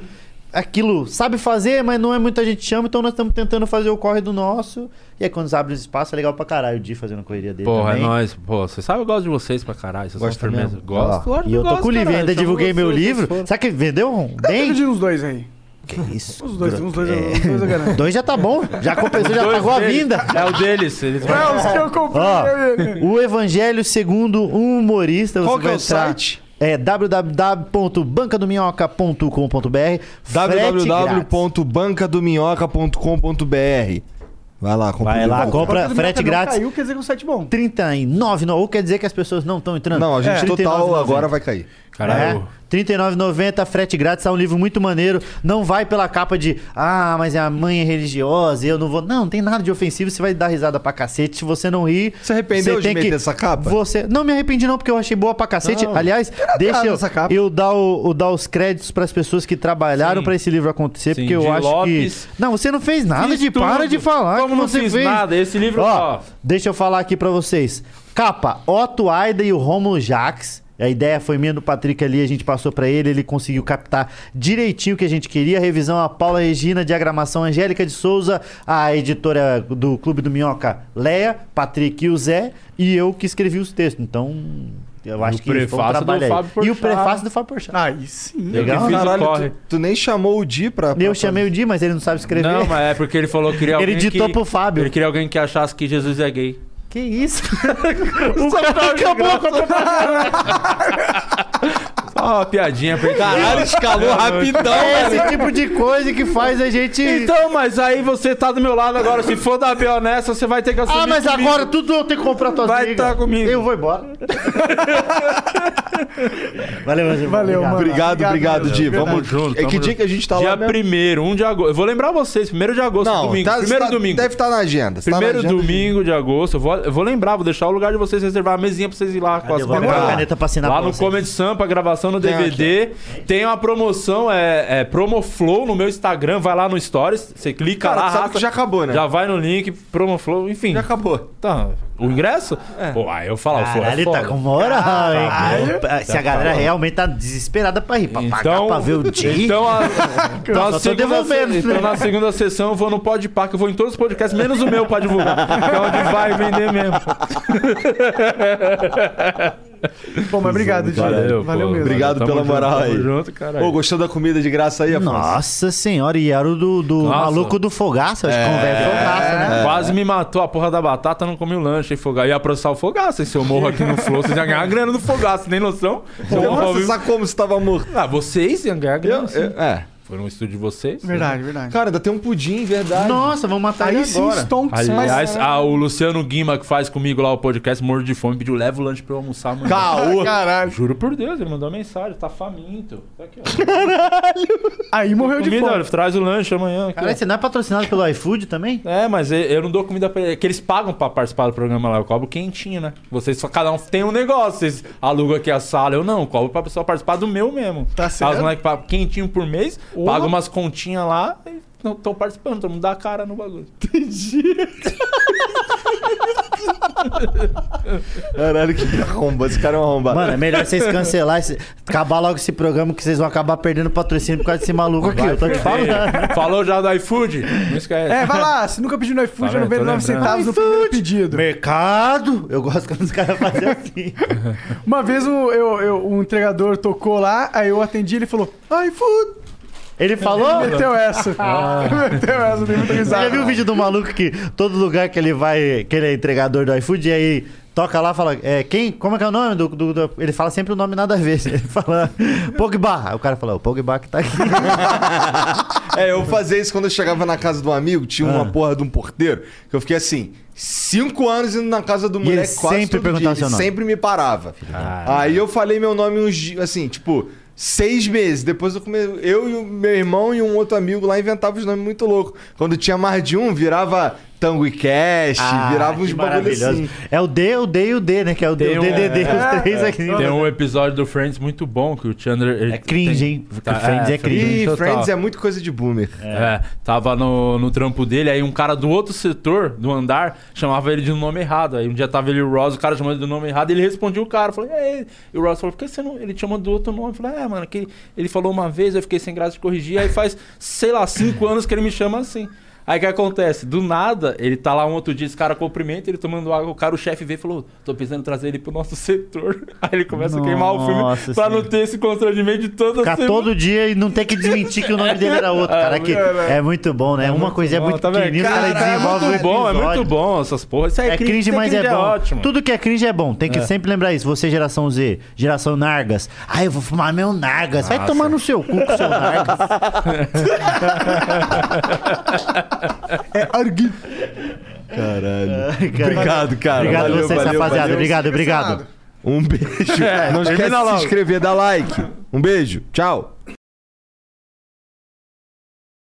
Aquilo sabe fazer, mas não é muita gente chama, então nós estamos tentando fazer o corre do nosso. E aí, quando abre os espaços, é legal pra caralho o Di fazendo a correria dele. Porra, é também. nóis. Pô, você sabe eu gosto de vocês pra caralho. Vocês Gosta são firmeza. mesmo? Gosto. Ó, Claro que E eu tô gosto, com o livro, caralho. ainda Chama divulguei meu vocês, livro. vocês Será que vendeu um? Bem? Dividir uns dois aí. Que isso? Os dois, uns dois, uns dois eu garanto. É. Dois já tá bom. Já compensou, já Dois pagou a deles. vinda. É o deles. Eles vão- É, os que eu comprei. Ó, o Evangelho segundo um humorista. Qual você que vai é o entrar- site? É www.bancadominhoca.com.br www.bancadominhoca.com.br Vai lá, compra. Vai o lá, livro. compra Quando frete meu canal grátis. Caiu, quer dizer que é um site bom. 39, não, ou quer dizer que as pessoas não estão entrando? É. Não, a gente total 39,90. agora vai cair. É, 39,90, frete grátis, é um livro muito maneiro. Não vai pela capa de, ah, mas a mãe é religiosa e eu não vou. Não, não tem nada de ofensivo, você vai dar risada pra cacete. Se você não rir. Você arrependeu você de meter essa capa? Você... Não me arrependi, não, porque eu achei boa pra cacete. Não. Aliás, Era deixa cara eu, essa capa. eu dar, o, o- dar os créditos pras pessoas que trabalharam Sim. pra esse livro acontecer, Sim, porque eu de acho Lopes. que. Não, você não fez nada Fiz de. Para tudo. de falar. Como que não você fiz fez nada? Esse livro, ó. Deixa eu falar aqui pra vocês. Capa, Otto Aida e o Romulo Jax. A ideia foi minha do Patrick ali, a gente passou pra ele, ele conseguiu captar direitinho o que a gente queria. Revisão a Paula Regina, diagramação Angélica de Souza, a editora do Clube do Minhoca, Leia, Patrick e o Zé, e eu que escrevi os textos. Então, eu acho o que foi um prefácio do trabalho aí. Fábio E o Porchat. prefácio do Fábio Porchat. Aí sim. Eu que fiz o corre. tu, tu nem chamou o Di pra. Eu chamei o Di, mas ele não sabe escrever. Não, mas é porque ele falou que queria Ele alguém ditou que... pro Fábio. Ele queria alguém que achasse que Jesus é gay. tá Que isso? o cara acabou com a Só uma piadinha pra ele. Caralho, escalou rapidão, É esse tipo de coisa que faz a gente. Então, mas aí você tá do meu lado agora. Se for da B.O. nessa, você vai ter que assumir ah, mas comigo. agora tudo eu tenho que comprar tuas Vai brigas. tá comigo. Eu vou embora. Valeu, Angelo. Valeu, mano. Obrigado, obrigado, mesmo. Di. Vamos Tamo junto, É que tamo dia junto. que a gente tá Dia lá? mesmo? 1 1 de agosto. Eu vou lembrar vocês, 1 de agosto, Não, domingo. tá- primeiro tá- domingo. Deve estar na agenda. Você tá na Primeiro agenda, domingo de agosto, eu vou, eu vou lembrar, vou deixar o lugar de vocês reservar a mesinha pra vocês ir lá com as Eu vou pegar a canetas. caneta pra assinar Lá pra no vocês. Comedy Sampa, gravação no Tem DVD. Tem uma promoção, é, é Promoflow no meu Instagram, vai lá no Stories, você clica Cara, lá. tu sabe arrasta, que já acabou, né? Já vai no link, Promoflow, enfim. Já acabou. Tá, o ingresso? Pô, aí eu falo, pô, é Caralho, tá foda. com moral, hein? Caralho. Se a galera realmente tá desesperada pra rir, pra pagar Então- pra ver o dia. Então, a, então, a Só tô segunda, devolvendo. se- então na segunda sessão eu vou no Podpah, que eu vou em todos os podcasts, menos o meu pra divulgar. Que é onde vai vender mesmo. Bom, mas obrigado, Didi. Valeu, Valeu, pô. mesmo. Obrigado Tamo pela junto, moral tamo aí. junto, caralho. Ô, gostou da comida de graça aí, Afonso? Nossa senhora, e era o do, do Nossa. maluco do fogaço. Acho que conversa é fogaço, né? Quase me matou a porra da batata, não comi o lanche. Aí fogaço. Ia processar o fogaço. Aí se eu morro aqui no Flow, vocês iam ganhar a grana do fogaço, nem noção. Se eu Então, morro ao você vivo- sabe como você tava morto? Ah, vocês iam ganhar grana. sim. é. Foi no estúdio de vocês. Verdade, verdade. Cara, ainda tem um pudim, verdade. Nossa, vamos matar Aí ele sim, tá agora. Stonks, Aliás, mas... ah, o Luciano Guima, que faz comigo lá o podcast, morto de fome, pediu leva o lanche pra eu almoçar amanhã. Caô. Caralho. Juro por Deus, ele mandou uma mensagem, tá faminto. Tá aqui, ó. Aí morreu de Comida, fome. olha, traz o lanche amanhã. aqui, ó. Caralho, você não é patrocinado pelo iFood também? É, mas eu- eu não dou comida pra ele. é que eles pagam pra participar do programa lá. Eu cobro quentinho, né? Vocês só, cada um tem um negócio. Vocês alugam aqui a sala. Eu não, eu cobro pra pessoa participar do meu mesmo. Tá certo. Aí Os moleques pagam quentinho por mês, Ô. pagam umas continhas lá e não estão participando. Todo mundo dá a cara no bagulho. Caralho, que arromba. Esse cara é um arrombado. Mano, é melhor vocês cancelar esse. Acabar logo esse programa que vocês vão acabar perdendo patrocínio por causa desse maluco aqui. Eu tô te falando. Ei, Falou já do iFood? Não esquece. É, vai lá, se nunca pediu no Tá iFood, já não vendo vendo? Tô 9 lembrando. centavos no primeiro pedido. Mercado! Eu gosto quando os caras fazem assim. Uma vez um, eu, eu- um entregador tocou lá, aí eu atendi ele falou, "Ah, iFood! Ele falou? Ah. Ele meteu essa. Ele meteu essa, dei muita Você já risada. viu o vídeo do maluco que todo lugar que ele vai, que ele é entregador do iFood, e aí toca lá e fala, é, quem, como é que é o nome? do- do- do- Ele fala sempre o nome nada a ver. Ele fala, Pogba. Aí o cara fala, o Pogba que tá aqui. É, eu fazia isso quando eu chegava na casa de um amigo, tinha uma porra de um porteiro, que eu fiquei assim, cinco anos indo na casa do ele moleque quase sempre todo perguntava dia, seu ele nome. sempre me parava. Aí eu falei meu nome uns dias, assim, tipo, seis meses. Depois eu come... eu e o meu irmão e um outro amigo lá inventava os nomes muito loucos. Quando tinha mais de um, virava Tango e Cash, Ah, virava uns que bagulho maravilhoso. assim. É, É o D, o D e o D, né? Que é o D, Tem o um- DDD, os três aqui. Tem um episódio do Friends muito bom que o Chandler. ele É cringe, tem- hein? Friends é cringe. Ih, total. Friends é muito coisa de boomer. É, tava no, no trampo dele, aí um cara do outro setor, do andar, chamava ele de um nome errado. Aí um dia tava ele e o Ross, o cara chamando ele do nome errado, ele respondia o cara. Falei, é, e o Ross falou, por que você não. Ele te chamou do outro nome. Eu falei, é, mano, que ele, ele falou uma vez, eu fiquei sem graça de corrigir, aí faz, sei lá, cinco anos que ele me chama assim. Aí o que acontece? Do nada, ele tá lá um outro dia, esse cara cumprimenta, ele tomando água, o cara, o chefe veio e falou, tô pensando em trazer ele pro nosso setor. Aí ele começa a queimar o filme Nossa pra não Senhora. ter esse constrangimento de toda Ficar semana. todo dia e não ter que desmentir que o nome dele era Ah, outro, cara. Que é muito bom, né? Uma coisinha Bom, muito tá vendo? pequenininha, os Cara, caras desenvolvem É o muito bom, é episódio. muito bom essas porras. Isso aí É cringe, ser mas é, cringe bom. ótimo. Tudo que é cringe é bom. Tem que sempre lembrar isso. Você, geração Z, geração Nargas. Ah, eu vou fumar meu Nargas. Vai Nossa. tomar no seu cu com seu Nargas. É argui. Caralho. cara. Obrigado, cara. Obrigado a Valeu, vocês, valeu, rapaziada. valeu. Obrigado, obrigado. Um beijo. É, Não esquece termina de logo. se inscrever, dá like. Um beijo. Tchau.